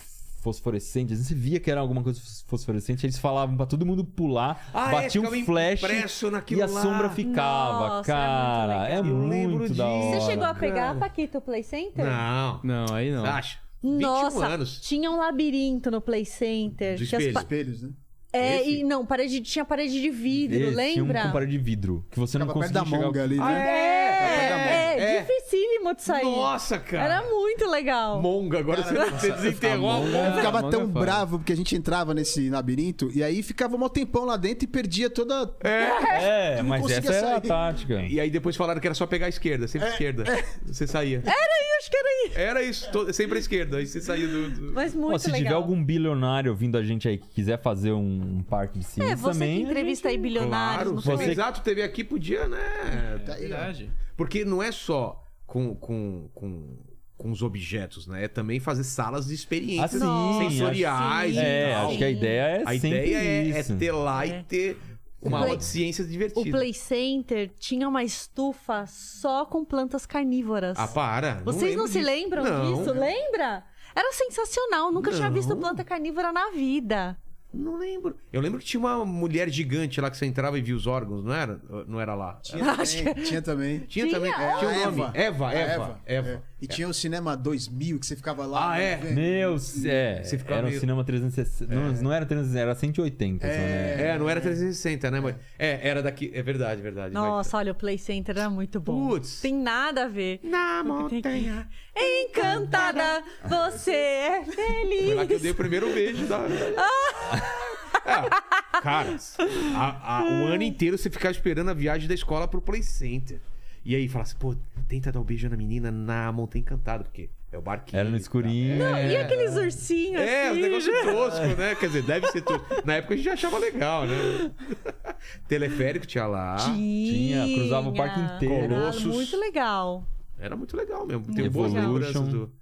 [SPEAKER 5] fosforescente, às vezes você via que era alguma coisa fosforescente, eles falavam pra todo mundo pular,
[SPEAKER 1] Ah, é,
[SPEAKER 5] batia
[SPEAKER 1] ficava
[SPEAKER 5] um flash
[SPEAKER 1] impresso naquilo
[SPEAKER 5] e a
[SPEAKER 1] lá.
[SPEAKER 5] sombra ficava.
[SPEAKER 4] Nossa,
[SPEAKER 5] cara, é
[SPEAKER 4] é
[SPEAKER 1] muito
[SPEAKER 5] muito,
[SPEAKER 1] legal. Eu lembro
[SPEAKER 5] da
[SPEAKER 1] disso.
[SPEAKER 5] hora.
[SPEAKER 4] Você chegou a pegar,
[SPEAKER 1] cara.
[SPEAKER 4] Paquito, o Play Center?
[SPEAKER 1] Não.
[SPEAKER 3] Não, aí não.
[SPEAKER 1] Acha? 21
[SPEAKER 4] Nossa,
[SPEAKER 1] anos.
[SPEAKER 4] tinha um labirinto no Play Center.
[SPEAKER 1] Do
[SPEAKER 4] que as
[SPEAKER 1] espelho.
[SPEAKER 4] pa-
[SPEAKER 2] Espelhos, né?
[SPEAKER 4] É,
[SPEAKER 1] Esse?
[SPEAKER 4] e não, parede, tinha parede de vidro,
[SPEAKER 5] Esse,
[SPEAKER 4] lembra?
[SPEAKER 5] um com parede de vidro, que você não
[SPEAKER 2] Ficava perto
[SPEAKER 5] conseguia
[SPEAKER 2] da
[SPEAKER 5] chegar...
[SPEAKER 2] monga ali,
[SPEAKER 1] Ah,
[SPEAKER 2] né?
[SPEAKER 4] É,
[SPEAKER 1] É,
[SPEAKER 4] é,
[SPEAKER 1] é.
[SPEAKER 4] dificílimo de sair.
[SPEAKER 1] Nossa, cara.
[SPEAKER 4] Era muito legal.
[SPEAKER 1] Monga, agora você, você desenterrou a
[SPEAKER 3] monga-
[SPEAKER 2] Eu
[SPEAKER 1] monga.
[SPEAKER 2] ficava
[SPEAKER 3] Ah, manga
[SPEAKER 2] tão
[SPEAKER 3] fora.
[SPEAKER 2] bravo porque a gente entrava nesse labirinto e aí ficava um tempão lá dentro e perdia toda.
[SPEAKER 5] É,
[SPEAKER 2] não
[SPEAKER 5] mas
[SPEAKER 2] conseguia
[SPEAKER 5] essa era a
[SPEAKER 2] sair.
[SPEAKER 5] tática.
[SPEAKER 1] E aí depois falaram que era só pegar a esquerda, sempre esquerda. Você saía.
[SPEAKER 4] Eu acho que era É, isso.
[SPEAKER 1] Era isso, to- sempre à esquerda. Aí você saía do. do-
[SPEAKER 4] Mas muito
[SPEAKER 5] Ó, se
[SPEAKER 4] legal.
[SPEAKER 5] tiver algum bilionário ouvindo a gente aí que quiser fazer um, um parque de ciência
[SPEAKER 4] É, você
[SPEAKER 5] também. né?
[SPEAKER 4] que entrevista aí bilionários.
[SPEAKER 1] Claro,
[SPEAKER 4] não sei É.
[SPEAKER 1] você...
[SPEAKER 5] sei.
[SPEAKER 1] exato, teve aqui, podia, né?
[SPEAKER 2] Tá aí, ó.
[SPEAKER 3] Verdade.
[SPEAKER 1] Porque não é só com, com, com, com os objetos, né? É também fazer salas de
[SPEAKER 5] Ah,
[SPEAKER 1] experiências
[SPEAKER 5] sim, acho-
[SPEAKER 1] sensoriais
[SPEAKER 5] É,
[SPEAKER 1] e tal.
[SPEAKER 5] acho que a ideia é
[SPEAKER 1] a
[SPEAKER 5] sempre
[SPEAKER 1] ideia é, é
[SPEAKER 5] isso.
[SPEAKER 1] ter lá e ter uma
[SPEAKER 4] Play-
[SPEAKER 1] aula de ciências
[SPEAKER 4] O
[SPEAKER 1] divertida.
[SPEAKER 4] Play Center tinha uma estufa só com plantas carnívoras.
[SPEAKER 1] Ah, para. não
[SPEAKER 4] Vocês não,
[SPEAKER 1] lembro
[SPEAKER 4] se
[SPEAKER 1] disso.
[SPEAKER 4] lembram né?
[SPEAKER 1] Não.
[SPEAKER 4] disso? Lembra? Era sensacional, nunca tinha
[SPEAKER 1] Não.
[SPEAKER 4] visto planta carnívora na vida.
[SPEAKER 1] Não lembro. Eu lembro que tinha uma mulher gigante lá que você entrava e via os órgãos, não era? Não era lá?
[SPEAKER 2] Tinha também. Tinha também.
[SPEAKER 1] Tinha também.
[SPEAKER 4] Tinha.
[SPEAKER 1] Tinha
[SPEAKER 2] a
[SPEAKER 1] um nome. Eva,
[SPEAKER 2] A
[SPEAKER 1] Eva, Eva.
[SPEAKER 2] é. E tinha o Cinema 2000 que você ficava lá.
[SPEAKER 1] Ah,
[SPEAKER 2] né,
[SPEAKER 1] é?
[SPEAKER 2] vendo.
[SPEAKER 5] Meu, c- é.
[SPEAKER 1] Você ficava
[SPEAKER 5] era um
[SPEAKER 1] meio-
[SPEAKER 5] cinema 360. Não, não era 360, era 180 só, né?
[SPEAKER 1] É, não era 360, né? Mas... É, era daqui. É verdade, verdade. Mas-
[SPEAKER 4] Nossa, olha, o Play Center era muito bom.
[SPEAKER 1] Putz.
[SPEAKER 4] Tem nada a ver.
[SPEAKER 1] Na montanha.
[SPEAKER 4] montanha. Encantada, você é
[SPEAKER 1] Foi lá que eu
[SPEAKER 4] feliz.
[SPEAKER 1] dei o primeiro beijo da. É, cara, a- a- o ano inteiro você ficar esperando a viagem da escola pro Play Center. E aí fala assim, pô, tenta dar o beijo na menina na Montanha Encantada, porque é o barquinho.
[SPEAKER 5] Era no
[SPEAKER 1] tá?
[SPEAKER 5] escurinho.
[SPEAKER 4] E aqueles ursinhos
[SPEAKER 1] É, um
[SPEAKER 4] assim?
[SPEAKER 1] negócio tosco, né? Quer dizer, deve ser tosco. Na época a gente achava legal, né? Teleférico tinha lá.
[SPEAKER 5] Tinha, cruzava o parque inteiro.
[SPEAKER 4] Era
[SPEAKER 1] Colossos.
[SPEAKER 4] muito legal.
[SPEAKER 1] Era muito legal mesmo. Tem boas
[SPEAKER 5] Evolution.
[SPEAKER 1] lembranças do.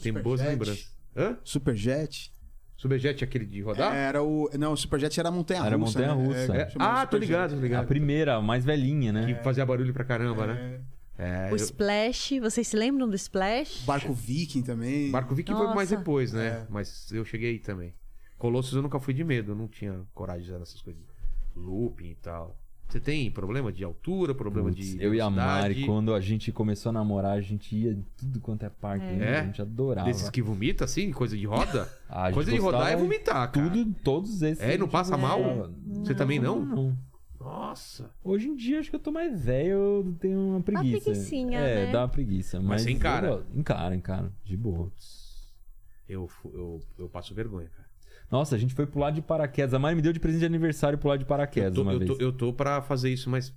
[SPEAKER 1] Tem boas
[SPEAKER 2] Superjet.
[SPEAKER 1] lembranças. Hã?
[SPEAKER 2] Superjet.
[SPEAKER 1] Superjet é aquele de rodar?
[SPEAKER 2] Era o. Não, o Superjet era né? a Montanha Russa.
[SPEAKER 5] Era montanha-russa.
[SPEAKER 1] É. Ah, tô ligado, tô
[SPEAKER 5] É A
[SPEAKER 1] ligado.
[SPEAKER 5] primeira, a mais velhinha, né?
[SPEAKER 1] Que fazia barulho pra caramba, né? É.
[SPEAKER 4] O
[SPEAKER 1] eu-
[SPEAKER 4] Splash, vocês se lembram do Splash?
[SPEAKER 2] Barco Viking também.
[SPEAKER 1] Marco Vicky foi mais
[SPEAKER 4] Nossa.
[SPEAKER 1] depois, né? Mas eu cheguei aí também. Colossus eu nunca fui de medo, eu não tinha coragem de usar essas coisas. Looping e tal. Você tem problema de altura, problema
[SPEAKER 5] Putz,
[SPEAKER 1] de.
[SPEAKER 5] eu e a Mari,
[SPEAKER 1] velocidade?
[SPEAKER 5] quando a gente começou a namorar, a gente ia em tudo quanto é parque. né?
[SPEAKER 1] É?
[SPEAKER 5] A gente adorava. Ah,
[SPEAKER 1] Desses que vomita, assim, coisa de roda?
[SPEAKER 5] A gente
[SPEAKER 1] coisa de rodar é
[SPEAKER 5] gostava de
[SPEAKER 1] vomitar, cara.
[SPEAKER 5] Tudo, todos esses. tipo,
[SPEAKER 1] É, e não passa mal? Você também não?
[SPEAKER 5] Não.
[SPEAKER 1] Nossa.
[SPEAKER 5] Hoje em dia acho que eu tô mais velho, eu tenho uma preguiça.
[SPEAKER 4] preguicinha,
[SPEAKER 5] é,
[SPEAKER 4] né?
[SPEAKER 5] dá uma preguiça. Mas,
[SPEAKER 1] você encara?
[SPEAKER 5] eu- encara, encara. De boa.
[SPEAKER 1] Eu, fu- eu, eu passo vergonha, cara.
[SPEAKER 5] Nossa, a gente foi pular de paraquedas. A Mari me deu de presente de aniversário pular é de paraquedas
[SPEAKER 1] Eu tô,
[SPEAKER 5] uma
[SPEAKER 1] eu,
[SPEAKER 5] vez.
[SPEAKER 1] tô, eu tô pra fazer isso, mas.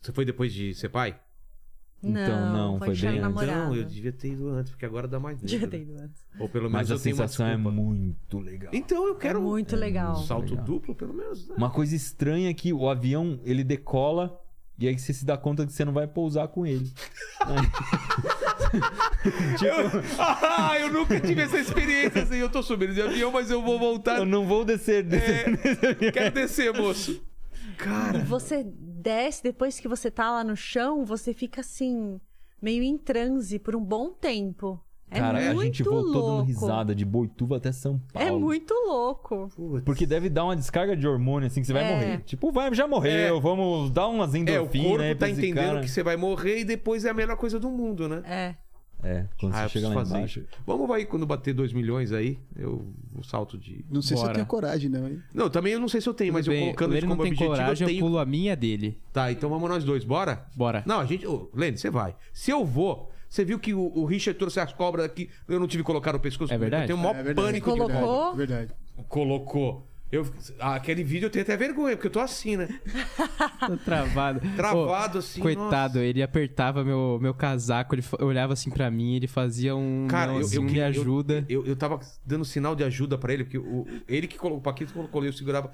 [SPEAKER 1] Você foi depois de ser pai?
[SPEAKER 5] Então, não, foi
[SPEAKER 4] quando tinha
[SPEAKER 5] bem
[SPEAKER 4] um
[SPEAKER 5] antes.
[SPEAKER 4] namorado.
[SPEAKER 1] Não, Então, eu devia ter ido antes, porque agora dá mais medo.
[SPEAKER 4] Devia
[SPEAKER 1] né?
[SPEAKER 4] ter ido antes.
[SPEAKER 1] Ou pelo menos
[SPEAKER 5] Mas
[SPEAKER 1] eu
[SPEAKER 5] a
[SPEAKER 1] tenho
[SPEAKER 5] sensação
[SPEAKER 1] uma
[SPEAKER 5] é
[SPEAKER 1] desculpa.
[SPEAKER 5] muito legal.
[SPEAKER 1] Então eu quero
[SPEAKER 4] É muito legal.
[SPEAKER 1] um salto
[SPEAKER 5] Legal.
[SPEAKER 1] duplo, pelo menos. Né?
[SPEAKER 5] Uma coisa estranha é que o avião, ele decola e aí você se dá conta que você não vai pousar com ele.
[SPEAKER 1] Eu... Ah, eu nunca tive essa experiência assim. Eu tô subindo de avião, mas eu vou
[SPEAKER 5] Eu
[SPEAKER 1] voltar.
[SPEAKER 5] não vou descer desse
[SPEAKER 1] Quero descer, moço.
[SPEAKER 5] um
[SPEAKER 4] E
[SPEAKER 1] Cara,
[SPEAKER 4] você desce, depois que você tá lá no chão, você fica assim, meio em transe por um bom tempo. É
[SPEAKER 5] Cara,
[SPEAKER 4] muito
[SPEAKER 5] a gente voltou
[SPEAKER 4] louco.
[SPEAKER 5] dando risada de Boituva até São Paulo.
[SPEAKER 4] É muito louco.
[SPEAKER 1] putz.
[SPEAKER 5] Porque deve dar uma descarga de hormônio, assim, que você vai
[SPEAKER 4] É.
[SPEAKER 5] morrer. Tipo, vai, já morreu,
[SPEAKER 1] É.
[SPEAKER 5] vamos dar umas
[SPEAKER 1] é, o
[SPEAKER 5] endorfinas.
[SPEAKER 1] corpo
[SPEAKER 5] aí
[SPEAKER 1] tá
[SPEAKER 5] pra né? esse
[SPEAKER 1] entendendo
[SPEAKER 5] cara.
[SPEAKER 1] que você vai morrer e depois é a melhor coisa do mundo, né?
[SPEAKER 4] É.
[SPEAKER 5] É, quando
[SPEAKER 1] Ah,
[SPEAKER 5] você
[SPEAKER 1] eu
[SPEAKER 5] chega
[SPEAKER 1] preciso
[SPEAKER 5] lá
[SPEAKER 1] fazer
[SPEAKER 5] embaixo.
[SPEAKER 1] isso. Vamos aí quando bater 2 milhões aí, eu o salto de.
[SPEAKER 2] Não sei se eu
[SPEAKER 3] Bora.
[SPEAKER 2] tenho coragem, não, hein?
[SPEAKER 1] Não, também eu não sei se eu tenho, mas
[SPEAKER 3] Tudo
[SPEAKER 1] eu
[SPEAKER 3] bem,
[SPEAKER 1] colocando
[SPEAKER 3] o
[SPEAKER 1] isso
[SPEAKER 3] Lênin
[SPEAKER 1] como
[SPEAKER 3] não tem
[SPEAKER 1] objetivo,
[SPEAKER 3] coragem,
[SPEAKER 1] eu
[SPEAKER 3] eu,
[SPEAKER 1] tenho.
[SPEAKER 3] pulo a minha dele.
[SPEAKER 1] Tá, então vamos nós dois, bora?
[SPEAKER 3] Bora.
[SPEAKER 1] Não, a gente. Ô, Lene, você vai. Se eu vou, você viu que o, o Richard trouxe as cobras aqui, eu não tive que colocar no pescoço.
[SPEAKER 3] É verdade?
[SPEAKER 1] Eu tenho o maior
[SPEAKER 2] É verdade. É
[SPEAKER 1] pânico de
[SPEAKER 4] Colocou?
[SPEAKER 1] cobra.
[SPEAKER 2] Verdade.
[SPEAKER 1] Colocou. Eu, ah, aquele vídeo eu tenho até vergonha, porque eu tô assim, né?
[SPEAKER 3] Tô travado.
[SPEAKER 1] Travado,
[SPEAKER 3] Ô,
[SPEAKER 1] assim,
[SPEAKER 3] Coitado,
[SPEAKER 1] nossa.
[SPEAKER 3] ele apertava meu, meu casaco, ele fa- olhava assim pra mim, ele fazia um.
[SPEAKER 1] Cara, eu, eu,
[SPEAKER 3] "Não, assim, me
[SPEAKER 1] queria- eu-
[SPEAKER 3] ajuda.
[SPEAKER 1] Eu, eu, tava dando sinal de ajuda pra ele, porque o, ele que colocou, o Paquito colocou, eu segurava.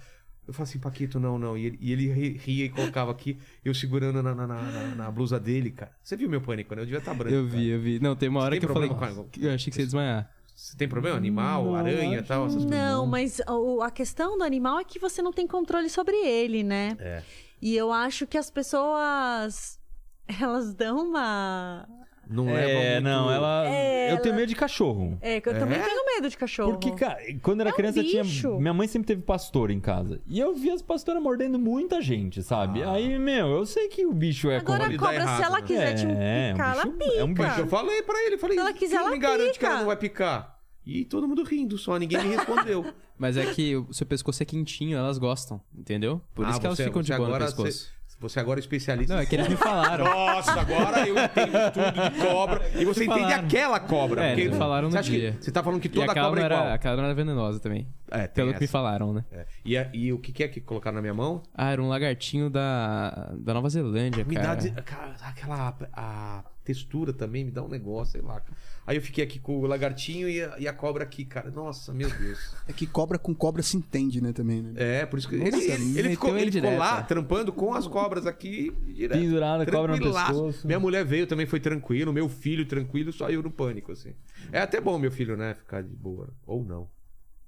[SPEAKER 1] Eu falei assim, Paquito, não, não. E ele, e ele ri- ria e colocava aqui, eu segurando na, na, na- na- na blusa dele, cara. Você viu meu pânico, né? Eu devia estar branco.
[SPEAKER 3] Eu vi, eu vi. Não, tem uma hora
[SPEAKER 1] tem
[SPEAKER 3] que eu falei.
[SPEAKER 1] problema com a-
[SPEAKER 3] que Eu achei que você ia desmaiar.
[SPEAKER 1] cara. Você tem problema? Animal, aranha e tal? Essas coisas.
[SPEAKER 4] Não,
[SPEAKER 5] né?
[SPEAKER 4] mas o- a questão do animal é que você não tem controle sobre ele, né?
[SPEAKER 1] É.
[SPEAKER 4] E eu acho que as pessoas. Elas dão uma.
[SPEAKER 1] Não
[SPEAKER 5] É,
[SPEAKER 1] leva muito-
[SPEAKER 5] não, ela...
[SPEAKER 4] É,
[SPEAKER 5] Eu tenho medo de cachorro.
[SPEAKER 4] É, que eu também
[SPEAKER 1] É?
[SPEAKER 4] tenho medo de cachorro.
[SPEAKER 5] Porque, cara, quando era
[SPEAKER 4] É um
[SPEAKER 5] criança
[SPEAKER 4] bicho.
[SPEAKER 5] tinha. Minha mãe sempre teve pastor em casa. E eu vi as pastoras mordendo muita gente, sabe?
[SPEAKER 1] Ah.
[SPEAKER 5] Aí, meu, eu sei que o bicho é
[SPEAKER 4] Agora
[SPEAKER 1] ele
[SPEAKER 4] a
[SPEAKER 1] dá
[SPEAKER 4] cobra,
[SPEAKER 1] errado,
[SPEAKER 4] se ela
[SPEAKER 1] né?
[SPEAKER 4] quiser te
[SPEAKER 5] É, é um
[SPEAKER 4] picar, ela
[SPEAKER 5] bicho-
[SPEAKER 4] pica.
[SPEAKER 5] é um
[SPEAKER 1] Mas eu falei pra ele, falei,
[SPEAKER 4] Se ela quiser,
[SPEAKER 1] "Quem
[SPEAKER 4] ela
[SPEAKER 1] me garante que ela
[SPEAKER 4] pica."
[SPEAKER 1] não vai picar. E todo mundo rindo só, ninguém me respondeu.
[SPEAKER 3] Mas é que o seu pescoço é quentinho, elas gostam, entendeu? Por
[SPEAKER 1] Ah,
[SPEAKER 3] isso que elas
[SPEAKER 1] você-
[SPEAKER 3] ficam de
[SPEAKER 1] você
[SPEAKER 3] boa no
[SPEAKER 1] agora-
[SPEAKER 3] pescoço.
[SPEAKER 1] Você, você agora é especialista.
[SPEAKER 3] Não,
[SPEAKER 1] em
[SPEAKER 3] é que eles me falaram.
[SPEAKER 1] Nossa, agora eu entendo tudo de cobra. E você entende
[SPEAKER 3] Falaram.
[SPEAKER 1] aquela cobra.
[SPEAKER 3] É,
[SPEAKER 1] porque
[SPEAKER 3] eles falaram no
[SPEAKER 1] você acha
[SPEAKER 3] dia.
[SPEAKER 1] Que, você tá falando que
[SPEAKER 3] e
[SPEAKER 1] toda
[SPEAKER 3] a calma
[SPEAKER 1] cobra é igual.
[SPEAKER 3] era, a calma era venenosa também.
[SPEAKER 1] É, tem
[SPEAKER 3] Pelo que me
[SPEAKER 1] essa.
[SPEAKER 3] falaram, né?
[SPEAKER 1] É. E, a- e o que, que é que colocaram na minha mão?
[SPEAKER 3] Ah, era um lagartinho da, da Nova Zelândia,
[SPEAKER 1] Me dá
[SPEAKER 3] cara.
[SPEAKER 1] de- cara, aquela a textura também, me dá um negócio, sei lá. Aí eu fiquei aqui com o lagartinho e a, e a cobra aqui, cara. Nossa, meu Deus.
[SPEAKER 2] É que cobra com cobra se entende, né, também, né?
[SPEAKER 1] É, por isso que
[SPEAKER 3] Nossa,
[SPEAKER 1] ele, ele, ele
[SPEAKER 3] meteu
[SPEAKER 1] ficou, ele ficou
[SPEAKER 3] indireta.
[SPEAKER 1] lá trampando com as cobras aqui direto.
[SPEAKER 5] Pendurada, cobra no
[SPEAKER 1] Tranquilaço.
[SPEAKER 5] pescoço.
[SPEAKER 1] Minha mulher veio também, foi tranquilo. Meu filho tranquilo, só eu no pânico, assim. É até bom meu filho, né, ficar de boa. Ou não.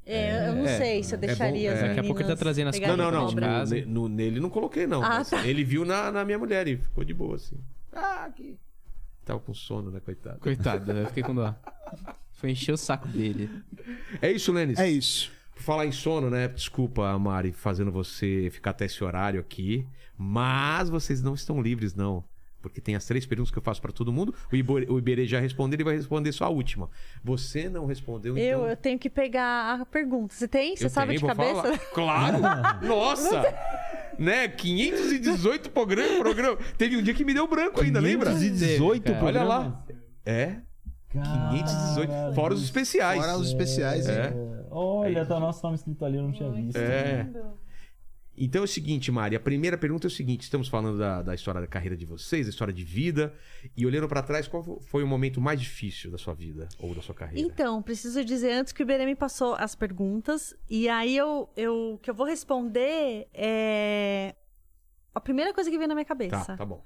[SPEAKER 4] É, eu não
[SPEAKER 3] É.
[SPEAKER 4] sei se eu
[SPEAKER 1] É bom, é.
[SPEAKER 4] deixaria as
[SPEAKER 1] Daqui a
[SPEAKER 4] meninas
[SPEAKER 3] pouco ele tá trazendo as
[SPEAKER 4] pegarem
[SPEAKER 1] não, não,
[SPEAKER 3] Galinha
[SPEAKER 1] não.
[SPEAKER 3] de
[SPEAKER 4] cobra.
[SPEAKER 1] No,
[SPEAKER 3] brasa.
[SPEAKER 1] ne- no- nele não coloquei, não.
[SPEAKER 4] então, Ah,
[SPEAKER 1] mas
[SPEAKER 4] tá.
[SPEAKER 1] Ele viu na, na minha mulher e ficou de boa, assim. Ah, que. Tava com sono, né, coitado.
[SPEAKER 3] Coitado, eu fiquei com dó. Foi encher o saco dele.
[SPEAKER 1] É isso, Lênis.
[SPEAKER 2] É isso.
[SPEAKER 1] Por falar em sono, né? Desculpa, Mari, fazendo você ficar até esse horário aqui. Mas vocês não estão livres, não. Porque tem as três perguntas que eu faço pra todo mundo. O, Ibore, o Iberê já respondeu, ele vai responder só a última. Você não respondeu, então.
[SPEAKER 4] Eu, eu tenho que pegar a pergunta. Você tem? Você
[SPEAKER 1] Eu
[SPEAKER 4] sabe
[SPEAKER 1] tenho,
[SPEAKER 4] de
[SPEAKER 1] vou
[SPEAKER 4] cabeça?
[SPEAKER 1] falar. Claro! Nossa! Né? 518 programas. Programa. Teve um dia que me deu branco ainda, lembra?
[SPEAKER 5] 518
[SPEAKER 3] Teve, cara.
[SPEAKER 1] Olha
[SPEAKER 5] programas.
[SPEAKER 1] lá. É, 518. Fora os especiais.
[SPEAKER 2] Fora os especiais,
[SPEAKER 1] É.
[SPEAKER 2] né?
[SPEAKER 6] Olha, tá nosso nome escrito ali, eu não tinha visto.
[SPEAKER 1] É. Então é o seguinte, Mari, a primeira pergunta é o seguinte: estamos falando da, da história da carreira de vocês, da história de vida, e olhando pra trás, qual foi o momento mais difícil da sua vida ou da sua carreira?
[SPEAKER 4] Então, preciso dizer antes que o Iberê me passou as perguntas. E aí eu, eu o que eu vou responder é. A primeira coisa que veio na minha cabeça.
[SPEAKER 1] tá, tá bom.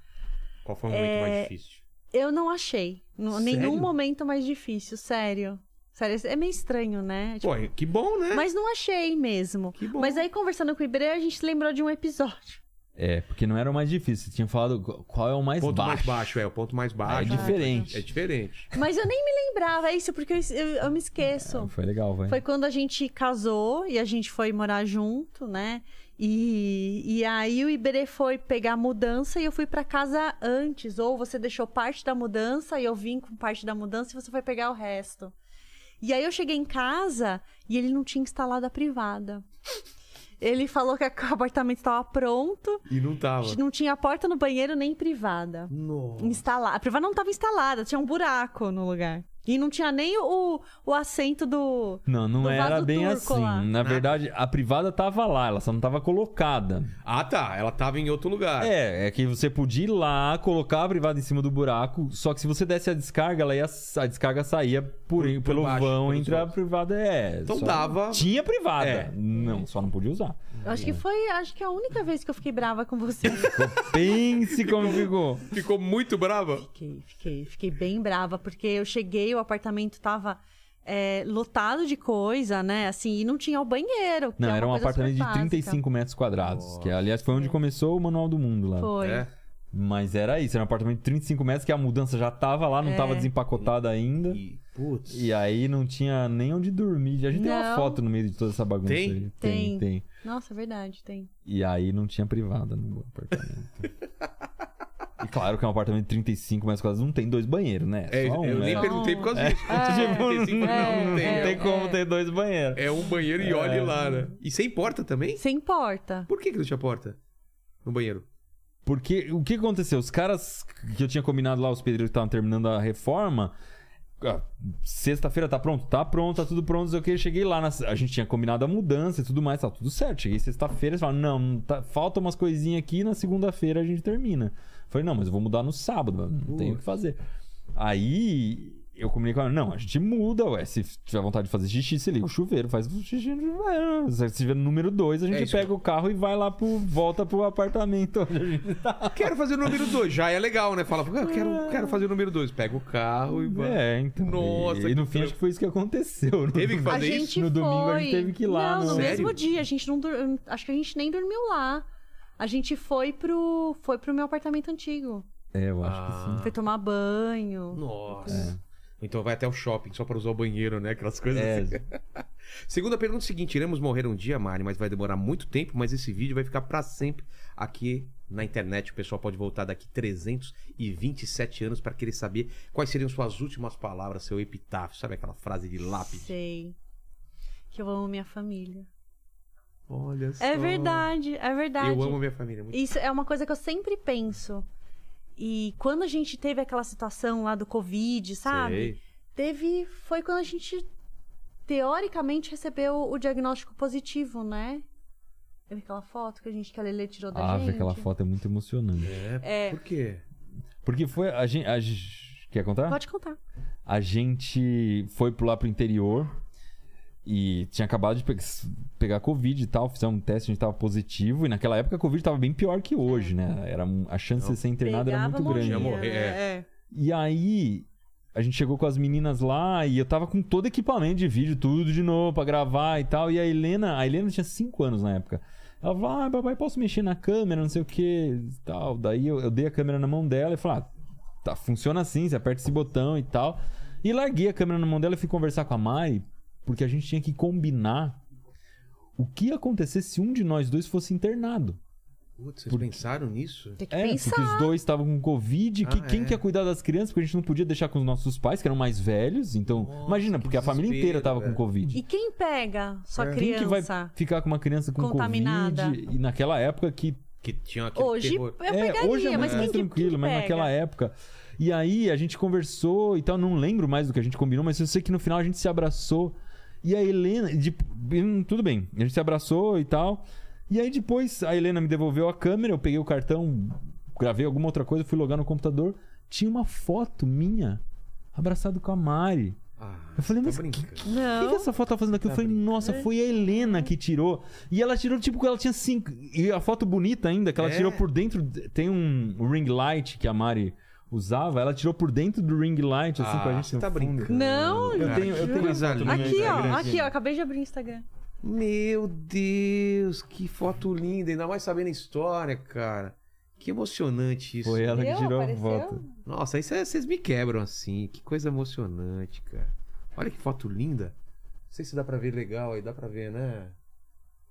[SPEAKER 1] Qual foi o
[SPEAKER 5] É,
[SPEAKER 1] momento mais difícil?
[SPEAKER 4] Eu não achei. N-
[SPEAKER 1] Sério?
[SPEAKER 4] Nenhum momento mais difícil, sério. Sério, é meio estranho, né? Tipo,
[SPEAKER 1] Pô, que bom, né?
[SPEAKER 4] mas não achei mesmo.
[SPEAKER 1] Que bom.
[SPEAKER 4] Mas aí, conversando com o Iberê, a gente lembrou de um episódio.
[SPEAKER 5] É, porque não era o mais difícil. Você tinha falado qual é o mais
[SPEAKER 1] ponto mais
[SPEAKER 5] baixo.
[SPEAKER 1] baixo, é. O ponto mais
[SPEAKER 5] Ah, é
[SPEAKER 1] baixo.
[SPEAKER 5] diferente.
[SPEAKER 1] É diferente.
[SPEAKER 4] Mas eu nem me lembrava é isso, porque eu, eu- eu me esqueço.
[SPEAKER 5] Foi legal, vai.
[SPEAKER 4] Foi quando a gente casou e a gente foi morar junto, né? E, e aí o Iberê foi pegar a mudança e eu fui pra casa antes. Ou você deixou parte da mudança e eu vim com parte da mudança e você foi pegar o resto. E aí eu cheguei em casa e ele não tinha instalado a privada. Ele falou que o apartamento estava pronto,
[SPEAKER 1] E não tava.
[SPEAKER 4] não tinha porta no banheiro nem privada.
[SPEAKER 1] Nossa.
[SPEAKER 4] Instalar. A privada não estava instalada, tinha um buraco no lugar. E não tinha nem o, o assento do.
[SPEAKER 5] Não, não
[SPEAKER 4] do
[SPEAKER 5] era
[SPEAKER 4] vaso
[SPEAKER 5] bem
[SPEAKER 4] turco
[SPEAKER 5] assim.
[SPEAKER 4] lá.
[SPEAKER 5] Na verdade, a privada tava lá, ela só não tava colocada.
[SPEAKER 1] Ah, tá. Ela tava em outro lugar.
[SPEAKER 5] É, é que você podia ir lá, colocar a privada em cima do buraco, só que se você desse a descarga, ela ia, a descarga saía por,
[SPEAKER 1] por
[SPEAKER 5] pelo
[SPEAKER 1] baixo,
[SPEAKER 5] vão
[SPEAKER 1] pelos
[SPEAKER 5] entre a
[SPEAKER 1] outros.
[SPEAKER 5] privada. É,
[SPEAKER 1] Então
[SPEAKER 5] só-
[SPEAKER 1] dava-
[SPEAKER 5] Tinha privada.
[SPEAKER 1] É.
[SPEAKER 5] Não, só não podia usar.
[SPEAKER 4] Eu acho que foi acho que é a única vez que eu fiquei brava com você.
[SPEAKER 5] Pense como ficou.
[SPEAKER 1] Ficou muito brava?
[SPEAKER 4] fiquei, fiquei, fiquei bem brava, porque eu cheguei, o apartamento tava é, lotado de coisa, né? Assim, e não tinha o banheiro. que
[SPEAKER 5] Não,
[SPEAKER 4] é uma
[SPEAKER 5] era um
[SPEAKER 4] coisa
[SPEAKER 5] apartamento
[SPEAKER 4] super
[SPEAKER 5] de
[SPEAKER 4] básica.
[SPEAKER 5] 35 metros quadrados, que aliás foi onde começou o Manual do Mundo lá.
[SPEAKER 4] Foi.
[SPEAKER 1] É.
[SPEAKER 5] Mas era isso, era um apartamento de 35 metros que a mudança já tava lá, não
[SPEAKER 4] É.
[SPEAKER 5] tava desempacotada ainda.
[SPEAKER 1] E, putz.
[SPEAKER 5] E aí não tinha nem onde dormir. A gente tem uma
[SPEAKER 4] Não.
[SPEAKER 5] foto no meio de toda essa bagunça.
[SPEAKER 1] Tem?
[SPEAKER 5] aí. tem.
[SPEAKER 4] Tem.
[SPEAKER 5] tem.
[SPEAKER 4] Nossa, é verdade, tem.
[SPEAKER 5] E aí não tinha privada no apartamento. e claro que é um apartamento de 35 metros quadrados, não tem dois banheiros, né?
[SPEAKER 1] É,
[SPEAKER 5] Só um,
[SPEAKER 1] eu
[SPEAKER 5] né?
[SPEAKER 1] nem perguntei por causa disso.
[SPEAKER 4] É.
[SPEAKER 5] Tipo,
[SPEAKER 1] 35
[SPEAKER 4] É,
[SPEAKER 5] não,
[SPEAKER 4] é,
[SPEAKER 5] tem como ter dois banheiros.
[SPEAKER 1] É um banheiro e olhe lá, né? E sem porta também?
[SPEAKER 4] Sem porta.
[SPEAKER 1] Por que, que não tinha porta? No banheiro.
[SPEAKER 5] Porque o que aconteceu? Os caras que eu tinha combinado lá, os pedreiros que estavam terminando a reforma. ah, Sexta-feira tá pronto? Tá pronto, tá tudo pronto. não sei o que cheguei lá, na- a gente tinha combinado a mudança e tudo mais, tá tudo certo. Cheguei sexta-feira, eles falaram: não, não tá, falta umas coisinhas aqui, na segunda-feira a gente termina. Falei: não, mas eu vou mudar no sábado, não tenho o que fazer. Aí eu comuniquei com ela, não, a gente muda, ué. Se tiver vontade de fazer xixi, se liga o chuveiro, faz o xixi no chuveiro. Se tiver no número 2, a
[SPEAKER 1] É
[SPEAKER 5] gente
[SPEAKER 1] isso.
[SPEAKER 5] pega o carro e vai lá pro. volta pro apartamento onde a gente tá.
[SPEAKER 1] Quero fazer o número 2. Já é legal, né? Fala, "Ah, quero, quero fazer o número 2. Pega o carro e vai.
[SPEAKER 5] É, então.
[SPEAKER 1] Nossa,
[SPEAKER 5] e, e no
[SPEAKER 1] que
[SPEAKER 5] fim
[SPEAKER 1] trampo.
[SPEAKER 5] acho que foi isso que aconteceu.
[SPEAKER 1] Teve que
[SPEAKER 4] A
[SPEAKER 1] fazer isso?
[SPEAKER 4] gente
[SPEAKER 5] No
[SPEAKER 4] foi.
[SPEAKER 5] domingo a gente teve que ir lá, né?
[SPEAKER 4] Não,
[SPEAKER 5] não.
[SPEAKER 4] no
[SPEAKER 1] Sério?
[SPEAKER 4] mesmo dia. A gente não dur... Acho que a gente nem dormiu lá. A gente foi pro, foi pro meu apartamento antigo.
[SPEAKER 5] É, eu acho
[SPEAKER 1] Ah.
[SPEAKER 5] que sim.
[SPEAKER 4] Foi tomar banho.
[SPEAKER 1] Nossa. Então vai até o shopping só pra usar o banheiro, né? Aquelas coisas assim.
[SPEAKER 5] É,
[SPEAKER 1] Segunda pergunta é o seguinte: iremos morrer um dia, Mari, mas vai demorar muito tempo, mas esse vídeo vai ficar pra sempre aqui na internet. O pessoal pode voltar daqui 327 anos pra querer saber quais seriam suas últimas palavras, seu epitáfio, sabe aquela frase de lápide?
[SPEAKER 4] Sei. Que eu amo minha família.
[SPEAKER 1] Olha só.
[SPEAKER 4] É verdade, é verdade.
[SPEAKER 1] Eu amo minha família muito.
[SPEAKER 4] Isso é uma coisa que eu sempre penso. E quando a gente teve aquela situação lá do Covid, sabe?
[SPEAKER 1] Sei.
[SPEAKER 4] Teve. Foi quando a gente, teoricamente, recebeu o diagnóstico positivo, né? Teve aquela foto que a gente que a Lele tirou da
[SPEAKER 5] ah,
[SPEAKER 4] gente.
[SPEAKER 5] aquela foto é muito emocionante.
[SPEAKER 1] É, Por quê?
[SPEAKER 5] Porque foi a gente. a gente- Quer contar?
[SPEAKER 4] Ah. Pode contar.
[SPEAKER 5] A gente foi pro lá pro interior e tinha acabado de pe- pegar Covid e tal, fizemos um teste, a gente tava positivo e naquela época a Covid tava bem pior que hoje,
[SPEAKER 4] É.
[SPEAKER 5] né? Era um- a chance de ser internado era muito grande.
[SPEAKER 1] morria.
[SPEAKER 4] morrer.
[SPEAKER 1] morrer, é.
[SPEAKER 4] é.
[SPEAKER 5] E aí a gente chegou com as meninas lá e eu tava com todo equipamento de vídeo, tudo de novo pra gravar e tal. E a Helena, a Helena tinha 5 anos na época. Ela falou: "Ah, papai, posso mexer na câmera, não sei o que, tal". Daí eu, eu dei a câmera na mão dela e falei: ah, tá, funciona assim, você aperta esse botão e tal". E larguei a câmera na mão dela e fui conversar com a Mari, porque a gente tinha que combinar o que ia acontecer se um de nós dois fosse internado.
[SPEAKER 1] Putz, vocês pensaram nisso?
[SPEAKER 4] Tem que
[SPEAKER 5] É,
[SPEAKER 4] pensar.
[SPEAKER 5] porque os dois estavam com Covid. que,
[SPEAKER 1] Ah,
[SPEAKER 5] quem
[SPEAKER 1] é.
[SPEAKER 5] que ia cuidar das crianças? Porque a gente não podia deixar com os nossos pais, que eram mais velhos. Então,
[SPEAKER 1] Nossa,
[SPEAKER 5] imagina,
[SPEAKER 1] que
[SPEAKER 5] porque a família inteira
[SPEAKER 1] desespero,
[SPEAKER 5] estava com
[SPEAKER 1] velho.
[SPEAKER 5] Covid.
[SPEAKER 4] E quem pega sua
[SPEAKER 5] É. Quem que vai
[SPEAKER 4] criança?
[SPEAKER 5] ficar com uma criança com
[SPEAKER 4] Contaminada.
[SPEAKER 5] Covid? E naquela época que
[SPEAKER 1] Que tinha aquele
[SPEAKER 4] Hoje eu
[SPEAKER 1] terror.
[SPEAKER 4] pegaria,
[SPEAKER 5] hoje é
[SPEAKER 4] mas quem
[SPEAKER 5] muito mais
[SPEAKER 4] que-
[SPEAKER 5] tranquilo,
[SPEAKER 4] quem
[SPEAKER 5] mas
[SPEAKER 4] pega?
[SPEAKER 5] naquela época. E aí a gente conversou e tal, não lembro mais do que a gente combinou, mas eu sei que no final a gente se abraçou. E a Helena, e de- hum, tudo bem, a gente se abraçou e tal. E aí depois a Helena me devolveu a câmera, eu peguei o cartão, gravei alguma outra coisa, fui logar no computador, tinha uma foto minha abraçado com a Mari.
[SPEAKER 1] Ah,
[SPEAKER 5] Eu falei,
[SPEAKER 1] tá
[SPEAKER 5] mas
[SPEAKER 1] brincando.
[SPEAKER 5] o que, que essa foto tá fazendo aqui? Eu falei, nossa, foi a Helena que tirou. E ela tirou, tipo, que ela tinha cinco. E a foto bonita ainda, que ela
[SPEAKER 1] É.
[SPEAKER 5] tirou por dentro. Tem um ring light que a Mari usava. Ela tirou por dentro do ring light, assim, com a
[SPEAKER 1] Ah,
[SPEAKER 5] gente.
[SPEAKER 1] você
[SPEAKER 5] no
[SPEAKER 1] tá
[SPEAKER 5] fundo. né?
[SPEAKER 1] brincando.
[SPEAKER 4] Não,
[SPEAKER 1] cara.
[SPEAKER 5] eu tenho- eu
[SPEAKER 1] Que
[SPEAKER 5] tenho
[SPEAKER 1] coisa
[SPEAKER 5] foto no
[SPEAKER 1] linda.
[SPEAKER 5] meu
[SPEAKER 4] Aqui, ó,
[SPEAKER 5] Instagram,
[SPEAKER 4] aqui,
[SPEAKER 5] gente.
[SPEAKER 4] ó, acabei de abrir o Instagram.
[SPEAKER 1] Meu Deus, que foto linda. Ainda mais sabendo a história, cara. Que emocionante isso.
[SPEAKER 5] Foi ela que
[SPEAKER 4] Viu?
[SPEAKER 5] tirou
[SPEAKER 4] Apareceu?
[SPEAKER 5] a foto.
[SPEAKER 1] Nossa, aí vocês me quebram assim. Que coisa emocionante, cara. Olha que foto linda. Não sei se dá pra ver legal aí, dá pra ver, né?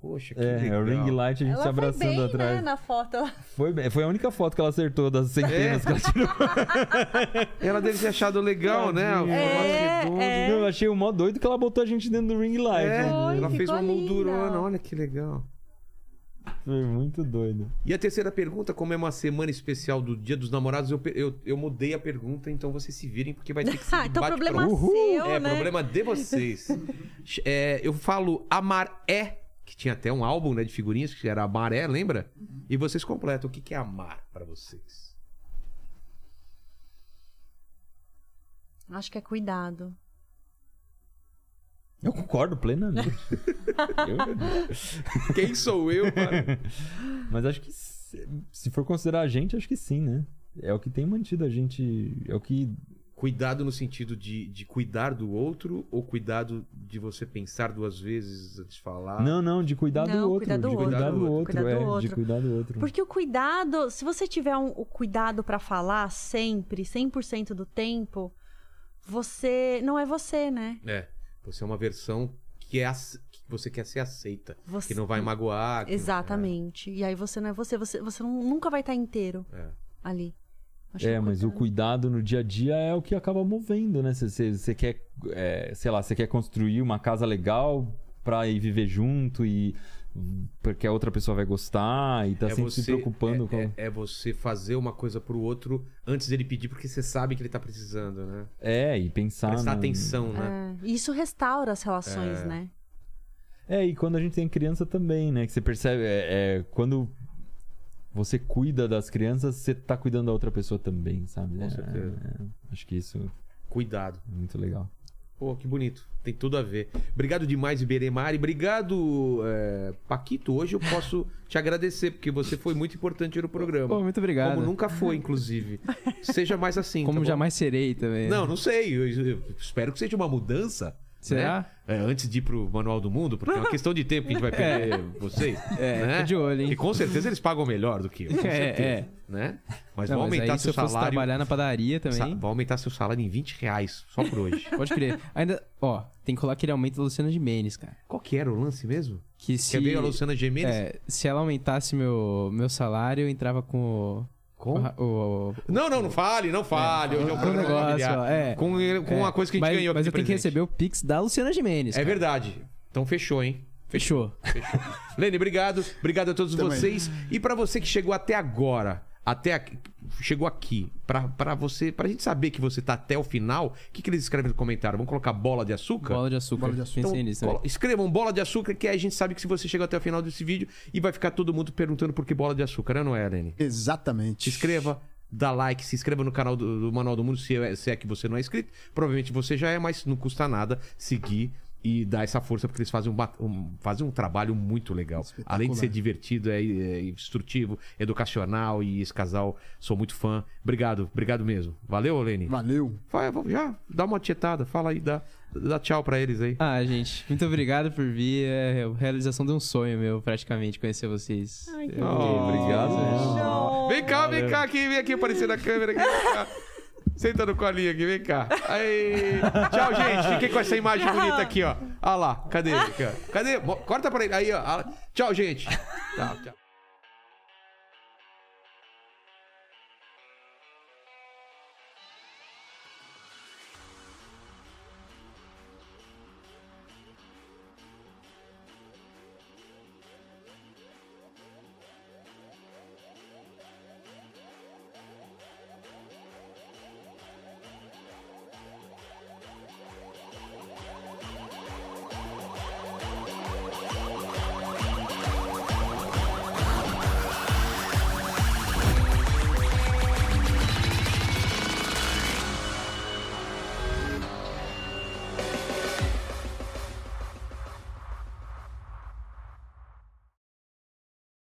[SPEAKER 1] Poxa, que
[SPEAKER 5] É, é
[SPEAKER 1] legal.
[SPEAKER 5] o ring light a gente se
[SPEAKER 4] Ela foi
[SPEAKER 5] abraçando
[SPEAKER 4] bem,
[SPEAKER 5] atrás.
[SPEAKER 4] né, na foto.
[SPEAKER 5] Foi, bem- foi a única foto que ela acertou das centenas que
[SPEAKER 1] É,
[SPEAKER 5] ela tirou.
[SPEAKER 1] Ela deve ter achado legal, né? O
[SPEAKER 5] Tadinha.
[SPEAKER 1] formato redondo.
[SPEAKER 4] É.
[SPEAKER 5] Não, eu achei o mó doido que ela botou a gente dentro do ring light.
[SPEAKER 1] É,
[SPEAKER 4] Foi,
[SPEAKER 1] ela fez
[SPEAKER 4] ficou
[SPEAKER 1] uma moldurona,
[SPEAKER 4] linda.
[SPEAKER 1] olha que legal.
[SPEAKER 5] Foi muito doido.
[SPEAKER 1] E a terceira pergunta, como é uma semana especial do Dia dos Namorados, eu, pe- eu, eu mudei a pergunta, então vocês se virem, porque vai ter que ser.
[SPEAKER 4] Ah,
[SPEAKER 1] de
[SPEAKER 4] então
[SPEAKER 1] bate
[SPEAKER 4] problema
[SPEAKER 1] pronto.
[SPEAKER 4] seu,
[SPEAKER 1] É,
[SPEAKER 4] né?
[SPEAKER 1] problema de vocês. É, eu falo Amar é, que tinha até um álbum né, de figurinhas que era Amar é, lembra? E vocês completam. O que que é amar pra vocês?
[SPEAKER 4] Acho que é cuidado.
[SPEAKER 5] Eu concordo plenamente. eu,
[SPEAKER 1] Quem sou eu? Para...
[SPEAKER 5] Mas acho que se se for considerar a gente, acho que sim, né? É o que tem mantido a gente. É o que.
[SPEAKER 1] cuidado no sentido de, de cuidar do outro ou cuidado de você pensar duas vezes antes de falar?
[SPEAKER 5] Não, não, de cuidar do
[SPEAKER 4] Não,
[SPEAKER 5] outro.
[SPEAKER 4] cuidar do
[SPEAKER 5] de
[SPEAKER 4] outro.
[SPEAKER 5] cuidar do outro.
[SPEAKER 4] Cuidar do
[SPEAKER 5] é, de
[SPEAKER 4] outro.
[SPEAKER 5] cuidar do outro.
[SPEAKER 4] Porque o cuidado, se você tiver um- o cuidado pra falar sempre, 100% do tempo, você não é você, né?
[SPEAKER 1] É, você é uma versão que, é ace- que você quer ser aceita.
[SPEAKER 4] Você
[SPEAKER 1] Que não vai né? magoar. que não-
[SPEAKER 4] Exatamente. E aí você não é você, você, você nu- nunca vai estar inteiro
[SPEAKER 1] É.
[SPEAKER 4] ali. Acho que
[SPEAKER 5] É, mas o cuidado no dia a dia é o que acaba movendo, né? Você- Você você quer, é, sei lá, você quer construir uma casa legal pra ir viver junto e porque a outra pessoa vai gostar e tá
[SPEAKER 1] É
[SPEAKER 5] sempre se preocupando
[SPEAKER 1] é,
[SPEAKER 5] com.
[SPEAKER 1] é- é você fazer uma coisa pro outro antes dele pedir, porque você sabe que ele tá precisando, né?
[SPEAKER 5] É, e pensar.
[SPEAKER 1] Prestar
[SPEAKER 5] no-
[SPEAKER 1] atenção, né?
[SPEAKER 4] É, e isso restaura as relações, né?
[SPEAKER 5] É, e quando a gente tem criança também, né? Que você percebe, é, é, quando você cuida das crianças, você tá cuidando da outra pessoa também, sabe?
[SPEAKER 1] Com
[SPEAKER 5] É,
[SPEAKER 1] certeza.
[SPEAKER 5] é, acho que isso
[SPEAKER 1] Cuidado.
[SPEAKER 5] é muito legal.
[SPEAKER 1] Pô, que bonito. Tem tudo a ver. Obrigado demais, Iberê Mari. Obrigado, é, Paquito. Hoje eu posso te agradecer, porque você foi muito importante no
[SPEAKER 3] Pô,
[SPEAKER 1] programa.
[SPEAKER 3] muito obrigado.
[SPEAKER 1] Como
[SPEAKER 3] Como,
[SPEAKER 1] nunca foi, inclusive. Seja mais assim. tá bom?
[SPEAKER 3] jamais serei também.
[SPEAKER 1] Não, não sei. Eu- eu espero que seja uma mudança.
[SPEAKER 3] Será?
[SPEAKER 1] né? É, antes de ir pro Manual do Mundo, porque é uma questão de tempo que a gente vai perder vocês.
[SPEAKER 3] É,
[SPEAKER 1] né?
[SPEAKER 3] fica de olho, hein?
[SPEAKER 1] E com certeza eles pagam melhor do que eu, com
[SPEAKER 3] É,
[SPEAKER 1] certeza.
[SPEAKER 3] é.
[SPEAKER 1] Né? Mas
[SPEAKER 3] Não,
[SPEAKER 1] vão
[SPEAKER 3] mas
[SPEAKER 1] aumentar
[SPEAKER 3] aí, se
[SPEAKER 1] seu
[SPEAKER 3] eu fosse
[SPEAKER 1] salário.
[SPEAKER 3] trabalhar na padaria também.
[SPEAKER 1] Vão aumentar seu salário em 20 reais, só por hoje.
[SPEAKER 3] Pode crer. Ainda, ó, tem que colar aquele aumento da Luciana Gimenez, cara.
[SPEAKER 1] Qual que era o lance mesmo?
[SPEAKER 3] Que se,
[SPEAKER 1] Quer ver a Luciana Gemenez?
[SPEAKER 3] é, se ela aumentasse meu, meu salário, eu entrava com o.
[SPEAKER 1] Com?
[SPEAKER 3] o- o- o-
[SPEAKER 1] Não, não, não fale, não fale. Hoje é um
[SPEAKER 3] o
[SPEAKER 1] programa
[SPEAKER 3] negócio,
[SPEAKER 1] familiar.
[SPEAKER 3] ó, é.
[SPEAKER 1] com com
[SPEAKER 3] é,
[SPEAKER 1] a coisa que a gente
[SPEAKER 3] mas,
[SPEAKER 1] ganhou aqui
[SPEAKER 3] Mas eu tenho que
[SPEAKER 1] presente.
[SPEAKER 3] receber o Pix da Luciana Gimenez.
[SPEAKER 1] É
[SPEAKER 3] cara.
[SPEAKER 1] verdade. Então fechou, hein?
[SPEAKER 3] Fechou.
[SPEAKER 1] Lene, obrigado. Obrigado a todos
[SPEAKER 2] Também.
[SPEAKER 1] vocês. E pra você que chegou até agora, até aqui- chegou aqui, pra pra você, pra gente saber que você tá até o final, o que, que eles escrevem no comentário? Vamos colocar bola de açúcar?
[SPEAKER 3] Bola de açúcar. né?
[SPEAKER 2] Bola de açúcar.
[SPEAKER 3] Pensei
[SPEAKER 1] Então,
[SPEAKER 3] nisso.
[SPEAKER 1] colo-
[SPEAKER 3] também.
[SPEAKER 1] escrevam bola de açúcar, que aí a gente sabe que se você chegou até o final desse vídeo e vai ficar todo mundo perguntando por que bola de açúcar, né, não é, Lene?
[SPEAKER 2] Exatamente.
[SPEAKER 1] Se inscreva, dá like, se inscreva no canal do, do Manual do Mundo, se é, se é que você não é inscrito. Provavelmente você já é, mas não custa nada seguir e dar essa força, porque eles fazem um, ba- um- fazem um trabalho muito legal.
[SPEAKER 2] Espetacular.
[SPEAKER 1] Além de ser divertido, é, é instrutivo, educacional e esse casal, sou muito fã. Obrigado, obrigado mesmo. Valeu, Lene.
[SPEAKER 2] Valeu.
[SPEAKER 1] Vai, vamos já, dá uma tietada, fala aí, dá, dá tchau pra eles aí.
[SPEAKER 3] Ah, gente, muito obrigado por vir. É a realização de um sonho meu, praticamente, conhecer vocês.
[SPEAKER 1] É.
[SPEAKER 4] Ai, que
[SPEAKER 3] Eu-
[SPEAKER 5] Obrigado.
[SPEAKER 4] Não.
[SPEAKER 1] Vem cá, vem cá aqui, vem aqui aparecer na câmera. Aqui, vem cá. Senta no colinho aqui, vem cá. Aí. Tchau, gente. Fiquei com essa imagem bonita aqui, ó. Olha lá. Cadê ele? cara? Cadê? Bo- Corta pra ele. Aí, ó. Ah lá. Tchau, gente. Tchau, tchau.